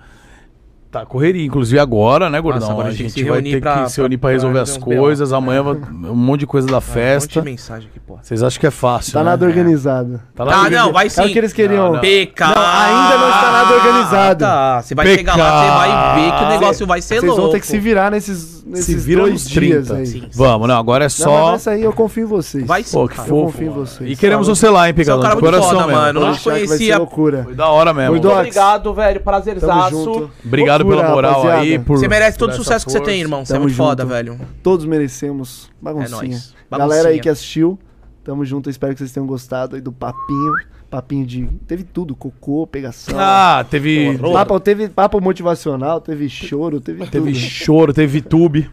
[SPEAKER 1] tá correria, inclusive agora, né, Gordão?
[SPEAKER 2] Nossa,
[SPEAKER 1] a
[SPEAKER 2] agora a gente tem
[SPEAKER 1] gente,
[SPEAKER 2] que se
[SPEAKER 1] vai
[SPEAKER 2] reunir
[SPEAKER 1] ter
[SPEAKER 2] pra-
[SPEAKER 1] que se reunir pra
[SPEAKER 2] pra
[SPEAKER 1] resolver
[SPEAKER 2] fazer
[SPEAKER 1] as
[SPEAKER 2] um
[SPEAKER 1] coisas. Amanhã vai um monte de coisa da
[SPEAKER 2] Um
[SPEAKER 1] festa.
[SPEAKER 2] monte de mensagem aqui, porra.
[SPEAKER 1] Vocês acham que é fácil,
[SPEAKER 3] Tá
[SPEAKER 1] né?
[SPEAKER 3] nada organizado.
[SPEAKER 1] Tá lá
[SPEAKER 2] Ah,
[SPEAKER 1] no-
[SPEAKER 2] não, vai
[SPEAKER 3] É o
[SPEAKER 2] sim.
[SPEAKER 3] que eles queriam.
[SPEAKER 1] Não,
[SPEAKER 2] PK.
[SPEAKER 3] Não, ainda não está nada organizado.
[SPEAKER 2] Tá, você vai
[SPEAKER 1] PK.
[SPEAKER 2] chegar lá, você vai ver que o negócio vai ser
[SPEAKER 3] Vocês
[SPEAKER 2] é louco.
[SPEAKER 3] vão ter que se virar nesses, nesses
[SPEAKER 1] Se vira
[SPEAKER 3] dois
[SPEAKER 1] nos
[SPEAKER 3] dias
[SPEAKER 1] 30.
[SPEAKER 3] aí.
[SPEAKER 2] Sim.
[SPEAKER 1] Vamos, não, agora é
[SPEAKER 3] Não, mas
[SPEAKER 1] só...
[SPEAKER 3] nessa aí eu confio em vocês.
[SPEAKER 2] Vai sim,
[SPEAKER 1] Pô, que
[SPEAKER 2] cara.
[SPEAKER 1] fofo.
[SPEAKER 3] confio em
[SPEAKER 1] mano.
[SPEAKER 3] vocês.
[SPEAKER 1] E queremos
[SPEAKER 3] Falou.
[SPEAKER 1] você lá, hein,
[SPEAKER 2] Você é um
[SPEAKER 1] Picadão,
[SPEAKER 2] cara
[SPEAKER 1] de
[SPEAKER 2] muito
[SPEAKER 1] coração
[SPEAKER 2] foda,
[SPEAKER 1] mesmo. tá?
[SPEAKER 2] mano.
[SPEAKER 3] Vou
[SPEAKER 2] Eu
[SPEAKER 3] achar que vai ser
[SPEAKER 2] conhecia-
[SPEAKER 3] loucura.
[SPEAKER 1] Foi da hora mesmo.
[SPEAKER 3] Gordox.
[SPEAKER 2] Obrigado, velho,
[SPEAKER 3] Tamo
[SPEAKER 2] prazerzaço.
[SPEAKER 3] junto.
[SPEAKER 1] Obrigado pela
[SPEAKER 3] Loucura,
[SPEAKER 1] moral aí,
[SPEAKER 3] rapaziada.
[SPEAKER 1] por...
[SPEAKER 2] Você merece todo o
[SPEAKER 1] por essa
[SPEAKER 2] sucesso que você
[SPEAKER 1] força.
[SPEAKER 2] tem, irmão. Você é
[SPEAKER 3] Tamo
[SPEAKER 2] muito foda,
[SPEAKER 3] junto.
[SPEAKER 2] velho.
[SPEAKER 3] Todos merecemos. Baguncinha.
[SPEAKER 2] É nóis.
[SPEAKER 3] Galera aí
[SPEAKER 2] Baguncinha.
[SPEAKER 3] que assistiu, tamo junto. Espero que vocês tenham gostado aí do papinho. Papinho de. Teve tudo: cocô, pegação.
[SPEAKER 1] Ah, teve...
[SPEAKER 3] papo, teve papo motivacional, teve choro, teve,
[SPEAKER 1] Teve
[SPEAKER 3] tudo.
[SPEAKER 1] choro, teve tube.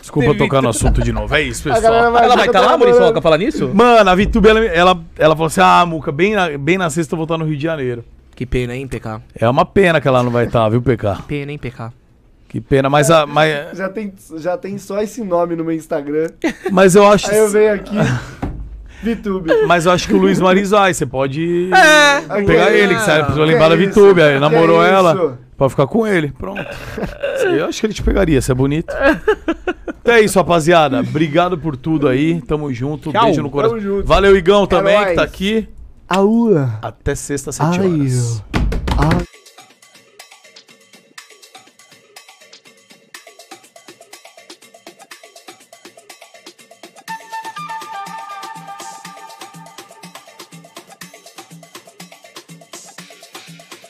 [SPEAKER 1] Desculpa
[SPEAKER 2] Teve
[SPEAKER 1] tocar no assunto de novo. É isso,
[SPEAKER 3] A galera
[SPEAKER 1] pessoal.
[SPEAKER 3] vai-
[SPEAKER 2] Ela vai estar lá,
[SPEAKER 3] namorando.
[SPEAKER 2] Muriçoca, falar nisso?
[SPEAKER 1] Mano, a Vitube, ela, ela, ela falou assim: ah, Muca, bem na, bem na sexta eu vou estar no Rio de Janeiro.
[SPEAKER 2] Que pena, hein, PK.
[SPEAKER 1] É uma pena que ela não vai estar, viu, PK?
[SPEAKER 2] Pena, hein, PK.
[SPEAKER 1] Que pena, mas, a, mas,
[SPEAKER 3] Já tem, já tem só esse nome no meu Instagram.
[SPEAKER 1] mas eu acho.
[SPEAKER 3] Aí eu venho aqui. VTube.
[SPEAKER 1] Mas eu acho que o Luiz Marizai, você pode
[SPEAKER 2] É.
[SPEAKER 1] pegar
[SPEAKER 3] Que
[SPEAKER 1] ele, que você
[SPEAKER 2] isso?
[SPEAKER 1] precisa lembrar da
[SPEAKER 3] Que
[SPEAKER 1] Vitube. Aí
[SPEAKER 3] isso?
[SPEAKER 1] namorou
[SPEAKER 3] Que
[SPEAKER 1] ela.
[SPEAKER 3] isso?
[SPEAKER 1] Pra ficar com ele, pronto. Eu acho que ele te pegaria, você é bonito. Então é isso, rapaziada. Obrigado por tudo aí. Tamo junto.
[SPEAKER 2] Tchau.
[SPEAKER 1] Beijo no coração.
[SPEAKER 3] Tamo junto. É
[SPEAKER 1] Valeu, Igão, também, que tá
[SPEAKER 3] nóis.
[SPEAKER 1] aqui.
[SPEAKER 3] Aua.
[SPEAKER 1] Até sexta, às
[SPEAKER 3] Ai,
[SPEAKER 1] sete horas.
[SPEAKER 3] ó. Ai.